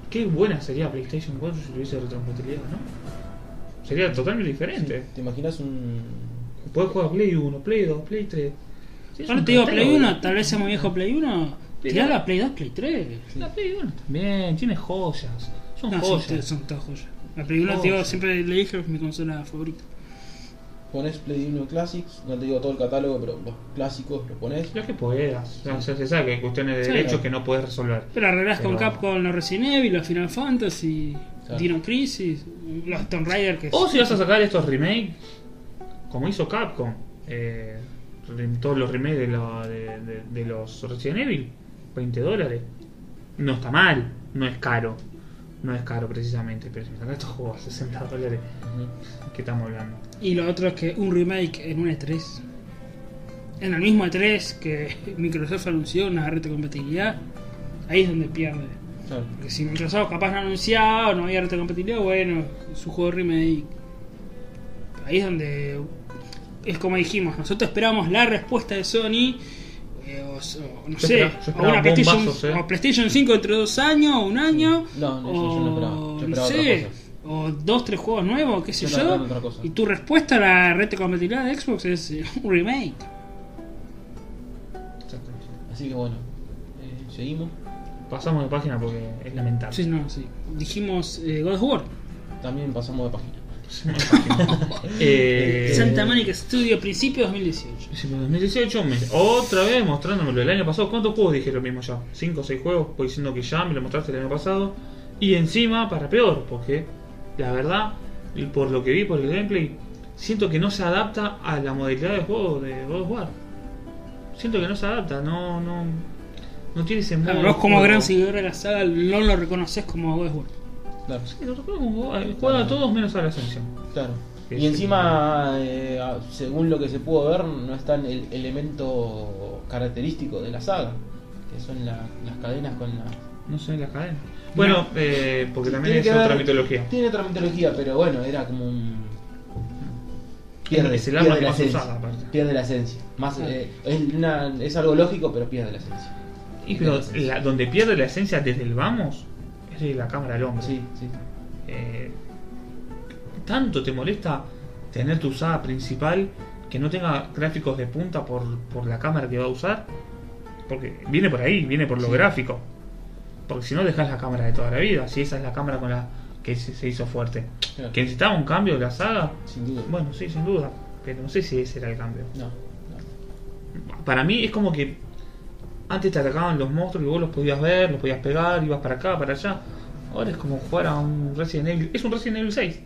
Speaker 1: qué buena sería PlayStation 4 si tuviese retrocompatibilidad, ¿no? Sería totalmente diferente.
Speaker 3: ¿Te imaginas un.
Speaker 1: Podés jugar Play 1, Play 2, Play 3. Sí, es
Speaker 2: Ahora
Speaker 1: un
Speaker 2: te digo
Speaker 1: trateo.
Speaker 2: Play 1, tal vez sea muy viejo Play 1,
Speaker 1: Pero-
Speaker 2: tirá la Play 2, Play 3.
Speaker 1: La Play 1 también, tiene joyas. Son
Speaker 2: No, son,
Speaker 1: joyas.
Speaker 2: ustedes son todas joyas. La Play 1, te digo,
Speaker 1: Joyas.
Speaker 2: siempre le dije que es mi consola favorita.
Speaker 3: Pones Play 1 Classics, no te digo todo el catálogo, pero los clásicos los pones.
Speaker 1: Lo que puedas. O sea, se sabe que hay cuestiones de
Speaker 2: Sí.
Speaker 1: derechos que no puedes resolver.
Speaker 2: Pero arreglás con
Speaker 1: Pero-
Speaker 2: Capcom los Resident Evil, los Final Fantasy,
Speaker 3: Claro.
Speaker 2: Dino Crisis, los Tomb Raider que
Speaker 1: O si vas a sacar estos remakes, como hizo Capcom, eh, en todos los remakes de, la- de- de- de los Resident Evil, 20 dólares. No está mal, no es caro. No es caro precisamente, pero si me sacas estos juegos a 60 dólares,
Speaker 3: Ujú.
Speaker 1: ¿qué estamos hablando?
Speaker 2: Y lo otro es que un remake en un E3. En el mismo E3 que [LAUGHS] Microsoft anunció una retrocompatibilidad, ahí es donde pierde.
Speaker 3: Claro.
Speaker 2: Porque si Microsoft capaz no anunciaba o no había retrocompatibilidad, bueno, su juego remake. Ahí es donde. Es como dijimos, nosotros esperábamos la respuesta de Sony. eh, o, s- o no
Speaker 1: Yo
Speaker 2: sé,
Speaker 1: esperaba- yo
Speaker 2: o una
Speaker 1: esperaba
Speaker 2: PlayStation,
Speaker 1: bombazos, eh.
Speaker 2: o PlayStation 5 entre dos años, o un año.
Speaker 3: No, no,
Speaker 2: o,
Speaker 3: eso yo no esperaba. Yo esperaba
Speaker 2: no
Speaker 3: otra
Speaker 2: sé,
Speaker 3: cosa.
Speaker 2: o dos, tres juegos nuevos, qué sé
Speaker 3: Yo
Speaker 2: yo.
Speaker 3: estaba esperando otra cosa.
Speaker 2: Y tu respuesta a la retrocompatibilidad de Xbox es eh, [LAUGHS] un remake.
Speaker 1: Exactamente.
Speaker 3: Así que bueno, eh, seguimos.
Speaker 1: Pasamos de página porque es lamentable.
Speaker 2: Sí, no, sí. Dijimos eh, God of War.
Speaker 3: También pasamos de página.
Speaker 1: Eh,
Speaker 2: Santa Monica Studio, principio 2018.
Speaker 1: Sí, pero 2018, me- otra vez mostrándomelo. El año pasado, ¿cuántos juegos dije lo mismo ya? 5 o 6 juegos, pues diciendo que ya me lo mostraste el año pasado. Y encima, para peor, porque la verdad, y por lo que vi, por el gameplay, siento que no se adapta a la modalidad de juego de God of War. Siento que no se adapta, no, no, no tiene ese modo.
Speaker 2: Claro, vos como
Speaker 1: de
Speaker 2: gran
Speaker 1: juego.
Speaker 2: seguidor de la saga no lo reconoces como God of War.
Speaker 3: Claro.
Speaker 1: Sí, lo recuerdo como God- juega a todos menos a la esencia.
Speaker 3: Claro.
Speaker 1: Sí,
Speaker 3: Y
Speaker 1: sí.
Speaker 3: encima, eh, a- según lo que se pudo ver, no está en el elemento característico de la saga, que son la- las cadenas con las...
Speaker 1: No sé, la cadena. Bueno, eh, porque también
Speaker 3: Tiene
Speaker 1: es
Speaker 3: que
Speaker 1: otra
Speaker 3: ver-
Speaker 1: mitología.
Speaker 3: Tiene otra mitología, pero bueno, era como un... Pierde,
Speaker 1: Es el arma
Speaker 3: pierde
Speaker 1: que
Speaker 3: la
Speaker 1: más
Speaker 3: esencia.
Speaker 1: usada, aparte.
Speaker 3: Pierde la esencia. Más,
Speaker 2: Claro.
Speaker 3: eh, es, una- es algo lógico, pero pierde la esencia.
Speaker 1: Y pero la- donde pierde la esencia desde el vamos es de la cámara al hombre.
Speaker 3: Sí, sí.
Speaker 1: Eh, tanto te molesta tener tu usada principal que no tenga gráficos de punta por, por la cámara que va a usar. Porque viene por ahí, viene por lo
Speaker 3: Sí.
Speaker 1: gráfico. Porque si no dejas la cámara de toda la vida, si esa es la cámara con la que se, se hizo fuerte.
Speaker 3: Claro.
Speaker 1: ¿Que necesitaba un cambio de la saga?
Speaker 3: Sin duda.
Speaker 1: Bueno, sí, sin duda. Pero no sé si ese era el cambio.
Speaker 3: No.
Speaker 1: Para mí es como que antes te atacaban los monstruos y vos los podías ver, los podías pegar, ibas para acá, para allá. Ahora es como jugar a un Resident Evil. Es un Resident Evil 6.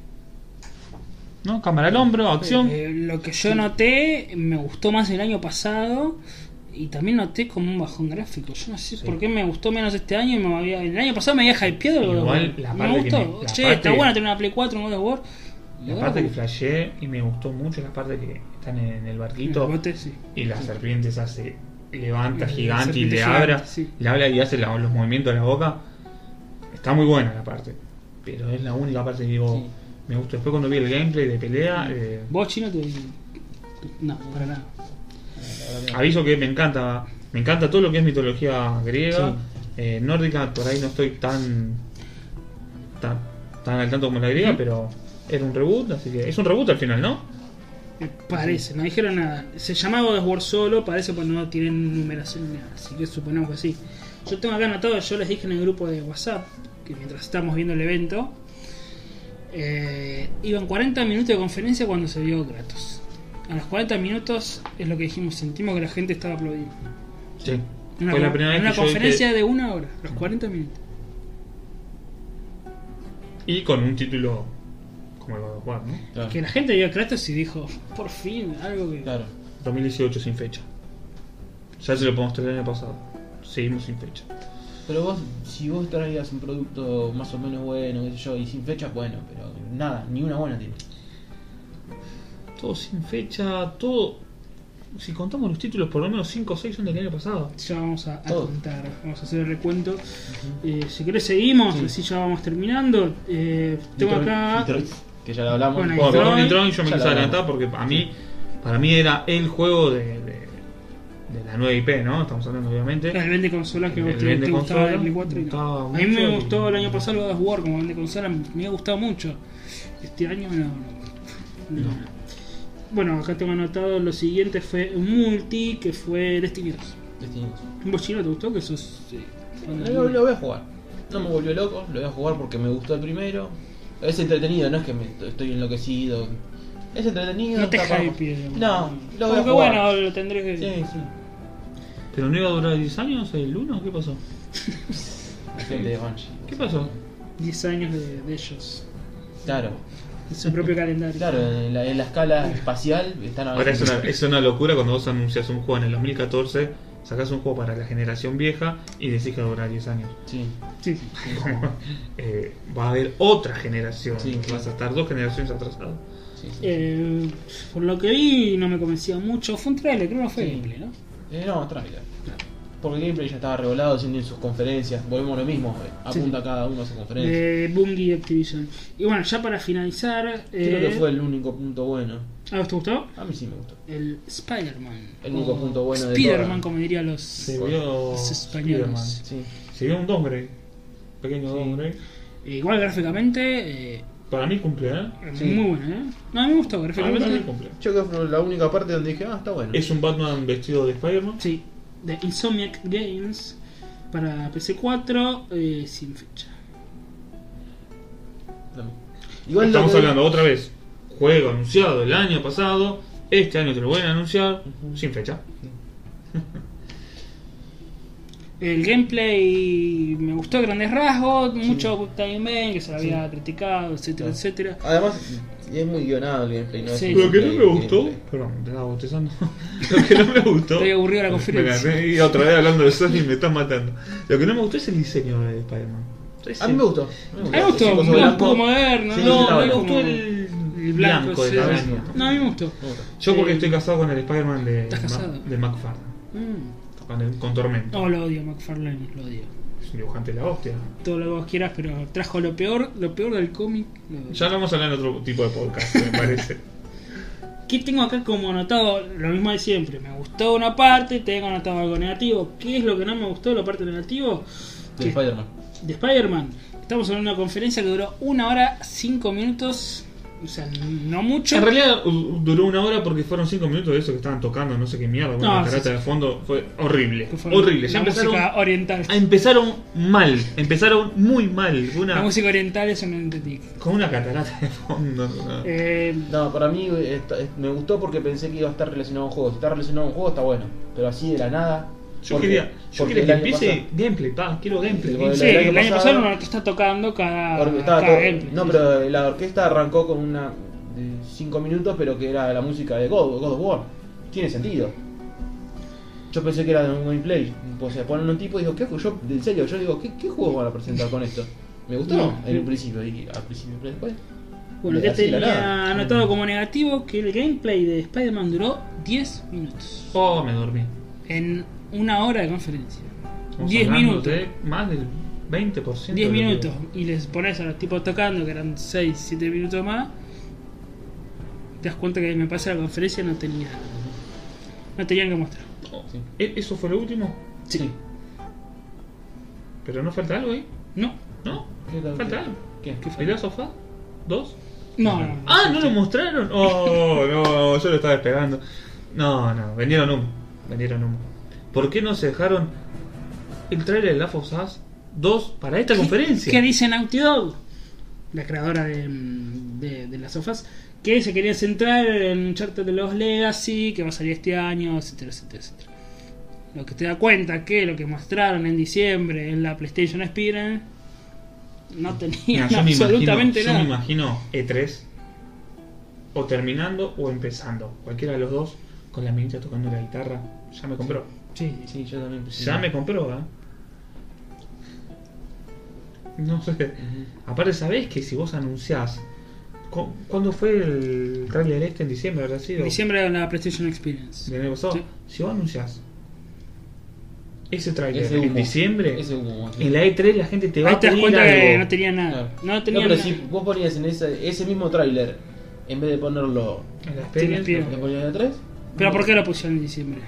Speaker 1: ¿No? Cámara al hombro, acción.
Speaker 2: Eh, lo que yo noté, me gustó más el año pasado y también noté como un bajón gráfico. Yo no sé por qué me gustó menos este año. y Me había- el año pasado me había hypeado. el God of
Speaker 1: Igual,
Speaker 2: War.
Speaker 1: la
Speaker 2: me
Speaker 1: parte que
Speaker 2: gustó.
Speaker 1: me- la
Speaker 2: che,
Speaker 1: parte-
Speaker 2: está bueno tener una Play 4, un God of War. Y
Speaker 1: la
Speaker 2: ahora
Speaker 1: parte que
Speaker 2: como-
Speaker 1: flasheé y me gustó mucho la parte que están en el
Speaker 2: el
Speaker 1: barquito
Speaker 2: bote, sí.
Speaker 1: y la serpiente se hace, levanta
Speaker 2: La
Speaker 1: gigante y
Speaker 2: serpiente
Speaker 1: le
Speaker 2: gigante,
Speaker 1: abra,
Speaker 2: sí.
Speaker 1: le habla y hace la- los movimientos de la boca. Está muy buena la parte. Pero es la única parte que digo,
Speaker 3: Sí.
Speaker 1: me gustó. Después cuando vi el gameplay de pelea, eh,
Speaker 2: Vos, chino, te, No, para nada.
Speaker 3: la verdad que-
Speaker 1: Aviso que me encanta, me encanta todo lo que es mitología griega, eh, nórdica, por ahí no estoy tan, tan tan al tanto como la griega, pero era un reboot, así que es un reboot al final, ¿no?
Speaker 2: Me parece, no dijeron nada. Se llama God of War solo, parece, pues no tienen numeración ni nada, así que suponemos que sí. Yo tengo acá anotado, yo les dije en el grupo de WhatsApp, que mientras estábamos viendo el evento, eh, iban 40 minutos de conferencia cuando se vio Kratos. A los 40 minutos es lo que dijimos, sentimos que la gente estaba aplaudiendo.
Speaker 1: Sí.
Speaker 2: Una,
Speaker 1: Fue la
Speaker 2: con-
Speaker 1: primera vez
Speaker 2: una
Speaker 1: que yo
Speaker 2: conferencia
Speaker 1: dije-
Speaker 2: de una hora, los 40 minutos.
Speaker 1: y con un título como el God of War, ¿no?
Speaker 3: Claro,
Speaker 2: Que la gente vio a Kratos y dijo, por fin, algo que...
Speaker 3: claro.
Speaker 1: 2018 sin fecha. Ya se lo mostré el año pasado. Seguimos sin fecha.
Speaker 3: Pero vos, si vos traías un producto más o menos bueno, qué sé yo, y sin fecha, bueno, pero nada, ni una buena tiene.
Speaker 1: Todo sin fecha, todo. Si contamos los títulos, por lo menos 5 o 6 son del año pasado.
Speaker 2: Ya vamos a, a
Speaker 3: Todo.
Speaker 2: contar, vamos a hacer el recuento. Eh, si querés seguimos,
Speaker 3: Sí.
Speaker 2: así ya vamos terminando. Eh, tengo
Speaker 3: Detroit-
Speaker 2: acá...
Speaker 3: Detroit, que ya lo hablamos.
Speaker 2: Bueno,
Speaker 1: Bueno,
Speaker 2: Detroit,
Speaker 1: con Detroit yo me
Speaker 3: ya
Speaker 1: quise
Speaker 3: lo
Speaker 1: adelantar
Speaker 3: hablamos.
Speaker 1: porque a mí, para mí era el juego de, de- de la nueva IP, ¿no? Estamos hablando, obviamente.
Speaker 2: El vende consola que
Speaker 1: El
Speaker 2: a vos te,
Speaker 1: vende
Speaker 2: te gustaba
Speaker 1: consola,
Speaker 2: de Play 4 y no.
Speaker 1: gustaba
Speaker 2: A mí me
Speaker 1: mucho y-
Speaker 2: gustó el año pasado God of War como vende consola, me había gustado mucho. Este año no. no. Bueno, acá tengo anotado lo siguiente fue Multi, que fue Destiny 2.
Speaker 3: Destiny
Speaker 2: ¿Vos chino te gustó que sos eh, fan de-
Speaker 3: Lo, lo voy a jugar. No me volvió loco, lo voy a jugar porque me gustó el primero. Es entretenido, no es que me estoy enloquecido. Es entretenido.
Speaker 2: No te
Speaker 3: está para-
Speaker 2: hype. digamos.
Speaker 3: No, lo voy a
Speaker 2: Aunque
Speaker 3: jugar.
Speaker 2: bueno, lo tendré que...
Speaker 3: Sí, sí.
Speaker 1: ¿Pero no iba a durar 10 años el 1? ¿Qué pasó?
Speaker 3: La gente de Banshee.
Speaker 1: ¿Qué pasó?
Speaker 2: 10 años de, de ellos.
Speaker 3: Claro,
Speaker 2: En
Speaker 3: [LAUGHS]
Speaker 2: su propio calendario.
Speaker 3: claro, en la, en la escala espacial están
Speaker 1: Ahora es [LAUGHS] una, es una locura cuando vos anuncias un juego en el 2014, sacás un juego para la generación vieja y decís que va a durar 10 [LAUGHS] años.
Speaker 3: Sí,
Speaker 2: Sí, sí.
Speaker 1: Como, eh, va a haber otra generación.
Speaker 3: Sí, sí.
Speaker 1: Vas a estar dos generaciones atrasado.
Speaker 3: sí, sí.
Speaker 2: Eh, por lo que vi, no me convencía mucho. Fue un trailer, creo que no fue
Speaker 3: Sí.
Speaker 2: gameplay, ¿no?
Speaker 3: Eh, no, trailer. Porque el gameplay ya estaba revolado haciendo en sus conferencias. Volvemos a lo mismo, eh,
Speaker 2: Sí. Eh,
Speaker 3: apunta cada uno a su conferencia.
Speaker 2: De Bungie y Activision. Y bueno, ya para finalizar.
Speaker 3: Creo
Speaker 2: eh,
Speaker 3: que fue el único punto bueno.
Speaker 2: ¿A vos te gustó?
Speaker 3: A mí sí me gustó.
Speaker 2: El Spider-Man.
Speaker 3: El único
Speaker 2: O
Speaker 3: punto bueno de
Speaker 2: Spider-Man,
Speaker 3: Corran.
Speaker 2: como dirían los,
Speaker 1: Se vio
Speaker 2: los españoles.
Speaker 1: Spider-Man.
Speaker 3: Sí.
Speaker 1: Se vio un Don Grey. Pequeño Don Grey.
Speaker 2: Eh, igual gráficamente, eh,
Speaker 1: Para mí cumple, ¿eh?
Speaker 3: Sí.
Speaker 2: muy bueno, ¿eh? No, a mí me gustó
Speaker 1: Para mí también
Speaker 2: gráficamente.
Speaker 1: cumple.
Speaker 3: Yo creo que fue la única parte donde dije, ah, está bueno.
Speaker 1: Es un Batman vestido de Spider-Man.
Speaker 2: Sí, de Insomniac Games para PC4 eh, sin fecha.
Speaker 3: Dame. Igual lo
Speaker 1: Estamos
Speaker 3: que-
Speaker 1: hablando otra vez. Juego anunciado el año pasado. Este año te lo vuelven a anunciar
Speaker 3: Ujú.
Speaker 1: sin fecha.
Speaker 2: El gameplay me gustó a grandes rasgos, mucho timing que se lo había criticado, etcétera,
Speaker 3: Claro.
Speaker 2: etcétera.
Speaker 3: Además, es muy guionado el gameplay, ¿no?
Speaker 2: Sí.
Speaker 3: Es un
Speaker 1: Lo que no me
Speaker 3: gameplay-
Speaker 1: gustó.
Speaker 3: gameplay.
Speaker 1: Perdón, te estaba bostezando. [LAUGHS] Lo que no me gustó.
Speaker 2: Estoy aburrido de la conferencia.
Speaker 1: Mira, y otra vez hablando de Sony me estás matando. Lo que no me gustó es el diseño de Spider-man.
Speaker 3: A mí me gustó.
Speaker 2: A mí me gustó,
Speaker 3: Sí,
Speaker 2: un
Speaker 3: coso
Speaker 2: poco
Speaker 3: blanco.
Speaker 2: moderno.
Speaker 3: Sí,
Speaker 1: No,
Speaker 3: sí,
Speaker 1: no me
Speaker 3: la
Speaker 1: gustó
Speaker 2: como
Speaker 1: el,
Speaker 2: el
Speaker 1: blanco,
Speaker 2: blanco,
Speaker 1: de
Speaker 2: sí,
Speaker 1: la
Speaker 3: sí.
Speaker 1: vena.
Speaker 2: No, a mí me gustó.
Speaker 3: Me gustó.
Speaker 1: Yo porque
Speaker 2: Sí.
Speaker 1: estoy casado con el Spider-Man de,
Speaker 2: ¿Estás
Speaker 1: Ma-
Speaker 2: casado?
Speaker 1: de McFarlane,
Speaker 2: Mm.
Speaker 1: con, el- con Tormento.
Speaker 2: No, lo odio, McFarlane, lo odio.
Speaker 1: Es un dibujante de la hostia.
Speaker 2: Todo lo que vos quieras, pero trajo lo peor, lo peor del cómic. lo odio.
Speaker 1: Ya lo vamos a hablar en otro tipo de podcast, me
Speaker 2: [LAUGHS]
Speaker 1: parece.
Speaker 2: ¿Qué tengo acá como anotado? Lo mismo de siempre. Me gustó una parte, tengo anotado algo negativo. ¿Qué es lo que no me gustó de la parte negativa?
Speaker 3: De Spider-Man.
Speaker 2: de Spider-Man. Estamos en una conferencia que duró una hora, cinco minutos. O sea, no mucho.
Speaker 1: En realidad u- duró una hora porque fueron cinco minutos de eso que estaban tocando, no sé qué mierda,
Speaker 2: No,
Speaker 1: una
Speaker 2: sí,
Speaker 1: carata
Speaker 2: sí.
Speaker 1: de fondo. Fue horrible.
Speaker 2: Que fue
Speaker 1: Horrible. Ya
Speaker 2: La
Speaker 1: empezaron,
Speaker 2: música oriental.
Speaker 1: ah, empezaron mal. Empezaron muy mal.
Speaker 2: La
Speaker 1: Una,
Speaker 2: música oriental es un entendí.
Speaker 1: con una catarata de fondo. ¿no?
Speaker 2: Eh,
Speaker 3: No, para mí eh, está- eh, me gustó porque pensé que iba a estar relacionado a un juego. Si está relacionado a un juego, está bueno. Pero así de la nada.
Speaker 1: Yo
Speaker 3: porque-
Speaker 1: quería, yo
Speaker 3: porque
Speaker 1: quería
Speaker 3: el
Speaker 1: que
Speaker 3: año
Speaker 1: empiece
Speaker 3: pasado-
Speaker 1: gameplay, pa, quiero gameplay.
Speaker 3: Sí,
Speaker 2: sí,
Speaker 1: gameplay.
Speaker 3: el año
Speaker 2: el año
Speaker 3: pasado-
Speaker 2: pasado uno te está tocando cada.
Speaker 3: Porque estaba
Speaker 2: cada
Speaker 3: todo-
Speaker 2: gameplay,
Speaker 3: no,
Speaker 2: Ah, sí, sí.
Speaker 3: pero la orquesta arrancó con una de 5 minutos, pero que era la música de God, God of War. Tiene sentido. Yo pensé que era de un gameplay. O sea, ponen un tipo y digo, ¿qué ju- yo En serio, yo digo, ¿qué, qué juego van a presentar con esto? Me gustó
Speaker 2: No.
Speaker 3: en un principio, y al principio, pero después.
Speaker 2: Bueno, que
Speaker 3: así de la
Speaker 2: tenía
Speaker 3: nada.
Speaker 2: anotado como negativo que el gameplay de Spider-Man duró 10 minutos.
Speaker 1: Oh, me dormí.
Speaker 2: En una hora de conferencia.
Speaker 1: Estamos
Speaker 2: 10
Speaker 1: hablando
Speaker 2: minutos.
Speaker 1: de más del 20%.
Speaker 2: 10
Speaker 1: de lo que-
Speaker 2: minutos y les pones a los tipos tocando, que eran 6, 7 minutos más, te das cuenta que me pasa la conferencia no tenía. No tenían que mostrar.
Speaker 3: Sí.
Speaker 1: ¿E- ¿Eso fue lo último?
Speaker 2: Sí.
Speaker 1: ¿Pero no falta algo ahí?
Speaker 2: No.
Speaker 1: ¿No?
Speaker 3: ¿Qué tal?
Speaker 1: ¿Falta algo?
Speaker 3: ¿Qué?
Speaker 2: ¿Qué
Speaker 1: ¿El de sofá? ¿Dos?
Speaker 2: No, no, no.
Speaker 1: ¡Ah, no lo mostraron! [LAUGHS] ¡Oh, no! Yo lo estaba esperando. No, no, vendieron humo. Vendieron humo. ¿Por qué no se dejaron el trailer de Last of Us 2 para esta conferencia?
Speaker 2: ¿Qué dice Naughty Dog? La creadora de, mm, de, de las sofás. Que se quería centrar en un charter de los Legacy, que va a salir este año, etcétera, etcétera, etcétera. Lo que te da cuenta que lo que mostraron en diciembre en la PlayStation Experience no tenía
Speaker 1: Mira, yo me imagino,
Speaker 2: absolutamente
Speaker 1: yo me
Speaker 2: nada.
Speaker 1: imagino E3 o terminando o empezando. Cualquiera de los dos con la minita tocando la guitarra. Ya me compró.
Speaker 2: Sí, sí.
Speaker 3: Sí, yo también. pensé.
Speaker 1: Ya me compró, ¿eh? No sé.
Speaker 3: Ujú.
Speaker 1: Aparte, ¿sabés que si vos anunciás... cu- ¿Cuándo fue el trailer este? ¿En diciembre habrá sido?
Speaker 2: En diciembre en la PlayStation Experience.
Speaker 1: ¿Del año pasado?
Speaker 2: Sí.
Speaker 1: Si vos anunciás ese trailer
Speaker 3: Ese
Speaker 1: en
Speaker 3: humo.
Speaker 1: diciembre,
Speaker 3: Ese humo.
Speaker 1: en la E3 la gente te va
Speaker 2: Ahí
Speaker 1: a
Speaker 2: te das
Speaker 1: pedir
Speaker 2: cuenta que
Speaker 1: algo.
Speaker 2: no tenía
Speaker 3: Claro.
Speaker 2: nada. No
Speaker 3: No,
Speaker 2: tenía
Speaker 3: pero
Speaker 2: nada.
Speaker 3: si vos ponías en ese, ese mismo tráiler, en vez de ponerlo,
Speaker 1: En la experiencia,
Speaker 2: Sí,
Speaker 3: ¿lo ponías en el 3?
Speaker 2: ¿Pero por qué lo pusieron en diciembre?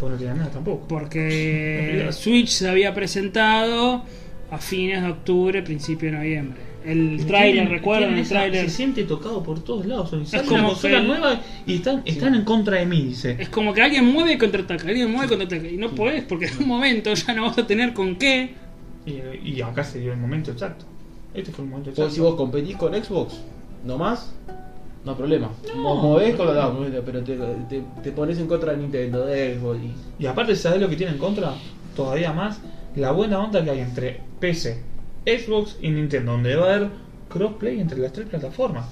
Speaker 1: vos no tenías nada tampoco.
Speaker 2: Porque Switch se había presentado a fines de octubre, principio de noviembre. El tráiler,
Speaker 1: Tienen-
Speaker 2: recuerdan
Speaker 1: tienen
Speaker 2: el
Speaker 1: esa-
Speaker 2: tráiler.
Speaker 1: Se siente tocado por todos lados. Son sale
Speaker 2: como
Speaker 1: una consola
Speaker 2: que-
Speaker 1: nueva y están, están en contra de mí, dice.
Speaker 2: Es como que alguien mueve y contraataca, alguien mueve y contraataca. Y no podés, porque en un momento ya no vas a tener con qué.
Speaker 1: Y, y acá se dio el momento exacto. Este fue el momento exacto.
Speaker 3: Vos, Pues, si vos competís con Xbox, nomás, no hay problema. Vos movés con los dados, pero te, te, te pones en contra de Nintendo, de Xbox y.
Speaker 1: Y aparte, ¿sabés lo que tiene en contra? Todavía más, la buena onda que hay entre PC, Xbox y Nintendo, donde va a haber crossplay entre las tres plataformas.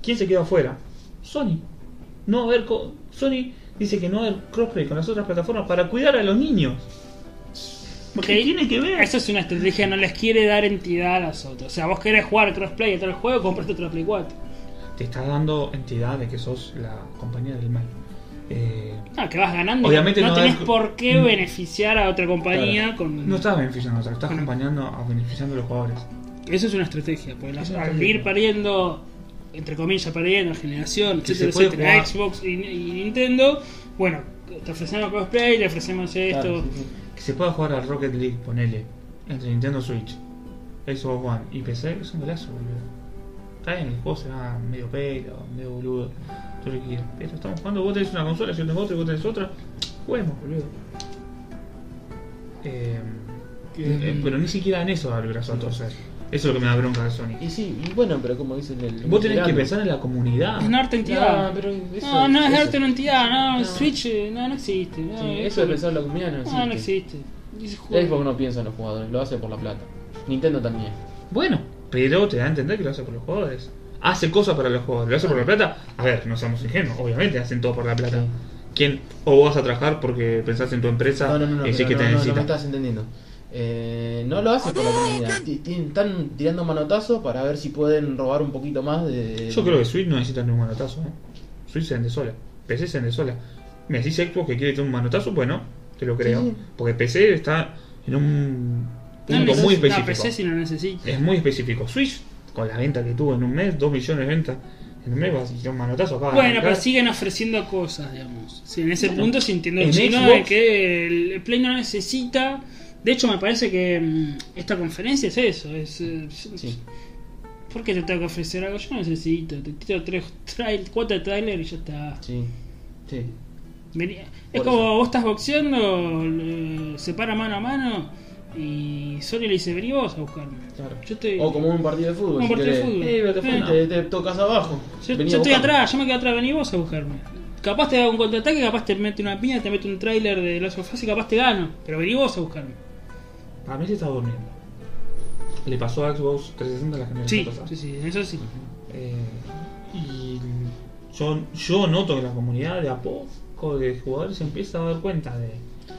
Speaker 1: ¿Quién se queda afuera? Sony. No va a haber. co- Sony dice que no va a haber crossplay con las otras plataformas para cuidar a los niños. Porque
Speaker 2: Ok.
Speaker 1: tiene que ver.
Speaker 2: Esa es una estrategia, no les quiere dar entidad a las otras. O sea, vos querés jugar crossplay a tal juego, compraste otra Play 4.
Speaker 1: Te está dando entidad de que sos la compañía del mal. Eh,
Speaker 2: No, Ah, que vas ganando.
Speaker 1: Obviamente
Speaker 2: no,
Speaker 1: no
Speaker 2: tenés
Speaker 1: es- Mm.
Speaker 2: por qué beneficiar a otra compañía con.
Speaker 1: no estás beneficiando, o sea, estás
Speaker 2: Mm. Bueno.
Speaker 1: acompañando a beneficiando a los jugadores.
Speaker 2: Eso es una estrategia, porque las-
Speaker 1: Es una
Speaker 2: al
Speaker 1: estrategia.
Speaker 2: ir pariendo, entre comillas, pariendo, generación,
Speaker 1: Que se
Speaker 2: etcétera,
Speaker 1: puede
Speaker 2: etcétera,
Speaker 1: jugar.
Speaker 2: Xbox y, y Nintendo, bueno, te ofrecemos cosplay, le ofrecemos esto.
Speaker 3: Claro, sí, sí.
Speaker 1: Que se pueda jugar al Rocket League, ponele, entre Nintendo Switch, Xbox One y PC, es un golazo, boludo. Está bien, el juego será medio pelo, medio boludo, todo lo que quieras. Pero estamos jugando, vos tenés una consola, yo tengo otra y vos tenés otra, juguemos, boludo. Eh,
Speaker 2: Que-
Speaker 1: eh, pero ni siquiera en eso da el brazo a torcer. Eso es lo que me da bronca de Sony.
Speaker 3: Y sí, y bueno, pero como dicen el.
Speaker 1: Vos tenés que
Speaker 3: veterano,
Speaker 1: pensar en la comunidad.
Speaker 2: Es no darte entidad.
Speaker 3: No, Ah, pero eso-
Speaker 2: no, no es
Speaker 3: eso-
Speaker 2: darte una entidad, no,
Speaker 3: No.
Speaker 2: Switch eh, no, no existe. No,
Speaker 3: sí, eso de pensar en la comunidad Ah, no
Speaker 2: No, no
Speaker 3: existe.
Speaker 2: existe. Y se juega.
Speaker 3: Xbox no piensa en los jugadores, lo hace por la plata. Nintendo también.
Speaker 1: Bueno, pero te da a entender que lo hace por los jugadores. Hace cosas para los jugadores. ¿Lo hace por la plata? A ver, no seamos ingenuos. Obviamente hacen todo por la plata.
Speaker 3: Sí.
Speaker 1: ¿Quién? ¿O vos vas a trabajar porque pensás en tu empresa
Speaker 3: No, no, no, no,
Speaker 1: y decís
Speaker 3: pero
Speaker 1: que
Speaker 3: no,
Speaker 1: te
Speaker 3: no, no
Speaker 1: necesitan?
Speaker 3: me estás entendiendo. Eh, no lo hacen por la comunidad. Ti- ti- Están tirando manotazos para ver si pueden robar un poquito más de.
Speaker 1: Yo creo que Switch no necesita ningún manotazo. ¿no? Switch se vende sola. PC se vende sola. Me decís Xbox que quiere tener un manotazo, bueno, te lo creo.
Speaker 3: Sí.
Speaker 1: Porque PC está en un
Speaker 2: No
Speaker 1: punto
Speaker 2: neces-
Speaker 1: muy
Speaker 2: No, PC si
Speaker 1: específico.
Speaker 2: no necesita.
Speaker 1: Es muy específico. Switch, con la venta que tuvo en un mes, 2 millones de ventas en un mes, vas a tirar un manotazo acá.
Speaker 2: Bueno, pero
Speaker 1: acá.
Speaker 2: siguen ofreciendo cosas, digamos. Sí, en ese punto sintiendo
Speaker 1: En
Speaker 2: el chino
Speaker 1: Xbox.
Speaker 2: de que el, el Play no necesita. De hecho, me parece que mm, esta conferencia es eso. Es, eh,
Speaker 3: Sí.
Speaker 2: ¿Por qué te tengo que ofrecer algo? Yo no necesito. Te tiro tres trail, cuatro trailers y ya está.
Speaker 3: Sí. Sí.
Speaker 2: Vení- Es
Speaker 3: Por
Speaker 2: como
Speaker 3: eso.
Speaker 2: vos estás boxeando, le- se para mano a mano y Sony le dice: Vení vos a buscarme.
Speaker 3: Claro.
Speaker 2: Yo te-
Speaker 3: O como un partido de fútbol.
Speaker 2: Un
Speaker 3: si
Speaker 2: partido de
Speaker 3: querés.
Speaker 2: fútbol.
Speaker 3: Eh, pero te, fuiste,
Speaker 1: Eh.
Speaker 3: te tocas abajo.
Speaker 2: Yo,
Speaker 3: Vení
Speaker 2: yo
Speaker 3: a
Speaker 2: estoy
Speaker 3: buscarme.
Speaker 2: atrás, yo me quedo atrás, vení vos a buscarme. Capaz te da un contraataque, capaz te mete una piña, te mete un tráiler de Last of Us y capaz te gano. Pero vení vos a buscarme.
Speaker 1: Para mí se está durmiendo. Le pasó a Xbox 360 la generación
Speaker 2: Sí,
Speaker 1: pasada.
Speaker 2: sí, sí, eso sí.
Speaker 1: Eh, y yo, yo noto que la comunidad de a poco de jugadores se empieza a dar cuenta de.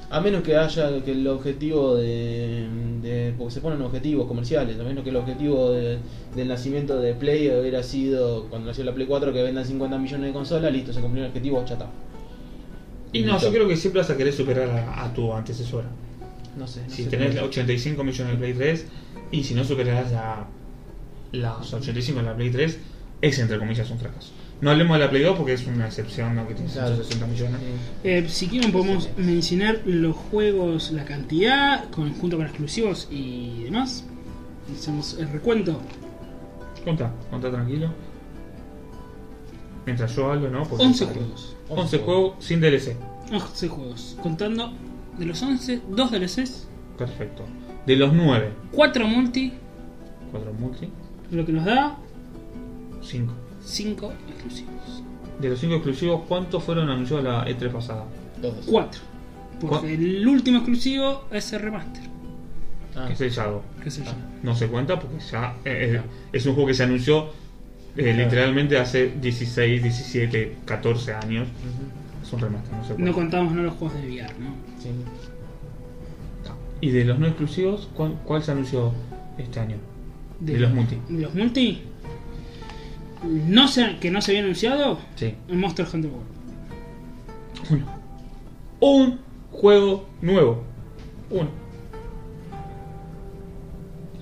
Speaker 3: A menos que haya que el objetivo de, de- Porque se ponen objetivos comerciales. A menos que el objetivo de- del nacimiento de Play hubiera sido cuando nació la Play 4 que vendan 50 millones de consolas. Listo, se cumplió el objetivo, chata.
Speaker 1: Y no, yo creo que siempre vas a querer superar a, a tu antecesora.
Speaker 3: No sé. no
Speaker 1: Si
Speaker 3: sé
Speaker 1: tenés
Speaker 3: cómo-
Speaker 1: 85 millones de Play 3 y si no superarás la, las 85 en la Play 3, es entre comillas un fracaso. No hablemos de la Play 2 porque es una excepción, ¿no? Que tiene
Speaker 3: Claro.
Speaker 1: 160 millones.
Speaker 3: Eh,
Speaker 2: Eh, si quieren podemos mencionar los juegos, la cantidad, con- junto con exclusivos y demás. Hacemos el recuento.
Speaker 1: Contá, contá tranquilo. Mientras yo hablo, ¿no? Porque-
Speaker 2: 11 juegos.
Speaker 1: 11 juegos sin DLC.
Speaker 2: 11 juegos. Contando de los 11, 2 DLCs,
Speaker 1: Perfecto. De los 9,
Speaker 2: 4 multi,
Speaker 1: 4 multi,
Speaker 2: lo que nos da
Speaker 1: 5.
Speaker 2: 5 exclusivos.
Speaker 1: De los 5 exclusivos, ¿cuántos fueron anunciados la E3 pasada?
Speaker 3: Dos.
Speaker 2: 4.
Speaker 1: Cu-
Speaker 2: Porque el último exclusivo es el remaster.
Speaker 3: Ah,
Speaker 1: Que es el Shadow.
Speaker 2: qué sé yo.
Speaker 3: Ah.
Speaker 1: No se cuenta porque ya eh, eh,
Speaker 3: Claro.
Speaker 1: es un juego que se anunció eh,
Speaker 3: Claro.
Speaker 1: literalmente hace 16, 17, 14 años.
Speaker 3: ujú,
Speaker 1: Es un remaster, no se cuenta.
Speaker 2: No contamos no los juegos de VR, ¿no?
Speaker 3: sí.
Speaker 1: Y de los no exclusivos, ¿cuál, cuál se anunció este año? De los multi.
Speaker 2: de los multi. No se, que no se había anunciado,
Speaker 1: Sí.
Speaker 2: el Monster Hunter World.
Speaker 1: Uno. Un juego nuevo. Uno.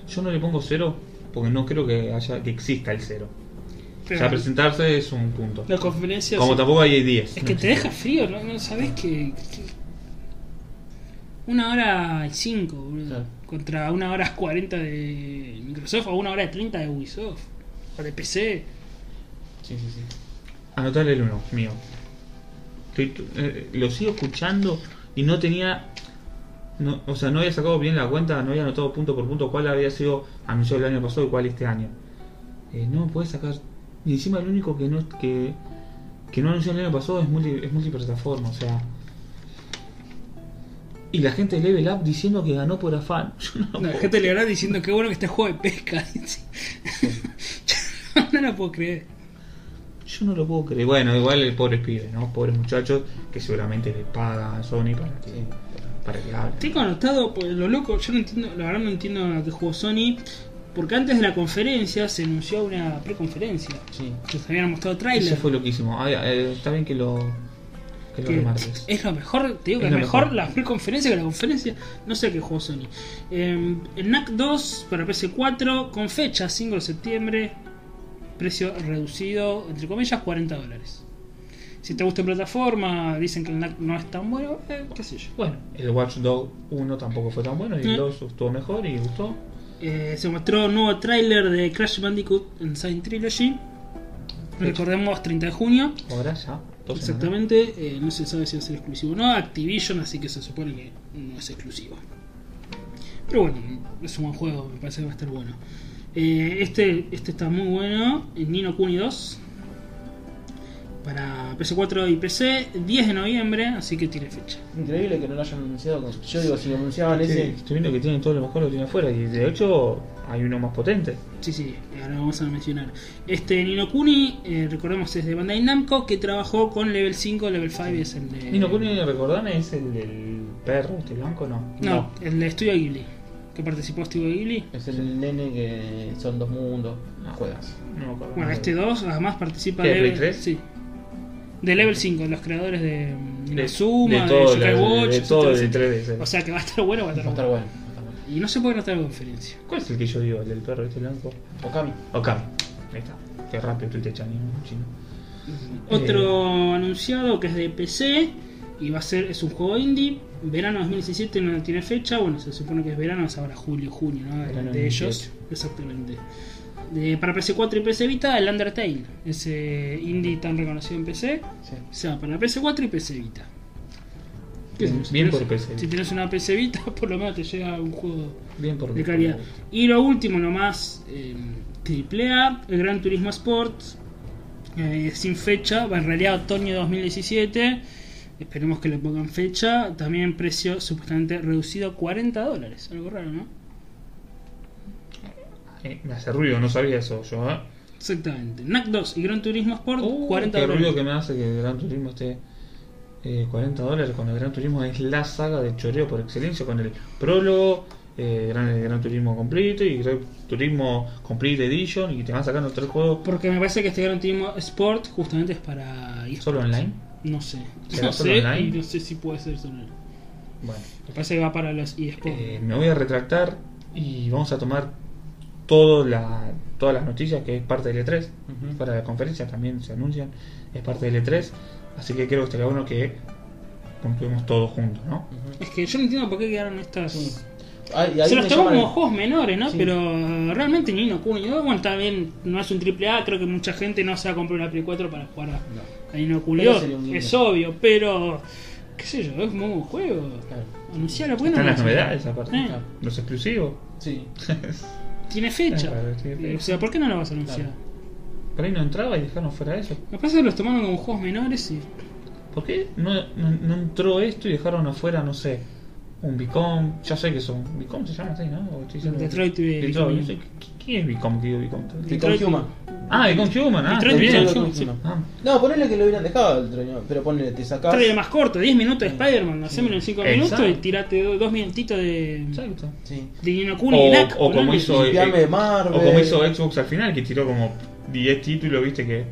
Speaker 1: Yo no le pongo cero porque no creo que haya que exista el cero. O sea, presentarse es un punto.
Speaker 2: la conferencia
Speaker 1: Como
Speaker 2: sí.
Speaker 1: tampoco hay 10.
Speaker 2: es que te deja frío, ¿no? no sabes que, que- Una hora y cinco, boludo.
Speaker 3: Claro.
Speaker 2: Contra una hora cuarenta de Microsoft o una hora y treinta de Ubisoft. O de PC.
Speaker 3: Sí, sí, sí.
Speaker 1: Anotale el uno, mío. Estoy- eh, lo sigo escuchando y no tenía. No, o sea, no había sacado bien la cuenta, no había anotado punto por punto cuál había sido anunciado el año pasado y cuál este año. Eh, no puedes sacar. Y encima el único que no que, que no anunció el año pasado es, multi, es multiplataforma, o sea. Y la gente de Level Up diciendo que ganó por afán. [LAUGHS] Yo no lo
Speaker 2: La
Speaker 1: puedo-
Speaker 2: gente le habrá diciendo que bueno que este juego de pesca. [LAUGHS] dice. [LAUGHS] no lo puedo creer.
Speaker 1: Yo no lo puedo creer. Bueno, igual el pobre pibe, ¿no? Pobres muchachos que seguramente le paga a Sony para que,
Speaker 3: Sí.
Speaker 1: para que hable.
Speaker 2: Estoy conectado por lo loco, yo no entiendo, la verdad no entiendo a qué jugó Sony, porque antes de la conferencia se anunció una preconferencia,
Speaker 3: Sí.
Speaker 2: que se habían mostrado
Speaker 1: Eso
Speaker 2: trailers.
Speaker 1: fue lo que hicimos. Ah, eh, está bien que lo, que lo
Speaker 2: que
Speaker 1: remates.
Speaker 2: es lo mejor, te digo que
Speaker 1: Es
Speaker 2: es
Speaker 1: lo
Speaker 2: mejor,
Speaker 1: mejor.
Speaker 2: la preconferencia que la conferencia, no sé a qué jugó Sony. Eh, el NAC 2 para PS4 con fecha 5 de septiembre, precio reducido, entre comillas, 40 dólares. Si te gusta en plataforma, dicen que el NAC no es tan bueno, eh, qué sé yo.
Speaker 1: Bueno, el Watch Dog 1 tampoco fue tan bueno y el
Speaker 2: Mm.
Speaker 1: 2 estuvo mejor y gustó.
Speaker 2: Eh, se mostró un nuevo tráiler de Crash Bandicoot Insane Trilogy. Recordemos 30 de junio.
Speaker 1: Ahora ya. dos semanas.
Speaker 2: Exactamente, eh, no se sabe si va a ser exclusivo o no. Activision, así que se supone que no es exclusivo. Pero bueno, es un buen juego, me parece que va a estar bueno. Eh, este, este está muy bueno, el Nino Kuni 2. Para PS4 y PC, 10 de noviembre, así que tiene fecha.
Speaker 3: Increíble que no lo hayan anunciado. con- Yo digo, si lo anunciaban
Speaker 1: Sí,
Speaker 3: ese.
Speaker 1: estoy viendo que tienen todo lo mejor lo tienen afuera y de hecho hay uno más potente.
Speaker 2: Sí, sí, ahora lo vamos a mencionar. Este Nino Kuni, eh, recordemos, es de Bandai Namco, que trabajó con Level 5, Level 5 es el de...
Speaker 1: Nino Kuni, recordame, es el del perro, este blanco, no.
Speaker 2: No, el de Studio Ghibli, que participó Studio Ghibli.
Speaker 3: Es el nene que son dos mundos.
Speaker 1: No.
Speaker 3: Juegas.
Speaker 1: No me acuerdo.
Speaker 2: Bueno, este 2 además participa
Speaker 1: ¿Qué, de
Speaker 2: Level
Speaker 1: Play 3?
Speaker 2: Sí. De Level 5, los creadores de mm,
Speaker 1: De-
Speaker 2: Inazuma,
Speaker 1: de
Speaker 2: de,
Speaker 1: todo,
Speaker 2: Yokai
Speaker 1: la- de- de
Speaker 2: Watch,
Speaker 1: todo,
Speaker 2: etcétera,
Speaker 1: de
Speaker 2: etcétera.
Speaker 1: 3D,
Speaker 2: O sea que va a estar bueno, va a
Speaker 3: Va a
Speaker 2: estar
Speaker 3: estar
Speaker 2: bueno.
Speaker 3: bueno. va a estar bueno.
Speaker 2: Y no se puede notar la conferencia.
Speaker 1: ¿Cuál es el que yo digo? El del perro, este blanco.
Speaker 3: Okami.
Speaker 1: Ok, ahí está. Qué rápido tú te echas, ¿no? chino. Eh.
Speaker 2: Otro anunciado que es de PC y va a ser, es un juego indie, verano 2017 no tiene fecha, bueno, se supone que es verano, es ahora julio, junio, ¿no? De,
Speaker 1: Verano
Speaker 2: de ellos,
Speaker 1: 2018.
Speaker 2: exactamente. De- para PS4 y PC Vita, el Undertale, ese indie tan reconocido en PC,
Speaker 3: Sí.
Speaker 2: o sea, para PS4 y PC Vita.
Speaker 1: Bien-
Speaker 2: Si
Speaker 1: bien
Speaker 2: tenés-
Speaker 1: por PC.
Speaker 2: Si tienes una PC Vita, [LAUGHS] por lo menos te llega un juego
Speaker 1: Bien por
Speaker 2: de calidad. Y lo último nomás, eh, triple A, el Gran Turismo Sport, eh, sin fecha, va en realidad otoño 2017, esperemos que le pongan fecha, también precio supuestamente reducido a 40 dólares, algo raro, ¿no?
Speaker 1: Eh, me hace ruido, no sabía eso yo. ¿eh?
Speaker 2: Exactamente, NAC 2 y Gran Turismo Sport,
Speaker 1: Uh,
Speaker 2: 40
Speaker 1: qué
Speaker 2: dólares.
Speaker 1: ruido que me hace que el Gran Turismo esté eh, 40 dólares cuando el Gran Turismo es la saga de choreo por excelencia con el prólogo, eh, gran, el Gran Turismo completo y Gran Turismo Complete Edition y te van sacando tres juegos
Speaker 2: Porque me parece que este Gran Turismo Sport justamente es para... eSports.
Speaker 1: solo online.
Speaker 2: No sé,
Speaker 1: ¿Será
Speaker 2: no
Speaker 1: solo
Speaker 2: sé,
Speaker 1: online?
Speaker 2: y no sé si puede ser solo online.
Speaker 1: Bueno,
Speaker 2: Me parece que va para los eSports.
Speaker 1: eh, me voy a retractar y vamos a tomar todo la- todas las noticias, que es parte del E E3,
Speaker 3: Ujú.
Speaker 1: para la conferencia también se anuncian, es parte del E3, así que creo que estaría bueno que concluimos todos juntos, ¿no?
Speaker 3: Ujú.
Speaker 2: Es que yo no entiendo por qué quedaron estas.
Speaker 3: Sí. Ahí- Ah, ahí
Speaker 2: Se los
Speaker 3: me
Speaker 2: tomó
Speaker 3: llaman-
Speaker 2: como juegos menores, ¿no?
Speaker 3: Sí.
Speaker 2: Pero eh, realmente ni Nino Kuni. Bueno, también no es un triple A, creo que mucha gente no se va a comprar una Play 4 para jugar a,
Speaker 3: No,
Speaker 2: a Nino Kuni
Speaker 3: Pero
Speaker 2: 2.
Speaker 3: sería un guiño.
Speaker 2: Es obvio, pero. ¿Qué sé yo? Es un buen juego.
Speaker 3: claro,
Speaker 2: Anuncialo, ¿por qué no
Speaker 1: Están
Speaker 2: lo
Speaker 1: las
Speaker 2: hacen?
Speaker 1: novedades aparte,
Speaker 2: Eh.
Speaker 3: claro.
Speaker 1: los exclusivos. [LAUGHS]
Speaker 3: Sí,
Speaker 2: Tiene fecha.
Speaker 1: Claro, tiene fecha.
Speaker 2: Eh, O sea, ¿por qué no lo vas a anunciar?
Speaker 3: Claro.
Speaker 1: Por ahí no entraba y dejaron fuera eso.
Speaker 2: Lo que pasa es que los tomaron como juegos menores y.
Speaker 1: ¿Por qué no, no- no entró esto y dejaron afuera, no sé, un Vicom? Ya sé que son. ¿Vicom se llama así, no? ¿O estoy diciendo-
Speaker 2: Detroit y
Speaker 1: Detroit, no sé.
Speaker 2: Vicom.
Speaker 1: ¿Qui- ¿Quién es Vicom? que digo Vicom?
Speaker 3: y
Speaker 2: Detroit-
Speaker 3: Consumer.
Speaker 1: Ah, Vicom Human, ah,
Speaker 2: Detroit
Speaker 1: está bien.
Speaker 2: Vicom
Speaker 3: Solo
Speaker 2: Human,
Speaker 3: Consumer.
Speaker 1: Ah,
Speaker 3: No, ponele que lo hubieran dejado el trueno, pero ponele, te sacás.
Speaker 2: Trailer más corto, 10 minutos de Spider-Man, hacémelo en 5
Speaker 1: Exacto.
Speaker 2: minutos y tirate 2 minutitos de.
Speaker 1: exacto.
Speaker 3: Sí.
Speaker 2: de Nino Kuni y
Speaker 1: O,
Speaker 2: Knack,
Speaker 1: o como
Speaker 2: ponele.
Speaker 1: hizo,
Speaker 3: Limpiame
Speaker 1: eh,
Speaker 3: Marvel.
Speaker 1: o como hizo Xbox al final, que tiró como 10 títulos, viste, que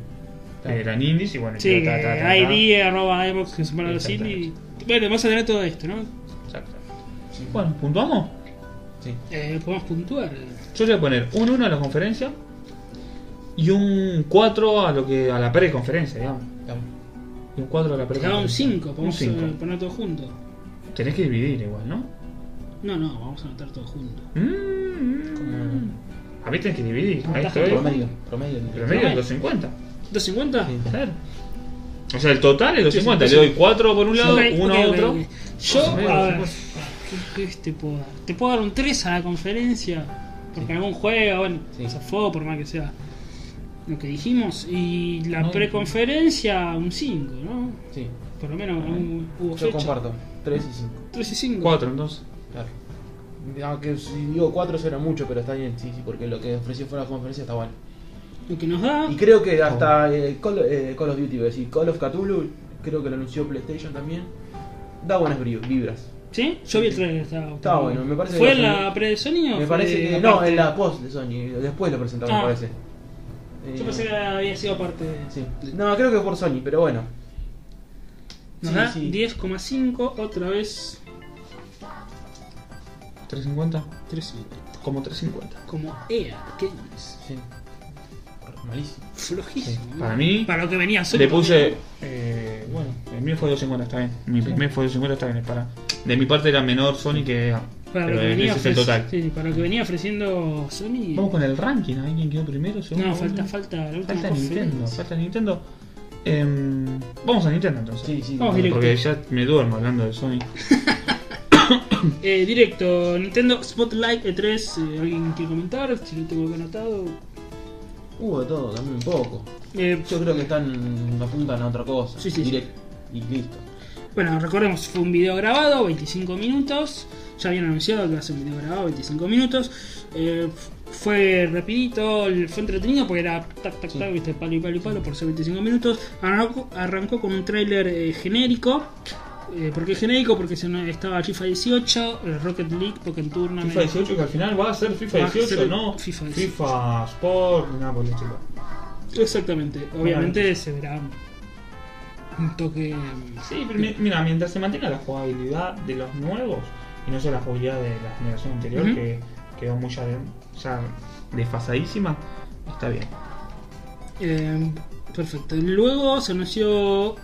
Speaker 1: eran indies y bueno,
Speaker 2: Sí,
Speaker 1: tiró ta, ta, ta, ta.
Speaker 2: ID, arroba iVoox, que supera los
Speaker 1: Exactamente.
Speaker 2: indies. Bueno, vas a tener todo esto, ¿no?
Speaker 1: Exacto.
Speaker 3: Sí.
Speaker 1: Bueno, ¿puntuamos?
Speaker 3: Sí.
Speaker 2: Eh, podemos puntuar.
Speaker 1: Yo le voy a poner un 1 a la conferencia y un 4 a lo que a la preconferencia, digamos.
Speaker 3: Claro.
Speaker 1: Y un 4 a la
Speaker 2: Cada
Speaker 1: preconferencia.
Speaker 2: un 5,
Speaker 1: Un
Speaker 2: podemos eh,
Speaker 1: 5.
Speaker 2: poner todo junto.
Speaker 1: Tenés que dividir igual, ¿no?
Speaker 2: No, no, vamos a anotar todo junto.
Speaker 1: Mm,
Speaker 3: Como-
Speaker 1: A mí tenés que dividir. Ahí
Speaker 2: Puntaje
Speaker 1: estoy. Promedio,
Speaker 3: Promedio, promedio.
Speaker 1: es 250.
Speaker 2: ¿250?
Speaker 3: Sí.
Speaker 1: Claro. O sea, el total es 250.
Speaker 2: Sí, sí,
Speaker 1: Le
Speaker 2: sí.
Speaker 1: doy 4 por un lado,
Speaker 2: Ok,
Speaker 1: 1
Speaker 2: ok,
Speaker 1: a
Speaker 2: ok,
Speaker 1: otro.
Speaker 2: ok. Yo,
Speaker 1: Más o menos,
Speaker 2: a ver,
Speaker 1: más o
Speaker 2: ¿qué, qué te puedo dar? Te puedo dar un 3 a la conferencia. Porque algún juego, bueno,
Speaker 3: Sí.
Speaker 2: se fue, por más que sea lo que dijimos. Y la
Speaker 1: No,
Speaker 2: preconferencia, un 5, ¿no?
Speaker 3: Sí.
Speaker 2: Por lo menos algún- hubo
Speaker 3: Yo
Speaker 2: fecha.
Speaker 3: comparto. 3 y 5.
Speaker 2: 3 y 5.
Speaker 1: 4 entonces.
Speaker 3: Claro. Aunque si digo 4 será mucho, pero está bien, sí, sí, porque lo que ofreció fuera la conferencia está bueno.
Speaker 2: Lo que nos da.
Speaker 3: Y creo que hasta eh, Call, eh, Call of Duty, voy a decir, Call of Cthulhu, creo que lo anunció PlayStation también. Da buenas bri- vibras.
Speaker 2: ¿Sí? Yo vi el trailer, estaba,
Speaker 3: Estaba bueno, me parece
Speaker 2: ¿Fue
Speaker 3: que
Speaker 2: en
Speaker 3: lo
Speaker 2: la
Speaker 3: hacen-
Speaker 2: pre de Sony o
Speaker 3: me
Speaker 2: fue
Speaker 3: parece que. No,
Speaker 2: aparte?
Speaker 3: en la post de Sony, después lo presentaron,
Speaker 2: Ah.
Speaker 3: me parece. Eh,
Speaker 2: Yo pensé que había sido aparte de.
Speaker 3: sí. No, creo que por Sony, pero bueno.
Speaker 2: Nos
Speaker 3: Sí,
Speaker 2: da
Speaker 3: sí.
Speaker 2: 10,5, otra vez
Speaker 1: 350.
Speaker 2: 3
Speaker 1: Como 350.
Speaker 2: Como EA Games.
Speaker 3: Sí. Malísimo.
Speaker 2: Flojísimo.
Speaker 1: Sí.
Speaker 2: ¿no?
Speaker 1: Para mí,
Speaker 2: Para lo que venía Sony.
Speaker 1: Le puse. Eh, bueno, el mío fue 250, está bien. Mi primer fue 250, está bien. es para. De mi parte era menor Sony que. EA,
Speaker 2: Para lo
Speaker 1: pero
Speaker 2: que venía
Speaker 1: ese es el
Speaker 2: ofreci-
Speaker 1: total.
Speaker 2: sí, para lo que venía ofreciendo Sony.
Speaker 1: Vamos con el ranking, a ver quién quedó primero. segundo,
Speaker 2: No, falta,
Speaker 1: último.
Speaker 2: falta la última
Speaker 1: Falta Nintendo,
Speaker 2: conferencia.
Speaker 1: falta Nintendo. Em, vamos a Nintendo entonces.
Speaker 3: Sí, sí.
Speaker 2: Vamos
Speaker 3: sí.
Speaker 2: directo.
Speaker 1: Porque ya me duermo hablando de Sony.
Speaker 2: Ah, Eh, directo, Nintendo Spotlight E3. eh, ¿Alguien quiere comentar? Si lo tengo acá anotado.
Speaker 3: Hubo de todo, también un poco.
Speaker 2: Eh,
Speaker 3: Yo creo que están apuntan a otra cosa.
Speaker 2: Sí, sí, sí.
Speaker 3: Directo. Y listo.
Speaker 2: Bueno, recordemos, fue un video grabado, 25 minutos. Ya habían anunciado que va a ser un video grabado, 25 minutos. Eh, f- fue rapidito, el- fue entretenido porque era tac, tac,
Speaker 3: Sí.
Speaker 2: tac, viste, palo y palo y palo por ser 25 minutos. Arrancó, arrancó con un tráiler eh, genérico. Eh, ¿Por qué genérico? Porque se no- estaba FIFA 18, eh, Rocket League, Pokémon Tournament.
Speaker 1: FIFA 18 que al final va a ser FIFA
Speaker 2: Va a ser
Speaker 1: 18, ¿no?
Speaker 2: Ah, FIFA 18.
Speaker 1: FIFA Sport, ni nada por el estilo.
Speaker 2: Exactamente, obviamente se verá un toque. mm,
Speaker 1: Sí, pero mi- mira, mientras se mantenga la jugabilidad de los nuevos y no sea la jugabilidad de la generación anterior
Speaker 2: Ujú.
Speaker 1: que quedó muy ya, de- ya desfasadísima, está bien.
Speaker 2: Eh, perfecto. Luego se anunció.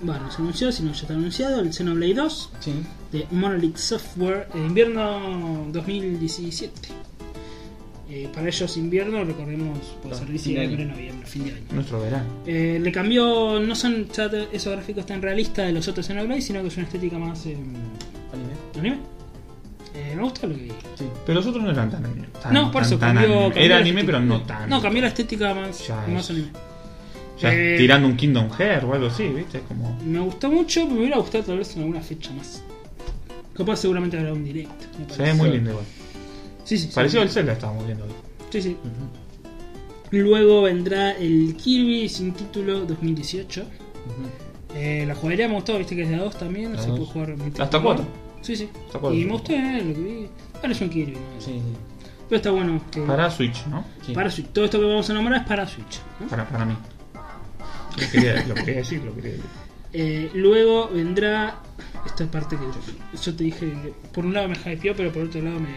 Speaker 2: Bueno, se anunció, si no ya está anunciado, el Xenoblade 2
Speaker 3: Sí.
Speaker 2: de Monolith Software de invierno 2017. Eh, para ellos, invierno, recordemos, puede
Speaker 3: Ah,
Speaker 2: ser
Speaker 3: fin de
Speaker 2: diciembre,
Speaker 3: año.
Speaker 2: noviembre, fin de año.
Speaker 1: Nuestro verano.
Speaker 2: Eh, le cambió, no son ya te- esos gráficos tan realistas de los otros Xenoblade, sino que es una estética más. eh,
Speaker 3: Anime.
Speaker 2: anime. Eh, me gusta lo que vi.
Speaker 3: Sí.
Speaker 1: Pero los otros Ah, no eran tan anime. tan-
Speaker 2: no, por
Speaker 1: tan-
Speaker 2: eso
Speaker 1: tan
Speaker 2: cambió,
Speaker 1: anime.
Speaker 2: cambió
Speaker 1: Era
Speaker 2: la
Speaker 1: anime,
Speaker 2: estética.
Speaker 1: pero no tan.
Speaker 2: No, cambió la estética más,
Speaker 1: Ya
Speaker 2: más
Speaker 1: es-
Speaker 2: anime.
Speaker 1: Ya
Speaker 2: Eh,
Speaker 1: tirando un Kingdom Hearts o algo así, ¿viste? Es Como.
Speaker 2: Me gustó mucho, me hubiera gustado tal vez en alguna fecha más. Capaz seguramente habrá un directo. me
Speaker 1: Se ve
Speaker 2: parece.
Speaker 1: muy lindo igual.
Speaker 2: Sí, sí. sí.
Speaker 1: Parecido al Zelda estábamos viendo hoy.
Speaker 2: Sí, sí. Luego vendrá el Kirby sin título 2018.
Speaker 3: Ujú.
Speaker 2: Eh, la jugabilidad me gustó, viste que es de a dos también,
Speaker 1: A
Speaker 2: se
Speaker 1: dos.
Speaker 2: puede jugar multijugador.
Speaker 1: Hasta cuatro.
Speaker 2: Sí, sí.
Speaker 1: Hasta cuatro.
Speaker 2: Y me gustó eh, lo que vi. Ahora es un Kirby, ¿no?
Speaker 3: Sí, sí.
Speaker 2: Pero está bueno. que-
Speaker 1: Para Switch, ¿no?
Speaker 3: sí.
Speaker 2: para Switch. Todo esto que vamos a nombrar es para Switch. ¿no?
Speaker 1: Para, para mí. Lo quería, lo quería decir, lo quería decir.
Speaker 2: Eh, luego vendrá esta parte que yo, yo te dije, que por un lado me hypeó, pero por otro lado me,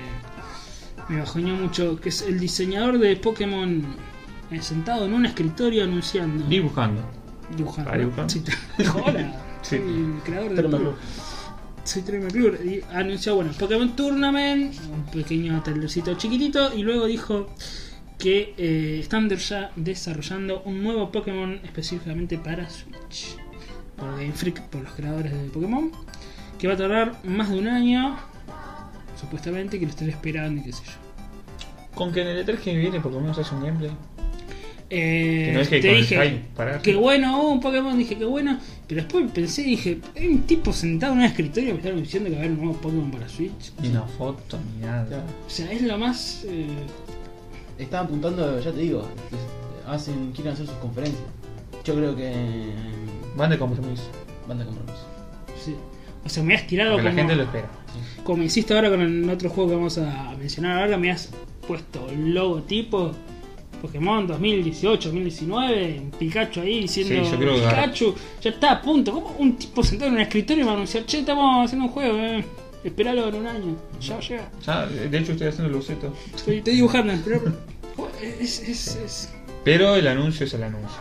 Speaker 2: me bajoñó mucho, que es el diseñador de Pokémon eh, sentado en un escritorio anunciando.
Speaker 1: Dibujando.
Speaker 2: dibujando.
Speaker 1: Ah, dibujando.
Speaker 2: Sí, te- [LAUGHS] Hola,
Speaker 1: Sí.
Speaker 2: soy el creador de
Speaker 3: Tremendo.
Speaker 2: Pokémon. Soy Trey McClure. Y anunció, bueno, Pokémon Tournament, un pequeño trailercito chiquitito, y luego dijo que eh, están ya desarrollando un nuevo Pokémon específicamente para Switch. Por Game Freak, por los creadores de Pokémon. Que va a tardar más de un año, supuestamente, que lo estén esperando y qué sé yo.
Speaker 1: Con que en el E3 que viene por lo menos hace un gameplay.
Speaker 2: Eh,
Speaker 1: Que no es que
Speaker 2: te
Speaker 1: con el
Speaker 2: dije,
Speaker 1: hype, pará.
Speaker 2: que bueno, oh, un Pokémon, dije que bueno, pero después pensé y dije, hay un tipo sentado en un escritorio que está anunciando que va a haber un nuevo Pokémon para Switch.
Speaker 1: Ni una foto, ni nada.
Speaker 3: Claro.
Speaker 2: O sea, es lo más... eh,
Speaker 3: Están apuntando, ya te digo, que hacen, quieren hacer sus conferencias. Yo creo que
Speaker 1: Van de compromiso.
Speaker 3: van a compromiso.
Speaker 2: sí. O sea, me has tirado
Speaker 1: Porque
Speaker 2: como,
Speaker 1: la gente lo espera.
Speaker 2: como hiciste ahora con el otro juego que vamos a mencionar ahora, me has puesto el logotipo Pokémon 2018, 2019, un Pikachu ahí diciendo
Speaker 1: Sí, yo creo que ahora-
Speaker 2: Pikachu, ya está a punto, ¿Cómo un tipo sentado en un escritorio y va a anunciar, che, estamos haciendo un juego, eh. esperalo en un año, ya llega.
Speaker 1: Ya, de hecho estoy haciendo el boceto.
Speaker 2: Estoy, estoy dibujando, pero. oh, Es, es, es-
Speaker 1: Pero el anuncio es el anuncio.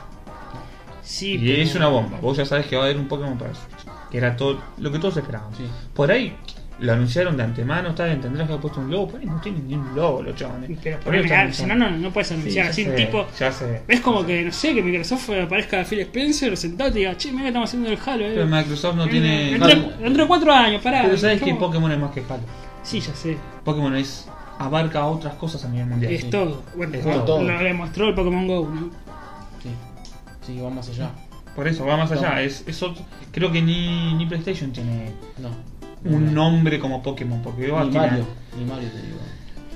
Speaker 2: Sí,
Speaker 1: Y
Speaker 2: pero-
Speaker 1: es una bomba. Vos ya sabes que va a haber un Pokémon para Switch. Que era todo lo que todos esperábamos.
Speaker 3: Sí.
Speaker 1: Por ahí lo anunciaron de antemano, está bien, tendrás que haber puesto un logo. Por ahí no tienen ni un logo los chavales.
Speaker 2: Pero
Speaker 1: Por ahí
Speaker 2: poneme
Speaker 1: están
Speaker 2: algo, si no,
Speaker 1: anunciando.
Speaker 2: no, no puedes
Speaker 1: Sí,
Speaker 2: anunciar
Speaker 1: ya
Speaker 2: así
Speaker 1: sé,
Speaker 2: un tipo.
Speaker 1: Ya sé.
Speaker 2: Es como que, no sé, que Microsoft aparezca Phil Spencer sentado y te diga, che, mira, estamos haciendo el Halo, eh.
Speaker 1: Pero Microsoft no
Speaker 2: Eh,
Speaker 1: tiene.
Speaker 2: Dentro, dentro de cuatro años, pará.
Speaker 1: Pero sabes que
Speaker 2: ¿cómo?
Speaker 1: Pokémon es más que Halo.
Speaker 2: Sí, ya sé.
Speaker 1: Pokémon es abarca otras cosas a nivel mundial.
Speaker 2: Es todo. Bueno,
Speaker 1: Es
Speaker 2: bueno,
Speaker 3: todo.
Speaker 2: lo demostró el Pokémon Go, ¿no?
Speaker 3: Sí, sí, van más allá.
Speaker 1: Por eso va más allá.
Speaker 3: No.
Speaker 1: Es, es otro- creo que ni, ni PlayStation tiene
Speaker 3: No.
Speaker 1: un
Speaker 3: no.
Speaker 1: nombre como Pokémon. Porque va a
Speaker 3: Ni
Speaker 1: tener-
Speaker 3: Mario, ni Mario te digo.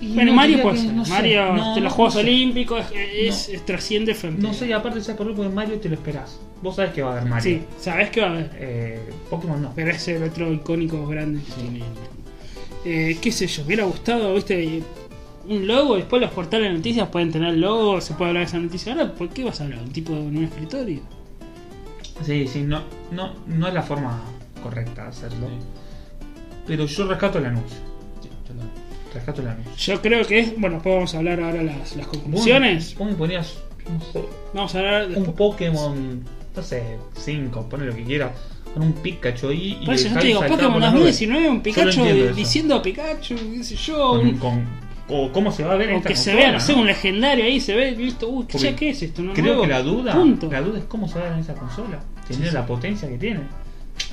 Speaker 1: Y
Speaker 2: Bueno,
Speaker 1: no,
Speaker 2: Mario
Speaker 1: diría
Speaker 2: puede
Speaker 1: que
Speaker 2: ser.
Speaker 1: no sé.
Speaker 2: Mario,
Speaker 1: No,
Speaker 2: este,
Speaker 1: no,
Speaker 2: los Juegos
Speaker 1: no sé.
Speaker 2: Olímpicos, es, es- trasciende frontera.
Speaker 1: No sé, y aparte sea por grupo de Mario te lo esperás. Vos sabés que va a haber Mario.
Speaker 2: Sí, sabés que va a haber.
Speaker 1: Eh, Pokémon no.
Speaker 2: Pero es el otro icónico grande que tiene. Eh, qué sé yo, me hubiera gustado, viste, un logo, después los portales de noticias pueden tener logo, se puede hablar de esa noticia. Ahora, ¿por qué vas a hablar? de Un tipo en un escritorio.
Speaker 1: Sí, sí, no, no, no es la forma correcta de hacerlo.
Speaker 3: Sí.
Speaker 1: Pero yo rescato el anuncio.
Speaker 3: Sí, yo lo-
Speaker 1: Rescato el anuncio.
Speaker 2: Yo creo que es, bueno, después vamos a hablar ahora las, las conclusiones.
Speaker 1: Vos me ponías no sé,
Speaker 2: Vamos a hablar
Speaker 1: un
Speaker 2: después.
Speaker 1: Pokémon, no sé, 5, pone lo que quiera, con un Pikachu ahí.
Speaker 2: Por eso
Speaker 1: el
Speaker 2: yo te
Speaker 1: Kai
Speaker 2: digo,
Speaker 1: saltaba
Speaker 2: Pokémon
Speaker 1: por las nubes.
Speaker 2: 2019, un Pikachu
Speaker 1: entiendo eso.
Speaker 2: diciendo a Pikachu, qué sé yo,
Speaker 1: Con-
Speaker 2: un,
Speaker 1: con- o cómo se va a ver
Speaker 2: o
Speaker 1: esta
Speaker 2: que se
Speaker 1: consola,
Speaker 2: vea, no sé,
Speaker 1: ¿no?
Speaker 2: un legendario ahí, se ve, listo, uy, ¿qué,
Speaker 1: Porque
Speaker 2: ¿qué es esto? No,
Speaker 1: Creo
Speaker 2: nuevo.
Speaker 1: que la duda,
Speaker 2: Punto.
Speaker 1: la duda es cómo se va a ver en esa consola. Tener
Speaker 3: Sí, sí.
Speaker 1: la potencia que tiene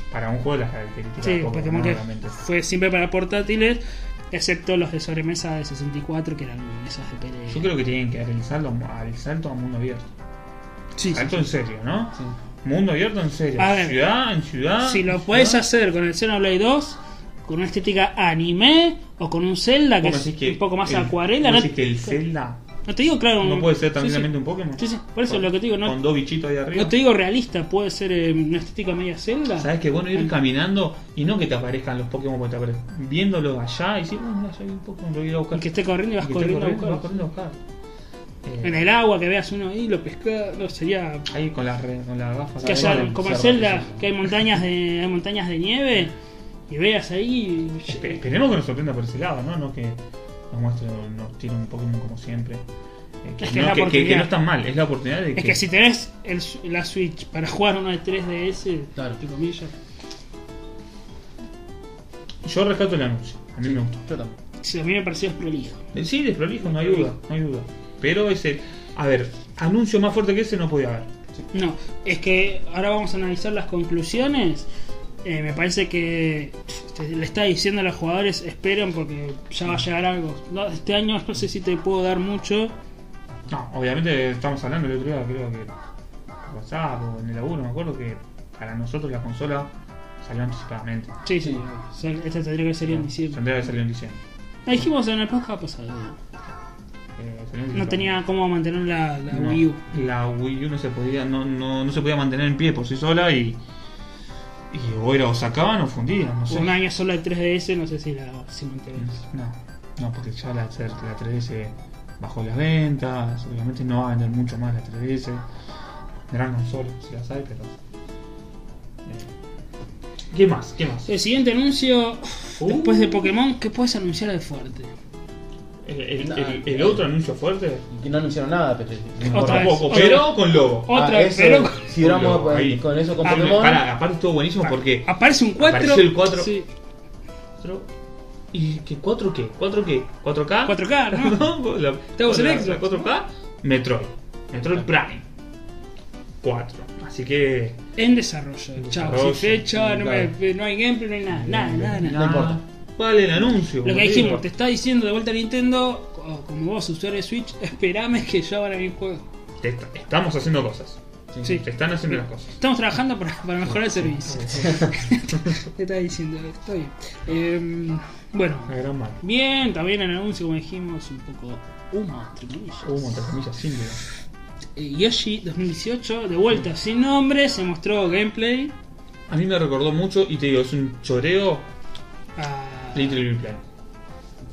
Speaker 1: para un juego de las características
Speaker 2: Sí,
Speaker 1: de Pokémon,
Speaker 2: Pokémon que
Speaker 1: obviamente.
Speaker 2: fue siempre para portátiles, excepto los de sobremesa de 64, que eran esas de pelea.
Speaker 1: Yo creo que tienen que dar el salto al salto a mundo abierto.
Speaker 2: Sí, sí.
Speaker 1: Salto en serio, ¿no?
Speaker 3: Sí.
Speaker 1: Mundo abierto en serio.
Speaker 2: A ver,
Speaker 1: ciudad en ciudad.
Speaker 2: Si lo
Speaker 1: en
Speaker 2: puedes
Speaker 1: ciudad.
Speaker 2: hacer con el Xenoblade 2, con una estética anime o con un Zelda que
Speaker 1: Vos
Speaker 2: es
Speaker 1: decís que
Speaker 2: un poco más
Speaker 1: el-
Speaker 2: acuarela,
Speaker 1: vos
Speaker 2: no,
Speaker 1: decís que el Zelda
Speaker 2: no te digo, claro.
Speaker 1: no
Speaker 2: un-
Speaker 1: puede ser
Speaker 2: sí,
Speaker 1: tranquilamente
Speaker 2: sí.
Speaker 1: un Pokémon.
Speaker 2: Sí, sí, por eso
Speaker 1: Con-
Speaker 2: lo que te digo, no-
Speaker 1: Con dos bichitos ahí arriba.
Speaker 2: No te digo realista, puede ser eh, una estética media Zelda.
Speaker 1: Sabes que bueno ir
Speaker 2: Ah,
Speaker 1: caminando y no que te aparezcan los Pokémon porque te aparecen. Viéndolos allá y decir, uy, mira, ya hay un Pokémon, lo voy a ir a buscar.
Speaker 2: y que esté corriendo y vas
Speaker 1: Y que esté
Speaker 2: corriendo, a
Speaker 1: vas
Speaker 2: buscarlo.
Speaker 1: corriendo a buscar. Eh,
Speaker 2: En el agua que veas uno ahí, lo pescas, no, sería
Speaker 1: Ahí con las re- con las gafas.
Speaker 2: que
Speaker 1: ahí,
Speaker 2: haya
Speaker 1: bueno,
Speaker 2: como en
Speaker 1: cerro,
Speaker 2: Zelda,
Speaker 1: sí, sí.
Speaker 2: que hay montañas de hay montañas de nieve y veas ahí
Speaker 1: Espe- Esperemos que nos sorprenda por ese lado, ¿no? No que nos muestre, nos tire un Pokémon como siempre. Eh, que,
Speaker 2: Es que
Speaker 1: no,
Speaker 2: es la
Speaker 1: que- que- que
Speaker 2: oportunidad.
Speaker 1: no es tan mal, es la oportunidad de que.
Speaker 2: Es que si tenés el, la Switch para jugar uno de 3DS,
Speaker 3: Claro.
Speaker 2: entre comillas,
Speaker 1: Yo rescato el anuncio, a mí me gusta.
Speaker 3: Yo también.
Speaker 2: si a mí me pareció es prolijo.
Speaker 1: Eh, Sí, desprolijo, no hay duda, no hay duda. Pero ese. A ver, anuncio más fuerte que ese no podía haber.
Speaker 2: No, es que ahora vamos a analizar las conclusiones. Eh, me parece que este, le está diciendo a los jugadores, esperen porque ya va a llegar algo. No, este año no sé si te puedo dar mucho.
Speaker 1: No, obviamente estamos hablando el otro día, creo que WhatsApp o en el laburo, me acuerdo que para nosotros la consola salió anticipadamente.
Speaker 2: Sí, sí,
Speaker 3: Sí.
Speaker 2: sí. Esta tendría que ser en diciembre.
Speaker 1: Tendría que salir en diciembre.
Speaker 2: La dijimos en el podcast pasado.
Speaker 1: Eh, salió en
Speaker 2: No
Speaker 1: diciembre.
Speaker 2: tenía cómo mantener la, la
Speaker 1: No,
Speaker 2: Wii U.
Speaker 1: La Wii U no se podía, no, no, no se podía mantener en pie por sí sola y. Y o era o sacaban o fundían, no sé.
Speaker 2: Un año solo de 3DS, no sé si la si mantenés.
Speaker 1: No, no, porque ya la, ter- la 3DS bajó las ventas, obviamente no va a vender mucho más la 3DS. Gran consola, si las hay, pero. eh. ¿Qué más? ¿Qué más?
Speaker 2: El siguiente anuncio,
Speaker 1: Uh.
Speaker 2: después de Pokémon, ¿qué puedes anunciar de fuerte?
Speaker 1: El, el- el- el otro anuncio fuerte.
Speaker 3: Y que no anunciaron nada, pero. no
Speaker 2: eh. Otra
Speaker 3: importa.
Speaker 2: vez.
Speaker 1: Tampoco,
Speaker 2: otra-
Speaker 1: pero con lobo.
Speaker 2: otra
Speaker 3: Ah, eso,
Speaker 2: pero-
Speaker 3: Si hubiéramos
Speaker 1: Con lobo, ahí.
Speaker 3: pues, con eso con
Speaker 1: Ah,
Speaker 3: Pokémon.
Speaker 1: pará, aparte estuvo buenísimo
Speaker 2: Ah,
Speaker 1: porque.
Speaker 2: Aparece un 4.
Speaker 1: Apareció el cuatro.
Speaker 2: Sí.
Speaker 1: ¿Y qué? ¿4 qué? ¿4 qué? ¿4K? [LAUGHS]
Speaker 2: 4K, ¿no?
Speaker 1: no, la,
Speaker 2: Tenemos el
Speaker 1: la-
Speaker 2: Xbox.
Speaker 1: la 4K, Metroid.
Speaker 3: Ah.
Speaker 1: Metroid Prime. 4. Así que.
Speaker 2: en desarrollo. Chao, sin
Speaker 1: desarrollo.
Speaker 2: fecha, no, me- no hay gameplay, no hay nada, nada, nada, nada.
Speaker 3: No importa.
Speaker 1: Vale el anuncio.
Speaker 2: Lo que
Speaker 1: boludo.
Speaker 2: dijimos, te está diciendo de vuelta Nintendo, o como vos, usuario de Switch, [LAUGHS] esperame que yo ahora mi juego.
Speaker 1: Te est- estamos haciendo cosas.
Speaker 2: Sí.
Speaker 1: Te están haciendo las cosas.
Speaker 2: Estamos trabajando para, para mejorar el servicio. [LAUGHS] te está diciendo, está bien. Em, bueno,
Speaker 1: Una gran mano.
Speaker 2: bien, también el anuncio, como dijimos, un poco humo, entre comillas.
Speaker 1: Hubo entre comillas sin duda.
Speaker 2: Eh, Yoshi 2018, de
Speaker 1: Mm.
Speaker 2: vuelta sin nombre, se mostró gameplay.
Speaker 1: A mí me recordó mucho y te digo, es un choreo
Speaker 2: Ah,
Speaker 1: Little Big Planet.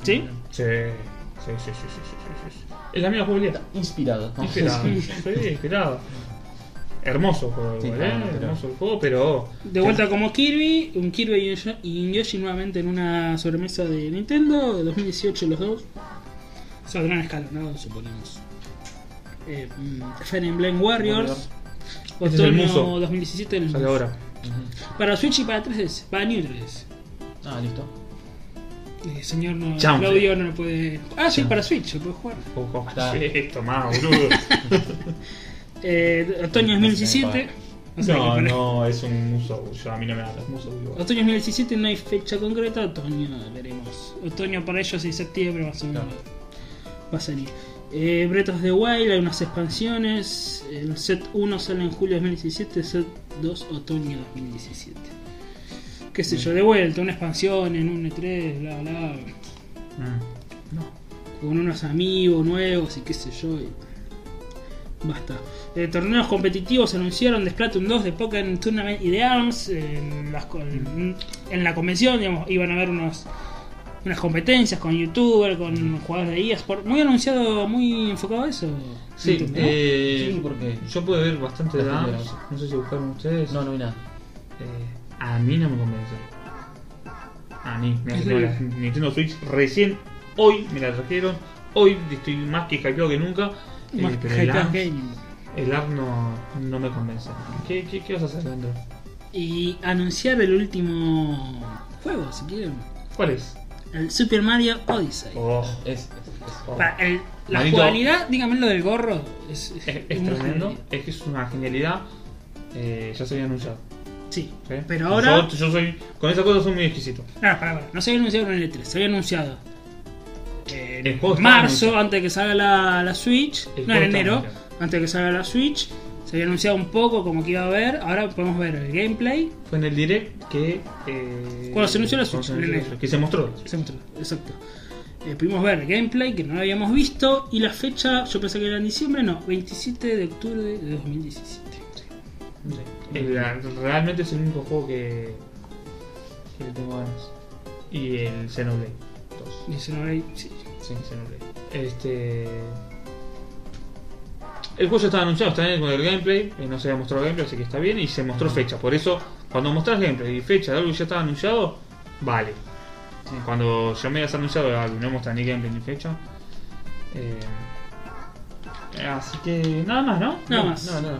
Speaker 2: ¿Sí?
Speaker 1: Sí, sí, sí, sí, sí, sí, sí, sí. Es la misma jugabilidad.
Speaker 3: Inspirado. ¿no?
Speaker 1: Esperado. sí, esperado. Hermoso el juego,
Speaker 3: Sí,
Speaker 1: igual,
Speaker 3: claro,
Speaker 1: ¿eh?
Speaker 3: pero-
Speaker 1: hermoso el juego, pero.
Speaker 2: De vuelta como Kirby, un Kirby y un Yo- y un Yoshi nuevamente en una sobremesa de Nintendo, de 2018 los dos. Saldrán escalonados, suponemos. Eh, mm, Fire Emblem Warriors,
Speaker 1: Este es el
Speaker 2: otoño
Speaker 1: muso.
Speaker 2: 2017 en el
Speaker 1: Sale
Speaker 2: muso.
Speaker 1: ahora.
Speaker 3: Ujú.
Speaker 2: Para Switch y para 3DS, para New 3DS.
Speaker 3: Ah, listo.
Speaker 2: Eh, señor no,
Speaker 1: Chanfle.
Speaker 2: Claudio no lo puede... Ah, sí, para Switch, lo puede jugar.
Speaker 1: Ojo,
Speaker 3: Está.
Speaker 1: esto más, boludo.
Speaker 2: Eh, otoño
Speaker 3: No se
Speaker 2: 2017.
Speaker 3: paga.
Speaker 2: o sea que para-
Speaker 1: no, es un muso. Yo a mí no me da los musos. igual.
Speaker 2: Otoño 2017 no hay fecha concreta, otoño veremos. Otoño para ellos es septiembre más o menos.
Speaker 3: Claro.
Speaker 2: Va a salir. Eh, Breath of the Wild, hay unas expansiones. El set 1 sale en julio de 2017, set 2 otoño 2017. Qué sé yo, de vuelta, una expansión en un E3, bla bla.
Speaker 1: Mm. No.
Speaker 2: Con unos amigos nuevos y qué sé yo. y- Basta. Eh, torneos competitivos se anunciaron de Splatoon 2, de Pokémon Tournament y de ARMS. eh, En, las co- en- en la convención, digamos, iban a haber unos, unas competencias con youtubers, con jugadores de eSport. Muy anunciado, muy enfocado a eso.
Speaker 1: Sí,
Speaker 2: Nintendo, ¿no?
Speaker 1: eh,
Speaker 3: Sí, porque-
Speaker 1: yo pude ver bastante de
Speaker 3: Bastante
Speaker 1: Dams.
Speaker 3: Dams.
Speaker 1: No sé si buscaron ustedes.
Speaker 3: No, no hay nada.
Speaker 1: Eh, a mí no me convence. A mí, me
Speaker 2: Es
Speaker 1: tengo
Speaker 2: dura.
Speaker 1: la Nintendo Switch recién, hoy me la trajeron. Hoy estoy más que hypeado que nunca. eh,
Speaker 2: Más
Speaker 1: pero
Speaker 2: hype
Speaker 1: el ARMS,
Speaker 2: gaming.
Speaker 1: el ARMS no, no me convence. ¿Qué, qué, qué vas a hacer, Leandro?
Speaker 2: Y anunciar el último juego, si quieren.
Speaker 1: ¿Cuál es?
Speaker 2: El Super Mario Odyssey.
Speaker 1: Oh,
Speaker 3: Es. es-
Speaker 1: oh.
Speaker 2: Para el- la
Speaker 1: Manito.
Speaker 2: jugabilidad, dígame lo del gorro. Es, es-
Speaker 1: Es,
Speaker 2: es
Speaker 1: es
Speaker 2: una
Speaker 1: tremendo.
Speaker 2: genialidad.
Speaker 1: Es que es una genialidad. Eh, ya se había anunciado.
Speaker 2: Sí,
Speaker 1: ¿sí?
Speaker 2: pero ahora.
Speaker 1: Yo, yo soy, con esas cosas soy muy exquisito.
Speaker 2: No, pará, pará, no se había anunciado en el E3, se había anunciado en
Speaker 1: El juego está
Speaker 2: marzo,
Speaker 1: anunciado.
Speaker 2: antes de que salga la, la Switch,
Speaker 1: El
Speaker 2: no en
Speaker 1: juego está
Speaker 2: enero,
Speaker 1: anunciado.
Speaker 2: antes de que salga la Switch, se había anunciado un poco como que iba a haber, ahora podemos ver el gameplay,
Speaker 1: Fue en el direct que. eh,
Speaker 2: Cuando se anunció la
Speaker 1: cuando
Speaker 2: Switch,
Speaker 1: se anunció
Speaker 2: en
Speaker 1: la
Speaker 2: enero.
Speaker 1: Switch, Que se mostró.
Speaker 2: se mostró, exacto. Eh, pudimos ver el gameplay que no lo habíamos visto y la fecha, yo pensé que era en diciembre, no, 27 de octubre de 2017.
Speaker 1: El- la- realmente es el único juego que, que le tengo ganas. Y el Xenoblade 2.
Speaker 2: 19, sí.
Speaker 1: Sí, Xenoblade. Este. El juego ya estaba anunciado, está bien con el gameplay, eh, no se había mostrado gameplay, así que está bien, y se mostró fecha. Por eso, cuando mostrás gameplay y fecha de algo que ya estaba anunciado, vale. Cuando ya me hayas anunciado algo y no mostras ni gameplay ni fecha. eh, así que nada más, ¿no?
Speaker 2: Nada más.
Speaker 1: No, no, no.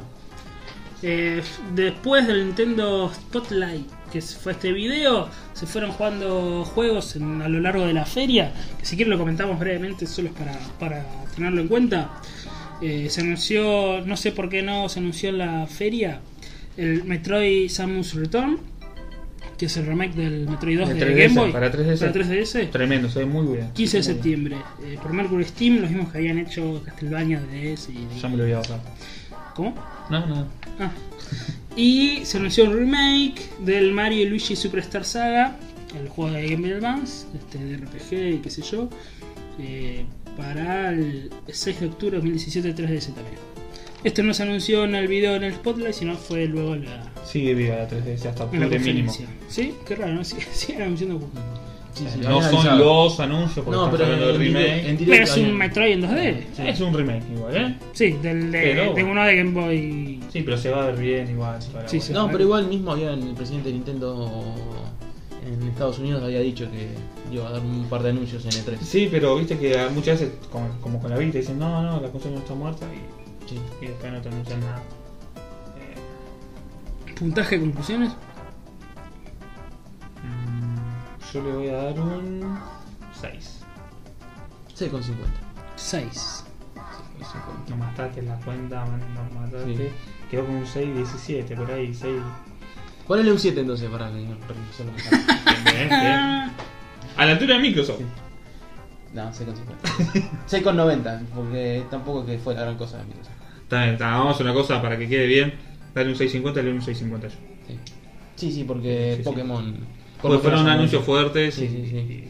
Speaker 2: Eh, después del Nintendo Spotlight, que fue este video, se fueron jugando juegos en- a lo largo de la feria. Que si quieren lo comentamos brevemente, solo es para, para tenerlo en cuenta. Eh, se anunció, no sé por qué no se anunció en la feria, el Metroid Samus Return, que es el remake del Metroid 2
Speaker 1: De
Speaker 2: de
Speaker 1: 3DS,
Speaker 2: Game Boy.
Speaker 1: para 3DS.
Speaker 2: Para 3DS.
Speaker 1: Tremendo, se ve muy bien.
Speaker 2: 15 de
Speaker 1: Muy bien.
Speaker 2: septiembre. Eh, por Mercury Steam, los mismos que habían hecho Castlevania, DS y...
Speaker 1: Ya me lo voy a bajar.
Speaker 2: ¿Cómo?
Speaker 1: No, no.
Speaker 2: Ah. Y se anunció un remake del Mario y Luigi Superstar Saga, el juego de Game Boy Advance, este, de RPG y qué sé yo, eh, para el 6 de octubre de 2017 3DS también. Esto no se anunció en el video en el Spotlight, sino fue luego en la,
Speaker 1: Sigue viva la 3DS hasta
Speaker 2: en la
Speaker 1: octubre mínimo.
Speaker 2: conferencia. ¿Sí? Qué raro, ¿no? [LAUGHS] Sí, siguen anunciando juegos.
Speaker 3: Sí, sí,
Speaker 1: no
Speaker 3: habían
Speaker 1: son
Speaker 3: avisado.
Speaker 1: los anuncios porque
Speaker 3: No,
Speaker 1: estamos
Speaker 3: pero
Speaker 1: hablando del
Speaker 3: en dire-
Speaker 1: remake.
Speaker 3: en directo
Speaker 2: Pero es un
Speaker 3: habían-
Speaker 2: Metroid en 2D.
Speaker 1: Sí, Es un remake igual, ¿eh?
Speaker 2: Sí, del de,
Speaker 1: Pero-
Speaker 2: de uno de Game Boy.
Speaker 1: Sí, pero se va a ver bien igual. se va a ver
Speaker 2: Sí,
Speaker 1: bueno.
Speaker 2: sí.
Speaker 3: No, pero igual mismo habían el presidente de Nintendo en Estados Unidos había dicho que iba a dar un par de anuncios en E E3.
Speaker 1: Sí, pero viste que a- muchas veces, como, como con la vida, dicen, no, no, la consola no está muerta y,
Speaker 3: Sí.
Speaker 1: y después no te anuncian nada. Eh,
Speaker 2: ¿Puntaje, conclusiones?
Speaker 1: mm, yo le voy a dar un 6.
Speaker 3: 6,50.
Speaker 2: 6.
Speaker 3: 6,50.
Speaker 1: No mataste en la cuenta, man, no mataste.
Speaker 3: Sí.
Speaker 1: Quedó con un 6, 17, por ahí, 6.
Speaker 3: Ponele un 7 entonces para que no se lo meta.
Speaker 1: Bien, bien.
Speaker 2: Ah,
Speaker 1: A la altura de Microsoft.
Speaker 3: Sí. [LAUGHS] No, 6,50. 6,90, porque tampoco que fue la gran cosa de Microsoft.
Speaker 1: Está bien, está, vamos a hacer una cosa para que quede bien. Dale un 6.50 y le doy un 6.50 yo.
Speaker 3: Sí, sí, sí, porque
Speaker 1: Sí, sí.
Speaker 3: Pokémon.
Speaker 1: Porque fueron anuncios
Speaker 3: fuertes
Speaker 1: fuertes
Speaker 3: Sí,
Speaker 1: y,
Speaker 3: sí, sí.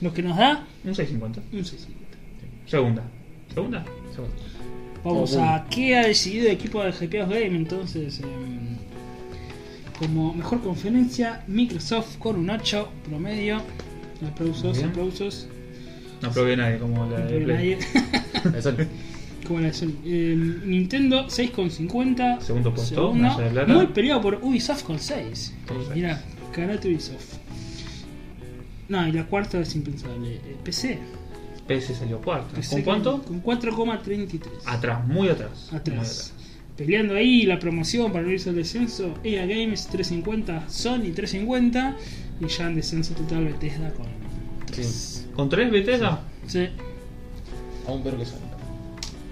Speaker 2: Lo que nos da,
Speaker 1: y- Un 6.50.
Speaker 2: un 6.
Speaker 1: Segunda. ¿Segunda?
Speaker 2: Vamos
Speaker 3: Oh, bueno.
Speaker 2: a qué ha decidido el equipo de GPOs Game entonces. em, como mejor conferencia, Microsoft con un 8 promedio.
Speaker 1: Muy
Speaker 2: Aplausos,
Speaker 1: bien.
Speaker 2: aplausos.
Speaker 1: No probé nadie como la
Speaker 2: No
Speaker 1: de
Speaker 2: veo
Speaker 1: Play.
Speaker 2: nadie. [LAUGHS]
Speaker 3: [LAUGHS]
Speaker 2: como la de Sony. Em, Nintendo 6,50.
Speaker 1: Segundo puesto,
Speaker 2: Segundo.
Speaker 1: medalla de plata.
Speaker 2: Muy peleado por Ubisoft con 6.
Speaker 1: Con seis.
Speaker 2: Mirá, ganate Ubisoft. No, y la cuarta es impensable. eh, PC.
Speaker 1: PC salió cuarto. ¿Con
Speaker 2: PC
Speaker 1: cuánto?
Speaker 2: Con 4,33.
Speaker 1: Atrás, muy atrás. Muy
Speaker 2: atrás. Peleando ahí la promoción para no irse al descenso, EA Games 350, Sony 350 y ya en descenso total Bethesda con 3.
Speaker 1: ¿Con tres Bethesda?
Speaker 2: Sí.
Speaker 3: Aún peor que son.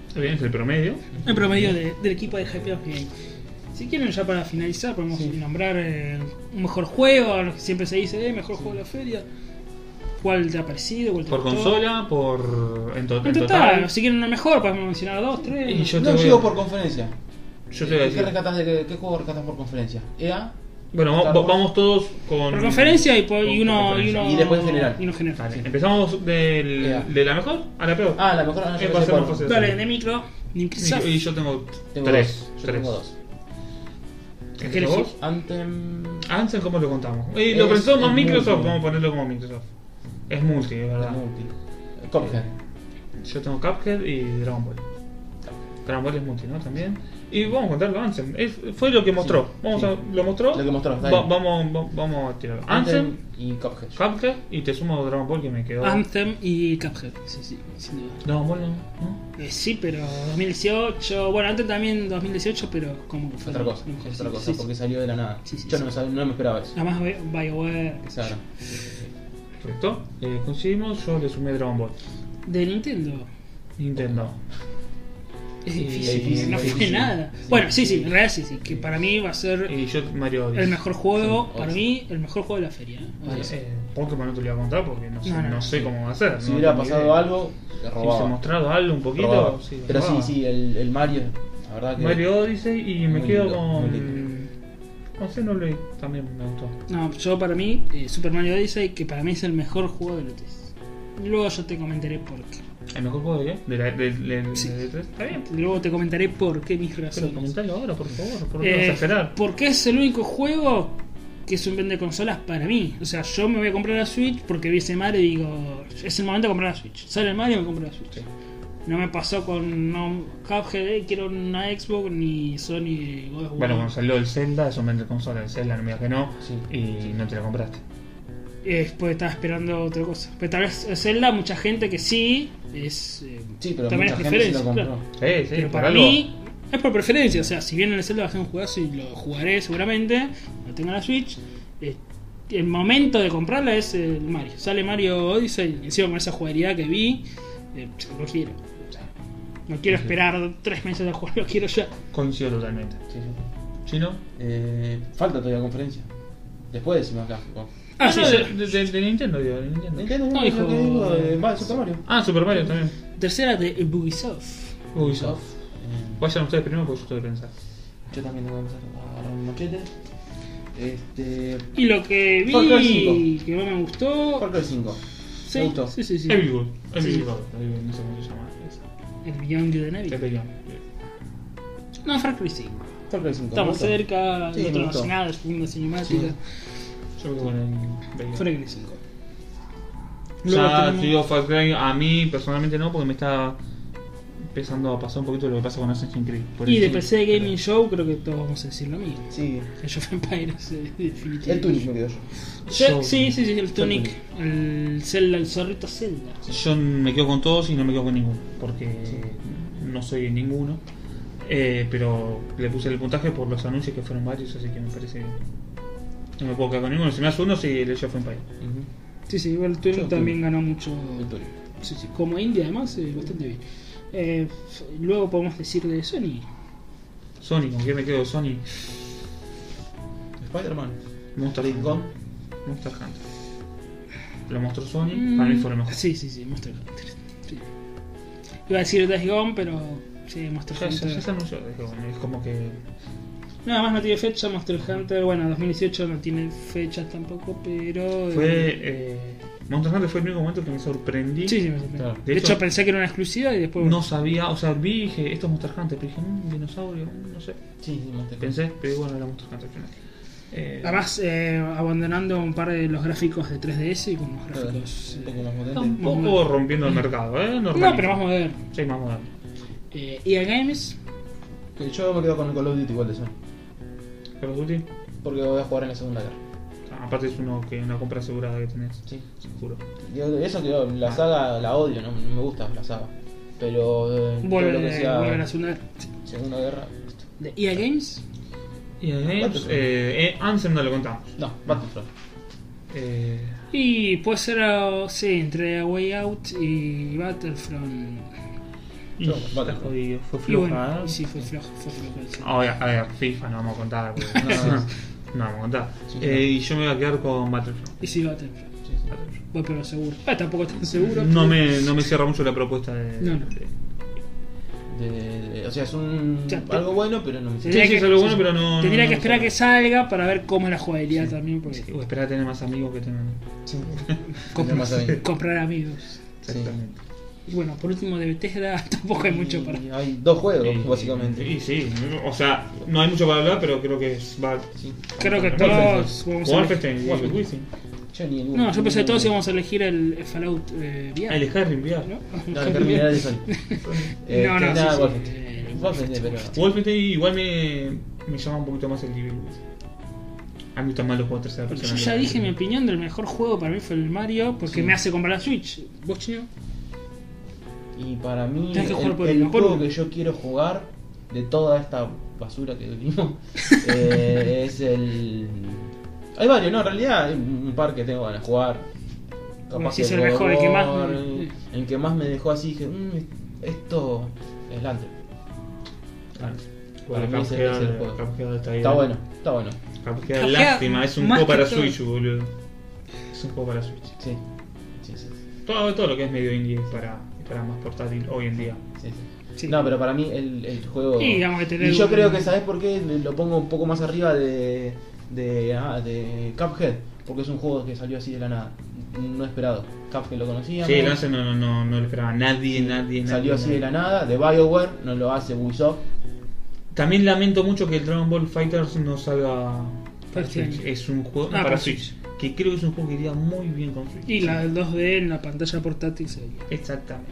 Speaker 1: Está bien, es el promedio.
Speaker 2: El promedio de- del equipo de GP of Game. Si quieren ya para finalizar podemos nombrar eh, un mejor juego, lo que siempre se dice, eh, mejor juego de la feria. ¿Cuál te ha parecido? ¿Cuál te
Speaker 1: Por
Speaker 2: gustó?
Speaker 1: consola, por. En, to-
Speaker 2: En total, si quieren una mejor, podemos mencionar dos, tres.
Speaker 1: Y yo te
Speaker 3: No,
Speaker 1: voy a-
Speaker 3: llego por conferencia.
Speaker 1: Yo te voy a
Speaker 3: ¿Qué,
Speaker 1: decir.
Speaker 3: rescatas de, qué, qué juego rescatas por conferencia? ¿E EA.
Speaker 1: Bueno, va-
Speaker 3: Star
Speaker 1: va-
Speaker 3: Wars.
Speaker 1: vamos todos con.
Speaker 2: Por conferencia y, por- y
Speaker 1: con- con
Speaker 2: uno, y
Speaker 1: conferencia.
Speaker 2: uno.
Speaker 3: Y después general.
Speaker 2: Y uno general.
Speaker 1: Vale,
Speaker 2: sí.
Speaker 1: empezamos del-
Speaker 3: Ea.
Speaker 1: de la mejor a la peor.
Speaker 3: Ah, la mejor ah, no, yo
Speaker 1: Eh,
Speaker 3: pensé
Speaker 1: pasemos
Speaker 3: por-
Speaker 1: por-
Speaker 2: Dale, de micro,
Speaker 1: y, yo,
Speaker 2: Microsoft.
Speaker 1: y yo tengo,
Speaker 3: Tengo
Speaker 1: tres.
Speaker 3: dos. Yo
Speaker 1: tres.
Speaker 3: tengo dos.
Speaker 1: ¿Qué
Speaker 2: elegí?
Speaker 1: vos?
Speaker 3: Anthem.
Speaker 1: Ansel, ¿cómo lo contamos? Y lo
Speaker 3: Es-
Speaker 1: pensó como
Speaker 3: es
Speaker 1: Microsoft,
Speaker 3: multi.
Speaker 1: vamos a ponerlo como Microsoft. Es multi, es
Speaker 3: la
Speaker 1: verdad.
Speaker 3: multi. Cuphead.
Speaker 2: Eh,
Speaker 1: Yo tengo Cuphead y Dragon Ball. Dragon Ball es multi, ¿no? También. Y vamos a contarlo a Ansem. Es- fue lo que mostró. Vamos
Speaker 3: sí.
Speaker 1: a, lo mostró.
Speaker 3: Lo que mostró, está
Speaker 1: Va-
Speaker 3: bien.
Speaker 1: vamos, va- vamos a tirarlo. Ansem,
Speaker 3: y Cuphead.
Speaker 1: Cuphead y te sumo Dragon Ball que me quedó.
Speaker 2: Anthem y Cuphead, sí, sí, sin duda.
Speaker 1: Dragon Ball no, ¿no?
Speaker 2: Eh, sí, pero 2018, bueno, antes también 2018, pero como que fue
Speaker 3: Otra
Speaker 2: lo-
Speaker 3: cosa.
Speaker 2: lo mejor,
Speaker 3: es
Speaker 2: sí,
Speaker 3: Otra cosa,
Speaker 2: sí, sí.
Speaker 3: porque salió de la nada.
Speaker 2: Sí, sí,
Speaker 3: yo
Speaker 2: sí.
Speaker 3: No, me sab- no me esperaba eso.
Speaker 2: Además, Bi- BioWare.
Speaker 3: Que se abra.
Speaker 1: Correcto. Eh, coincidimos, yo le sumé Dragon Ball.
Speaker 2: De Nintendo.
Speaker 1: Nintendo.
Speaker 2: Es
Speaker 1: Sí,
Speaker 2: difícil,
Speaker 1: es difícil,
Speaker 2: no
Speaker 1: es
Speaker 2: fue
Speaker 1: difícil.
Speaker 2: nada.
Speaker 3: Sí.
Speaker 2: bueno, sí, sí, en realidad sí, sí, que para mí va a ser
Speaker 1: Y yo Mario Odyssey.
Speaker 2: el mejor juego,
Speaker 3: Sí,
Speaker 2: para
Speaker 3: Odyssey.
Speaker 2: mí, el mejor juego de la feria. ¿eh?
Speaker 1: Eh, eh, Pokémon no te lo voy a contar porque no sé,
Speaker 2: No, no.
Speaker 1: no sé cómo va a ser.
Speaker 3: Si
Speaker 1: no
Speaker 3: hubiera
Speaker 1: tengo
Speaker 3: pasado
Speaker 1: idea.
Speaker 3: algo, le
Speaker 1: Si hubiese
Speaker 3: robaba.
Speaker 1: mostrado algo un poquito.
Speaker 3: robaba.
Speaker 1: sí,
Speaker 3: Pero sí,
Speaker 1: robaba.
Speaker 3: sí, el, el Mario. La verdad que.
Speaker 1: Mario Odyssey y me
Speaker 3: Muy
Speaker 1: quedo
Speaker 3: lindo, muy
Speaker 1: con.
Speaker 3: lindo.
Speaker 1: No sé, no lo también me gustó.
Speaker 2: No, yo para mí, eh, Super Mario Odyssey, que para mí es el mejor juego de la E3. Luego yo te comentaré por qué.
Speaker 1: ¿El mejor juego de qué? ¿De la, del- del-
Speaker 2: Sí.
Speaker 1: de- de- Está bien.
Speaker 2: Luego te comentaré por qué mis
Speaker 1: Pero
Speaker 2: razones.
Speaker 1: comentalo ahora, por favor, por
Speaker 2: Eh,
Speaker 1: no exagerar.
Speaker 2: Porque es el único juego que es un vende consolas para mí. O sea, yo me voy a comprar la Switch porque vi ese Mario y digo, es el momento de comprar la Switch. Sale el Mario y me compro la Switch. No me pasó con no, Cuphead, eh, quiero una Xbox ni Sony God of War.
Speaker 1: Bueno, cuando salió el Zelda, eso vende consola, el Zelda no me digas que no,
Speaker 3: Sí.
Speaker 1: y no te lo compraste.
Speaker 2: Eh, después estaba esperando otra cosa. Pero tal vez Zelda, mucha gente que sí, es. eh,
Speaker 3: Sí, pero
Speaker 2: también
Speaker 3: mucha
Speaker 2: es
Speaker 3: gente se lo
Speaker 2: preferencia.
Speaker 3: compró.
Speaker 2: claro.
Speaker 1: Sí, sí,
Speaker 2: Pero
Speaker 1: por
Speaker 2: para
Speaker 1: algo.
Speaker 2: mí es por preferencia. O sea, si bien en el Zelda bajé un juegazo y lo jugaré seguramente, no tengo la Switch, eh, el momento de comprarla es el Mario. Sale Mario Odyssey, y encima con esa jugabilidad que vi, eh, lo quiero. O sea, no quiero esperar tres meses de jugar, lo [LAUGHS] quiero ya.
Speaker 1: Coincido totalmente.
Speaker 3: Sí, sí.
Speaker 1: ¿Chino?
Speaker 3: Eh, falta todavía conferencia. Después decimos acá. bueno.
Speaker 2: Ah, sí,
Speaker 1: no,
Speaker 2: sí.
Speaker 1: de, de- de Nintendo, digo, de Nintendo.
Speaker 3: Nintendo,
Speaker 2: No,
Speaker 3: no,
Speaker 2: hijo.
Speaker 3: lo que digo, eh, va, Super Mario.
Speaker 1: Ah, Super Mario también.
Speaker 2: Tercera de Ubisoft.
Speaker 1: Ubisoft.
Speaker 3: Eh,
Speaker 1: Vayan ustedes primero porque yo estoy pensando.
Speaker 3: yo también tengo que empezar a agarrar un machete. Este.
Speaker 2: Y lo que
Speaker 3: Far Cry
Speaker 2: vi que no me gustó.
Speaker 3: Far Cry 5.
Speaker 2: Sí,
Speaker 3: me gustó.
Speaker 2: sí, sí, sí.
Speaker 1: Evil Good.
Speaker 2: Sí.
Speaker 1: Evil Good. Evil Good, No sé cómo se llama. esa.
Speaker 2: El Beyond Good and Evil.
Speaker 1: Pepe Jan.
Speaker 2: No, Far Cry 5.
Speaker 3: Far Cry 5.
Speaker 2: Estamos
Speaker 3: me gustó.
Speaker 2: cerca,
Speaker 3: Sí,
Speaker 2: no
Speaker 3: me
Speaker 2: tenemos
Speaker 3: gustó.
Speaker 2: nada, es una cinemática.
Speaker 3: Sí.
Speaker 1: Yo me quedo con el Evil Good.
Speaker 2: Far Cry 5.
Speaker 1: Ya,
Speaker 2: Luego
Speaker 1: te
Speaker 2: tenemos-
Speaker 1: digo, Far Cry, a mí personalmente no, porque me está. empezando a pasar un poquito lo que pasa con Assassin's Creed. por
Speaker 2: Y de
Speaker 1: eso-
Speaker 2: PC Gaming Show creo que todos vamos a decir lo mismo.
Speaker 3: Sí,
Speaker 2: Age of Empires, eh, [LAUGHS] definitivamente.
Speaker 3: el Tunic me quedo yo.
Speaker 2: Sí,
Speaker 1: Yo-
Speaker 2: sí, sí, sí, el Tunic.
Speaker 3: Tunic.
Speaker 2: El Zelda, el zorrito Zelda.
Speaker 1: Yo me quedo con todos y no me quedo con ninguno, porque no soy ninguno. Eh, pero le puse el puntaje por los anuncios que fueron varios, así que me parece que no me puedo quedar con ninguno. Si me hace uno, sí, le llevo en país.
Speaker 2: Sí, sí, el Tunic
Speaker 3: Yo,
Speaker 2: también
Speaker 3: Tunic.
Speaker 2: ganó mucho.
Speaker 3: El Tunic.
Speaker 2: Sí, sí, como indie además, eh, bastante bien. Eh, f- luego podemos decir de Sony.
Speaker 1: Sony, ¿con qué me quedo? Sony,
Speaker 3: Spider-Man.
Speaker 1: Monster
Speaker 3: Days
Speaker 1: Hunter.
Speaker 3: Gone.
Speaker 1: Monster Hunter. Lo mostró Sony, Mm, para
Speaker 2: Mm.
Speaker 1: mí fue lo mejor.
Speaker 2: Sí, sí, sí, Monster Hunter. Sí. Iba a decir Days Gone, pero sí, Monster
Speaker 1: Ya, ya-
Speaker 2: Hunter.
Speaker 1: ya se anunció, digo, es como que.
Speaker 2: Nada más no tiene fecha, Monster Hunter, bueno, 2018 no tiene fecha tampoco, pero... eh,
Speaker 1: Fue. Eh, Monster Hunter fue el único momento que me sorprendí.
Speaker 2: Sí, sí, me sorprendió.
Speaker 3: Claro.
Speaker 2: De,
Speaker 1: De
Speaker 2: hecho,
Speaker 1: hecho,
Speaker 2: pensé que era una exclusiva y después...
Speaker 1: No sabía, o sea, vi y dije, esto es Monster Hunter, pero dije, "Mm, dinosaurio, no sé.
Speaker 3: Sí, sí, Monster Hunter.
Speaker 1: Pensé, pero bueno, era Monster Hunter al final. Eh,
Speaker 2: Además, eh, abandonando un par de los gráficos de 3DS y con unos
Speaker 3: Claro,
Speaker 2: gráficos...
Speaker 3: Un
Speaker 2: eh,
Speaker 3: poco más
Speaker 1: un
Speaker 3: potente.
Speaker 1: poco rompiendo
Speaker 2: [LAUGHS]
Speaker 1: el mercado, ¿eh? Normal.
Speaker 2: no, pero más moderno.
Speaker 1: Sí, más moderno.
Speaker 2: Eh, EA Games,
Speaker 3: Que Yo me quedo con el Call of Duty igual de eso.
Speaker 1: Call of Duty,
Speaker 3: Porque voy a jugar en la Segunda Guerra.
Speaker 1: aparte es uno que una compra asegurada que tenés,
Speaker 3: Sí. Ah.
Speaker 1: seguro.
Speaker 3: Yo- Eso que yo, la saga la odio, no, no me gusta la saga. Pero eh, todo
Speaker 2: vuelve,
Speaker 3: lo que
Speaker 2: eh,
Speaker 3: sea
Speaker 2: vuelve a la segunda...
Speaker 3: Segunda Guerra. listo.
Speaker 2: De EA Games,
Speaker 1: Y además,
Speaker 3: Battlefront.
Speaker 1: eh, eh, Ansem no lo contamos.
Speaker 3: No, Battlefront.
Speaker 1: Eh,
Speaker 2: y puede ser, ah, sí, entre A Way Out y Battlefront.
Speaker 1: y
Speaker 3: Yo,
Speaker 1: está
Speaker 3: Battlefront.
Speaker 1: jodido, fue
Speaker 2: Y
Speaker 1: floja.
Speaker 2: bueno,
Speaker 1: ¿eh?
Speaker 2: y sí, fue flojo, fue flojo. sí.
Speaker 1: Ah, oye, a ver, FIFA no vamos a contar. porque-
Speaker 3: [LAUGHS] No, no.
Speaker 1: no vamos a contar.
Speaker 3: Sí,
Speaker 1: Eh, Y yo me voy a quedar con Battlefront.
Speaker 2: Y sí, Battlefront.
Speaker 3: Sí, sí.
Speaker 1: Battlefront.
Speaker 2: Voy pero seguro. Ah, tampoco tan seguro.
Speaker 1: No
Speaker 2: pero-
Speaker 1: me, no me cierra mucho la propuesta de.
Speaker 2: No, no.
Speaker 1: de-
Speaker 3: De- de- o sea, es un,
Speaker 2: Ya, te-
Speaker 3: algo bueno, pero no me
Speaker 1: Sí, sí, es algo bueno, pero no-
Speaker 2: Tendría
Speaker 1: no-
Speaker 2: que
Speaker 1: no
Speaker 2: esperar
Speaker 1: sabe.
Speaker 2: que salga para ver cómo es la jugabilidad también. Porque
Speaker 1: O
Speaker 2: [LAUGHS]
Speaker 1: esperar a tener "Oh, más amigos que tengan.
Speaker 2: comprar,
Speaker 3: más amigos.
Speaker 2: comprar amigos.
Speaker 1: Exactamente.
Speaker 2: Y bueno, por último, de Bethesda [LAUGHS] tampoco hay mucho para.
Speaker 3: Y Hay dos juegos,
Speaker 1: Y-
Speaker 3: básicamente.
Speaker 1: Y sí, o sea, no hay mucho para hablar, pero creo que es- va.
Speaker 3: Sí.
Speaker 2: Creo que
Speaker 1: Wolfenstein.
Speaker 2: todos vamos a elegir.
Speaker 1: Wolfenstein, y
Speaker 3: Wolfenstein.
Speaker 1: Wisin.
Speaker 3: Yo ni el uno.
Speaker 2: No, yo pensé que todos íbamos a elegir el, el Fallout eh, VR,
Speaker 1: Ah, el Skyrim, mirá.
Speaker 2: ¿no? [LAUGHS]
Speaker 3: No, el terminal de Sony. Eh,
Speaker 2: No, no,
Speaker 3: que nada,
Speaker 2: sí, sí. Eh,
Speaker 3: Wolfenstein. Wolfenstein, pero.
Speaker 1: Wolfenstein igual me, me llama un poquito más el Devil Wisin. A mí me gustan más los juegos de tercera
Speaker 2: Yo
Speaker 1: persona.
Speaker 2: ya dije mi opinión del mejor juego para mí fue el Mario porque
Speaker 3: Sí.
Speaker 2: me hace comprar la Switch. ¿Vos, chino?
Speaker 3: Y para mí,
Speaker 2: Tenés que jugar
Speaker 3: el,
Speaker 2: por
Speaker 3: el
Speaker 2: uno, por
Speaker 3: juego
Speaker 2: uno.
Speaker 3: que yo quiero jugar de toda esta basura
Speaker 2: [LAUGHS]
Speaker 3: que vimos eh, es el. Hay varios, no, en realidad hay un par que tengo ganas de jugar.
Speaker 2: Como si
Speaker 3: que
Speaker 2: es el mejor, el que más-
Speaker 3: God of War, el- el que más me dejó así, dije, "Mm, esto es Lante.
Speaker 1: Claro.
Speaker 3: Para mí ese- ese es el juego.
Speaker 1: Cuphead está, ahí.
Speaker 3: Está bueno, está bueno.
Speaker 1: Cuphead,
Speaker 2: Cuphead,
Speaker 1: lástima, es un
Speaker 2: más
Speaker 1: juego
Speaker 2: que
Speaker 1: para
Speaker 2: todo.
Speaker 1: Switch, boludo. Es un juego para Switch.
Speaker 3: Sí, sí, sí.
Speaker 1: Todo, todo lo que es medio indie es para, es para más portátil hoy en día.
Speaker 3: sí, sí.
Speaker 2: Sí.
Speaker 3: No, pero para mí el, el juego.
Speaker 2: Y digamos que tener
Speaker 3: Y yo
Speaker 2: un-
Speaker 3: creo que, ¿sabes por qué? Lo pongo un poco más arriba de. de. ah, de Cuphead. Porque es un juego que salió así de la nada. No esperado. Cuphead lo conocía.
Speaker 1: Sí, el Lance no, no, no, no lo esperaba nadie, nadie, nadie.
Speaker 3: Salió así
Speaker 1: nadie.
Speaker 3: de la nada. De BioWare, no lo hace Ubisoft.
Speaker 1: También lamento mucho que el Dragon Ball Fighters no salga para
Speaker 2: Para
Speaker 1: Switch.
Speaker 2: Switch.
Speaker 1: Es un juego
Speaker 2: Ah,
Speaker 1: no, para,
Speaker 2: para
Speaker 1: Switch. Que creo que es un juego que iría muy bien con Switch.
Speaker 2: Y la del 2D en la pantalla portátil se veía.
Speaker 1: Exactamente.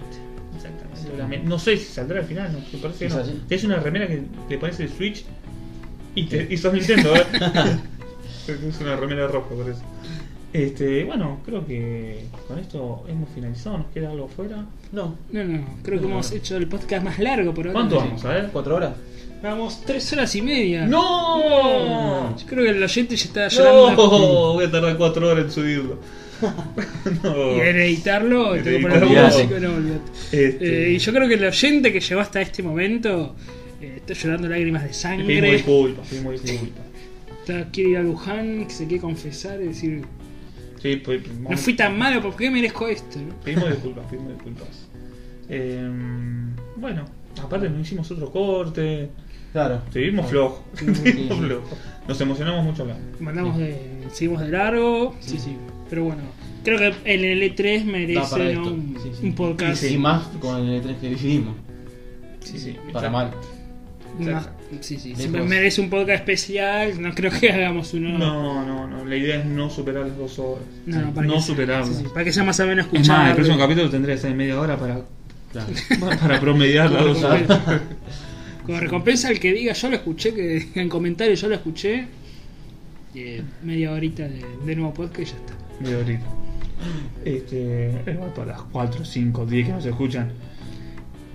Speaker 1: Exactamente. Lo lamento. No sé si saldrá al final, no, me parece que
Speaker 3: Es
Speaker 1: no.
Speaker 3: así.
Speaker 1: Es una remera que le pones el Switch y, te, y sos Nintendo,
Speaker 2: [LAUGHS]
Speaker 1: ¿eh? es una remera roja, por eso. Este, bueno, creo que con esto hemos finalizado. ¿Nos queda algo afuera?
Speaker 3: No.
Speaker 2: No, no, creo que
Speaker 3: No,
Speaker 2: hemos
Speaker 3: no.
Speaker 2: hecho el podcast más largo por ahora.
Speaker 1: ¿Cuánto vamos? A ver.
Speaker 3: ¿Cuatro horas?
Speaker 2: Vamos, tres horas y media.
Speaker 1: ¡No!
Speaker 2: Yo creo que el oyente ya está llorando.
Speaker 1: No, voy a tardar cuatro horas en subirlo. no.
Speaker 2: [LAUGHS] Y en editarlo, tengo que poner
Speaker 1: Editarlo.
Speaker 2: música, no, olvídate.
Speaker 1: Este,
Speaker 2: Eh, y yo creo que el oyente que llegó hasta este momento eh, está llorando lágrimas de
Speaker 1: le pedimos
Speaker 2: sangre.
Speaker 1: disculpas, pedimos disculpas.
Speaker 2: Está- quiere ir a Luján, que se quiere confesar y decir:
Speaker 1: Sí, pues,
Speaker 2: No
Speaker 1: vamos-
Speaker 2: fui tan malo, ¿por qué merezco esto? no?".
Speaker 1: pedimos disculpas, pedimos disculpas. Eh, bueno, aparte no hicimos otro corte,
Speaker 3: Claro.
Speaker 1: estuvimos flojo, estuvimos
Speaker 3: Sí.
Speaker 1: flojo. Nos emocionamos mucho hablando.
Speaker 2: Mandamos de. Seguimos de largo. Sí, sí. Pero bueno, creo que el L3
Speaker 3: Da para
Speaker 2: merece ¿no?
Speaker 3: esto.
Speaker 2: un,
Speaker 3: Sí, sí.
Speaker 2: un podcast.
Speaker 3: Y sí, más con el E3 que vivimos.
Speaker 1: Sí, sí.
Speaker 3: Para mal.
Speaker 2: Una-
Speaker 1: Cerca.
Speaker 2: sí, sí,
Speaker 3: Lejos.
Speaker 2: sí, me- merece un podcast especial. No creo que hagamos uno.
Speaker 1: No, no, no. La idea es no superar las dos horas.
Speaker 2: No, no, para que sea-
Speaker 1: superarlas.
Speaker 2: sí, sí, para que sea más o menos
Speaker 1: Es más,
Speaker 2: escuchado.
Speaker 1: el próximo capítulo tendría que ser de media hora para [LAUGHS]
Speaker 2: [LAUGHS]
Speaker 3: Claro.
Speaker 1: Para promediar la
Speaker 2: Como
Speaker 1: dosis.
Speaker 2: recompensa. Como recompensa el que diga, yo lo escuché, que diga en comentarios yo lo escuché. Eh, media horita de, de nuevo podcast y ya está.
Speaker 1: Medio horita. Este, igual para las 4, 5, 10 que nos escuchan.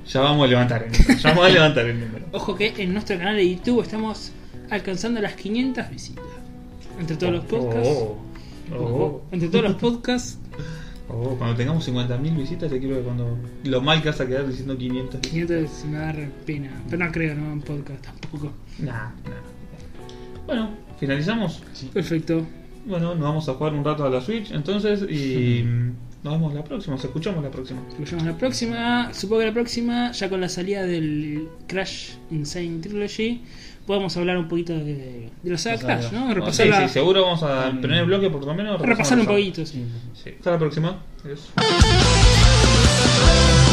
Speaker 1: Ya vamos a levantar el número. Ya vamos a levantar el número.
Speaker 2: Ojo que en nuestro canal de YouTube estamos alcanzando las 500 visitas. Entre todos los podcasts.
Speaker 1: Oh, oh,
Speaker 2: Ojo, Entre todos los podcasts,
Speaker 1: oh. Cuando tengamos 50.000 visitas, te quiero que cuando. Lo mal que vas a quedar diciendo 500.
Speaker 2: 500 se me va a dar pena. Pero no creo, no en podcast tampoco.
Speaker 1: Nah, nah. Bueno, finalizamos.
Speaker 2: Perfecto.
Speaker 1: Bueno, nos vamos a jugar un rato a la Switch entonces y mm, nos vemos la próxima, nos escuchamos la próxima.
Speaker 2: Nos vemos la próxima. Supongo que la próxima, ya con la salida del Crash Insane Trilogy, podemos hablar un poquito de, de la saga
Speaker 3: Pasarla.
Speaker 2: Crash, ¿no?
Speaker 1: No,
Speaker 2: Repasar
Speaker 1: sí,
Speaker 2: la-
Speaker 1: Ah, sí, seguro vamos al
Speaker 3: Mm.
Speaker 1: primer bloque por lo menos.
Speaker 2: repasar
Speaker 1: repasamos
Speaker 2: un
Speaker 1: los
Speaker 2: poquito, sí.
Speaker 1: sábados. Sí, hasta la próxima. Adiós.
Speaker 4: Thank you.